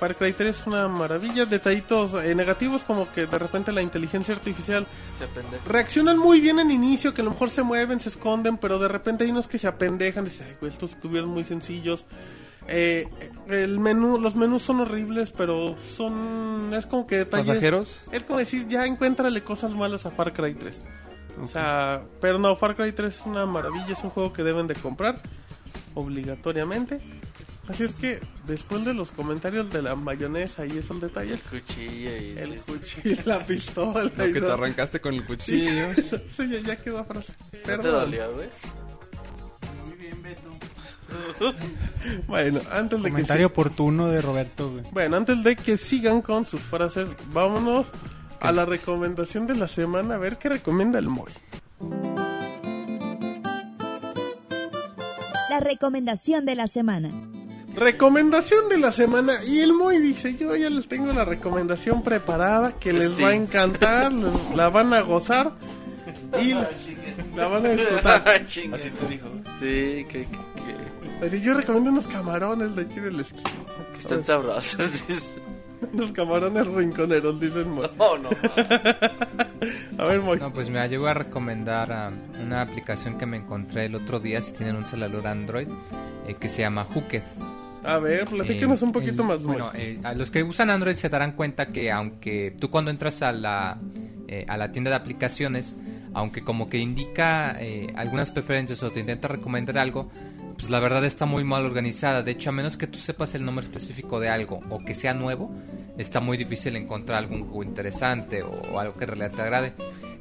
S2: Far Cry 3 es una maravilla. Detallitos eh, negativos como que de repente la inteligencia artificial
S3: Se pendeja.
S2: reaccionan muy bien en inicio, que a lo mejor se mueven, se esconden, pero de repente hay unos que se apendejan, dicen, "Ay, güey, estos estuvieron muy sencillos. Eh, el menú, los menús son horribles, pero son, es como que detalles.
S9: Pasajeros.
S2: Es como decir, ya encuéntrale cosas malas a Far Cry 3. O sea, pero no, Far Cry 3 es una maravilla, es un juego que deben de comprar obligatoriamente. Así es que después de los comentarios de la mayonesa y esos detalles,
S3: Cuchilla y...
S2: el
S3: sí, sí.
S2: cuchillo, la pistola,
S9: Lo
S2: y
S9: que te
S2: todo.
S9: arrancaste con el
S2: Sí,
S9: cuchillo.
S2: eso ya, ya quedó frase.
S3: ¿No te
S2: Perdón.
S3: dolió, güey?
S2: Bueno, antes de que
S7: Comentario oportuno de Roberto, güey.
S2: si- bueno, antes de que sigan con sus frases, vámonos a la recomendación de la semana, a ver qué recomienda el Moy.
S1: La recomendación de la semana.
S2: Recomendación de la semana y el Moy dice, "Yo ya les tengo la recomendación preparada que les
S3: Este.
S2: va a encantar, les- la van a gozar y la, la van a disfrutar."
S3: Chinga. Así te dijo. Sí, que, que, que,
S2: Así yo recomiendo unos camarones de aquí del esquí.
S3: que están sabrosos. dice.
S2: Unos camarones rinconeros, dice el Moy.
S3: Oh, no.
S2: A ver, Moy.
S5: No, pues mira, yo voy a recomendar ah, una aplicación que me encontré el otro día si tienen un celular Android eh, que se llama Hooked.
S2: A ver, platíquenos
S5: Eh,
S2: un poquito
S5: el-
S2: más, Moy.
S5: Bueno, eh, a los que usan Android se darán cuenta que aunque tú cuando entras a la, eh, a la tienda de aplicaciones, aunque como que indica eh, algunas preferencias o te intenta recomendar algo, pues la verdad está muy mal organizada. De hecho, a menos que tú sepas el nombre específico de algo o que sea nuevo, está muy difícil encontrar algún juego interesante o, o algo que en realidad te agrade.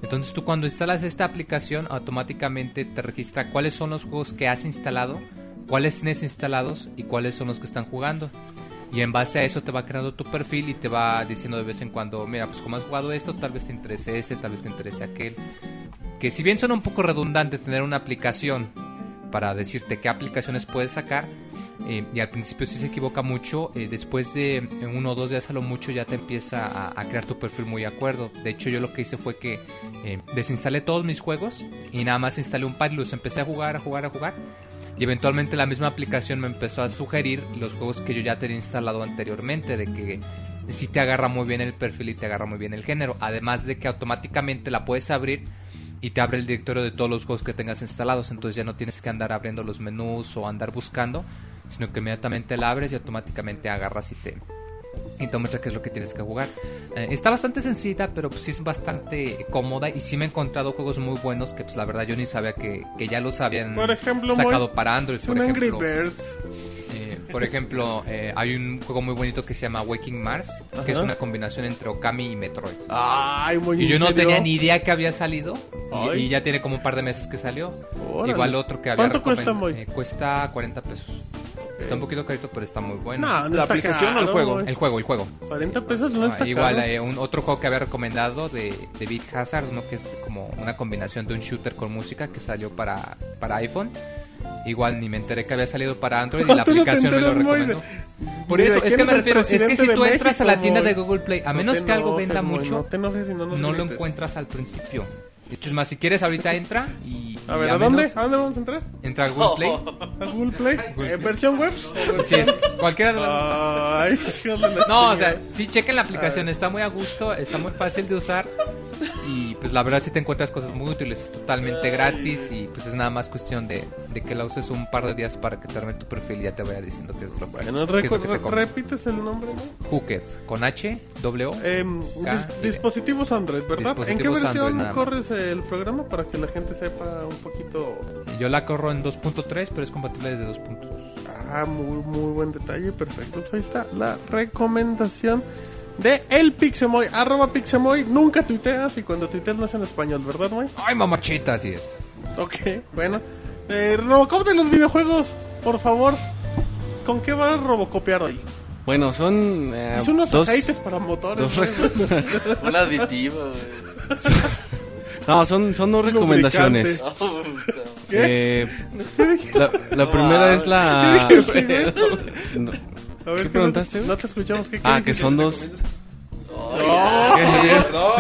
S5: Entonces tú cuando instalas esta aplicación automáticamente te registra cuáles son los juegos que has instalado, cuáles tienes instalados y cuáles son los que están jugando. Y en base a eso te va creando tu perfil y te va diciendo de vez en cuando, mira, pues como has jugado esto, tal vez te interese este, tal vez te interese aquel. Que si bien suena un poco redundante tener una aplicación para decirte qué aplicaciones puedes sacar, eh, y al principio sí se equivoca mucho, eh, después de eh, uno o dos días a lo mucho ya te empieza a, a crear tu perfil muy de acuerdo. De hecho yo lo que hice fue que eh, desinstalé todos mis juegos y nada más instalé un par y los empecé a jugar, a jugar, a jugar. Y eventualmente la misma aplicación me empezó a sugerir los juegos que yo ya tenía instalado anteriormente, de que sí te agarra muy bien el perfil y te agarra muy bien el género. Además de que automáticamente la puedes abrir y te abre el directorio de todos los juegos que tengas instalados. Entonces ya no tienes que andar abriendo los menús o andar buscando, sino que inmediatamente la abres y automáticamente agarras y te, y te muestra qué es lo que tienes que jugar. Eh, está bastante sencilla, pero pues sí es bastante cómoda y sí me he encontrado juegos muy buenos que pues la verdad yo ni sabía que, que ya los habían
S2: Por ejemplo,
S5: sacado
S2: Moy,
S5: para Android.
S2: Es
S5: Por
S2: un Angry
S5: ejemplo,
S2: Birds.
S5: eh, por ejemplo eh, hay un juego muy bonito que se llama Waking Mars, que es una combinación entre Okami y Metroid.
S2: Ay, muy
S5: Y
S2: Ah,
S5: yo
S2: ¿en
S5: no
S2: serio?
S5: tenía ni idea que había salido. y-
S2: Ay.
S5: Y, ya tiene como un par de meses que salió.
S2: Órale.
S5: Igual otro que había.
S2: ¿Cuánto cuesta,
S5: recomendado,
S2: Moy?
S5: eh, cuesta 40 pesos. Está un poquito carito, pero está muy bueno.
S2: No, no
S9: ¿La
S2: está
S9: aplicación o el
S2: caro,
S9: juego?
S2: güey.
S5: El juego, el juego.
S2: 40 pesos no
S5: Ah,
S2: está
S5: igual,
S2: caro.
S5: eh, un, otro juego que había recomendado de, de Beat Hazard, uno que es como una combinación de un shooter con música que salió para, para iPhone. Igual ni me enteré que había salido para Android y la
S2: ¿Cuánto no te
S5: aplicación me lo
S2: enteras, Moy?
S5: recomendó. Por
S2: Ni de
S5: eso,
S2: quién
S5: es que
S2: es
S5: me
S2: el
S5: refiero, es que
S2: presidente
S5: si
S2: de
S5: tú entras a la
S2: México,
S5: tienda
S2: Moy.
S5: de Google Play, a
S2: No
S5: menos
S2: te
S5: que algo
S2: enojes,
S5: venda
S2: Moy,
S5: mucho,
S2: No te enojes y no nos
S5: no lo
S2: grites.
S5: encuentras al principio. De hecho, es más, si quieres, ahorita entra y.
S2: A
S5: y
S2: ver, ¿a dónde?
S5: menos-
S2: ¿A dónde vamos a entrar?
S5: Entra a Google Play.
S2: ¿A Google Play?
S5: Google
S2: ¿Eh,
S5: Play.
S2: ¿Versión web?
S5: Sí, es. Cualquiera de
S2: Ah.
S5: las.
S2: Ay, hijo de la
S5: No, o
S2: chingada.
S5: sea, sí, chequen la aplicación. Está muy a gusto, está muy fácil de usar. Y pues la verdad, sí te encuentras cosas muy útiles. Es totalmente gratis y pues es nada más cuestión de, de que la uses un par de días para que te arme tu perfil y ya te vaya diciendo qué es lo que,
S2: Bueno,
S5: qué es lo
S2: recu-
S5: que te
S2: re-
S5: conviene.
S2: repites el nombre, ¿no?
S5: Hooked, con H, doble O.
S2: Em,
S5: K,
S2: dis-
S5: mire.
S2: dispositivos Android, ¿verdad? ¿En qué
S5: Ah, Dispositivos Android,
S2: versión
S5: nada más.
S2: corres el programa para que la gente sepa un poquito?
S5: Yo la corro en 2.3, pero es compatible desde 2.2.
S2: Ah, muy, muy buen detalle, perfecto. Pues ahí está la recomendación de el Pixemoy, arroba Pixemoy. Nunca tuiteas y cuando tuiteas no es en español, ¿verdad, Moy?
S5: Ay, mamachita, así es.
S2: Ok, bueno. Eh, Robocop de los videojuegos, por favor. ¿Con qué vas a robocopiar hoy?
S4: Bueno, son eh,
S2: Hice unos
S4: dos-
S2: aceites para motores.
S4: dos
S2: ¿no?
S3: Un aditivo, güey.
S4: No, son, son dos recomendaciones.
S3: No, puta.
S4: Eh, la la
S3: No,
S4: primera es la...
S2: ¿Qué dije primero?
S4: No.
S2: A ver,
S4: ¿Qué
S2: no-
S4: preguntaste, güey?
S2: No te escuchamos. ¿Qué
S4: Ah,
S2: quieres
S4: que son dos...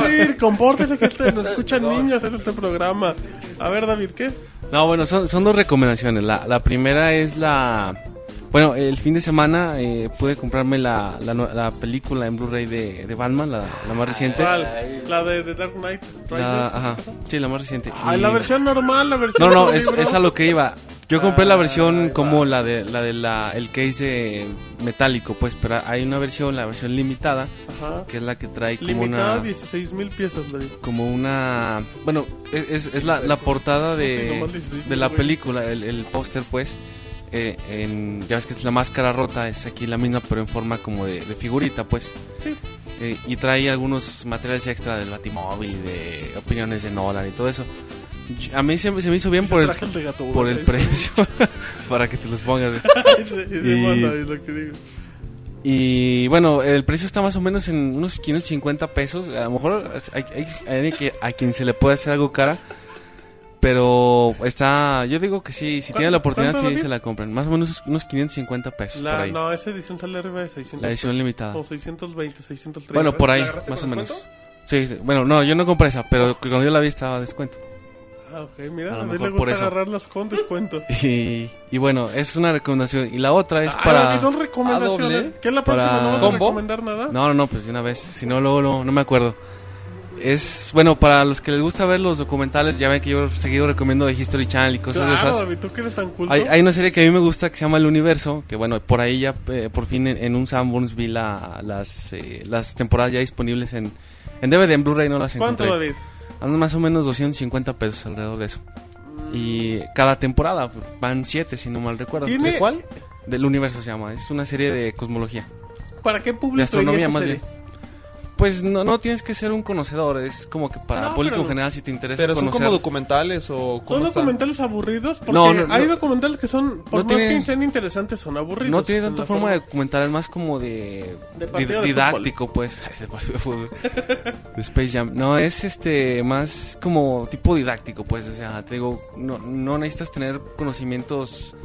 S2: Sí, compórtese que este, nos escuchan niños en este programa. A ver, David, ¿qué?
S4: No, bueno, son, son dos recomendaciones. La, la primera es la... Bueno, el fin de semana eh, pude comprarme la, la, nue- la película en Blu-ray de, de Batman, la, la más reciente.
S2: Ah, ¿Cuál? La de, de Dark Knight Rises.
S4: La- ajá, sí, la más reciente.
S2: Ah,
S4: Y-
S2: la versión normal, la versión
S4: No, no,
S2: con
S4: es,
S2: libro.
S4: es a lo que iba. Yo compré la versión como la de la de la el case de metálico, pues, pero hay una versión, la versión limitada,
S2: Ajá.
S4: que es la que trae como
S2: Limitada a
S4: una
S2: 16 mil piezas, David.
S4: como una bueno, e, es, es- es la, la portada
S2: Sí,
S4: de,
S2: nomás 16,
S4: de la
S2: güey.
S4: película, el, el póster pues eh, en, ya ves que es la máscara rota, es aquí la misma pero en forma como de, de figurita pues.
S2: Sí.
S4: Eh, y trae algunos materiales extra del Batimóvil, y de opiniones de Nolan y todo eso. A mí se, me- se me hizo bien
S2: Ese
S4: por el,
S2: traje de gato,
S4: por el
S2: güey.
S4: precio para que te los pongas. güey.
S2: Ese- ese
S4: Y-
S2: manda, es lo que digo.
S4: Y bueno, el precio está más o menos en unos 550 pesos. A lo mejor hay, hay- hay alguien que, a quien se le puede hacer algo cara. Pero está, yo digo que sí, si tiene la
S2: ¿Cuánto-
S4: oportunidad,
S2: cuánto,
S4: sí
S2: David?
S4: se la compran. Más o menos unos 550 pesos. por
S2: La,
S4: ahí.
S2: no, pues, esa edición sale arriba de 600.
S4: La edición
S2: pesos.
S4: limitada.
S2: Como 620, 630.
S4: bueno, por ahí,
S9: agarraste
S4: más o
S9: con
S4: menos.
S9: descuento?
S4: Sí, sí, bueno, no, yo no compré esa, pero cuando yo la vi estaba a descuento.
S2: Ah, ok, mira,
S4: A
S2: a,
S4: lo
S2: David le
S4: mejor por
S2: gusta
S4: eso.
S2: agarrarlas con descuento.
S4: Y, y bueno, es una recomendación. Y la otra es
S2: Ah,
S4: para...
S2: David, dos recomendaciones.
S9: doble.
S2: ¿Qué es la próxima?
S4: Para-
S2: ¿No vas
S4: ¿Combo?
S2: a recomendar nada?
S4: No, no, no, pues de una vez. Si no, luego no, no me acuerdo. Es, bueno, para los que les gusta ver los documentales, ya ven que yo seguido recomiendo de History Channel y cosas de
S2: Claro,
S4: esas.
S2: David, tú que eres tan culto.
S4: Hay, hay una serie que a mí me gusta que se llama El Universo, que bueno, por ahí ya, eh, por fin en, en un Sanborns vi la- las, eh, las temporadas ya disponibles en, en DVD, en Blu-ray no las
S2: ¿Cuánto,
S4: encontré.
S2: David?
S4: Andan más o menos 250 pesos alrededor de eso. Y cada temporada van siete, si no mal recuerdo.
S2: ¿Tiene-
S4: ¿De cuál? Del Universo se llama, es una serie de cosmología.
S2: ¿Para qué
S4: De
S2: público iría
S4: astronomía
S2: esa
S4: más
S2: serie?
S4: bien. Pues no, no tienes que ser un conocedor, es como que para
S2: No,
S4: público
S2: pero-
S4: en general si te interesa
S9: Pero son
S4: conocer.
S9: como documentales o
S2: ¿Son
S9: cómo están?
S2: documentales aburridos? Porque
S4: No, no,
S2: hay
S4: no.
S2: documentales que son, por
S4: No
S2: más
S4: tienen-
S2: que sean interesantes, son aburridos.
S4: no tiene
S2: En
S4: tanto
S2: la
S4: forma de documental, es más como de,
S2: De
S4: di-
S2: partido de
S4: didáctico, pues. Ay, de partido de fútbol. De Space Jam. No, es este más como tipo didáctico, pues. O sea, te digo, no, no necesitas tener conocimientos,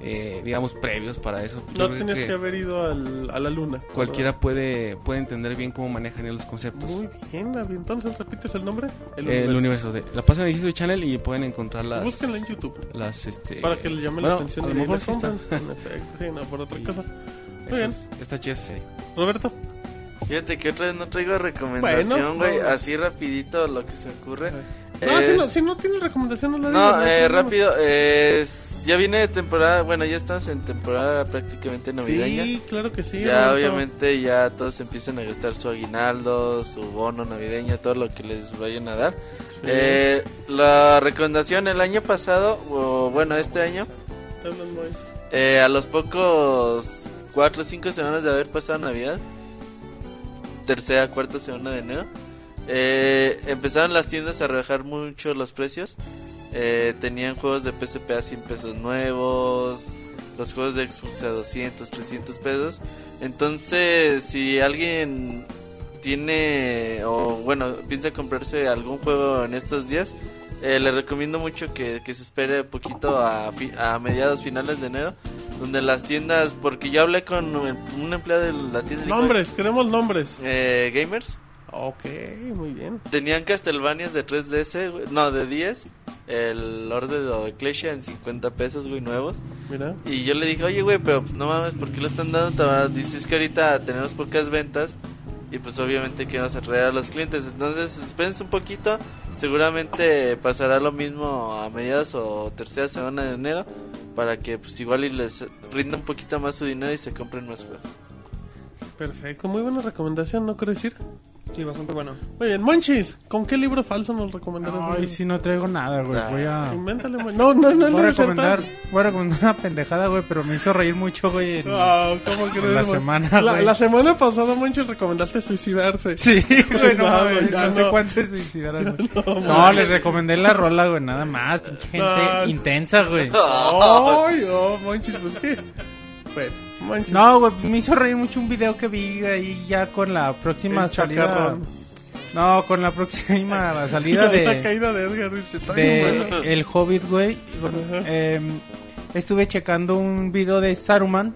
S4: eh, digamos, previos para eso. Yo
S2: No
S4: creo
S2: tenías que haber ido al- a la luna.
S4: Cualquiera puede, puede entender bien cómo manejan ellos los conceptos.
S2: Muy bien, David. Entonces, ¿repites el nombre?
S4: El universo. de, la pasan en History Channel y pueden encontrar las,
S2: Búsquenla en YouTube.
S4: las este
S2: Para que le llame
S4: bueno,
S2: la atención.
S4: a lo
S2: y
S4: mejor
S2: la
S4: sí está
S2: compren. En efecto, sí, no, por otra
S4: Y-
S2: cosa.
S4: Eso
S2: bien.
S4: es- está chida esa serie.
S2: Roberto.
S3: Fíjate que otra vez no traigo recomendación,
S2: Bueno,
S3: güey.
S2: no.
S3: así rapidito lo que se ocurre.
S2: No,
S3: Eh,
S2: si, no, si no tiene recomendación, no la digas,
S3: No,
S2: hay
S3: eh,
S2: problema.
S3: rápido. eh, s- ya viene temporada, bueno, ya estás en temporada prácticamente navideña.
S2: Sí, claro que sí.
S3: ya
S2: Roberto.
S3: obviamente ya todos empiezan a gastar su aguinaldo, su bono navideño, todo lo que les vayan a dar.
S2: Sí,
S3: Eh, la recomendación el año pasado, o bueno, este año,
S2: te hablan muy-
S3: eh, a los pocos 4 o 5 semanas de haber pasado Navidad, tercera, cuarta semana de enero, eh, empezaron las tiendas a rebajar mucho los precios. Eh, tenían juegos de PSP a 100 pesos nuevos, los juegos de Xbox a 200, 300 pesos. Entonces, si alguien tiene o bueno, piensa comprarse algún juego en estos días, eh, le recomiendo mucho que, que se espere poquito a, fi- a mediados finales de enero, donde las tiendas, porque yo hablé con un empleado de la tienda
S2: Nombres, queremos nombres.
S3: eh, gamers,
S2: Ok, muy bien.
S3: tenían Castlevanias de 3DS, güey, no, de 10, el Orden de Ecclesia en 50 pesos, güey, nuevos.
S2: Mira.
S3: Y yo le dije, oye, güey, pero pues, no mames, ¿por qué lo están dando tan barato? Dices que ahorita tenemos pocas ventas y pues obviamente que vamos a atraer a los clientes. Entonces, espérense un poquito. Seguramente pasará lo mismo a mediados o tercera semana de enero para que pues igual y les rinda un poquito más su dinero y se compren más juegos.
S2: Perfecto, muy buena recomendación, ¿no crees ir?
S9: Sí, bastante bueno.
S2: Muy bien, Monchis, ¿con qué libro falso nos recomendarás?
S7: Ay, sí, no traigo nada, güey. Voy a...
S2: Invéntale, Monchis. No, no, no,
S7: Voy a,
S2: es de
S7: recomendar, voy a recomendar una pendejada, güey, pero me hizo reír mucho, güey. en-
S2: Ah, ¿cómo crees,
S7: la
S2: Mon-
S7: semana,
S2: la,
S7: güey.
S2: la semana pasada, Monchis, recomendaste suicidarse.
S7: Sí, güey, no,
S2: No,
S7: mames,
S2: güey, ya
S7: no sé
S2: no.
S7: cuánto se suicidaron. güey. No,
S2: mames.
S7: les recomendé la rola, güey, nada más. pinche Gente
S2: No.
S7: intensa, güey.
S2: Ay, oh, Monchis, pues qué. Bueno, Monchis.
S7: No, güey, me hizo reír mucho un video que vi ahí ya con la próxima
S2: El
S7: salida.
S2: chacarrón.
S7: No, con la próxima la salida
S2: La
S7: de,
S2: caída de Edgar dice: Está bien bueno.
S7: de El Hobbit, güey. Eh, estuve checando un video de Saruman,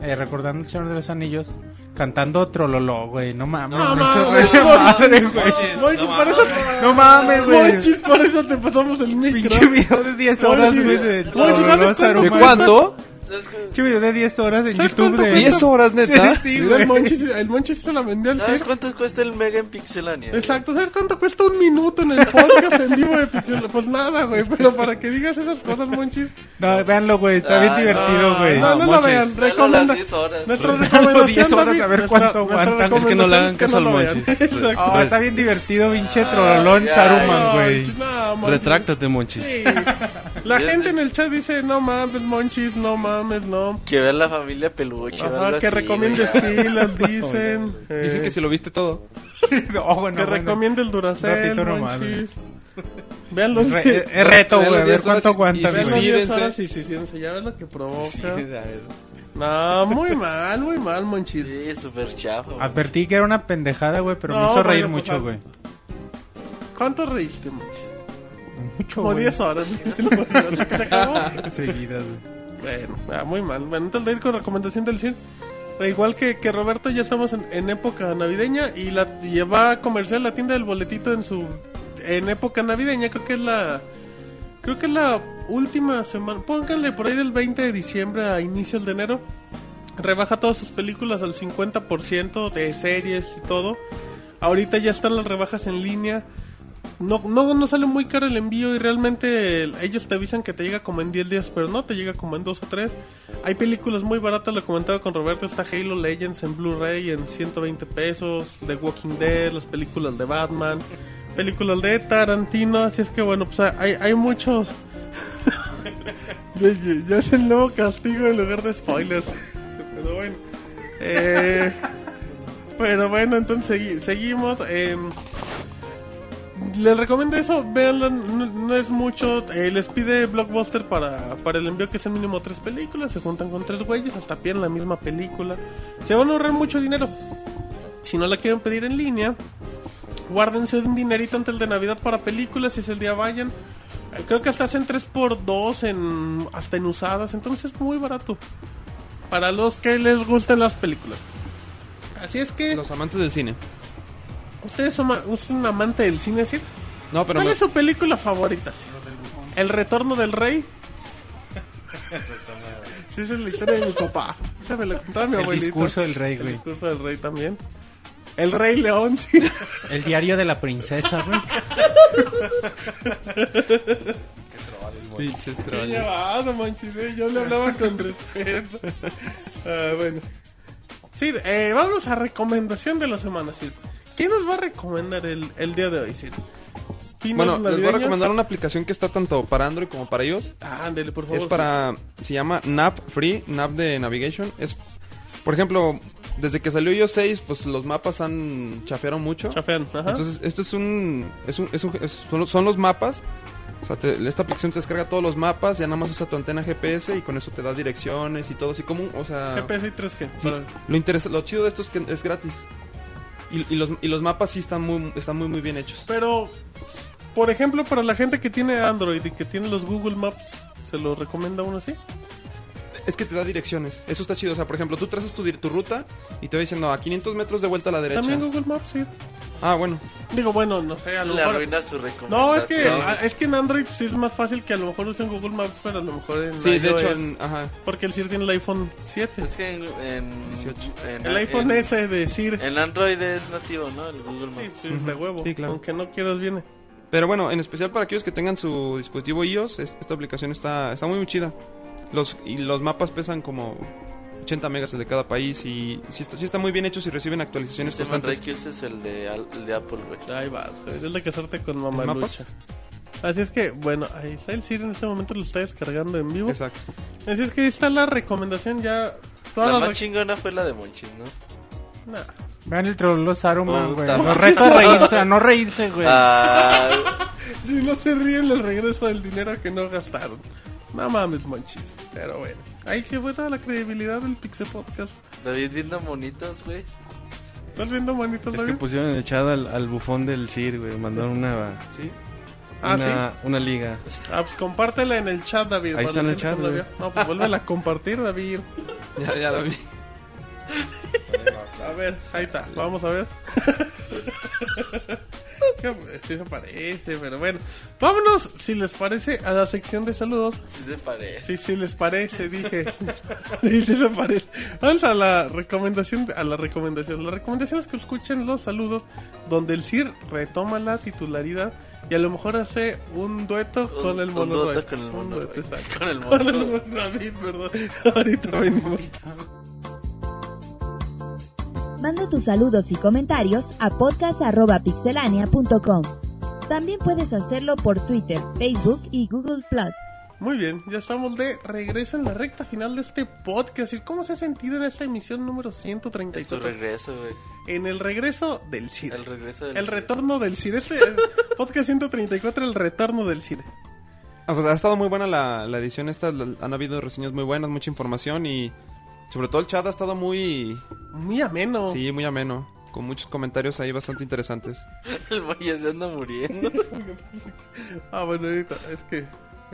S7: eh, recordando el Señor de los Anillos, cantando Trololó, güey. No mames,
S2: No
S7: me hizo
S2: mames,
S7: reír madre,
S2: Monchis,
S7: güey.
S2: no, Monchis, por eso te-
S7: No mames, güey.
S2: Monchis, por eso te pasamos el micro.
S7: Pinche video de 10 horas,
S2: Monchis,
S7: güey. De,
S2: Monchis, ¿sabes cuánto
S7: Trololó, Saruman.
S9: ¿De cuánto?
S7: Pinche video de 10 horas en
S2: ¿Sabes
S7: YouTube.
S2: cuánto
S7: De...
S2: cuesta?
S9: ¿10 horas, neta?
S7: Sí, sí,
S2: Mira, el
S7: güey.
S2: Monchis, el Monchis se la vendió al
S3: ¿Sabes
S2: circo.
S3: cuánto cuesta el mega en pixelania?
S2: Exacto, ¿sabes cuánto cuesta un minuto en el podcast en vivo de Pixel? Pues nada, güey, pero para que digas esas cosas, Monchis. Ah,
S7: No, véanlo, güey. Está bien
S3: Ay,
S7: divertido,
S3: no,
S7: güey.
S2: no, no lo
S9: Monchis.
S2: vean,
S3: Dale
S2: recomienda.
S3: las 10 horas.
S2: Nuestra
S7: Dalo 10
S2: recomendación,
S7: horas
S2: David,
S7: a ver
S2: nuestra-
S7: cuánto
S2: nuestra
S7: aguantan.
S2: recomendación
S4: Es que no le hagan
S2: es
S4: caso al
S2: lo vean.
S4: Monchis.
S2: Exacto.
S7: No, está bien divertido, pinche trololón
S3: ya,
S7: Saruman,
S2: No,
S7: güey.
S2: Monchis, no, Monchis.
S4: Retráctate, Monchis.
S2: Sí. La gente en el chat dice, no mames, Monchis, no mames, no.
S3: Que vean la familia peluche. o
S2: Ajá,
S3: algo
S2: que
S3: así,
S2: recomiendes
S3: güey, ya.
S2: pilas, dicen. Eh,
S9: Dicen que si lo viste todo.
S7: No, bueno,
S2: que
S7: bueno.
S2: recomiende el Duracell,
S7: Ratito nomás,
S2: Monchis. Vean los...
S7: Re- eh, Es reto,
S9: Dale
S7: güey. A ver
S9: 10 horas
S7: cuánto
S9: y-
S7: aguanta,
S9: y
S2: Vean
S9: sí,
S2: los
S7: güey.
S2: 10
S9: dense.
S2: horas y suicídense, ya ves lo que provoca.
S9: Yo
S2: No, muy mal, muy mal, Monchis.
S3: Sí, súper chavo.
S7: Advertí que era una pendejada, güey, pero me
S2: No,
S7: hizo reír
S2: bueno, pues,
S7: mucho,
S2: al-
S7: güey.
S2: ¿Cuánto reíste, Monchis?
S7: Mucho,
S2: Como
S7: güey.
S2: 10 horas. Hasta que se acabó.
S7: Seguidas, güey.
S2: Bueno, ah, muy mal. Bueno, entonces de ir con recomendación del cine. Al Igual que, que Roberto, ya estamos en, en época navideña y la y va a comercial la tienda del boletito en su en época navideña. Creo que es la creo que es la última semana. Pónganle por ahí del 20 de diciembre a inicios de enero. Rebaja todas sus películas al 50% de series y todo. Ahorita ya están las rebajas en línea. No, no, no sale muy caro el envío y realmente el- ellos te avisan que te llega como en 10 días, pero no, te llega como en 2 o 3. Hay películas muy baratas, lo comentaba con Roberto, está Halo Legends en Blu-ray en 120 pesos, The Walking Dead, las películas de Batman, películas de Tarantino, así es que bueno, pues hay, hay muchos... ya, ya- ya es el nuevo castigo en lugar de spoilers. Pero bueno. Eh, pero bueno, entonces segui- seguimos. em, les recomiendo eso, véanla, no, no es mucho. eh, les pide Blockbuster para, para el envío que es el mínimo tres películas. Se juntan con tres güeyes, hasta piden la misma película. Se van a ahorrar mucho dinero. Si no la quieren pedir en línea, guárdense un dinerito antes de Navidad para películas. Si es el día, vayan. Eh, Creo que hasta hacen 3x2 en, hasta en usadas, entonces es muy barato. Para los que les gustan las películas. Así es que,
S9: Los amantes del cine.
S2: ¿ustedes son, ma- es un amante del cine, ¿sí?
S9: No, pero
S2: ¿Cuál
S9: me-
S2: es su película favorita? sí? El retorno del rey. Sí, esa es la historia de mi papá. Me lo contaba mi
S7: El
S2: abuelita.
S7: discurso del rey,
S2: El
S7: güey.
S2: discurso del rey también. El rey león, sí.
S7: El diario de la princesa, güey.
S6: Pinches
S2: Qué
S6: troles.
S2: llevado, manches, eh, Yo le hablaba con respeto. Ah, bueno. Sir, eh, vamos a recomendación de la semana, Sir. ¿Qué nos va a recomendar el, el día de hoy, Sir? ¿Pinos
S6: Bueno, les voy a
S2: navideños? Ah,
S6: recomendar una aplicación que está tanto para Android como para iOS.
S2: Ándele, por favor.
S6: Es para. Se llama Nav Free, Nav de Navigation. Es. Por ejemplo, desde que salió iOS 6, pues los mapas han. chafearon mucho.
S2: Sir. Chafean, ajá.
S6: Entonces, este es un. Es un, es un- es- son, los- son los mapas. O sea, te- esta aplicación te descarga todos los mapas, ya nada más usa tu antena GPS y con eso te da direcciones y todo así como, o sea,
S2: GPS y 3G.
S6: sí,
S2: para-
S6: lo interesa, lo chido de esto es que es gratis. Y, y los, y los mapas sí están muy están muy muy bien hechos.
S2: Pero, por ejemplo, para la gente que tiene Android y que tiene los Google Maps, ¿se lo recomienda uno así?
S6: Es que te da direcciones. Eso está chido, o sea, por ejemplo, tú trazas tu, dir- tu ruta y te va diciendo a 500 metros de vuelta a la derecha.
S2: También Google Maps, sí.
S6: Ah, bueno.
S2: Digo, bueno, no sé, a lo
S3: Le
S2: mejor-
S3: arruina su recomendación.
S2: No, es que, a- es que en Android sí es más fácil que a lo mejor usen Google Maps, pero a Pues lo mejor en
S6: Sí, de
S2: iOS,
S6: hecho, en- ajá.
S2: Porque el Sir tiene el iPhone 7.
S3: Es que en. en- en-
S2: El iPhone
S3: en-
S2: S de Sir.
S3: En Android es nativo, ¿no? El Google
S2: Sí,
S3: Maps.
S2: sí, de huevo.
S6: Sí, claro.
S2: Aunque no quieras, viene.
S6: Pero bueno, en especial para aquellos que tengan su dispositivo iOS, es- esta aplicación está, está muy chida. Los, y los mapas pesan como 80 megas el de cada país y sí está, sí está muy bien hechos y reciben actualizaciones
S3: Este
S6: constantes.
S3: Mandrake Use es el de, al- el de Apple, güey.
S2: Ahí vas, güey, es de casarte con
S6: ¿En
S2: mamá
S6: mapas?
S2: Lucha. Así es que, bueno, ahí está el Sir en este momento, lo está descargando en vivo.
S6: Exacto.
S2: Así es que ahí está la recomendación ya. Todas
S3: La
S2: las
S3: más
S2: rec-
S3: chingona fue la de Monchis, ¿no?
S2: Nah.
S7: Vean el trololo Saruman, güey.
S3: Puta
S7: Los
S3: madre.
S7: reto a reírse, a no reírse, güey.
S3: Ah,
S2: Si no se ríen el regreso del dinero que no gastaron. No mames, manchis. Pero bueno, ahí se fue toda la credibilidad del Pixel Podcast.
S3: David viendo monitos, güey.
S2: ¿Estás viendo manitos,
S4: Es que pues,
S2: David?
S4: pusieron en el chat al, al bufón del CIR, güey. Mandaron una,
S6: Sí.
S2: Ah,
S4: una, una liga.
S2: Ah, pues compártela en el chat, David.
S4: Ahí
S2: para
S4: está
S2: la
S4: en el
S2: gente que
S4: chat,
S2: no la
S4: David.
S2: vio. No, pues vuélvela a compartir, David.
S6: Ya, ya lo vi.
S2: A ver, ahí está, vamos a ver. Que, Sí se parece, pero bueno. Vámonos, si les parece, a la sección de saludos.
S3: Sí se parece.
S2: Sí, sí, les parece, dije. Sí, sí, se parece. Vamos a la recomendación. A la recomendación. La recomendación es que escuchen los saludos donde el CIR retoma la titularidad y a lo mejor hace un dueto
S3: Un-
S2: con el
S3: un
S2: mono.
S3: dueto con el mono, güey.
S2: exacto.
S3: Con el
S2: Con el
S3: mono.
S2: mono David, perdón. Ahorita venimos.
S1: Manda tus saludos y comentarios a podcast.pixelania.com. También puedes hacerlo por Twitter, Facebook y Google Plus.
S2: Muy bien, ya estamos de regreso en la recta final de este podcast. ¿Y cómo se ha sentido en esta emisión número
S3: Es su
S2: 134?
S3: regreso, güey.
S2: En el regreso del CIR.
S3: El regreso del
S2: El retorno del CIR. Este es podcast 134, el retorno del CIR.
S6: Ah, pues, ha estado muy buena la, la edición esta, la- han habido reseñas muy buenas, mucha información y sobre todo el chat ha estado muy...
S2: Muy ameno.
S6: Sí, muy ameno, con muchos comentarios ahí bastante interesantes.
S3: El Moya se anda muriendo.
S2: Ah, bueno, ahorita es que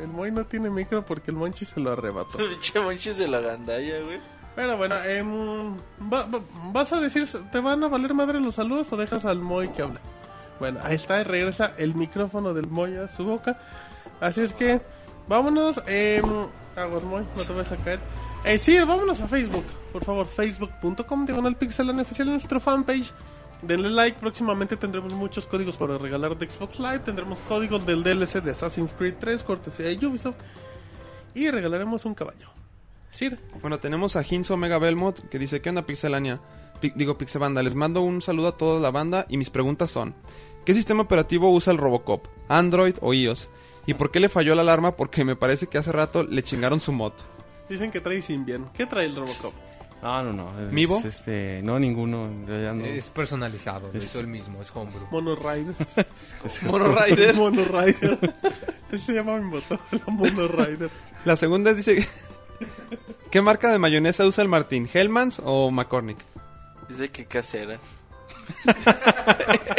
S2: el Moy no tiene micro porque el Monchi se lo arrebató.
S3: Pues, Pinche Monchis de la gandalla, güey.
S2: Pero bueno, em, va- va- ¿vas a decir, te van a valer madre los saludos o dejas al Moy que hable? Bueno, ahí está, regresa el micrófono del Moy a su boca. Así es que, vámonos. Eh, aguas, Moy, no te vayas a caer. Eh, sí, vámonos a Facebook, por favor, facebook.com, diagonal pixelania oficial en nuestro fanpage. Denle like, próximamente tendremos muchos códigos para regalar de Xbox Live, tendremos códigos del DLC de Assassin's Creed 3, cortesía de Ubisoft, y regalaremos un caballo. Sir,
S6: Bueno, tenemos a Ginzo Mega Belmont que dice, ¿qué onda Pixelania? Pi- digo, Pixebanda, les mando un saludo a toda la banda y mis preguntas son, ¿qué sistema operativo usa el Robocop? ¿Android o iOS? ¿Y por qué le falló la alarma? Porque me parece que hace rato le chingaron su mod.
S2: Dicen que trae sin bien. ¿Qué trae el Robocop?
S4: No, no, no. es-
S6: ¿Mivo?
S4: Este, no, ninguno. En realidad no.
S5: Es personalizado, güey,
S4: Es-
S5: es el mismo, es homebrew.
S2: Mono Rider.
S6: Mono Rider.
S2: Mono Rider. Ese se llama mi motor, la Mono Rider.
S6: La segunda dice, ¿qué marca de mayonesa usa el Martín? ¿Hellmans o McCormick?
S3: Dice que casera.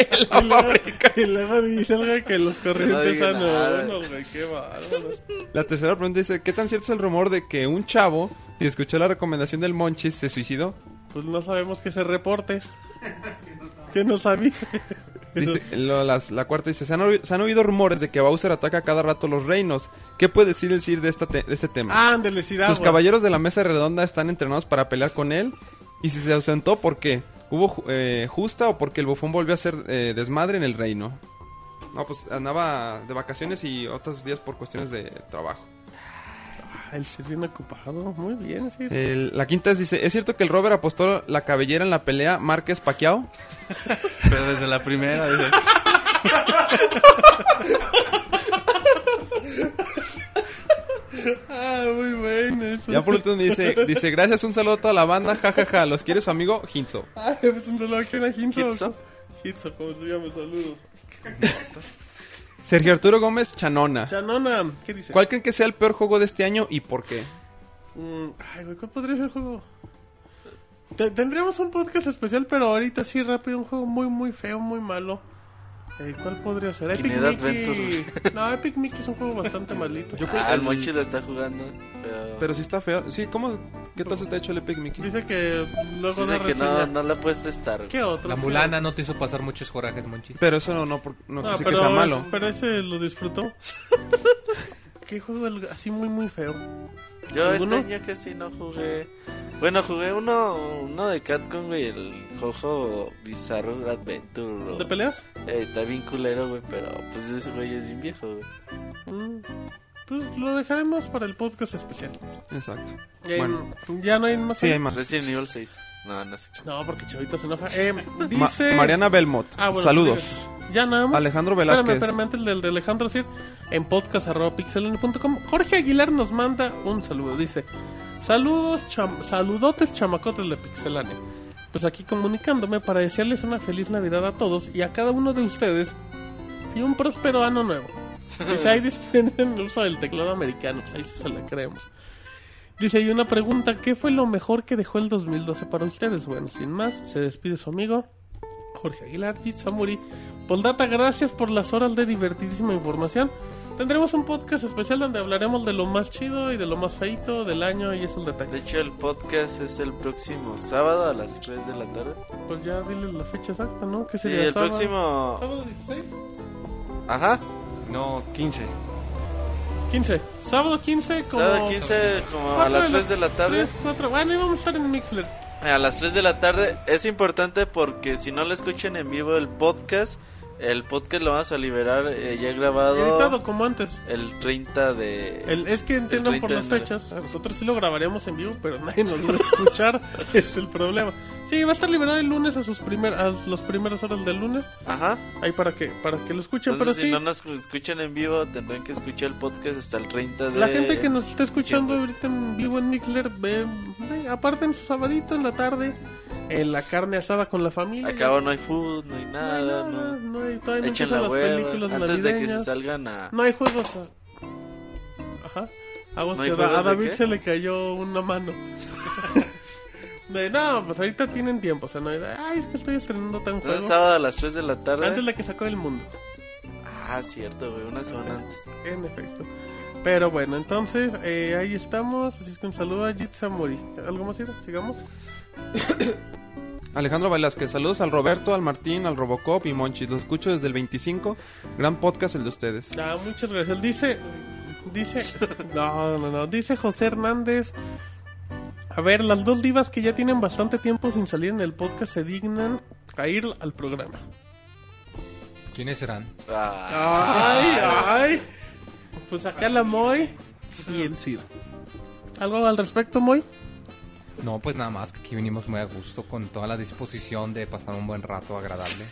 S2: y, luego, y luego dice algo que los corrientes
S3: diga
S2: son
S3: nada.
S2: buenos, güey. Qué bárbaro.
S6: La tercera pregunta dice, ¿qué tan cierto es el rumor de que un chavo, si escuchó la recomendación del Monchis, se suicidó?
S2: Pues no sabemos que se reporte. Que nos avise.
S6: Dice- lo- las- la cuarta dice, se han, oí- se han oído rumores de que Bowser ataca a cada rato los reinos. ¿Qué puede decir el Sir de, esta te- de este tema?
S2: Ándale, Sir
S6: Sus
S2: Agua.
S6: caballeros de la mesa redonda están entrenados para pelear con él. Y si se ausentó, ¿por qué? ¿Hubo ju- eh, justa o porque el bufón volvió a ser eh, desmadre en el reino? No, pues andaba de vacaciones y otros días por cuestiones de trabajo.
S2: Ah, el Sir bien ocupado. Muy bien, Sir.
S6: El- la quinta dice, ¿es cierto que el Robert apostó la cabellera en la pelea Márquez Paquiao?
S4: Pero desde la primera, dice,
S2: Ah, muy bueno eso.
S6: Ya por último dice, dice, gracias, un saludo a toda la banda, jajaja, los quiere su amigo Hinzo.
S2: Ah, pues un saludo aquí a Hinzo.
S6: Hinzo.
S2: Hinzo, como se llama, saludos.
S6: Sergio Arturo Gómez Chanona.
S2: Chanona, ¿qué dice?
S6: ¿Cuál creen que sea el peor juego de este año y por qué?
S2: Mm, ay, güey, ¿cuál podría ser el juego? Te- tendríamos un podcast especial, pero ahorita sí, rápido, un juego muy, muy feo, muy malo. Eh, ¿Cuál podría ser? Epic
S3: Kinect
S2: Mickey. No, Epic Mickey es un juego bastante malito.
S3: Ah, el Monchi lo está jugando. Pero,
S6: Pero si está feo. Sí, ¿cómo? ¿Qué tal se te ha hecho el Epic Mickey?
S2: Dice que luego
S3: dice
S2: da
S3: que
S2: reseña.
S3: no, no la puedes testar.
S2: ¿Qué otro?
S5: La mulana no te hizo pasar muchos corajes, Monchis.
S6: Pero eso no, no, por- no,
S2: No,
S6: quise
S2: pero,
S6: que sea malo.
S2: es- pero ese lo disfrutó. ¿Qué juego el- así muy, muy feo?
S3: Yo este
S2: ¿Ninguno?
S3: año casi no jugué. Bueno, jugué uno, uno de Catcon, güey, el Jojo Bizarro Adventure. o-
S2: ¿De peleas?
S3: Eh, está bien culero, güey, pero pues ese güey es bien viejo, güey.
S2: Mm, pues lo dejaremos para el podcast especial.
S6: Exacto.
S2: Ya,
S6: Bueno.
S2: ya no hay más.
S6: Sí, hay más.
S3: Resident Evil 6. No, no sé.
S2: No, porque Chavito se enoja. Eh,
S6: Ma-
S2: dice...
S6: Mariana Belmont.
S2: Ah, bueno,
S6: Saludos.
S2: diga. Ya nada más.
S6: Alejandro
S2: Espérame,
S6: Velázquez.
S2: espérame, antes del de Alejandro decir, en podcast.pixelone.com, Jorge Aguilar nos manda un saludo. Dice: Saludos, cham- saludotes, chamacotes de Pixelane. Pues aquí comunicándome para desearles una feliz Navidad a todos y a cada uno de ustedes y un próspero año nuevo. Dice: Pues Ahí dispensen el uso del teclado americano. Pues ahí sí se la creemos. Dice: Y una pregunta: ¿Qué fue lo mejor que dejó el 2012 para ustedes? Bueno, sin más, se despide su amigo. Jorge Aguilar, Jit Samuri. Poldata, gracias por las horas de divertidísima información. Tendremos un podcast especial donde hablaremos de lo más chido y de lo más feito del año y esos
S3: De
S2: detalles.
S3: hecho, el podcast es el próximo sábado a las 3 de la tarde.
S2: Pues ya diles la fecha exacta, ¿no? Que
S3: Sí,
S2: sería
S3: el
S2: sábado-
S3: próximo.
S2: ¿Sábado 16?
S3: Ajá,
S4: no, 15.
S2: 15. Sábado 15 como...
S3: sábado 15, como a
S2: Cuatro
S3: las 3 de la tarde.
S2: 3, 4. Bueno, íbamos a estar en Mixler.
S3: A las 3 de la tarde es importante porque si no lo escuchan en vivo el podcast, el podcast lo vamos a liberar eh, ya grabado
S2: Editado como antes.
S3: el 30 de...
S2: El- es que entiendan por
S3: 30 de
S2: las
S3: enero.
S2: fechas. o sea, nosotros sí lo grabaremos en vivo, pero nadie nos va a escuchar. es el problema. Sí, va a estar liberado el lunes a sus primer, a los primeras horas del lunes.
S3: Ajá.
S2: Ahí para que, para que lo escuchen.
S3: Entonces, si
S2: pero
S3: no
S2: sí,
S3: nos escuchan en vivo, tendrán que escuchar el podcast hasta el 30 de...
S2: la gente que nos está escuchando
S3: siempre.
S2: ahorita en vivo en Mixler, ve, ve, aparten su sabadito en la tarde, en la carne asada con la familia.
S3: Acabo no hay food, no hay
S2: no hay
S3: nada,
S2: nada,
S3: no...
S2: no hay- todavía no
S3: Echen
S2: empiezan
S3: la
S2: las
S3: hueva
S2: películas
S3: antes de que se
S2: navideñas.
S3: salgan a...
S2: No hay juegos. a- Ajá. Aguas
S3: ¿No hay
S2: que da-
S3: juegos
S2: a
S3: de
S2: David
S3: qué?
S2: se le cayó una mano. De, no, pues ahorita tienen tiempo. O sea, no hay. Ay, es que estoy estrenando tan
S3: No, el
S2: juego.
S3: sábado a las 3 de la tarde.
S2: Antes de que sacó el mundo.
S3: Ah, cierto, güey, una semana antes.
S2: En efecto. Pero bueno, entonces eh, ahí estamos. Así es que un saludo a Jitsamori. ¿Algo más, Ira? Sigamos.
S6: Alejandro Velázquez. Saludos al Roberto, al Martín, al Robocop y Monchis. Lo escucho desde el 25. Gran podcast el de ustedes.
S2: Ah, muchas gracias. Dice, dice, no, no, no, dice José Hernández. A ver, las dos divas que ya tienen bastante tiempo sin salir en el podcast se dignan a ir al programa.
S5: ¿Quiénes serán?
S3: Ah,
S2: Ay, ay. Pues acá la Moy y el Ciro. ¿Algo al respecto, Moy?
S5: No, pues nada más que aquí vinimos muy a gusto con toda la disposición de pasar un buen rato agradable.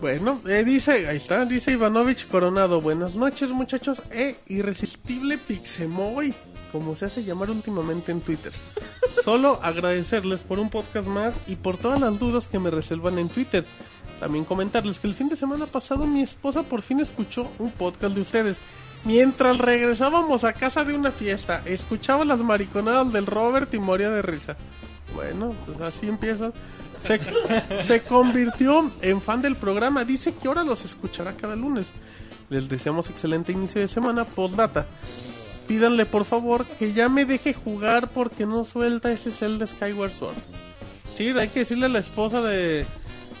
S2: Bueno, eh, dice, ahí está, dice Ivanovich Coronado. Buenas noches, muchachos. Eh, irresistible Pixemoy, como se hace llamar últimamente en Twitter. Solo agradecerles por un podcast más y por todas las dudas que me reservan en Twitter. También comentarles que el fin de semana pasado mi esposa por fin escuchó un podcast de ustedes. Mientras regresábamos a casa de una fiesta, escuchaba las mariconadas del Robert y moría de risa. Bueno, pues así empieza. Se, se convirtió en fan del programa. Dice que ahora los escuchará cada lunes. Les deseamos excelente inicio de semana. Postdata. Pídanle por favor que ya me deje jugar porque no suelta ese Zelda Skyward Sword. Sí, hay que decirle a la esposa de,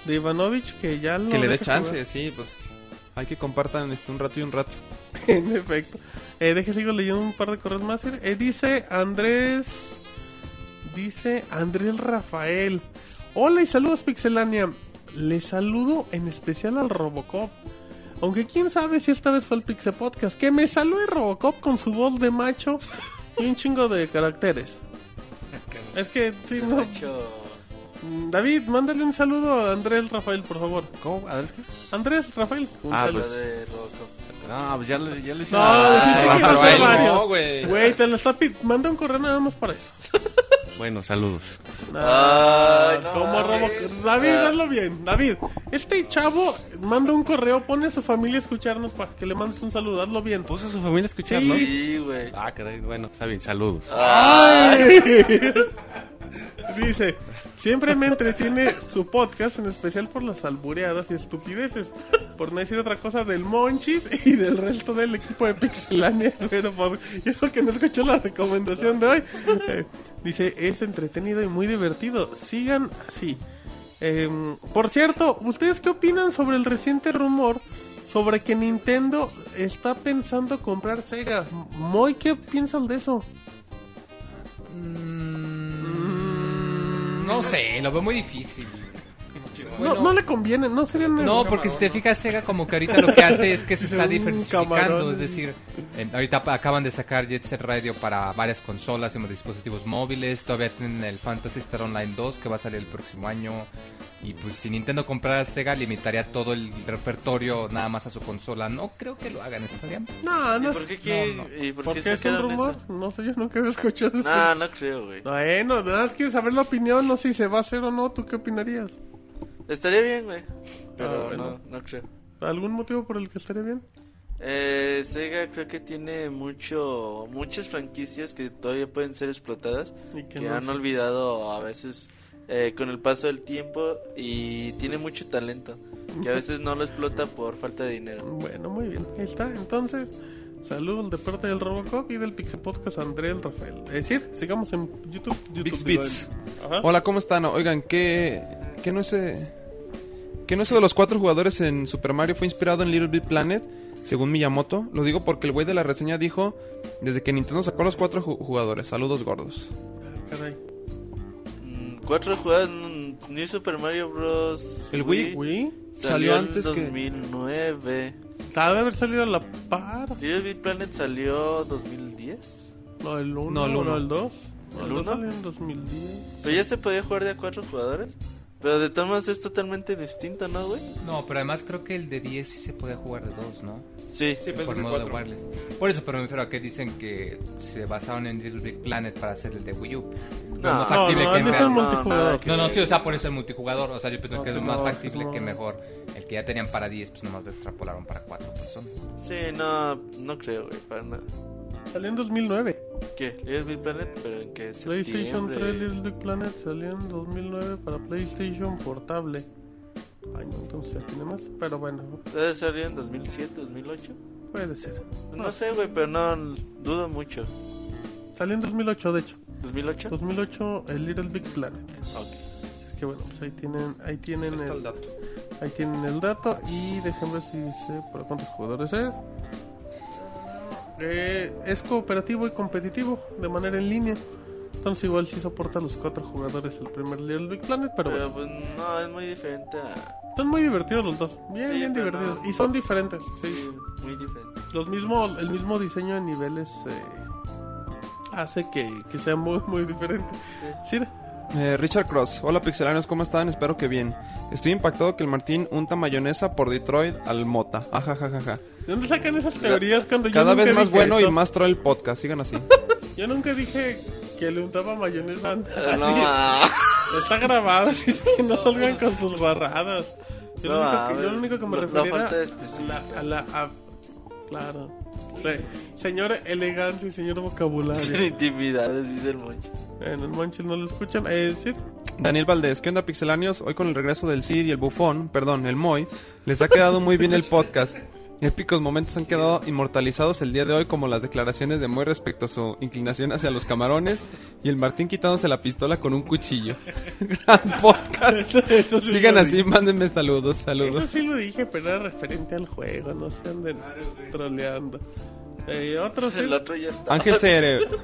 S2: de Ivanovich que ya lo
S9: que le dé
S2: deja
S9: chance,
S2: jugar.
S9: sí, pues. Hay que compartan este un rato y un rato.
S2: En efecto. Eh, deje sigo leyendo un par de correos más. Eh, dice Andrés. Dice Andrés Rafael. Hola y saludos, Pixelania. Le saludo en especial al Robocop. Aunque quién sabe si esta vez fue el Pixel Podcast. Que me salude Robocop con su voz de macho y un chingo de caracteres. Es que, sí, no. Mm, David, mándale un saludo a Andrés Rafael, por favor.
S4: ¿Cómo? A ver, es que-
S2: Andrés Rafael, un
S4: Ah,
S2: saludo.
S4: pues.
S3: de Robocop.
S4: No, pues ya le, ya le hice-
S2: No,
S4: Ah,
S2: dijiste que
S4: Rafael.
S2: no, Mario.
S9: No, güey.
S2: Güey, te lo está pid- Manda un correo nada más para eso.
S4: Bueno, saludos.
S2: Ah,
S3: Ay, no,
S2: como
S3: sí.
S2: Robo- David,
S3: Ah.
S2: hazlo bien. David, este chavo manda un correo, pone a su familia a escucharnos para que le mandes un saludo. Hazlo bien.
S4: Puso a su familia a escuchar,
S2: Sí.
S4: ¿no?
S3: Sí, güey.
S4: Ah, caray, bueno, está bien, saludos.
S2: Dice, siempre me entretiene su podcast, en especial por las albureadas y estupideces. Por no decir otra cosa del Monchis y del resto del equipo de Pixelania. Pero por- y eso que no escuchó la recomendación de hoy. Eh, dice, es entretenido y muy divertido. Sigan así. Em, por cierto, ¿ustedes qué opinan sobre el reciente rumor sobre que Nintendo está pensando comprar Sega? Moy, ¿qué piensas de eso?
S5: Mm, No sé, lo veo muy difícil.
S2: No, no le conviene, no sería una-
S5: No, porque si te fijas, Sega como que ahorita lo que hace es que se
S2: Dice,
S5: está
S2: "Mm,
S5: diversificando.
S2: camarón".
S5: Es decir, eh, ahorita pa- acaban de sacar Jet Set Radio para varias consolas y más dispositivos móviles. Todavía tienen el Fantasy Star Online 2 que va a salir el próximo año. Y pues si Nintendo comprara Sega, limitaría todo el repertorio nada más a su consola. No creo que lo hagan, ¿estaría?
S2: No,
S3: ¿Y
S2: no.
S3: por qué, quiere- ¿Y por qué
S2: ¿Por qué es un
S3: sacaron
S2: rumor?
S3: eso?
S2: No sé, yo nunca había escuchado eso.
S3: No, no creo, güey.
S2: Bueno, nada más quieres saber la opinión, no sé si se va a hacer o no, ¿tú qué opinarías?
S3: Estaría bien, güey. Pero
S2: Ah, bueno.
S3: no, no creo.
S2: ¿Algún motivo por el que estaría bien?
S3: Eh, Sega creo que tiene mucho, muchas franquicias que todavía pueden ser explotadas,
S2: Y que
S3: que,
S2: no
S3: han
S2: se-
S3: olvidado a veces eh, con el paso del tiempo y tiene mucho talento, que a veces no lo explota por falta de dinero.
S2: Bueno, muy bien, ahí está. Entonces, saludos de parte del Robocop y del Pixel Podcast André el Rafael. Es decir, sigamos en YouTube. YouTube
S9: Big
S2: digo,
S9: Beats.
S2: en- Ajá.
S9: Hola, ¿cómo están? Oigan, ¿qué, qué no ese qué no ese de los cuatro jugadores en Super Mario fue inspirado en Little Big Planet? Según Miyamoto, lo digo porque el güey de la reseña dijo desde que Nintendo sacó los cuatro ju- jugadores. Saludos gordos.
S2: Caray.
S3: Mm, cuatro jugadas mm, New Super Mario Bros.
S9: El Wii-
S2: Uy,
S3: salió,
S9: salió
S3: antes
S9: antes que-
S3: en 2009.
S2: ha de haber salido a la par.
S3: Little Big Planet salió 2010.
S2: No, el 1,
S9: No, el uno.
S2: el 2.
S3: ¿El
S2: El 2
S3: uno?
S2: salió en 2010.
S3: Pero ya se podía jugar de a cuatro jugadores. Pero de todas maneras es totalmente distinto, ¿no, güey?
S5: No, pero además creo que el de 10 sí se podía jugar de 2, ¿no?
S3: Sí. pues
S5: por modo de wireless. Por eso, pero me refiero a que dicen que se basaron en Little Big Planet para hacer el de Wii U. Pero más
S2: No,
S5: factible
S2: no,
S5: que
S2: han de
S5: en
S2: ser
S5: real-
S3: no,
S2: multijugador.
S3: nada que-
S5: No, no, sí, o sea, por eso el multijugador. O sea, yo pienso
S2: No,
S5: que es
S2: pues
S5: más
S2: no,
S5: factible
S2: no.
S5: que mejor. El que ya tenían para 10, pues nomás lo extrapolaron para 4 personas.
S3: Sí, no, no creo, güey, para nada.
S2: Salió en 2009.
S3: ¿Qué? ¿Little Big Planet? ¿Pero en qué?
S2: PlayStation
S3: Septiembre.
S2: 3 Little Big Planet salió en 2009 para PlayStation Portable. Ay, no, entonces ya tiene más. Pero bueno,
S3: Debe salir en 2007, 2008.
S2: puede ser.
S3: No sé, güey, pero no dudo mucho.
S2: Salió en 2008, de hecho. Pues,
S3: ¿2008?
S2: 2008 el Little Big Planet.
S3: Ok.
S2: Es que bueno, pues ahí tienen, ahí tienen,
S9: Está el
S2: el,
S9: dato.
S2: ahí tienen el dato. Y déjenme ver si sé para cuántos jugadores es. Eh, es cooperativo y competitivo de manera en línea. Entonces igual sí soporta los cuatro jugadores el primer Little Big Planet, pero bueno.
S3: Pero pues no, es muy diferente a...
S2: Son muy divertidos los dos, bien,
S3: Sí,
S2: bien
S3: pero
S2: divertidos.
S3: no.
S2: Y son diferentes, sí.
S3: Muy diferente.
S2: Los mismos, el mismo diseño de niveles eh, hace que, que sea muy, muy diferente. Sí,
S9: Eh, Richard Cross, hola pixelarios, ¿cómo están? Espero que bien. Estoy impactado que el Martín unta mayonesa por Detroit al mota. Ajajajaja.
S2: ¿de dónde sacan esas teorías cuando yo
S9: Cada
S2: nunca
S9: vez más
S2: dije
S9: bueno
S2: eso?
S9: y más troll el podcast, sigan así.
S2: Yo nunca dije que le untaba mayonesa a nadie.
S3: No, ma-
S2: Está grabado, así es que no salgan con sus barradas. Yo, lo,
S3: No,
S2: único
S3: a
S2: que, yo
S3: ver,
S2: lo único que me
S3: no- no
S2: refería
S3: falta de
S2: era
S3: especificar.
S2: a la... A la a- claro. Sí. Señor elegancia y señor vocabulario.
S3: Sin intimidades, dice el moncho.
S2: En el Monchil no lo escuchan. Es decir,
S9: Daniel Valdés, ¿qué onda pixelanios? Hoy con el regreso del Cid y el bufón, perdón, el Moy, les ha quedado muy bien el podcast. Épicos momentos han quedado inmortalizados el día de hoy como las declaraciones de Moy respecto a su inclinación hacia los camarones y el Martín quitándose la pistola con un cuchillo. Gran
S6: Ah,
S9: podcast.
S2: sí
S9: Sigan
S2: lo
S9: así, mándenme saludos,
S2: Eso
S9: saludos.
S2: sí lo dije, pero era referente al juego, no se anden troleando. Eh, otro sí.
S3: El otro ya está.
S9: Ángel CR.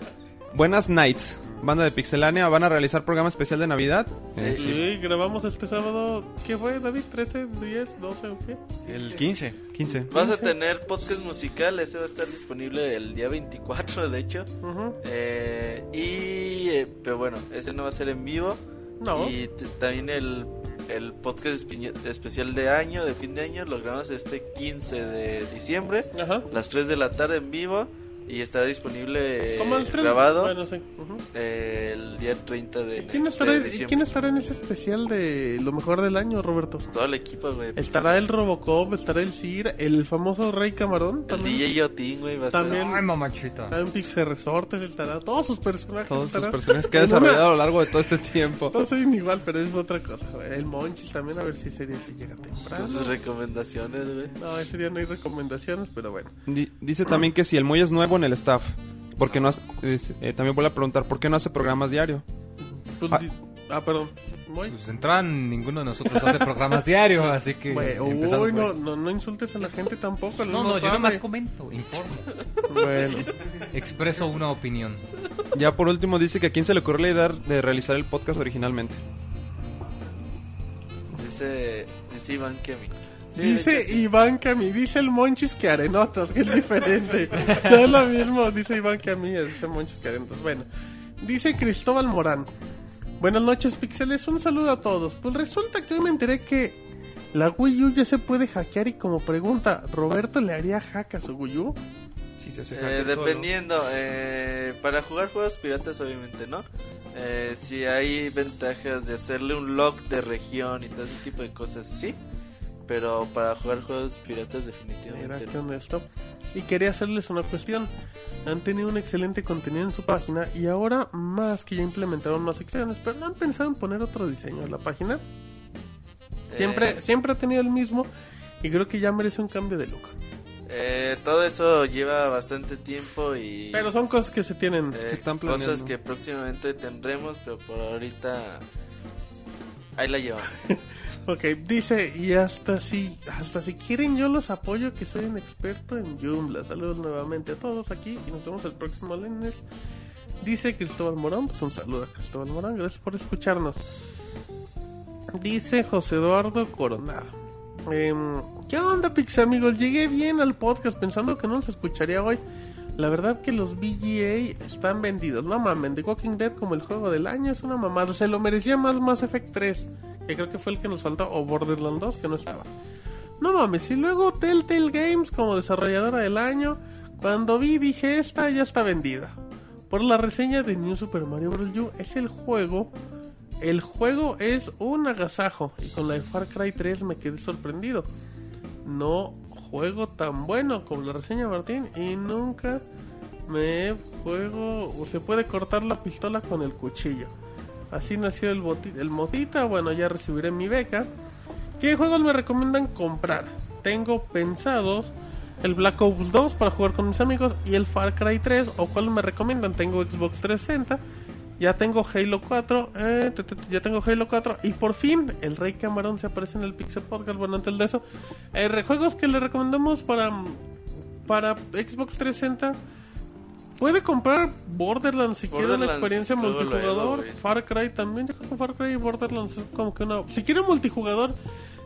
S9: Buenas nights. Banda de Pixelania, van a realizar programa especial de Navidad.
S3: Sí, sí.
S2: Sí, grabamos este sábado. ¿Qué fue, David? ¿13, 10, 12 o qué?
S4: El 15.
S9: 15.
S3: Vas a tener podcast musical, ese va a estar disponible el día 24, de hecho.
S2: Ujú.
S3: Eh, y, eh, pero bueno, ese no va a ser en vivo.
S2: No.
S3: Y t- también el, el podcast espi- especial de año, de fin de año, lo grabamos este 15 de diciembre,
S2: Ajá.
S3: a las 3 de la tarde en vivo. Y estará disponible eh,
S2: Como el 3.
S3: grabado
S2: Bueno, sí. ujú.
S3: eh, el día 30 de,
S2: ¿Quién
S3: de
S2: estará, y
S3: diciembre.
S2: quién estará en ese especial de lo mejor del año, Roberto?
S3: Todo el equipo, güey.
S2: Estará el Robocop, estará el Sir, el famoso Rey Camarón.
S3: El DJ Yotin, güey, va a
S2: También.
S3: estar.
S5: Ay, mamachita.
S2: También Pixel Resortes estará, todos sus personajes
S9: Todos sus
S2: estarán.
S9: personajes que ha
S2: En una-
S9: desarrollado a lo largo de todo este tiempo.
S2: No soy igual, pero es otra cosa. güey. El Monchis también, a ver si ese día sí llega
S3: con sus
S2: temprano.
S3: recomendaciones, güey.
S2: No, ese día no hay recomendaciones, pero bueno.
S9: Di- dice también que si el Moy es nuevo en el staff, porque no hace- es- eh, también vuelve a preguntar, ¿por qué no hace programas diario?
S2: Pues,
S9: Ah.
S2: di- ah, perdón. Moy.
S5: Pues entran, ninguno de nosotros hace programas diarios, así que.
S2: Güey,
S5: empezamos,
S2: uy, no,
S5: güey.
S2: no, no insultes a la gente tampoco.
S5: no,
S2: No,
S5: no, yo nomás
S2: sabe.
S5: comento, informo,
S2: Bueno,
S5: expreso una opinión.
S9: Ya por último dice que a quién se le ocurrió la idea de realizar el podcast originalmente.
S3: Dice, dice Iván que a mí. Sí, de
S2: dice
S3: hecho, sí.
S2: Iván Camí, dice el Monchis que Arenotas, que es diferente. no es lo mismo, dice Iván Camí, dice Monchis que Arenotas. Bueno, dice Cristóbal Morán. Buenas noches, Pixeles, un saludo a todos. Pues resulta que hoy me enteré que la Wii U ya se puede hackear y como pregunta, ¿Roberto le haría hack a su Wii U?
S9: Sí, se
S3: Eh, dependiendo, eh, para jugar juegos piratas obviamente no. Eh, si hay ventajas de hacerle un log de región y todo ese tipo de cosas, sí. Pero para jugar juegos piratas
S2: Mira
S3: definitivamente
S2: qué
S3: no.
S2: honesto. Y quería hacerles una cuestión. Han tenido un excelente contenido en su página y ahora más que ya implementaron más secciones, pero no han pensado en poner otro diseño a la página. Siempre,
S3: Eh,
S2: siempre ha tenido el mismo y creo que ya merece un cambio de look.
S3: eh, todo eso lleva bastante tiempo y...
S2: Pero son cosas que se tienen.
S3: eh,
S9: se están
S3: cosas
S9: planeando.
S3: que próximamente tendremos, pero por ahorita... Ahí la llevamos.
S2: Ok, dice, y hasta si, hasta si quieren yo los apoyo que soy un experto en Joomla. Saludos nuevamente a todos aquí y nos vemos el próximo lunes. Dice Cristóbal Morán, pues un saludo a Cristóbal Morán, gracias por escucharnos. Dice José Eduardo Coronado. em, ¿Qué onda, Pix amigos? Llegué bien al podcast pensando que no los escucharía hoy. La verdad que los BGA están vendidos. No mamen, The Walking Dead como el juego del año es una mamada. Se lo merecía más Mass Effect 3, que creo que fue el que nos faltó, o Borderlands 2, que no estaba. No mames, y luego Telltale Games como desarrolladora del año. Cuando vi dije, esta ya está vendida. Por la reseña de New Super Mario Bros. U, es el juego el juego es un agasajo y con la de Far Cry 3 me quedé sorprendido. No juego tan bueno como la reseña Martín y nunca me juego o se puede cortar la pistola con el cuchillo. Así nació el, boti- el motita, bueno ya recibiré mi beca. ¿Qué juegos me recomiendan comprar? Tengo pensados el Black Ops 2 para jugar con mis amigos y el Far Cry 3 o cuál me recomiendan. Tengo Xbox 360, ya tengo Halo 4, eh, te- te- te- ya tengo Halo 4 y por fin el Rey Camarón se aparece en el Pixel Podcast. Bueno, antes de eso, eh, re- juegos que le recomendamos para, mm, para Xbox 360. Puede comprar Borderlands si quiere una
S3: Borderlands,
S2: experiencia
S3: luego, luego,
S2: multijugador.
S3: güey.
S2: Far Cry también. Yo creo que Far Cry y Borderlands es como que una. Si quiere multijugador,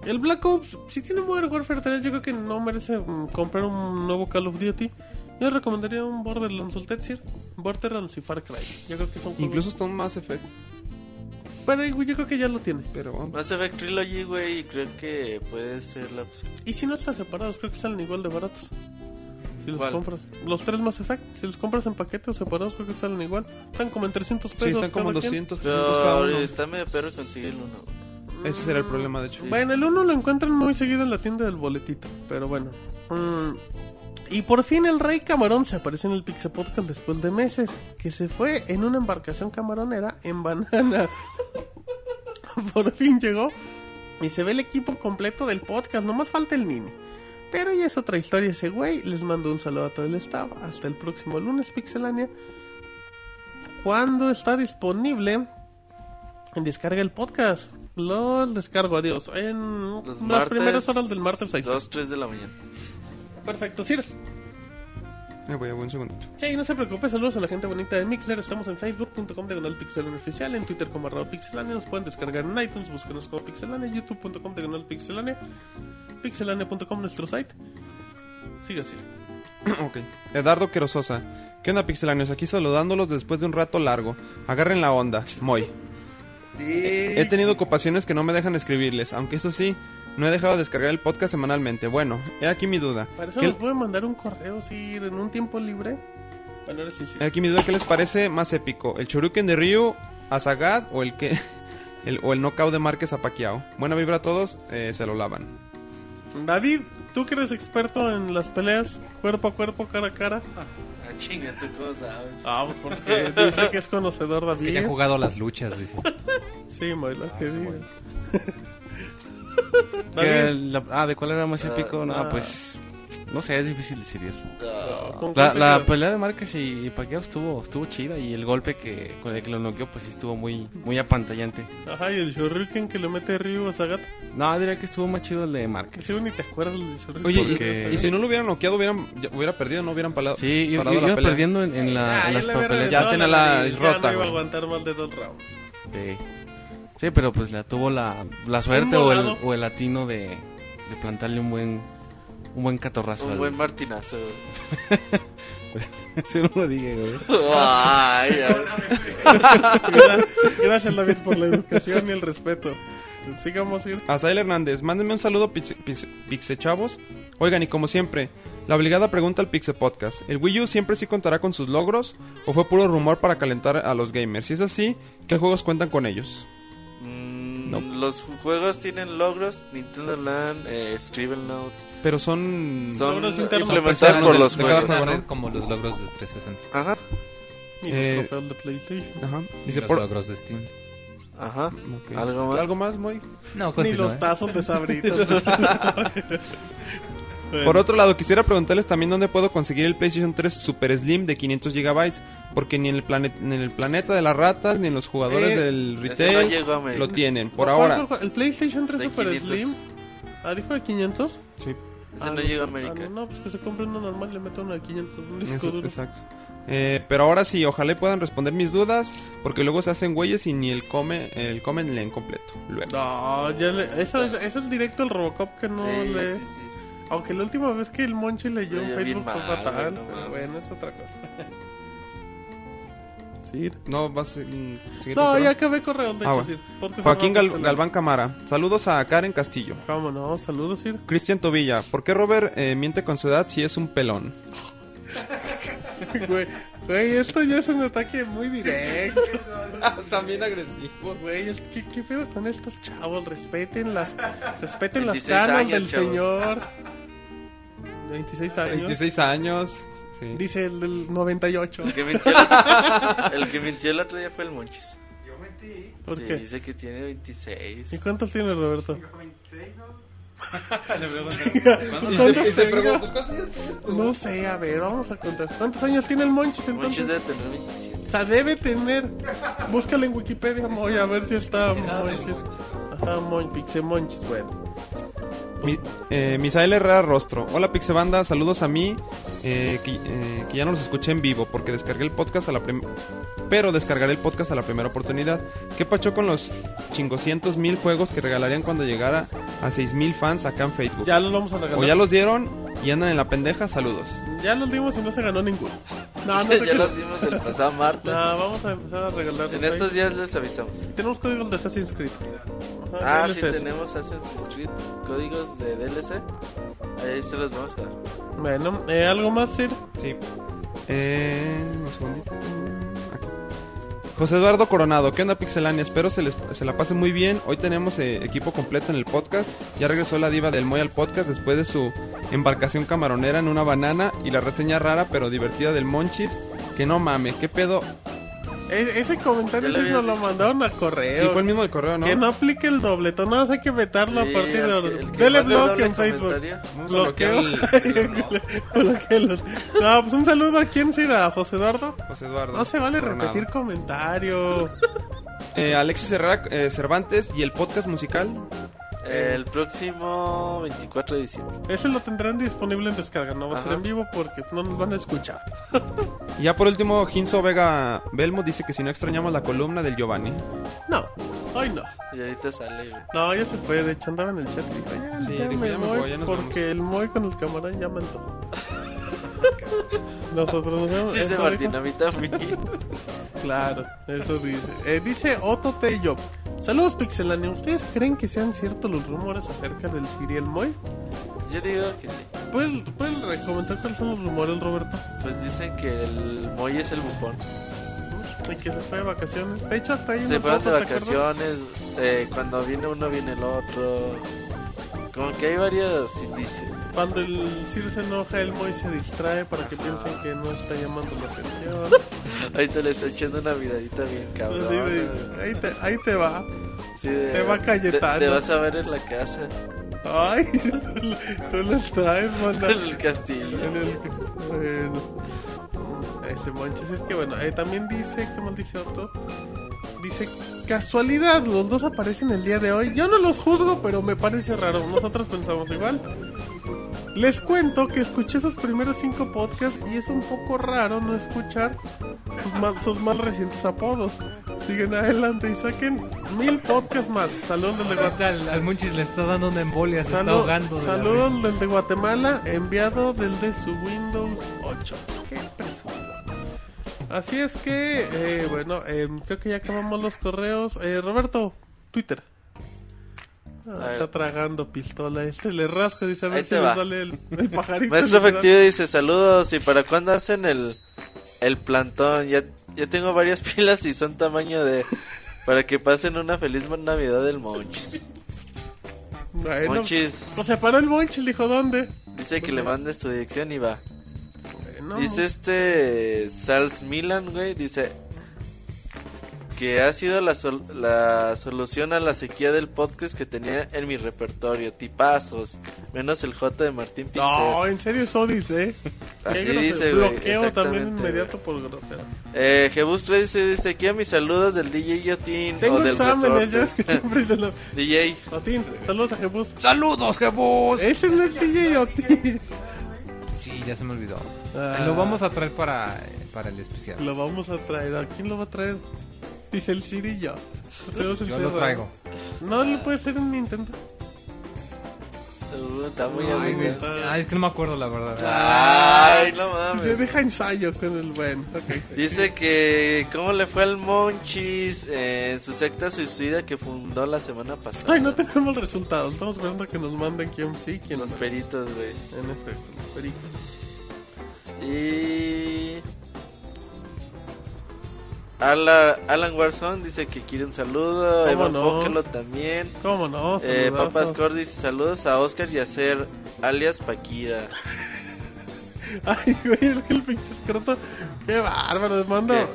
S2: el Black Ops, si tiene Modern Warfare 3, yo creo que no merece mm, comprar un nuevo Call of Duty. Yo recomendaría un Borderlands, un Tetsir, Borderlands y Far Cry. Yo creo que son juegos-
S9: Incluso está un Mass Effect,
S2: Pero eh, güey, yo creo que ya lo tiene.
S9: pero bueno.
S3: Mass Effect Trilogy, güey, creo que puede ser la opción.
S2: Y si no están separados, creo que salen igual de baratos. Si los
S3: ¿Cuál?
S2: compras. Los tres Mass Effect, si los compras en paquete o separados, creo que salen igual. Están como en 300 pesos.
S9: Sí, están como
S2: cada quien.
S9: 200,
S6: Pues,
S9: 300 cada
S3: Pero
S9: uno.
S3: está medio perro conseguir uno. güey.
S9: Ese será el problema, de hecho.
S2: Bueno, el uno lo encuentran muy seguido en la tienda del boletito, pero bueno. Mm, Y por fin el rey camarón se aparece en el Pixel Podcast después de meses, que se fue en una embarcación camaronera en banana. por fin llegó y se ve el equipo completo del podcast, nomás falta el niño. Pero ya es otra historia ese güey. Les mando un saludo a todo el staff. Hasta el próximo lunes, Pixelania. Cuando está disponible, descarga el podcast. Los descargo, adiós. En
S3: Los
S2: las
S3: martes,
S2: primeras horas del martes ahí está.
S3: 2, 3 de la mañana.
S2: Perfecto, Sir.
S6: Me voy a un segundito.
S2: Che, y no se preocupe, saludos a la gente bonita de Mixler. Estamos en facebook.com diagonal pixelania oficial, en twitter como arroba pixelania. Nos pueden descargar en iTunes, búsquenos como pixelania, youtube.com diagonal pixelania, pixelania.com nuestro site. Sigue así.
S6: ok. Eduardo Querososa. ¿Qué onda, pixelanios? Aquí saludándolos después de un rato largo. Agarren la onda. Moy. He tenido ocupaciones que no me dejan escribirles, aunque eso sí, no he dejado de descargar el podcast semanalmente. Bueno, he aquí mi duda.
S2: Para eso
S6: ¿Qué-
S2: nos pueden mandar un correo, Sir, en un tiempo libre. Bueno, ahora sí, sí.
S6: Aquí mi duda, ¿qué les parece más épico? ¿El Choruken de Ryu, Azagat o el que... El, o el knockout de Márquez a Pacquiao? Buena vibra a todos, eh, se lo lavan.
S2: David, tú que eres experto en las peleas cuerpo a cuerpo, cara a cara.
S3: Ah, chinga, tú cómo sabes.
S2: Ah, pues porque dice que es conocedor David.
S5: Que ya han jugado las luchas, dice.
S2: Ah, Sí, Moila, que
S5: sí,
S2: diga.
S5: Moy.
S2: David,
S4: Que la- ah, ¿de cuál era más épico? No,
S2: ah.
S4: pues. No sé, es difícil decidir.
S2: ¿con cuál
S4: La,
S2: te
S4: la
S2: quedas?
S4: pelea de Márquez y, y Pacquiao estuvo, estuvo chida y el golpe que, con el que lo noqueó, pues sí estuvo muy, muy apantallante.
S2: Ajá, y el Shuriken que le mete Ryu a Sagat.
S4: No, diría que estuvo más chido el de Márquez.
S2: Si ni te acuerdas del Shuriken.
S6: Oye, y-
S4: Porque-
S6: y, si no lo hubieran noqueado, hubieran, ya hubiera perdido, no hubieran palado,
S4: Sí, i-
S6: parado la
S4: iba
S6: pelea.
S4: perdiendo en, en la,
S2: Ah, ya
S4: en las
S2: le había
S4: papeletas.
S6: Ya
S2: reventado
S6: tiene la
S2: nariz, Ya
S6: rota,
S2: no iba a
S6: güey.
S2: aguantar más de dos rounds.
S4: Sí. Sí, pero pues la tuvo la, la suerte o el,
S2: volado.
S4: o el latino de, de plantarle un buen un buen catorrazo.
S3: Un
S4: al-
S3: buen martinazo.
S4: Sí, no lo dije, güey.
S3: Ay, ay.
S2: Gra- Gracias, David, por la educación y el respeto. Sigamos ir.
S6: Azael Hernández, mándenme un saludo, pixe, pixe- pixe chavos. Oigan, y como siempre, la obligada pregunta al Pixe Podcast. ¿El Wii U siempre sí contará con sus logros o fue puro rumor para calentar a los gamers? Si es así, ¿qué juegos cuentan con ellos?
S3: Mm,
S6: No.
S3: Los juegos tienen logros, Nintendo Land, eh, Scribble Notes.
S6: Pero son...
S3: Son
S2: Logros internos.
S3: implementados por los
S6: de cada
S3: juegos.
S6: juego, ¿no?
S5: Como los logros de 360.
S3: Ajá,
S2: Y
S6: Eh,
S2: los trofeos de PlayStation.
S6: Ajá.
S5: Y
S6: Dice
S5: los
S6: por...
S5: logros de Steam.
S3: ajá.
S6: Ok.
S3: ¿Algo más?
S6: ¿Algo más, Moy?
S5: No,
S2: Ni
S5: continúa.
S2: los tazos de sabritas. Bueno,
S6: Por otro lado, quisiera preguntarles también dónde puedo conseguir el PlayStation 3 Super Slim de 500 GB. Porque ni en el, planet, ni en el planeta de las ratas, ni en los jugadores
S2: Eh,
S6: del
S3: Ese no
S6: retail
S3: llegó a América.
S6: lo tienen. Por
S2: ¿cuál
S6: ahora.
S2: fue el- El PlayStation 3
S3: De
S2: Super
S3: 500.
S2: Slim. Ah, dijo de 500.
S6: Sí.
S3: Ese
S2: Ah,
S3: no llegó a
S2: ah,
S3: América.
S2: no, no, pues que se compre uno normal y le meta uno de 500. Un disco
S6: Eso-
S2: duro.
S6: Exacto. Eh, pero ahora sí, ojalá y puedan responder mis dudas, porque luego se hacen güeyes y ni el come, el comen leen completo. Luego.
S2: No, ya le- eso, es, eso es directo el Robocop que no
S3: Sí,
S2: le...
S3: sí, sí.
S2: Aunque la última vez que el Monchi leyó en
S3: Leyó bien
S2: Facebook fue
S3: mal,
S2: fatal.
S3: güey, no
S2: pero
S3: mames.
S2: bueno, es otra cosa. sí.
S6: No, vas a mm, seguir con
S2: No,
S6: el
S2: ya
S6: programa.
S2: acabé correo, de hecho,
S6: Ah, bueno.
S2: Sir. Podcast
S6: Joaquín Gal-
S2: arroba pixelania.
S6: Galván Camara. Saludos a Karen Castillo.
S2: Cómo no, saludos, Sir.
S6: Cristian Tobilla. ¿Por qué Robert eh, miente con su edad si es un pelón?
S2: Güey, güey, esto ya es un ataque muy directo.
S6: Están Ah, bien agresivos.
S2: Güey, es- ¿qué, ¿qué pedo con estos chavos? Respeten las, respeten las
S3: 26
S2: canas
S3: años,
S2: del
S3: chavos.
S2: señor. 26 años.
S6: 26 años. Sí.
S2: Dice el del 98.
S3: El que, mintió el, otro- el que mintió el otro día fue el Monchis.
S2: ¿Por
S3: Sí,
S2: qué?
S3: Dice que tiene 26.
S2: ¿Y cuántos tiene Roberto?
S6: Y
S2: ¿Cuántos
S6: se, y se
S2: tenga?
S6: pregunta, pues, ¿cuántos años tienes tú?
S2: No sé, a ver, vamos a contar. ¿Cuántos años tiene el Monchis entonces?
S3: Monchis debe tener 27.
S2: O sea, debe tener. Búscale en Wikipedia, Moy, a ver si está Monchis. Ajá, Moy, Pixe Monchis, bueno.
S6: Mi- eh, Misael Herrera Rostro. Hola Pixebanda, saludos a mí, eh, que, eh, que ya no los escuché en vivo porque descargué el podcast a la prim- Pero descargaré el podcast a la primera oportunidad. ¿Qué pacho con los chingoscientos mil juegos que regalarían cuando llegara a seis mil fans acá en Facebook?
S2: Ya los vamos a
S6: o ya
S2: regalar.
S6: los dieron y andan en la pendeja, saludos.
S2: Ya los dimos y no se ganó ninguno. No, no te
S3: ya
S2: creas.
S3: los dimos del pasado martes.
S2: No, vamos a empezar a regalar.
S3: En estos días les avisamos.
S2: Tenemos códigos de Assassin's Creed. Ajá,
S3: Ah, sí,
S2: DLCs.
S3: tenemos Assassin's Creed códigos de DLC. Ahí se los vamos a dar.
S2: Bueno, eh, ¿algo más, Sir?
S6: Sí. Eh, un segundito. Aquí. José Eduardo Coronado, ¿qué onda Pixelania? Espero se, les, se la pasen muy bien. Hoy tenemos eh, equipo completo en el podcast. Ya regresó la diva del Moy al podcast después de su embarcación camaronera en una banana y la reseña rara pero divertida del Monchis. Que no mame, ¿qué pedo?
S2: E- ese comentario
S3: Ya lo
S2: sí nos
S3: habías
S2: lo mandaron al correo.
S9: Sí, fue el mismo del correo, ¿no?
S2: Que no aplique el dobletón, nada más hay que vetarlo a
S3: Sí,
S2: partir de
S3: el
S2: ahora.
S3: que- el que
S2: Dele
S3: mande un
S2: bloque
S3: doble
S2: en Facebook.
S3: comentario.
S9: Vamos a bloquear el- el blog.
S2: Bloquealo. No, pues un saludo a quién será, ¿A José Eduardo.
S9: José Eduardo.
S2: No se vale
S9: Coronado.
S2: repetir comentario.
S9: Eh, Alexis Herrera eh, Cervantes y el podcast musical.
S2: Eh.
S3: El próximo 24 de diciembre.
S2: Ese lo tendrán disponible en descarga, no va a ser
S3: Ajá.
S2: en vivo porque no nos van a escuchar.
S9: Y ya por último, Ginzo Vega Belmo dice que si no extrañamos la columna del Giovanni.
S2: No, hoy no.
S3: Y ahorita sale, güey.
S2: No, ya se fue, de hecho andaba en el chat y dijo, ya,
S9: Sí,
S2: ya
S9: dijo,
S2: me
S9: ya me
S2: voy,
S9: voy, ya nos
S2: porque
S9: vemos.
S2: el Moy con el camarón ya mandó. Nosotros nos vemos.
S3: Dice
S2: eso
S3: Martín,
S2: dijo.
S3: a mí también.
S2: Claro, eso dice. Eh, dice Otto Tello. Saludos Pixelania, ¿ustedes creen que sean ciertos los rumores acerca del Siri y el Moy?
S3: Yo digo que sí.
S2: ¿Pueden, pueden recomendar cuáles son los rumores, Roberto?
S3: Pues dicen que el Moy es el bufón.
S2: De que se fue de vacaciones. De hecho, hasta ahí
S3: Se fueron de vacaciones. eh, cuando viene uno, viene el otro. Como que hay varios indicios.
S2: Cuando el Siri se enoja, el Moy se distrae para que piensen que no está llamando la atención.
S3: Ahorita le está echando una miradita bien cabrón.
S2: Así de, ahí, te, ahí te va.
S3: Sí, de-
S2: te va Cayetano.
S3: Te, te vas a ver en la casa,
S2: Ay, tú les traes, mano.
S3: en el castillo.
S2: En el que- bueno. Ese manches, es que bueno. eh, también dice, ¿qué más dice Otto? Dice, casualidad, los dos aparecen el día de hoy. Yo no los juzgo, pero me parece raro. Nosotros pensamos igual. Les cuento que escuché sus primeros cinco podcasts y es un poco raro no escuchar sus ma- sus más recientes apodos. Siguen adelante y saquen mil podcasts más. Salón del debate.
S5: Al, al Munchis le está dando una embolia, se está
S2: Salu-
S5: ahogando. de la risa.
S2: Saludos del de Guatemala, enviado del de su Windows 8. Qué presumido. Así es que, eh, bueno, eh, creo que ya acabamos los correos. Eh, Roberto, Twitter. Ah,
S3: A
S2: está
S3: ver.
S2: tragando pistola. Este le rasca, dice a ver
S3: Ahí
S2: si
S3: te
S2: le
S3: va.
S2: sale el, el pajarito.
S3: Maestro
S2: Mira.
S3: efectivo dice saludos y para cuándo hacen el, el plantón. Ya, ya tengo varias pilas y son tamaño de para que pasen una feliz Navidad del Monchis.
S2: Bueno,
S3: Monchis
S2: pues se paró el Monchis, dijo, ¿dónde?
S3: dice que le mandes tu dirección y va.
S2: Bueno,
S3: Dice este Sals Milan, güey, dice que ha sido la, sol- la solución a la sequía del podcast que tenía en mi repertorio. Tipazos, menos el J de Martín Pixel.
S2: No, en serio, Sodis, ¿eh?
S3: Así
S2: Qué grosero.
S3: dice, güey.
S2: Bloqueo también
S3: exactamente,
S2: inmediato por grosero.
S3: Eh, Jebus 13 dice, dice aquí a mis saludos del DJ Yotin
S2: Tengo
S3: o del
S2: exámenes, ya es
S3: Resortes.
S2: que siempre se lo...
S3: DJ,
S2: Otín, saludos a Jebus.
S5: ¡Saludos, Jebus!
S2: Ese no es DJ Otín.
S5: Sí, ya se me olvidó.
S2: Ah.
S5: Lo vamos a traer para, para el especial.
S2: Lo vamos a traer. ¿A quién lo va a traer? Dice el Cirillo.
S5: Yo lo traigo.
S2: No le puede ser un Nintendo.
S3: Uh, está muy
S5: Ay,
S3: aburrido.
S5: güey. Ay, Ah, es que no me acuerdo la verdad.
S3: Ay, no
S2: Ah, Se
S3: mames.
S2: deja ensayo con el buen. Ok.
S3: Dice que cómo le fue al Monchis eh, en su secta suicida que fundó la semana pasada.
S2: Ay, no tenemos resultados. Estamos esperando que nos manden quién sí, quién no.
S3: Los peritos, güey.
S2: En este, efecto, los pericos.
S3: Y Ala- Alan Warson dice que quiere un saludo.
S2: ¿Cómo
S3: Evan
S2: no?
S3: Fóquelo también.
S2: ¿Cómo no?
S3: Eh,
S2: Saludazo.
S3: Papas Cor dice saludos a Oscar y a Ser alias Paquira.
S2: Ay, güey, es que el pinche escroto. Qué bárbaro, les mando.
S3: ¿Qué?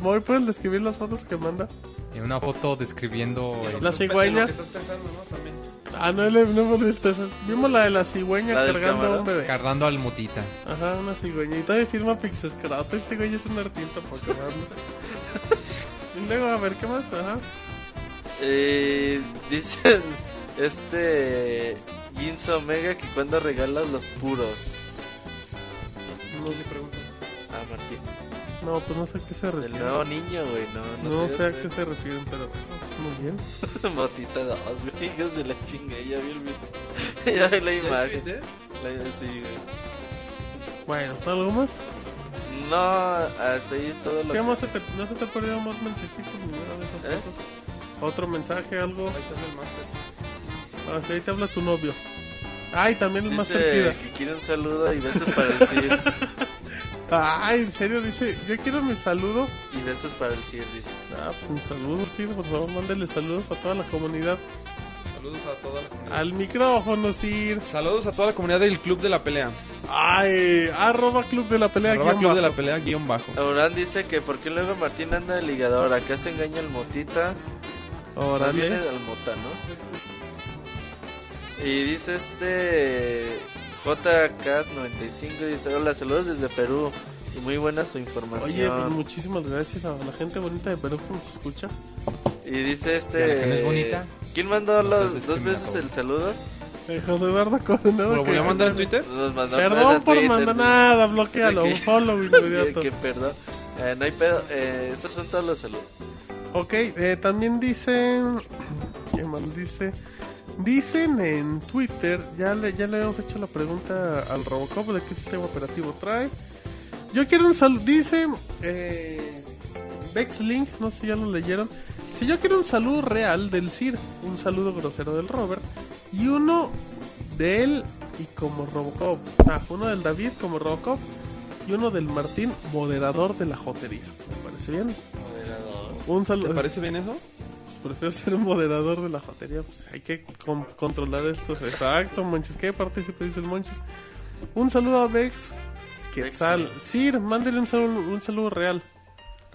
S2: Moy, ¿puedes describir las fotos que manda?
S5: En una foto describiendo. el-
S2: La cigüeña. Ah, no, le- no me gusta esas. Vimos la de la cigüeña
S3: ¿La del
S2: cargando a un
S3: camarón?
S2: bebé.
S5: Cargando al mutita.
S2: Ajá, una cigüeñita de firma Pixescrap. Este güey es un artista Pokémon. y luego, a ver, ¿qué más? Ajá.
S3: Eh, dicen este Jins Omega que cuando regalas los puros.
S2: No le pregunto.
S3: Ah, Martín.
S2: No, pues no sé a qué se
S3: Del
S2: refieren.
S3: nuevo niño, güey. No,
S2: No,
S3: no,
S2: sé a qué se refieren, pero muy bien.
S3: Botita 2, güey. Hijos de la chinga. Ya vi el video. ya vi la imagen. La- sí, güey.
S2: Bueno, ¿algo más?
S3: No, hasta ahí es todo lo
S2: ¿Qué
S3: que.
S2: más se te, no se te ha perdido más mensajitos ni nada de esas
S3: ¿Eh?
S2: cosas? ¿Otro mensaje, algo? Ah, sí, ahí te habla tu novio. Ay, también el más
S3: Dice
S2: Kida.
S3: que quiere un saludo y besos para el CIR.
S2: Ay, en serio, dice, yo quiero mi saludo.
S3: y besos para el CIR, dice.
S2: Ah, pues un saludo, sí, por favor, mándele saludos a toda la comunidad.
S9: Saludos a toda la comunidad.
S2: Al micrófono, Sir.
S9: Saludos a toda la comunidad del Club de la Pelea.
S2: Ay, arroba club de la pelea.
S9: Arroba
S2: guión
S9: Club de la
S2: bajo.
S9: pelea guión bajo.
S3: Aurán dice que porque luego Martín anda de ligador, acá se engaña el motita. Ahora viene
S2: Órale.
S3: del mota, ¿no? Y dice este JK95 dice, hola, saludos desde Perú. Y muy buena su
S2: Oye, pues
S3: información.
S2: muchísimas gracias a la gente bonita de Perú que nos escucha.
S3: y dice
S5: ¿Y a la que no
S3: este...
S5: es bonita?
S3: ¿Quién mandó los,
S5: estás
S3: dos veces
S5: discriminando.
S3: el saludo?
S2: Eh, José Eduardo Coronado.
S9: ¿Lo
S2: que-
S9: voy a mandar en Twitter?
S3: Nos mandó otra
S2: ¿Eh?
S3: vez
S2: Perdón
S3: a
S2: por
S3: Twitter,
S2: mandar
S3: ¿no?
S2: nada, bloquealo.
S3: Sí,
S2: Un
S3: que-
S2: follow
S3: Que-
S2: inmediato.
S3: que perdón. Eh, no hay pedo. Eh, estos son todos los saludos.
S2: Ok, eh, también dicen. ¿Qué más dice? Dicen en Twitter, ya le, ya le habíamos hecho la pregunta al Robocop de qué sistema operativo trae. Yo quiero un saludo, dice eh, Vexlink, no sé si ya lo leyeron. Si yo quiero un saludo real del Sir, un saludo grosero del Robert y uno de él y como Robocop. Ah, uno del David como Robocop y uno del Martín, moderador de la jotería. ¿Me parece bien? Un
S9: ¿Te
S2: saludo.
S9: parece bien eso?
S2: Prefiero ser un moderador de la jotería. Pues hay que con- controlar estos. Exacto, Monches. ¿Qué participa? Dice el Monches. Un saludo a Bex. ¿Qué
S3: Bex,
S2: tal?
S3: ¿no?
S2: Sir, mándele un saludo, un saludo real.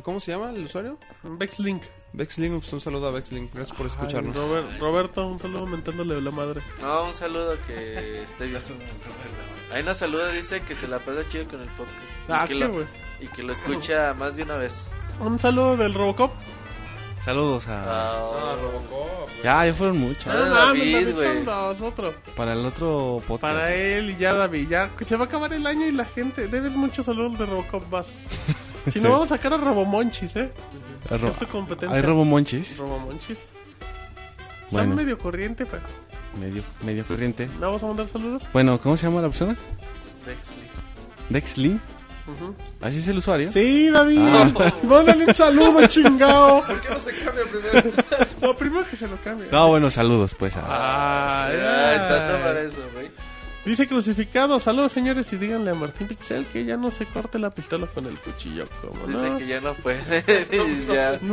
S9: ¿Cómo se llama el usuario?
S2: Bex Link.
S9: Vexlink, pues un saludo a Vexlink. Gracias por escucharnos.
S2: Ay, Robert- Roberto, un saludo mentándole la madre.
S3: No, un saludo que esté bien. Ahí nos saluda, dice que se la pasa chido con el podcast.
S2: Ah,
S3: y, que
S2: qué
S3: lo,
S2: güey.
S3: y que lo escucha más de una vez.
S2: Un saludo del Robocop.
S4: Saludos a...
S3: Ah,
S4: Ya, ya fueron muchos.
S3: Ah,
S2: No mames,
S3: David,
S2: David,
S3: güey.
S2: son dos, otro.
S4: Para el otro podcast.
S2: Para él y ya, David. Ya se va a acabar el año y la gente. Debes muchos saludos de Robocop más. Si no,
S4: Sí.
S2: vamos a sacar a Robomonchis, ¿eh?
S4: Ro-
S2: Es tu competencia.
S4: Hay Robo Monchis.
S2: Robomonchis.
S4: Bueno.
S2: Están medio corriente, pero.
S4: Medio, medio corriente.
S2: ¿Le vamos a mandar saludos?
S4: Bueno, ¿cómo se llama la persona? Dexly.
S2: Ujú.
S4: ¿Así es el usuario?
S2: Sí, David.
S4: Ah.
S2: Mándale un saludo, chingado.
S9: qué no se cambia primero?
S2: No, primero que se lo cambie.
S4: No, bueno, saludos pues a...
S2: Ay,
S3: Ay, tanto
S2: ay.
S3: para eso, güey.
S2: Ah, Dice crucificado. Saludos, señores. Y díganle a Martín Pixel que ya no se corte la pistola con el cuchillo. Como
S3: Dice
S2: Pues no.
S3: que ya no puede. Dice ya.
S2: Dice.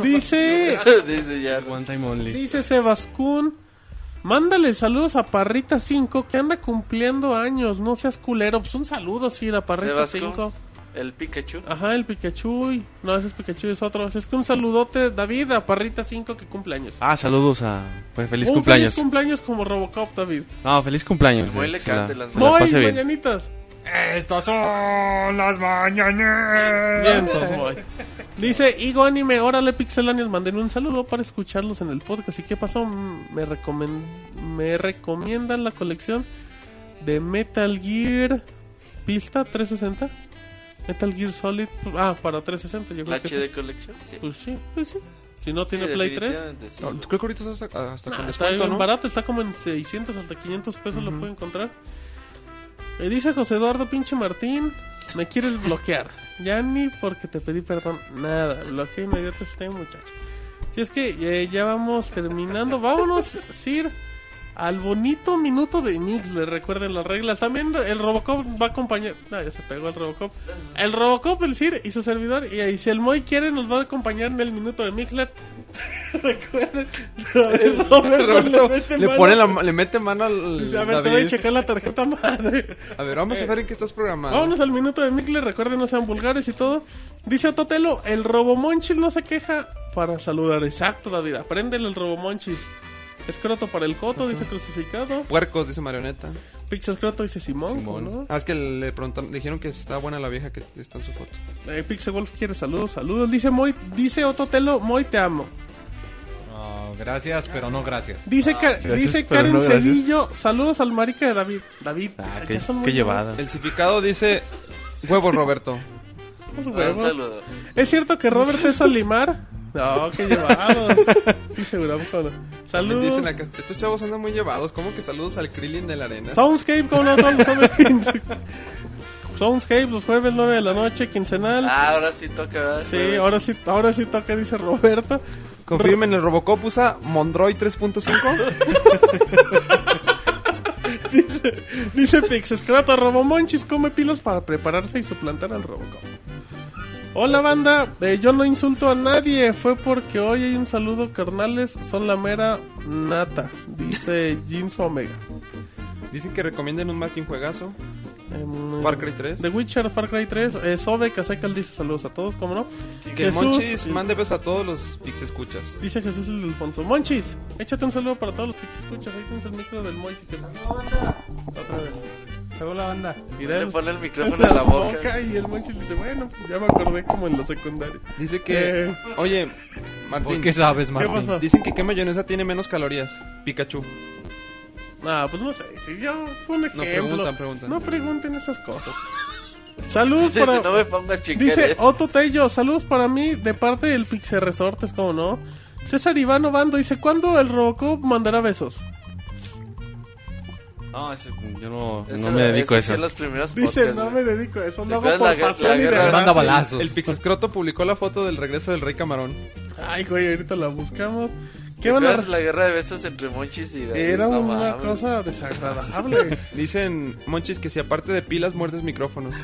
S3: Dice
S2: Ah,
S3: ya.
S2: Pues
S4: One time only.
S2: Dice Sebascún. Mándale saludos a Parrita 5 que anda cumpliendo años. No seas culero. Pues un saludo, sí, a Parrita
S3: Sebascún.
S2: 5.
S3: El Pikachu.
S2: Ajá, el Pikachu. y- No, ese es Pikachu, es otro. Es que un saludote, David, a Parrita 5 que cumpleaños.
S4: Ah, saludos a... Pues feliz
S2: Un
S4: cumpleaños.
S2: Feliz cumpleaños como Robocop, David.
S4: No, feliz cumpleaños.
S3: El güey le
S4: Se la-
S3: cante las
S4: se la
S2: Muy
S4: pase bien.
S2: mañanitas.
S5: Estas son las mañaneras.
S2: Bien, pues, muy. Dice Igo Anime, órale Pixelanios, manden un saludo para escucharlos en el podcast. ¿Y qué pasó? Mm, Me, recomen- me recomiendan la colección de Metal Gear Pista 360. Metal Gear Solid. Ah, para 360. Yo creo
S3: La
S2: que
S3: HD
S2: sí.
S3: Collection. Sí.
S2: Pues sí, pues sí. Si no
S3: Sí,
S2: tiene Play 3.
S3: definitivamente, sí.
S9: creo que ahorita es hasta, hasta
S2: Ah,
S9: con
S2: está
S9: descuento,
S2: bien
S9: ¿no?
S2: barato, está como en 600 hasta 500 pesos lo puede encontrar. Eh, dice José Eduardo pinche Martín, me quieres bloquear. Ya ni porque te pedí perdón, nada, bloqueo inmediato a este muchacho. Si es que eh, ya vamos terminando, vámonos, Sir, al bonito minuto de Mixler, recuerden las reglas. También el Robocop va a acompañar... No, ya se pegó el Robocop. El Robocop, el Sir y su servidor, y, ahí si el Moy quiere nos va a acompañar en el minuto de Mixler. recuerden, el
S9: Roberto le, pone la,
S2: mano.
S9: ma- le mete mano al.
S2: Dice, a ver, te voy a
S9: David.
S2: checar la tarjeta madre.
S9: A ver, vamos a ver en qué estás programado.
S2: Vámonos al minuto de Mikler, recuerden no sean vulgares y todo. Dice Ototelo, el Robomonchis no se queja para saludar. Exacto, David, apréndele el Robomonchis. Escroto para el coto, dice crucificado.
S9: Puercos, dice Marioneta.
S2: Pix escroto, dice Simón.
S4: Simón.
S2: ¿no?
S9: Ah, es que le preguntaron, dijeron que está buena la vieja que está en su foto.
S2: Eh, Pixel Wolf quiere saludos, saludos. Dice Moy, dice Ototelo, Moy te amo.
S5: No, gracias, pero no gracias.
S2: Dice, Ka-
S4: Ah, gracias,
S2: dice
S4: pero
S2: Karen
S4: no gracias.
S2: Cedillo, saludos al marica de David. David,
S4: Ah,
S2: ya
S4: qué,
S2: son muy
S4: qué llevada.
S9: El cificado dice: Huevos, Roberto.
S2: buenos
S3: Ah, Un
S2: huevos.
S3: saludo.
S2: ¿Es cierto que Robert es Olimar? No, qué llevado. Sí, seguro.
S9: También
S2: vámonos. Saludos.
S9: Dicen acá, estos chavos andan muy llevados. ¿Cómo que saludos al Krillin de la arena?
S2: Soundscape, ¿cómo no? Todos los jueves 15. Soundscape, los jueves 9 de la noche, quincenal.
S3: Ah, ahora sí toca. ¿verdad?
S2: sí, ahora sí, ahora sí toca, dice Roberto.
S9: Confirmen, el Robocop usa Mondroid 3.5.
S2: Dice Pixescrata, Robomonchis come pilas para prepararse y suplantar al Robocop. Hola banda, Eh, yo no insulto a nadie, fue porque hoy hay un saludo carnales, son la mera nata, dice Jinso Omega.
S9: Dicen que recomienden un Martín Juegazo.
S2: Em,
S9: Far Cry 3.
S2: The Witcher, Far Cry 3. Eh, Sobe, Casecal dice saludos a todos, ¿cómo no?
S9: Que
S2: Jesús-
S9: Monchis mande besos a todos los Pix escuchas.
S2: Dice Jesús el Alfonso. Monchis, échate un saludo para todos los que te escuchan. Ahí tienes el micro del Moy. Si quieres. Otra vez.
S7: Saludos la banda.
S2: Y
S3: Pues Le
S2: dale.
S3: pone el micrófono en la boca.
S2: Y el Monchis dice, bueno, pues ya me acordé como en la secundaria.
S9: Dice que.
S2: Eh.
S9: Oye, Martín.
S5: ¿Por qué sabes,
S2: ¿Qué
S5: Martín?
S2: pasó?
S9: Dicen que qué mayonesa tiene menos calorías. Pikachu.
S2: Ah, pues no sé. Si yo fue un
S9: No,
S2: ejemplo.
S9: preguntan, preguntan.
S2: No pregunten esas cosas. Saludos
S3: Dice,
S2: para...
S3: no me pongas
S2: Dice
S3: chingaderas.
S2: Otto Tello, saludos para mí de parte del Pixel Resortes, como no. César Iván Obando dice, ¿cuándo el Robocop mandará besos?
S4: No, eso, yo no,
S3: Ese-
S4: no me dedico a
S3: ese sí
S4: eso.
S3: en los primeros
S2: Dice,
S3: podcasts,
S2: no me
S3: güey.
S2: dedico a eso,
S3: ¿Te
S2: lo hago
S3: acuerdas la
S2: por
S3: guerra-
S2: pasión
S3: la
S2: y de
S3: guerra de
S2: verdad.
S5: Manda balazos.
S9: El Pixescroto publicó la foto del regreso del Rey Camarón.
S2: Ay, güey, ahorita la buscamos.
S3: ¿Te
S2: ¿Qué van a
S3: acuerdas la guerra de besos entre Monchis y David?
S2: Era
S3: No
S2: una
S3: mames.
S2: cosa desagradable.
S9: Dicen Monchis que si aparte de pilas muerdes micrófonos.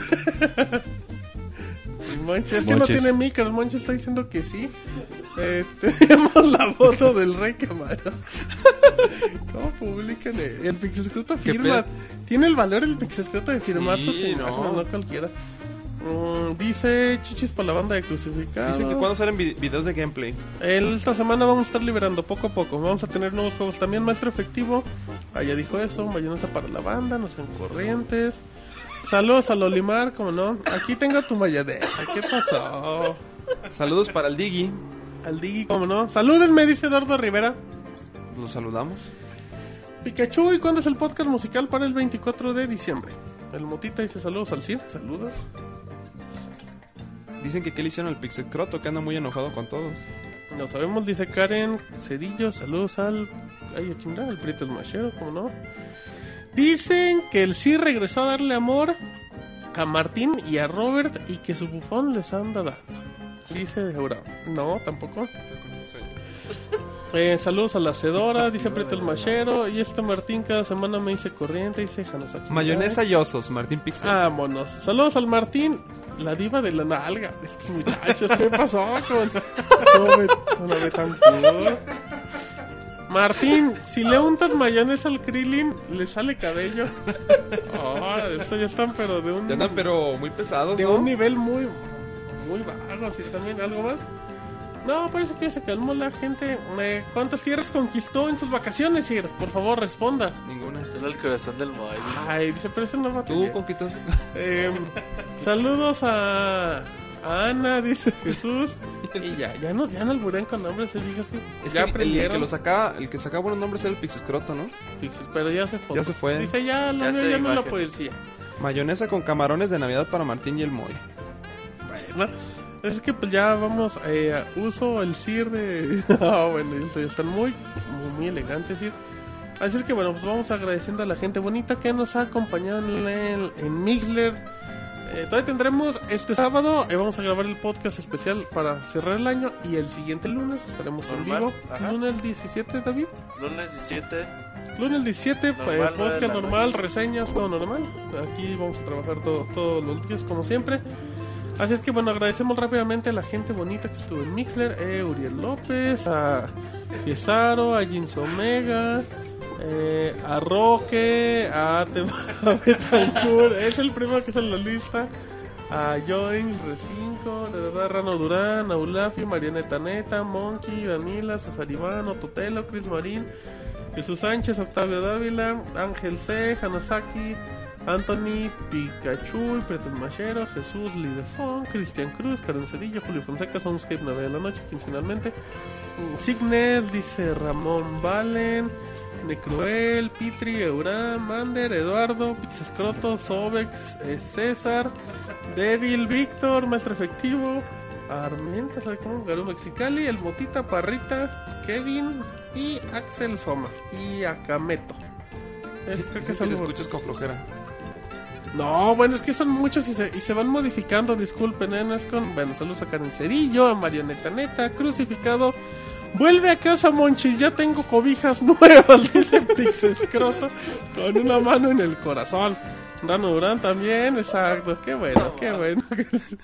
S2: Monchi, es que no
S4: Monchis.
S2: tiene micro, el Monchi está diciendo que sí. Eh, tenemos la foto del rey Camaro. ¿Cómo publican el, el Pixescroto
S9: ¿Qué
S2: firma?
S9: pedo?
S2: Tiene el valor el Pixescroto de firmar
S9: Sí,
S2: sus imágenes,
S9: no.
S2: no, cualquiera. Mm, dice chichis para la banda de crucificados.
S9: Dicen que cuando salen vi- videos de gameplay.
S2: El- Esta semana vamos a estar liberando poco a poco. Vamos a tener nuevos juegos también. Maestro efectivo. Ah, ya dijo eso. Mayonesa para la banda. No sean corrientes. Saludos a Lolimar, como no. Aquí tengo tu mayonesa. ¿Qué pasó?
S9: Saludos para el Digi.
S2: Al Digi, como no. Salúdenme, dice Eduardo Rivera.
S9: Los saludamos.
S2: Pikachu, ¿y cuándo es el podcast musical para el 24 de diciembre? El Motita dice saludos al Cid. Saludos.
S9: Dicen que qué le hicieron al Pixescroto, que anda muy enojado con todos.
S2: Lo sabemos, dice Karen Cedillo. Saludos al. Ay, ¿a quién era? Al Prieto el Machero, ¿cómo no? Dicen que el sí regresó a darle amor a Martín y a Robert y que su bufón les anda dando. Dice Aura. No, tampoco. Eh, saludos a la Cedora, dice Prieto el Machero. Y este Martín cada semana me dice corriente, dice Hanasaki.
S9: Mayonesa y osos, Martín Pixel.
S2: Vámonos. Saludos al Martín, la diva de la nalga. Estos muchachos, ¿qué pasó con, con, Bet- con la Betancourt? Martín, si le untas mayones al Krillin, le sale cabello. Ahora, eso ya están, pero de un,
S9: Ya andan, pero muy pesados,
S2: de
S9: ¿no?
S2: un nivel muy, muy vago. Así, también algo más. No, parece que ya se calmó la gente. Eh, ¿Cuántas tierras conquistó en sus vacaciones, Sir? Por favor, responda.
S9: Ninguna.
S3: Solo el corazón del Moy. dice.
S2: Ay, dice, pero eso no va a
S9: Tú
S2: tener.
S9: conquistas.
S2: Eh, saludos a, a Ana, dice Jesús. Y ya, ya no, ya no alburean con nombres, eh, fíjese.
S9: Es que el- el,
S2: ya
S9: que
S2: aprendieron.
S9: lo sacaba, el que sacaba buenos nombres era el Pixescroto, ¿no?
S2: Pixies, pero ya se fue.
S9: Ya se fue.
S2: Dice, ya, lo
S3: Ya
S2: mío
S3: sé
S2: ya no es la
S3: imagen.
S2: poesía.
S9: Mayonesa con camarones de Navidad para Martín y el Moy.
S2: Bueno, es que pues ya vamos, eh, a- uso el CIR de... Ah, bueno, ya sé, están muy, muy, muy elegantes, CIR. Así es que bueno, pues vamos agradeciendo a la gente bonita que nos ha acompañado en, el- en Mixler. Eh, todavía tendremos este sábado, eh, vamos a grabar el podcast especial para cerrar el año y el siguiente lunes estaremos en
S3: Normal,
S2: vivo.
S3: ajá.
S2: Lunes 17, David.
S3: Lunes 17.
S2: Lunes 17, pa- eh,
S3: Normal, nueve de
S2: podcast
S3: la
S2: normal,
S3: noche.
S2: reseñas, todo normal. Aquí vamos a trabajar todo- todos los días, como siempre. Así es que bueno, agradecemos rápidamente a la gente bonita que estuvo en Mixler, eh, Uriel López, a Fiesaro, a Jins Omega, eh, a Roque, a, Te- a Betancourt, es el primero que está en la lista, a Joins, Recinco, de verdad Rano Durán, a Ulafi, Marianeta Neta, Monkey, Danila, César Ivano, Totelo, Cris Marín, Jesús Sánchez, Octavio Dávila, Ángel C, Hanasaki, Anthony, Pikachu, Pretón Machero, Jesús Lidefón, Cristian Cruz, Karen Cedillo, Julio Fonseca, Soundscape 9 de la noche, quincenalmente. Mm, Signes, dice Ramón Valen, Necruel, Pitri, Euram, Mander, Eduardo, Pixescroto, Sobex, eh, César, Débil, Víctor, Maestro Efectivo, Armienta, ¿sabe cómo? Garú Mexicali, El Motita, Parrita, Kevin y Axel Soma y Akameto. Es- creo que
S9: Dicen que
S2: son
S9: lo escuchas con flojera.
S2: no, bueno, es que son muchos y se, y se van modificando, disculpen, ¿eh? No es con... Bueno, saludos a Karen Cerillo, a Marioneta Neta, Crucificado. Vuelve a casa, Monchi, ya tengo cobijas nuevas, dice Pixescroto, con una mano en el corazón. Rano Durán también, exacto, qué bueno, qué bueno.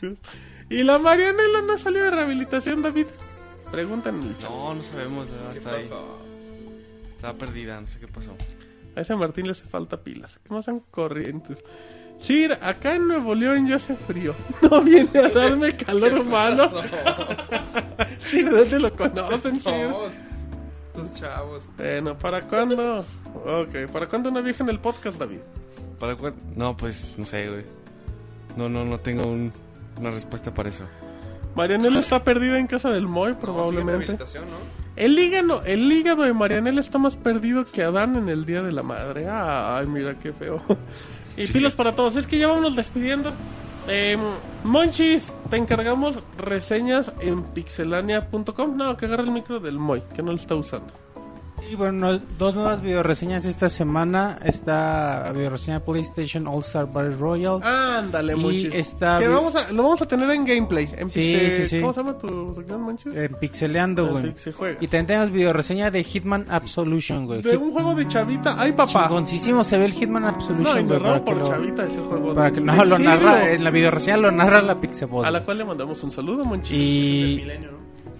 S2: y la Marianela no salió de rehabilitación, David. Preguntan en el chat.
S4: No, no sabemos. la verdad, está ahí. Está perdida, no sé qué pasó.
S2: A ese Martín le hace falta pilas, que no sean corrientes. Sí, acá en Nuevo León ya hace frío. No viene a darme calor humano. Sí, ¿dónde lo conocen, Sir?
S9: Estos chavos.
S2: Bueno, ¿para cuándo? Ok, ¿para cuándo una vieja en el podcast, David?
S4: ¿Para cuál? No, pues no sé, güey. No, no, no tengo un- una respuesta para eso.
S2: Marianela está perdida en casa del Moy, probablemente. El hígado, el hígado de Marianela está más perdido que Adán en el Día de la Madre. Ay, mira qué feo. Y pilas para todos. Es que ya vámonos despidiendo. Eh, Monchis, te encargamos reseñas en pixelania.com. No, que agarra el micro del Moy, que no lo está usando.
S7: Sí, bueno, no- dos nuevas videoreseñas esta semana. Esta videoreseña PlayStation All Star Battle Royale.
S2: Ah. Ándale,
S7: Y
S2: Monchis.
S7: está
S2: Que
S7: bien.
S2: vamos a, lo vamos a tener en gameplay. En
S7: Sí,
S2: pixel-
S7: sí, sí.
S2: ¿Cómo se llama tu sección, Monchis?
S7: En pixeleando, güey.
S2: Se juega.
S7: Y también tenemos videoreseña de Hitman Absolution, güey.
S2: De un juego de chavita. Ay, papá.
S7: Chingoncísimo se ve el Hitman
S2: No, y
S7: Absolution, güey.
S2: narrado
S7: para
S2: por
S7: que lo-
S2: chavita es el juego.
S7: para
S2: del-
S7: que no,
S2: del
S7: lo
S2: siglo.
S7: narra, en la videoreseña lo narra la Pixabot.
S2: A la
S7: güey.
S2: cual le mandamos un saludo, Monchis.
S7: Y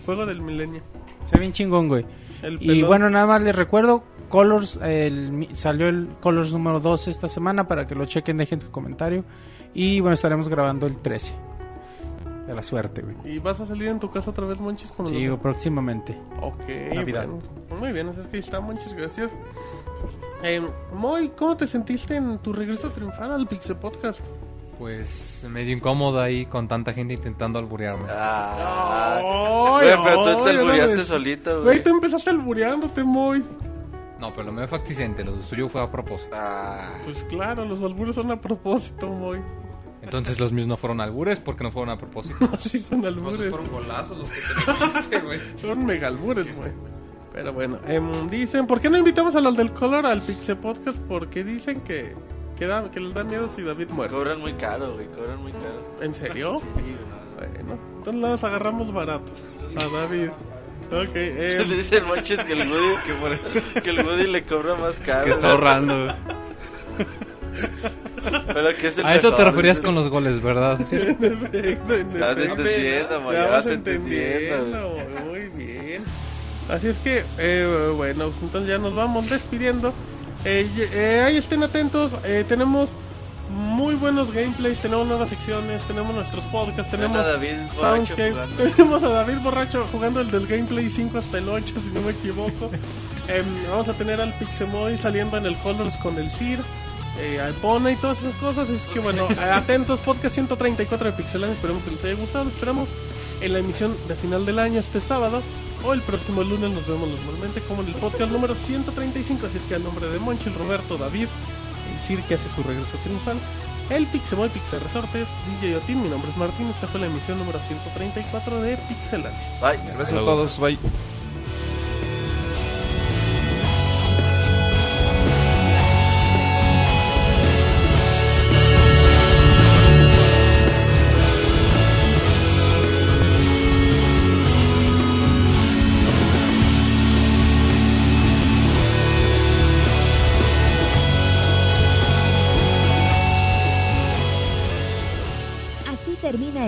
S2: Juego del milenio.
S7: se ve bien chingón, güey.
S2: El
S7: Y
S2: pelón.
S7: bueno, nada más les recuerdo, Colors, el, mi- salió el Colors número 2 esta semana para que lo chequen, dejen tu comentario. Y bueno, estaremos grabando el 13. De la suerte, güey.
S2: ¿Y vas a salir en tu casa otra vez, Monchis? Como
S7: Sí,
S2: los-
S7: güey, próximamente.
S2: Ok,
S7: Navidad.
S2: bueno. Muy bien, así es que ahí está, Monchis, gracias. Eh, Moy, ¿cómo te sentiste en tu regreso triunfal al Pixel Podcast?
S5: Pues medio incómodo ahí con tanta gente intentando alburearme.
S3: Ah,
S2: Ay,
S3: güey, pero tú te
S2: ay,
S3: albureaste
S2: no me-
S3: solito, güey.
S2: Güey, tú empezaste albureándote, Moy.
S5: No, pero lo mío fue accidente, lo suyo fue a propósito.
S3: Ah,
S2: Pues claro, los albures son a propósito, Moy.
S5: Entonces los míos no fueron albures porque no fueron a propósito.
S2: Así son albures.
S9: Pues, Fueron golazos los que te metiste, güey.
S2: Son mega albures, güey. Pero bueno, em, dicen, ¿por qué no invitamos a los del color al Pixel Podcast? Porque dicen que, que, da- que les da miedo si David muere.
S3: cobran muy caro, güey, cobran muy caro.
S2: ¿En serio?
S3: Sí, güey.
S2: Bueno, entonces las agarramos barato a David. Ok,
S3: Le
S2: eh,
S3: dice el Monchis que el Woody, que, por- que el Woody le cobra más caro.
S4: Que está ahorrando, güey.
S3: Pero que es el
S5: A eso te
S3: mejor,
S5: referías
S3: güey.
S5: con los goles, ¿verdad? ¿Cierto?
S2: en efecto, en
S3: Ya vas
S2: efecto.
S3: entendiendo, Moy,
S2: Ya
S3: ya
S2: vas
S3: vas entendiendo.
S2: entendiendo, Muy bien. Así es que, eh, bueno, pues entonces ya nos vamos despidiendo. Eh, y- eh, ahí estén atentos, eh, tenemos muy buenos gameplays, tenemos nuevas secciones, tenemos nuestros podcasts,
S3: Tenemos
S2: tenemos...
S3: a David borracho
S2: Soundscape.
S3: jugando.
S2: Tenemos a David Borracho jugando el del Gameplay 5 hasta el 8, si no me equivoco. Em, vamos a tener al Pixemoy saliendo en el Colors con el Sir, eh, al Pona y todas esas cosas. Así que bueno, atentos, podcast 134 de Pixelan. Esperemos que les haya gustado. Los esperamos en la emisión de final del año, este sábado. O el próximo lunes nos vemos normalmente como en el podcast número 135. Así es que a nombre de Monchi, el Roberto, David, el Sir que hace su regreso triunfal. El Pixemoy Pixel Resortes, DJ Otin, mi nombre es Martín, esta fue la emisión número 134 de Pixelan.
S3: Bye.
S9: Gracias a todos, bye.
S1: Así termina